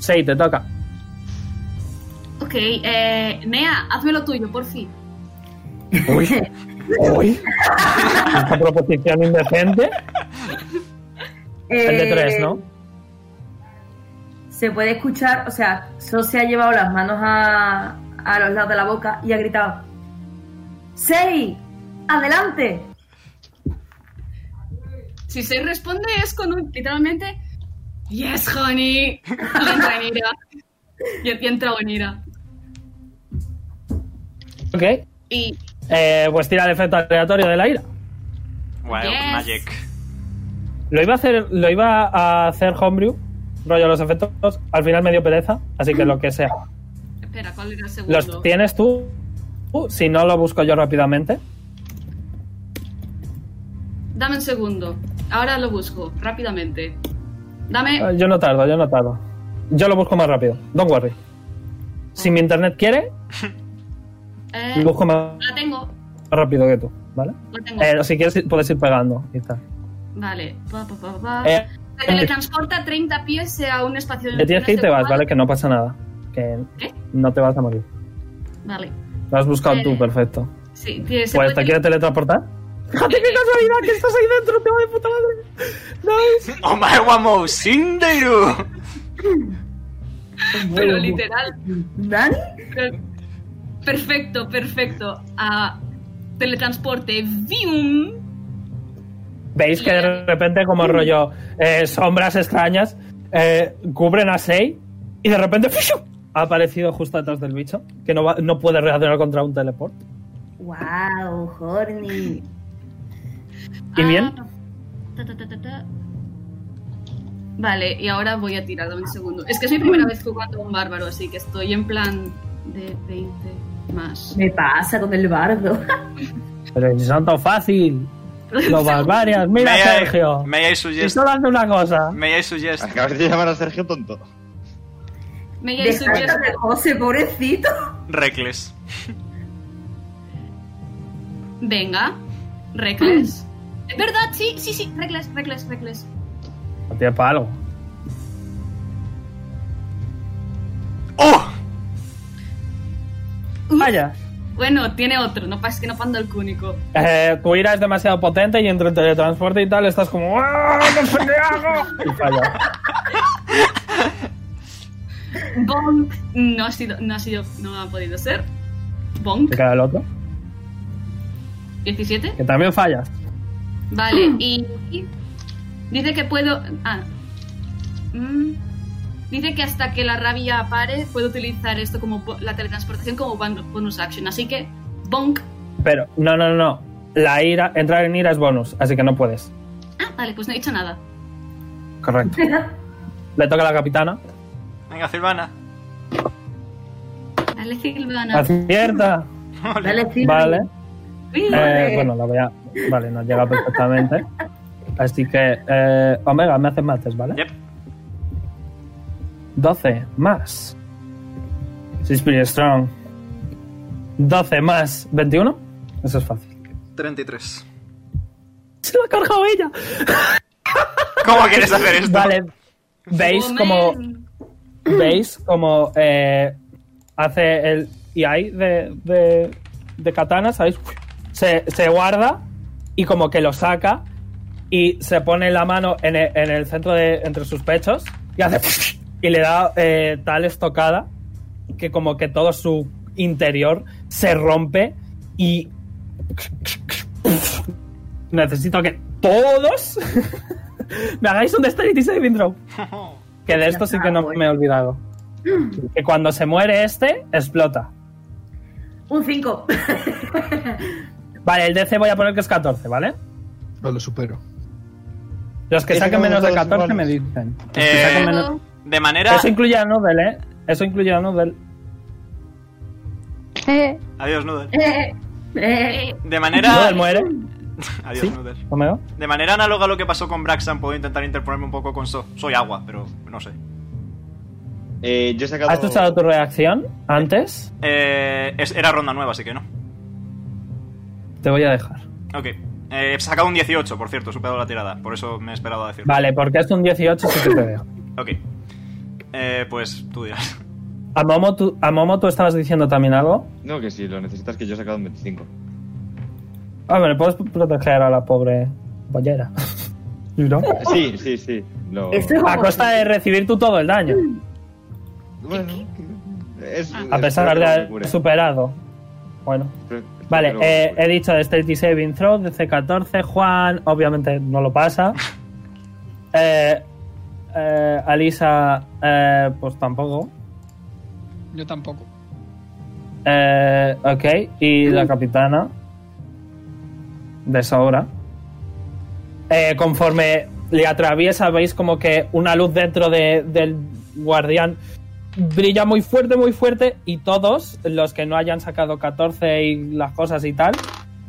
S2: Sí, te toca.
S6: Ok, eh, Nea, hazme lo tuyo, por fin.
S2: Uy. Uy.
S5: Ah.
S2: Esta proposición indecente.
S5: Eh.
S8: Eh,
S2: El de 3, ¿no?
S8: Se puede escuchar, o sea, So se ha llevado las manos a, a los lados de la boca y ha gritado: ¡Sei! ¡Adelante!
S6: Si se responde es con un, literalmente, Yes, honey. Y entra en ira. Y aquí entra en ira.
S2: Ok.
S6: Y
S2: Eh, pues tira el efecto aleatorio de la ira.
S1: Wow,
S6: Yes.
S1: Magic.
S2: Lo iba a hacer, lo iba a hacer Homebrew, rollo los efectos, al final me dio pereza, así que lo que sea.
S6: Espera, ¿cuál era el segundo?
S2: ¿Los tienes tú? Uh, si no, lo busco yo rápidamente.
S6: Dame un segundo. Ahora lo busco, rápidamente. Dame.
S2: Eh, Yo no tardo, yo no tardo. Yo lo busco más rápido, don't worry. Si mi internet quiere,
S6: Eh,
S2: busco más
S6: la tengo,
S2: rápido que tú, ¿vale?
S6: la tengo.
S2: Eh, si quieres, puedes ir pegando y tal.
S6: Vale. Pa, pa, pa, pa.
S2: Eh,
S6: Se teletransporta 30 pies a un espacio...
S2: te tienes que ir, te vas, ¿vale? Que no pasa nada. Que
S6: ¿Qué?
S2: no te vas a morir.
S6: ¿Eh? Vale.
S2: Lo has buscado
S6: Eh,
S2: tú, perfecto.
S6: Sí, tiene- se
S2: Pues
S6: puede
S2: te quieres teletransportar. ¡Fíjate qué casualidad que estás ahí dentro! ¡Te va de puta madre! ¡No! es-
S1: ¡Oh, my guamo! ¡Sindeiru!
S6: Pero literal.
S8: ¿Dani?
S6: Per- Perfecto, perfecto. A teletransporte. ¡Vium!
S2: ¿Veis que de repente, como rollo, eh, sombras extrañas eh, cubren a Sei y de repente ¡fishu! ha aparecido justo detrás del bicho, que no, va- no puede reaccionar contra un teleport.
S8: ¡Wow, Horny!
S2: ¿Y
S6: Ah,
S2: bien?
S6: ta, ta, ta, ta, ta. Vale, y ahora voy a tirar, dame un segundo. Es que es mi primera vez jugando a un bárbaro, así que estoy en plan de 20 más.
S8: Me pasa con el bardo.
S2: Pero si son tan fácil. Los barbarias. Mira,
S1: May I-
S2: Sergio.
S1: May I
S2: Y
S1: suggest...
S2: solo hace una cosa.
S1: May I suggest...
S4: Acabas de llamar a Sergio tonto.
S6: Me ya hizo-
S8: Deja de José, pobrecito.
S1: Reckless.
S6: Venga, Reckless. Es verdad, sí, sí, sí, Reckless, Reckless, Reckless.
S2: No tiene para algo.
S1: ¡Oh!
S2: Vaya.
S6: Bueno, tiene otro, no pasa es que no pando el cúnico.
S2: Eh, tu ira es demasiado potente y entre el teletransporte y tal estás como. ¡Ah, ¡No sé qué hago! Y falla.
S6: Bonk no ha sido, no ha sido, no ha podido ser. Bonk,
S2: Te queda el otro.
S6: 17.
S2: Que también fallas.
S6: Vale, y y dice que puedo. Ah. Mm. Dice que hasta que la rabia pare, puedo utilizar esto como bo- la teletransportación como bon- bonus action. Así que, bonk.
S2: Pero, no, no, no. La ira, entrar en ira es bonus, así que no puedes.
S6: Ah, vale, pues no he dicho nada.
S2: Correcto. Le toca a la capitana.
S1: Venga, Silvana.
S6: Vale, Silvana.
S2: Acierta.
S8: Dale, Silvi.
S2: Vale.
S6: Uy,
S2: Eh, bueno, la voy a. Vale, nos llega perfectamente. Así que, eh, Omega, me haces mates, ¿vale?
S1: Yep.
S2: 12 más. Six Pretty Strong. 12 más 21. Eso es fácil.
S1: 33.
S2: Se lo ha cargado ella.
S1: ¿Cómo quieres hacer esto?
S2: Vale. Veis como.
S6: Woman.
S2: Veis como eh, hace el EI de, de, de Katana, ¿sabéis? Se, se guarda y como que lo saca y se pone la mano en el, en el centro de entre sus pechos y hace y le da eh, tal estocada que como que todo su interior se rompe y necesito que todos me hagáis un Dexterity Saving Throw. Que de esto sí que no me he olvidado. Que cuando se muere este, explota.
S8: Un 5.
S2: Vale, el DC voy a poner que es 14, ¿vale?
S7: No lo supero.
S2: Los que
S4: Tiene
S2: saquen
S4: que
S2: menos de
S4: haber todos
S2: 14 me
S4: iguales.
S2: dicen. Los que
S1: Eh,
S2: saquen menos-
S6: Luego,
S1: De manera...
S2: Eso incluye a Noodle, ¿eh? Eso incluye a Noodle.
S9: Eh,
S1: Adiós, Noodle.
S8: Eh, eh,
S6: eh,
S1: De
S2: Noodle
S1: manera...
S2: muere.
S1: Adiós,
S2: ¿Sí?
S1: Noodle.
S2: Omega.
S1: De manera análoga a lo que pasó con Braxan, puedo intentar interponerme un poco con So. Soy agua, pero no sé.
S4: Eh, yo he sacado.
S2: ¿Has usado tu reacción antes?
S1: Eh, es- era ronda nueva, así que no.
S2: Te voy a dejar.
S1: Ok. Eh, he sacado un 18, por cierto, he superado la tirada. Por eso me he esperado a decirlo.
S2: Vale, porque es un 18 sí que te dejo.
S1: Ok. Eh, pues tú dirás.
S2: A Momo, tú, a Momo, tú estabas diciendo también algo.
S4: No, que si lo necesitas, que yo he sacado un 25.
S2: Ah, me puedes proteger a la pobre bollera. ¿No?
S4: Sí, sí, sí. Lo...
S8: Esto es
S2: A costa de recibir tú todo el daño.
S4: Bueno. Es,
S2: A pesar de haber superado. Bueno. Vale, eh, he dicho de State Saving Throw, DC14, Juan, obviamente no lo pasa. Eh, eh, Alisa, eh, pues tampoco.
S5: Yo tampoco.
S2: Eh, ok, y la capitana. De sobra. Eh, conforme le atraviesa, veis como que una luz dentro de- del guardián brilla muy fuerte, muy fuerte. Y todos los que no hayan sacado 14 y las cosas y tal,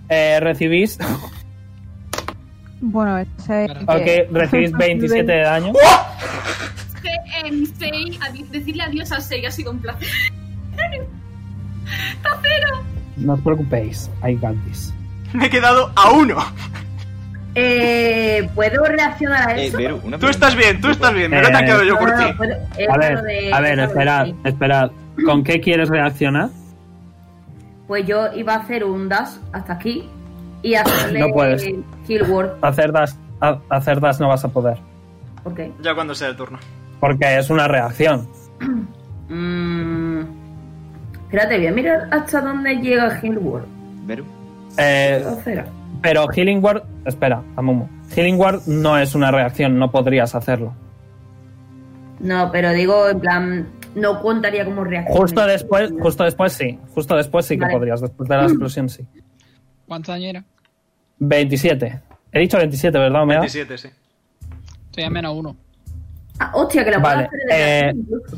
S2: eh, recibís.
S9: bueno, esa es.
S8: Eh,
S2: Ok, recibís 27 de daño.
S6: eh, que, em, Sei, a di- decirle adiós a Sei ha sido un placer.
S2: No os preocupéis, hay gantis.
S1: Me he quedado a uno.
S8: Eh, ¿Puedo reaccionar a
S4: Eh,
S8: eso?
S4: Vero, una
S1: Tú
S4: pregunta.
S1: estás bien, tú estás bien. Me lo he
S2: Eh,
S1: atacado yo
S8: No,
S1: por
S8: no,
S1: ti.
S8: puedo- eh,
S2: A
S8: lo
S2: ver,
S8: de-
S2: a ver,
S8: lo de-
S2: esperad,
S8: sí.
S2: esperad. ¿Con qué quieres reaccionar?
S8: Pues yo iba a hacer un dash hasta aquí y hacerle
S2: No puedes.
S8: eh, Kill Word.
S2: Hacer das, a- hacer das no vas a poder,
S8: Ok.
S1: Ya cuando sea el turno.
S2: porque es una reacción.
S8: Mm, espérate, voy a mirar hasta dónde llega Heal Word.
S4: Vero.
S2: Eh,
S8: Lo cero.
S2: pero Healing Ward, espera, Amumu. Healing Ward no es una reacción, no podrías hacerlo.
S8: No, pero digo, en plan, no contaría como reacción.
S2: Justo después, justo después sí, justo después sí que
S8: Vale.
S2: podrías, después de la explosión sí.
S5: ¿Cuánto daño era?
S2: 27. He dicho 27, ¿verdad, Omega?
S1: 27, sí.
S5: Estoy a menos uno.
S8: Ah, hostia, que la puedo
S2: Vale,
S8: hacer de
S2: eh,
S8: reacción incluso.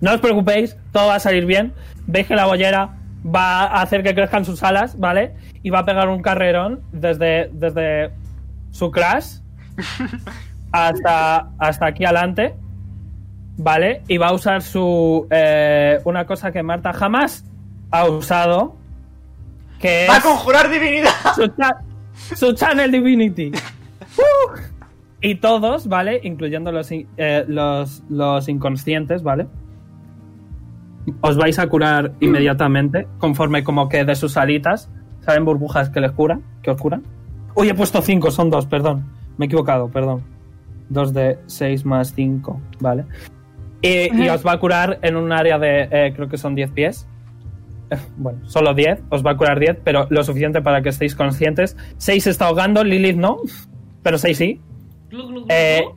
S2: No os preocupéis, todo va a salir bien. Veis que la bollera va a hacer que crezcan sus alas, ¿vale? Y va a pegar un carrerón desde, desde su crash hasta, hasta aquí adelante, ¿vale? Y va a usar su. eh, una cosa que Marta jamás ha usado, que
S1: ¡Va a
S2: es
S1: conjurar divinidad!
S2: su, cha- su Channel Divinity. ¡Uh! Y todos, ¿vale? Incluyendo los, in- eh, los, los inconscientes, ¿vale? Os vais a curar inmediatamente, conforme como que de sus alitas salen burbujas que les curan, que os curan. Uy, he puesto 5, son 2, perdón. Me he equivocado, perdón. 2 de 6 más 5, ¿vale? Y, y os va a curar en un área de, eh, creo que son 10 pies, bueno, solo 10, os va a curar 10, pero lo suficiente para que estéis conscientes. 6 está ahogando, Lilith no, pero 6 sí.
S6: Glu, glu, glu,
S2: Eh,
S6: glu.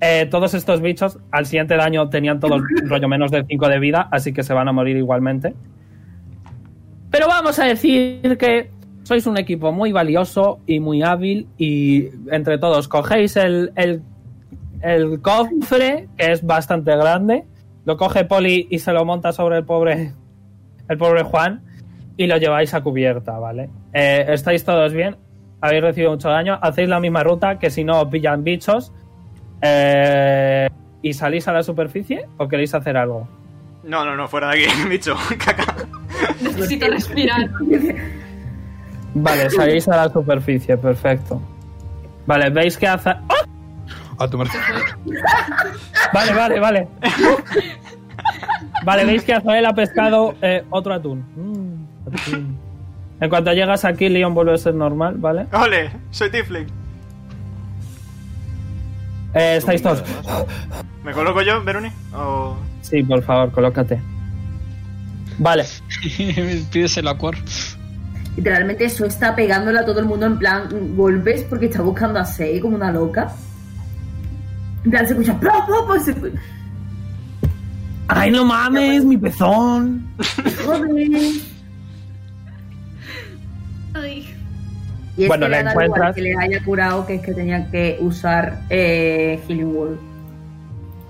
S2: eh, todos estos bichos al siguiente daño tenían todo el rollo menos de 5 de vida, así que se van a morir igualmente. Pero vamos a decir que sois un equipo muy valioso y muy hábil y entre todos cogéis el, el, el cofre, que es bastante grande, lo coge Poli y se lo monta sobre el pobre, el pobre Juan y lo lleváis a cubierta, ¿vale? Eh, ¿Estáis todos bien? ¿Habéis recibido mucho daño? ¿Hacéis la misma ruta que si no os pillan bichos? Eh, ¿Y salís a la superficie o queréis hacer algo?
S1: No, no, no, fuera de aquí, bicho. Caca.
S6: Necesito respirar.
S2: Vale, salís a la superficie, perfecto. Vale, veis que hace... ¡Ah!
S7: A tomar.
S2: Vale, vale, vale. Vale, veis que Azael ha pescado eh, otro atún. Mm, atún. En cuanto llegas aquí, Leon vuelve a ser normal, ¿vale?
S1: Ole, soy Tifling.
S2: Eh, estáis todos...
S1: ¿Me coloco yo, Veroni? O...
S2: Sí, por favor, colócate. Vale,
S5: Pídeselo a Quor.
S8: Literalmente eso está pegándole a todo el mundo en plan mm, golpes porque está buscando a Sei como una loca. En plan se escucha... "Pro, pro, pro", se escu-
S2: ¡Ay, no mames! ¡Mi pezón!
S8: Joder.
S6: Ay.
S8: Y es
S2: Bueno,
S8: que
S2: la
S8: le da igual
S2: encuentras.
S8: que le haya curado que es que tenía que usar eh, Healing Word.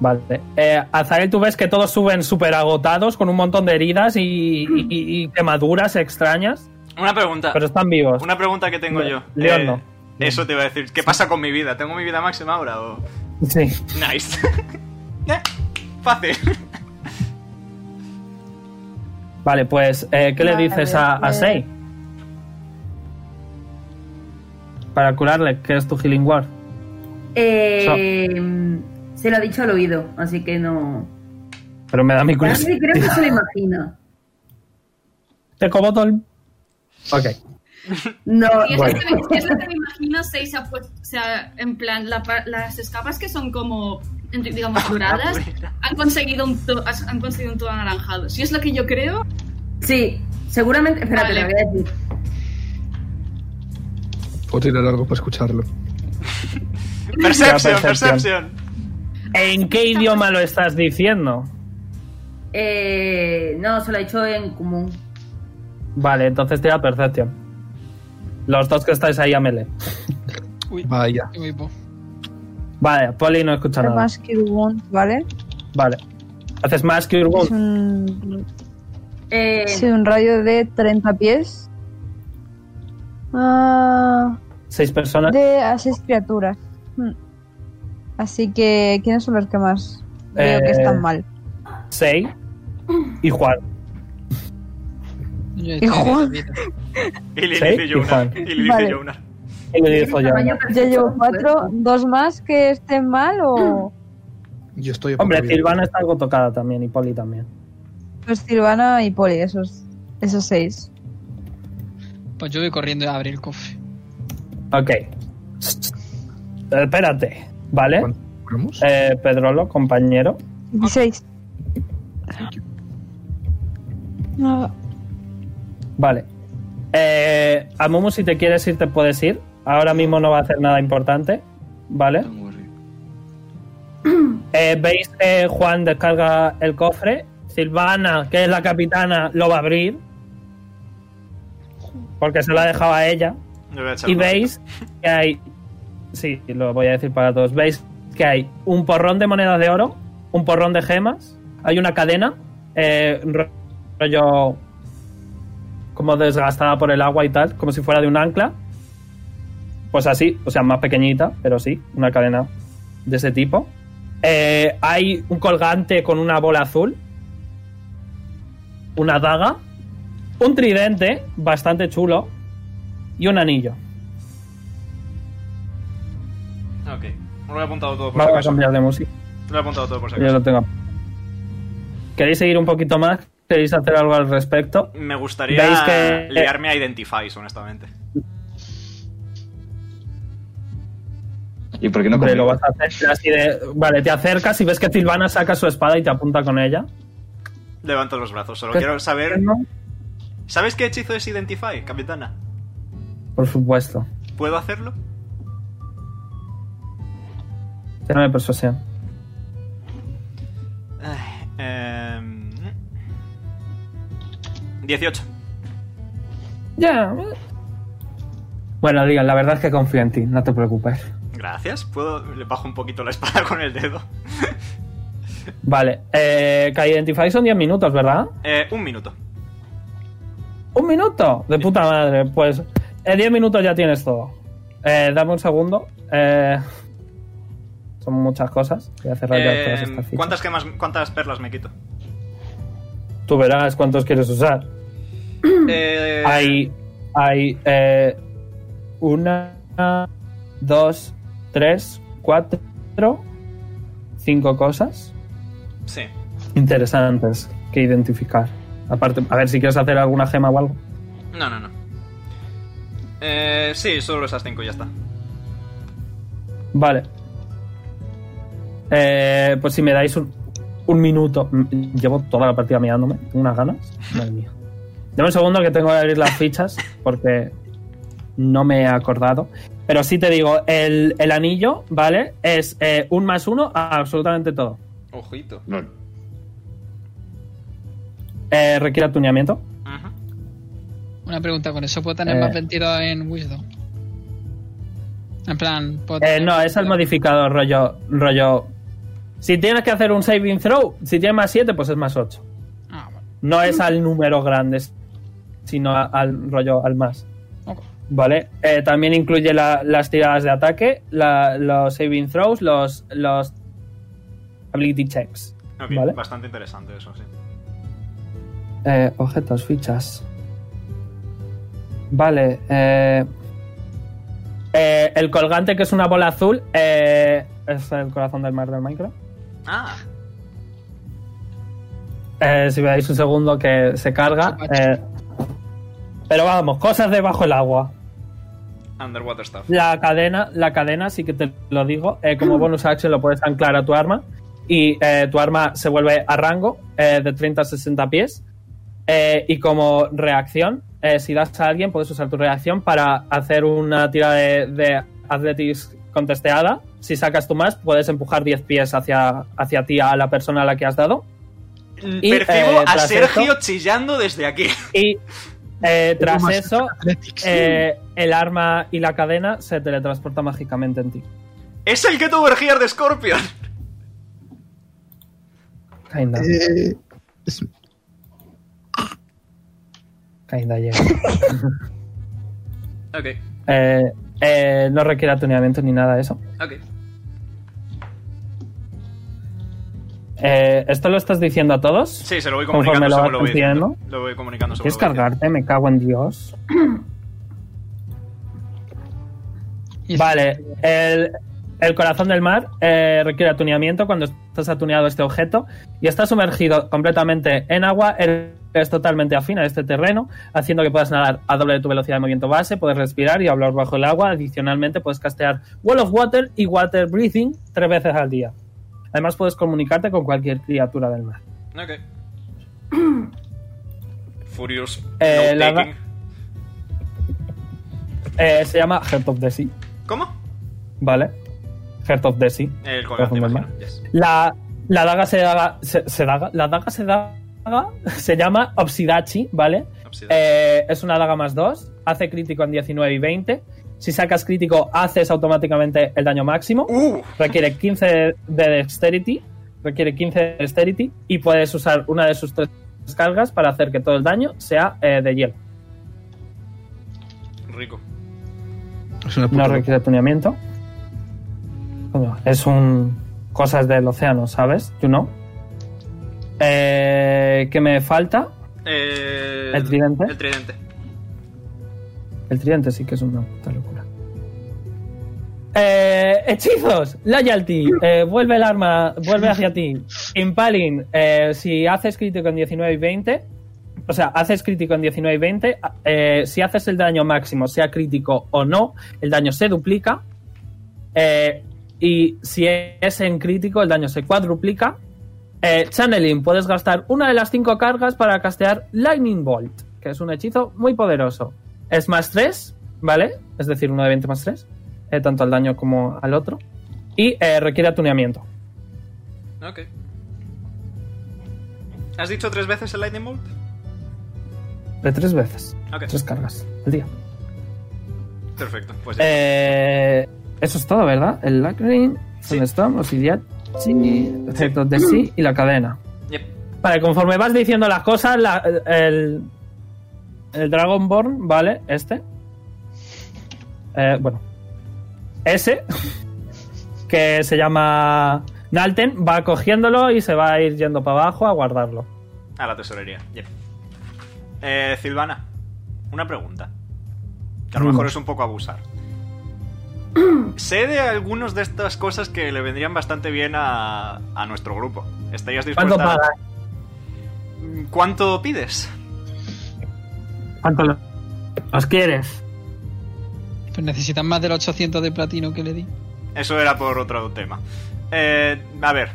S2: Vale. Eh, Azael, tú ves que todos suben súper agotados, con un montón de heridas y, y- y quemaduras extrañas,
S1: Una pregunta.
S2: pero están vivos.
S1: Una pregunta que tengo yo. Eh,
S2: León no.
S1: Eso te iba a decir. ¿Qué pasa con mi vida? ¿Tengo mi vida máxima ahora o...?
S2: Sí.
S1: Nice. Eh, Fácil.
S2: Vale, pues, eh, ¿qué le
S3: Vale,
S2: dices a, a
S3: pues-
S2: Sei? Para curarle, que es tu healing ward.
S8: Eh, Se lo ha dicho al oído, así que no...
S2: Pero me da mi curiosidad.
S8: Realmente creo que se lo imagina.
S2: Te como todo el... Ok.
S8: No,
S6: Y es,
S2: Bueno.
S6: lo que me, es lo que me imagino, Sei se ha puesto, o sea, en plan, la pa- las escapas que son como, entre- digamos, doradas, han conseguido un to- has- han conseguido un tono anaranjado. Si es lo que yo creo,
S8: sí, seguramente... Espérate,
S6: Vale.
S8: lo voy a decir.
S7: Puedo ir a largo para escucharlo.
S1: Perception,
S2: Ya, percepción.
S1: perception.
S2: ¿En qué idioma lo estás diciendo?
S8: Eh, no, se lo ha dicho en común.
S2: Vale, entonces tira percepción. Los dos que estáis ahí a melee.
S5: Uy,
S7: Vaya.
S5: qué guapo.
S2: Vale, Poli no escucha nada.
S9: Más que Wound, ¿vale?
S2: Vale. Haces más que
S9: Es
S2: Urgon.
S9: un,
S8: Eh,
S9: sí, un radio de 30 pies. Ah,
S2: Seis personas.
S9: de a seis criaturas. Hmm. Así que, ¿quiénes son los que más veo
S2: Eh,
S9: que están mal?
S2: Sei. Y Juan.
S5: Yo
S9: Y Juan.
S1: Y Lilith
S2: Sí,
S1: y
S2: y
S1: Jonar.
S2: Juan.
S1: Y Lilith
S9: Vale.
S1: y Jonar.
S2: Y le dijo yo.
S8: Tamaño
S9: Yo
S8: perfecto,
S9: llevo
S8: por
S9: cuatro,
S8: supuesto.
S9: dos más que estén mal o.
S7: Yo estoy a poca
S2: Hombre,
S7: vida.
S2: Silvana está algo tocada también y Poli también.
S9: Pues Silvana y Poli, esos, esos seis.
S5: Pues yo voy corriendo a abrir el cofre.
S2: Ok. Espérate, ¿vale?
S7: ¿Cuánto vamos?
S2: Eh, Pedrolo, compañero.
S9: 16. No,
S2: Vale. Eh, Amumu, si te quieres ir, te puedes ir. Ahora mismo no va a hacer nada importante. ¿Vale? Eh, Veis que Juan descarga el cofre. Silvana, que es la capitana, lo va a abrir. Porque se lo ha dejado a ella.
S1: Yo voy a echar
S2: Y
S1: un
S2: veis que hay. Sí, lo voy a decir para todos. Veis que hay un porrón de monedas de oro, un porrón de gemas, hay una cadena, eh, ro- rollo. como desgastada por el agua y tal, como si fuera de un ancla. Pues así, o sea, más pequeñita, pero sí, una cadena de ese tipo. Eh, hay un colgante con una bola azul, una daga, un tridente bastante chulo y un anillo.
S1: vistazo. Ok. Me lo he apuntado todo por si
S2: Vamos a
S1: acaso. Me
S2: cambiar de música.
S1: lo he apuntado todo por si
S2: Yo
S1: acaso.
S2: lo tengo. ¿Queréis seguir un poquito más? ¿Queréis hacer algo al respecto?
S1: Me
S2: Veis
S1: gustaría
S2: que- eh?
S1: liarme a Identifies, honestamente.
S4: ¿Y por qué no
S2: Hombre,
S4: conmigo?
S2: lo vas a hacer así de- Vale, te acercas y ves que Silvana saca su espada y te apunta con ella.
S1: Levanto los brazos, solo
S2: ¿Qué?
S1: quiero saber.
S2: Pues ¿No?
S1: ¿Sabes qué hechizo es Identify, capitana?
S2: Por supuesto.
S1: ¿Puedo hacerlo?
S2: Tírame persuasión.
S1: Ay, em, 18.
S2: Ya. Bueno, digan, la verdad es que confío en ti, no te preocupes.
S1: Gracias. Puedo. Le bajo un poquito la espada con el dedo.
S2: Vale, eh, que Identify son 10 minutos, ¿verdad?
S1: Eh, un minuto.
S2: ¡Un minuto! De puta madre, pues en 10 minutos ya tienes todo. Eh, dame un segundo. eh, son muchas cosas. Voy a cerrar ya todas
S1: Em,
S2: estas fichas.
S1: ¿cuántas, gemas- ¿Cuántas perlas me quito?
S2: Tú verás cuántos quieres usar.
S1: Eh,
S2: Hay. Hay. eh, una, dos, tres, cuatro, cinco cosas
S1: Sí.
S2: interesantes que identificar. Aparte, a ver si quieres hacer alguna gema o algo.
S1: No, no, no. Eh, sí, solo esas cinco, ya está.
S2: Vale. Eh, pues si me dais un, un minuto. Mm, Llevo toda la partida mirándome. Tengo unas ganas. Madre mía. Dame un segundo que tengo que abrir las fichas porque no me he acordado. Pero sí te digo, el, el anillo, ¿vale? Es eh, un más uno a absolutamente todo.
S1: Ojito.
S4: Lol.
S2: Eh, requiere atuñamiento.
S5: Una pregunta, ¿con eso puedo tener
S2: Eh.
S5: más 22 en Wisdom? En plan, ¿puedo
S2: Eh,
S5: tener
S2: no, es el modificador rollo, rollo... Si tienes que hacer un saving throw, si tienes más 7, pues es más 8.
S5: Ah, bueno.
S2: No es al número grande, sino a- al rollo al más.
S5: Ok.
S2: Vale, eh, también incluye la- las tiradas de ataque, la- los saving throws, los, los ability checks.
S1: Ok,
S2: Vale.
S1: bastante interesante eso, sí.
S2: Eh, objetos, fichas. Vale, eh, eh, el colgante que es una bola azul eh, es el corazón del mar del Minecraft.
S1: Ah,
S2: Eh, si me dais un segundo que se carga. eh, pero vamos, cosas debajo del agua.
S1: Underwater Stuff.
S2: La cadena, la cadena, sí que te lo digo. eh,
S7: Mm.
S2: como bonus action lo puedes anclar a tu arma. Y eh, tu arma se vuelve a rango eh, de 30 a 60 pies. Eh, y como reacción, eh, si das a alguien, puedes usar tu reacción para hacer una tira de, de Athletics contesteada. Si sacas tú más, puedes empujar 10 pies hacia, hacia ti a la persona a la que has dado. Y,
S1: Percibo
S2: eh,
S1: a
S2: tras
S1: Sergio chillando desde aquí.
S2: Y eh, tras
S7: Más
S2: eso,
S7: Athletics.
S2: eh, el arma y la cadena se teletransporta mágicamente en ti.
S1: ¡Es el que tuvo orgías de Scorpion!
S2: Kinda.
S7: Eh, es-
S2: Kinda llega.
S1: Ok,
S2: Eh, eh, no requiere atuneamiento ni nada de eso.
S1: ok.
S2: Eh, ¿Esto lo estás diciendo a todos?
S1: Sí, se lo voy
S2: Conforme
S1: comunicando
S2: lo
S1: según
S2: vas
S1: lo voy
S2: haciendo.
S1: diciendo. Lo voy comunicando según
S2: ¿Quieres
S1: lo voy diciendo.
S2: cargarte? Me cago en Dios.
S5: Y-
S2: Vale, el, el corazón del mar eh, requiere atuneamiento cuando estás atuneado a este objeto y está sumergido completamente en agua. Eres totalmente afín a este terreno, haciendo que puedas nadar a doble de tu velocidad de movimiento base, puedes respirar y hablar bajo el agua. Adicionalmente, puedes castear Wall of Water y Water Breathing tres veces al día. Además, puedes comunicarte con cualquier criatura del mar.
S1: Ok. Furious.
S2: Eh,
S1: no
S2: la-
S1: taking.
S2: Eh, se llama Heart of the Sea,
S1: ¿Cómo?
S2: ¿vale? Heart of the Sea.
S1: El colgante,
S2: Corazón del
S1: imagino. Yes.
S2: La, la daga se daga. Se, se daga la daga se daga. Se llama Obsidachi, ¿vale?
S1: Obsidian.
S2: Eh, es una daga más 2. Hace crítico en 19 y 20. Si sacas crítico, haces automáticamente el daño máximo.
S1: ¡Uh!
S2: Requiere 15 de dexterity. Requiere 15 de dexterity. Y puedes usar una de sus tres cargas para hacer que todo el daño sea eh, de hielo.
S1: Rico.
S7: Es una puta
S2: No requiere tuneamiento. Coño, es un. Cosas del océano, ¿sabes? You know. Eh, ¿Qué me falta?
S1: Eh,
S2: ¿El tridente?
S1: El tridente.
S2: El tridente sí que es una puta locura. Eh, hechizos, loyalty, eh, vuelve el arma, vuelve hacia ti. Impaling, eh, si haces crítico en 19 y 20, o sea, haces crítico en 19 y 20, eh, si haces el daño máximo, sea crítico o no, el daño se duplica. Eh, y si es en crítico, el daño se cuadruplica. Eh, channeling, puedes gastar una de las cinco cargas para castear Lightning Bolt, que es un hechizo muy poderoso. Es más 3, ¿vale? Es decir, uno de 20 más 3, tanto al daño como al otro. Y eh, requiere atuneamiento.
S1: Ok. ¿Has dicho tres veces el Lightning Bolt?
S2: De tres veces.
S1: Ok.
S2: Tres cargas al día.
S1: Perfecto. Pues ya.
S2: Eh, eso es todo, ¿verdad? El Lacrin, Sunstorm, Obsidian, sí, efectos de sí y la cadena.
S1: Yep.
S2: Vale, conforme vas diciendo las cosas, la- el, el Dragonborn, ¿vale? Este. Eh, bueno. Ese. Que se llama Nalten. Va cogiéndolo y se va a ir yendo para abajo a guardarlo.
S1: A la tesorería. Yep. Eh, Silvana, una pregunta. Que a lo
S2: Dime.
S1: mejor es un poco abusar. sé de algunos de estas cosas que le vendrían bastante bien a, a nuestro grupo. ¿Estarías dispuesta
S2: ¿Cuánto
S1: a-
S2: pagas?
S1: ¿Cuánto pides?
S2: ¿Cuánto lo- los quieres?
S5: Pues necesitan más del 800 de platino que le di.
S1: Eso era por otro tema. Eh, a ver.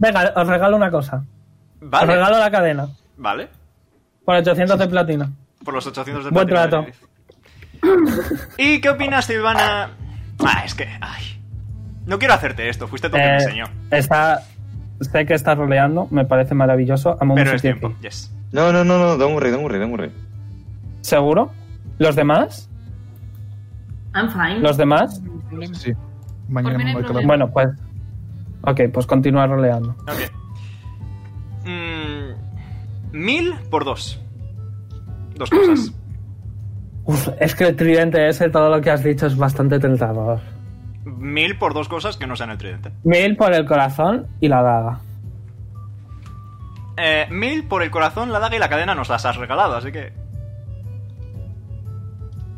S2: Venga, os regalo una cosa. Os
S1: Vale.
S2: regalo la cadena.
S1: Vale.
S2: Por 800 de platino.
S1: Por los 800 de
S2: Buen
S1: platino de
S2: trato.
S1: Lilith. ¿Y qué opinas, Silvana? Ah, es que. Ay. No quiero hacerte esto, fuiste tú quien me
S2: Eh,
S1: enseñó.
S2: está, sé que está roleando, me parece maravilloso. Amo
S1: Pero
S2: mucho
S1: es
S2: Tiffy.
S1: tiempo, yes.
S4: No, no, no, no, da un rey, da un rey, da un rey.
S2: ¿Seguro? ¿Los demás?
S8: I'm fine.
S2: ¿Los demás?
S7: Sí, sí. Mañana
S6: Por mí no
S7: me
S6: hay
S7: voy con la-
S6: problema.
S2: Bueno, pues. Ok, pues continúa roleando.
S1: Ok. Mm, mil por dos. Dos cosas.
S2: Uf, es que el tridente ese, todo lo que has dicho es bastante tentador.
S1: mil por dos cosas que no sean el tridente.
S2: Mil por el corazón y la daga.
S1: Eh, mil por el corazón, la daga y la cadena nos las has regalado, así que.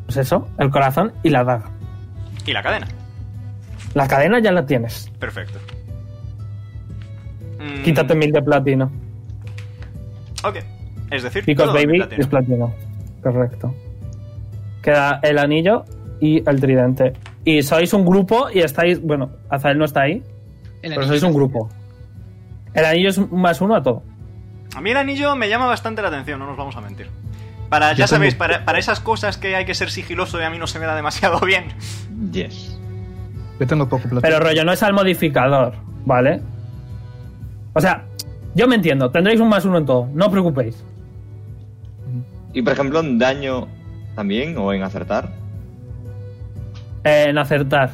S2: Pues eso, el corazón y la daga.
S1: Y la cadena.
S2: La cadena ya la tienes.
S1: Perfecto. Mm,
S2: Quítate mil de platino.
S1: Ok. Es decir,
S2: Because
S1: todo mi
S2: baby
S1: platino.
S2: es platino. Correcto. Queda el anillo y el tridente. Y sois un grupo y estáis. Bueno, Azael no está ahí,
S5: El
S2: pero
S5: anillo
S2: sois un
S5: era-
S2: grupo. El anillo es un más uno a todo.
S1: A mí el anillo me llama bastante la atención, no nos vamos a mentir. Para,
S7: Yo
S1: ya
S7: tengo-
S1: sabéis, para, para esas cosas que hay que ser sigiloso y a mí no se me da demasiado bien.
S4: Yes.
S7: Yo tengo poco plata.
S2: Pero rollo, no es al modificador, ¿vale? O sea, yo me entiendo, tendréis un más uno en todo, no os preocupéis.
S4: Y por ejemplo, en daño también, o en acertar.
S2: Eh, en acertar,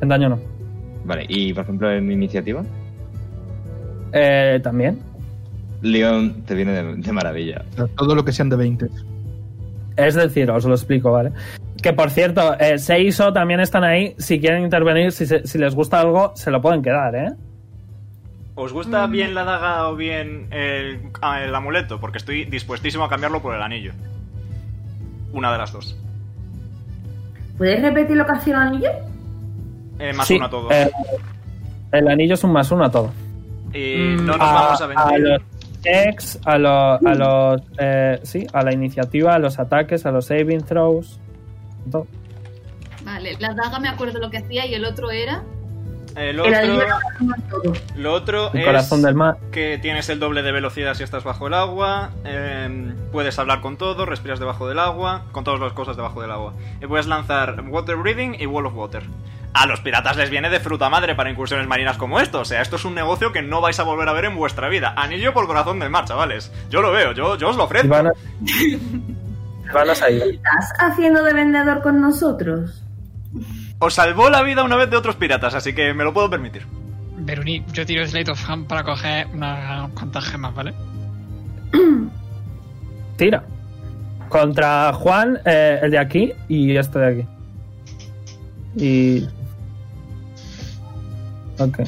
S2: en daño no.
S4: Vale, y por ejemplo, en iniciativa,
S2: Eh, También.
S4: León te viene de, de maravilla.
S7: O sea, Todo lo que sean de 20.
S2: Es decir, os lo explico, ¿vale? Que por cierto, eh, Seiso también están ahí, si quieren intervenir, si, se- si les gusta algo, se lo pueden quedar, ¿eh?
S1: ¿Os gusta bien la daga o bien el, ah, el amuleto? Porque estoy dispuestísimo a cambiarlo por el anillo. Una de las dos.
S8: ¿Puedes repetir lo que ha sido el anillo?
S1: Eh, más
S2: Sí,
S1: uno a todo.
S2: eh, el anillo es un más uno a todo.
S1: y no nos
S2: mm, a,
S1: vamos a
S2: a
S1: vender.
S2: los checks, a, lo- a los. eh, sí, a la iniciativa, a los ataques, a los saving throws. todo.
S6: Vale, la daga me acuerdo lo que hacía y el otro era.
S1: El
S8: El anillo
S1: otro,
S8: no es todo.
S1: lo otro
S2: El
S1: es
S2: corazón del mar.
S1: que tienes el doble de velocidad si estás bajo el agua. eh, puedes hablar con todo, respiras debajo del agua, con todas las cosas debajo del agua. Y puedes lanzar Water Breathing y Wall of Water. A los piratas les viene de fruta madre para incursiones marinas como esto. O sea, esto es un negocio que no vais a volver a ver en vuestra vida. Anillo por corazón del mar, chavales. Yo lo veo, yo, yo os lo
S2: Y
S1: ofrezco.
S2: van a, van a salir.
S8: ¿Estás haciendo de vendedor con nosotros?
S1: Os salvó la vida una vez de otros piratas, así que me lo puedo permitir.
S5: Veruni, yo tiro Slate of Hand para coger unas cuantas gemas, ¿vale?
S2: Tira. Contra Juan, eh, el de aquí y este de aquí. Y. Ok.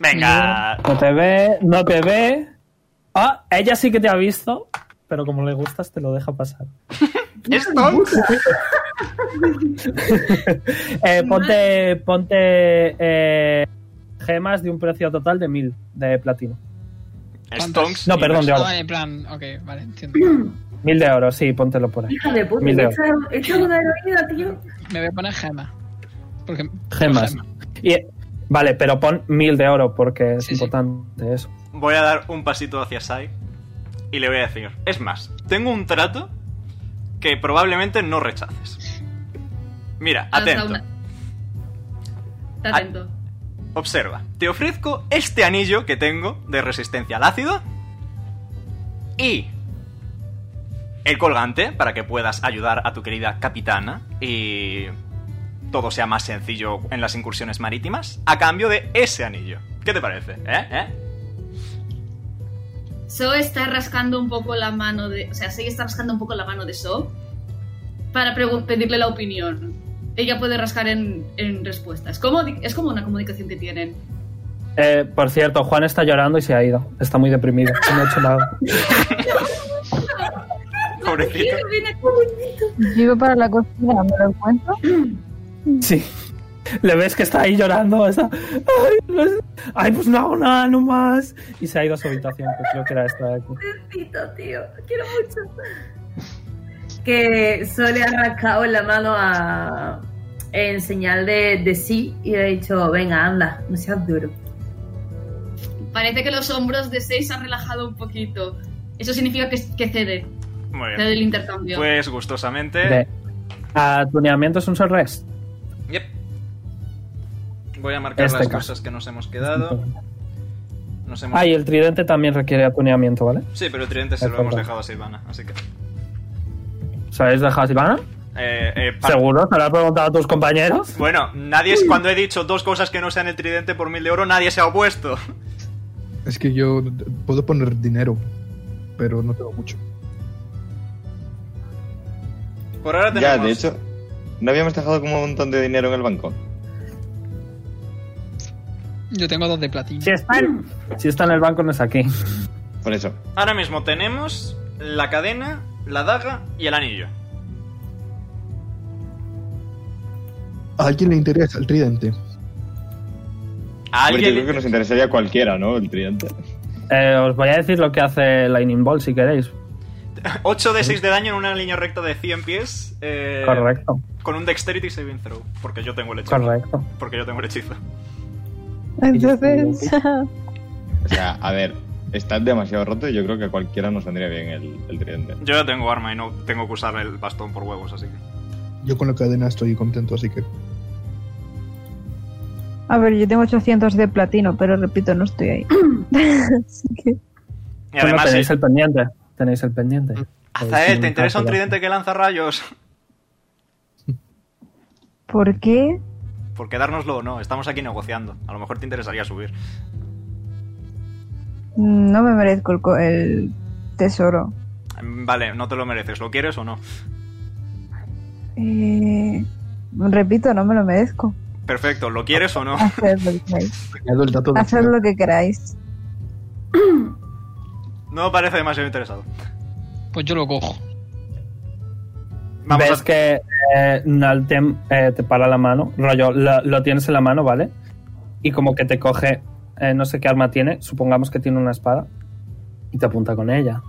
S1: Venga.
S2: No te ve, no te ve. Ah, ella sí que te ha visto, pero como le gustas, te lo deja pasar.
S1: Esto.
S2: Eh, ponte ponte eh, gemas de un precio total de 1000 de platino.
S1: Stonks.
S2: No, perdón, de
S5: Ah,
S2: oro.
S5: vale, en plan, ok, vale, entiendo.
S2: 1000 de oro, sí, póntelo por ahí.
S8: Hija de puta,
S2: Mil de
S8: esta esta es una heroína, tío.
S5: Me voy a poner gemas. Porque
S2: Gemas. Y, vale, pero pon 1000 de oro porque es
S5: Sí, sí.
S2: importante eso.
S1: Voy a dar un pasito hacia Sai y le voy a decir, es más, tengo un trato que probablemente no rechaces. Mira,
S6: Lanza
S1: atento,
S6: una- Está atento.
S1: observa. Te ofrezco este anillo que tengo de resistencia al ácido y el colgante para que puedas ayudar a tu querida capitana y todo sea más sencillo en las incursiones marítimas a cambio de ese anillo. ¿Qué te parece? ¿Eh? ¿Eh?
S6: So está rascando un poco la mano de. O sea, Sei está rascando un poco la mano de So para pregun- pedirle la opinión. Ella puede rascar en, en respuestas. Como, di- es como una comunicación que tienen.
S2: Eh, por cierto, Juan está llorando y se ha ido. Está muy deprimido. No ha hecho nada.
S1: Pobrecito.
S9: Llego para la cocina, me lo encuentro.
S2: Sí. Le ves que está ahí llorando. está, ay, no sé- ay, pues no hago nada nomás. Y se ha ido a su habitación, que creo que era esta de aquí.
S8: Pobrecito, tío. Quiero mucho. Que Sol le ha rascado en la mano a... en señal de, de sí y le ha dicho, venga, anda, no seas duro.
S6: Parece que los hombros de Sei se han relajado un poquito. Eso significa que, que cede.
S1: Muy bien.
S6: Cede el intercambio.
S1: Pues gustosamente.
S2: Ve. Atuneamiento es un sorres.
S1: Yep. Voy a marcar
S2: Este
S1: las
S2: caso. Este
S1: cosas que nos hemos quedado. Nos hemos-
S2: Ah, y el tridente también requiere atuneamiento, ¿vale?
S1: Sí, pero el tridente se lo
S2: Perfecto.
S1: hemos dejado a Silvana, así que.
S2: ¿Se habéis dejado a Silvana?
S1: Eh, eh, pa-
S2: ¿Seguro? ¿Se lo has preguntado a tus compañeros?
S1: Bueno, nadie es- cuando he dicho dos cosas que no sean el tridente por mil de oro, nadie se ha opuesto.
S7: Es que yo puedo poner dinero, pero no tengo mucho.
S1: Por ahora tenemos.
S4: Ya, de hecho, ¿no habíamos dejado como un montón de dinero en el banco?
S5: yo tengo dos de platino.
S2: Si está en, si está en el banco, no es aquí.
S4: Por eso.
S1: Ahora mismo tenemos la cadena, la daga y el anillo.
S7: ¿A alguien le interesa el tridente?
S1: A
S4: Hombre, Yo creo
S1: alguien.
S4: que nos interesaría a cualquiera, ¿no? El tridente.
S2: Eh, os voy a decir lo que hace Lightning Ball si queréis.
S1: 8 de 6 de daño en una línea recta de 100 pies. eh,
S2: correcto,
S1: Con un dexterity saving throw. Porque yo tengo el hechizo.
S2: correcto.
S1: Porque yo tengo el hechizo.
S9: Entonces,
S4: O sea, a ver, está demasiado roto y yo creo que a cualquiera nos vendría bien el, el tridente.
S1: Yo ya tengo arma y no tengo que usar el bastón por huevos, así que.
S7: Yo con la cadena estoy contento, así que
S9: a ver, yo tengo 800 de platino, pero repito, no estoy ahí. Así que,
S1: Y
S2: Bueno,
S1: además,
S2: tenéis
S1: si-
S2: el pendiente. Tenéis el pendiente. Pues
S1: Azael,
S2: Sí,
S1: ¿te interesa un
S2: claro.
S1: tridente que lanza rayos?
S9: ¿por qué?
S1: Por quedárnoslo o no, estamos aquí negociando. A lo mejor te interesaría subir.
S9: Mm, No me merezco el, co- el tesoro.
S1: Mm, Vale, no te lo mereces, ¿lo quieres o no?
S9: Eh, repito, no me lo merezco.
S1: Perfecto, ¿lo quieres o no?
S9: Haced lo que queráis.
S7: Añado el dato de-
S9: Haced lo que queráis.
S1: No parece demasiado interesado.
S5: Pues yo lo cojo.
S1: Vamos
S2: Ves
S1: a...
S2: que eh, Naltem eh, te para la mano, rollo, lo, lo tienes en la mano, ¿vale? Y como que te coge, eh, no sé qué arma tiene, supongamos que tiene una espada, y te apunta con ella.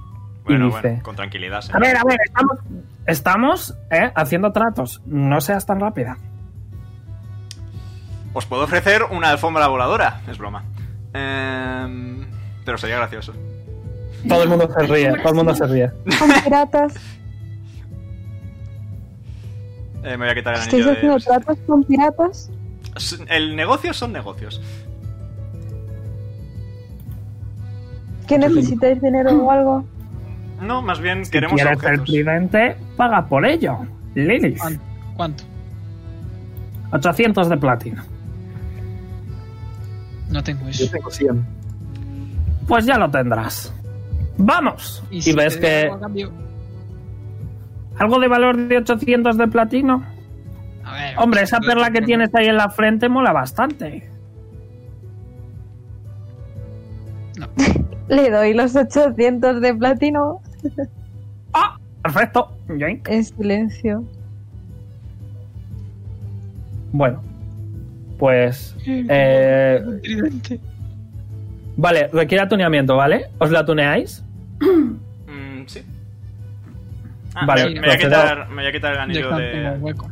S1: Bueno,
S2: y dice,
S1: bueno, con tranquilidad.
S2: a
S1: señor.
S2: ver, a ver, estamos, estamos eh, haciendo tratos, no seas tan rápida.
S1: Os puedo ofrecer una alfombra voladora. Es broma. Em, pero sería gracioso.
S2: Todo el mundo se ríe, todo el mundo se ríe.
S9: Son piratas.
S1: Eh, me voy a quitar el
S9: ¿Estáis
S1: anillo
S9: haciendo
S1: de...
S9: tratos con piratas?
S1: S- El negocio son negocios.
S9: ¿Que necesitáis dinero o algo?
S1: No, más bien
S2: Si
S1: queremos
S2: quieres ser
S1: objetos.
S2: cliente, paga por ello. Lilith,
S5: ¿Cuán- ¿Cuánto?
S2: 800 de platino.
S5: No tengo eso.
S7: Yo tengo 100.
S2: Pues ya lo tendrás. ¡Vamos! Y,
S5: si
S2: ves
S5: te doy
S2: que...
S5: algo a cambio?
S2: ¿Algo de valor de 800 de platino?
S5: A ver,
S2: Hombre, esa perla que tienes ahí en la frente mola bastante.
S9: Le doy los 800 de platino
S2: ¡Ah! Perfecto. Yoink.
S9: en silencio.
S2: Bueno, pues... eh,
S5: Tridente.
S2: vale, requiere atuneamiento, ¿vale? ¿Os la atuneáis?
S1: Mm, sí. Ah,
S2: Vale, pues
S1: me, me voy a
S2: procedo.
S1: quitar, me voy a quitar el anillo
S5: Yo tengo
S1: de...
S5: hueco.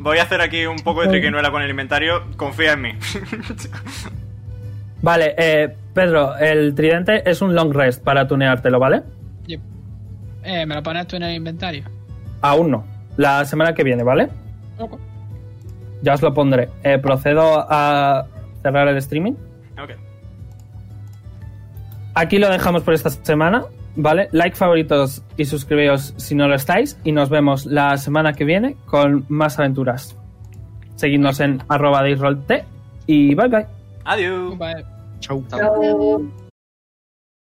S1: Voy a hacer aquí un poco de triquinuela con el inventario. Confía en mí.
S2: Vale, eh, Pedro, el tridente es un long rest para atuneártelo, ¿vale?
S5: Yep. Eh, me lo pones tú en el inventario.
S2: Aún no. La semana que viene, ¿vale?
S5: Loco.
S2: Ya os lo pondré. Eh, procedo a cerrar el streaming.
S1: ok.
S2: Aquí lo dejamos por esta semana, ¿vale? Like, favoritos y suscribíos si no lo estáis. Y nos vemos la semana que viene con más aventuras. Seguidnos en arroba disrolt y bye bye.
S1: Adiós.
S5: Vale.
S7: Chau.
S4: Chao.
S8: Pero-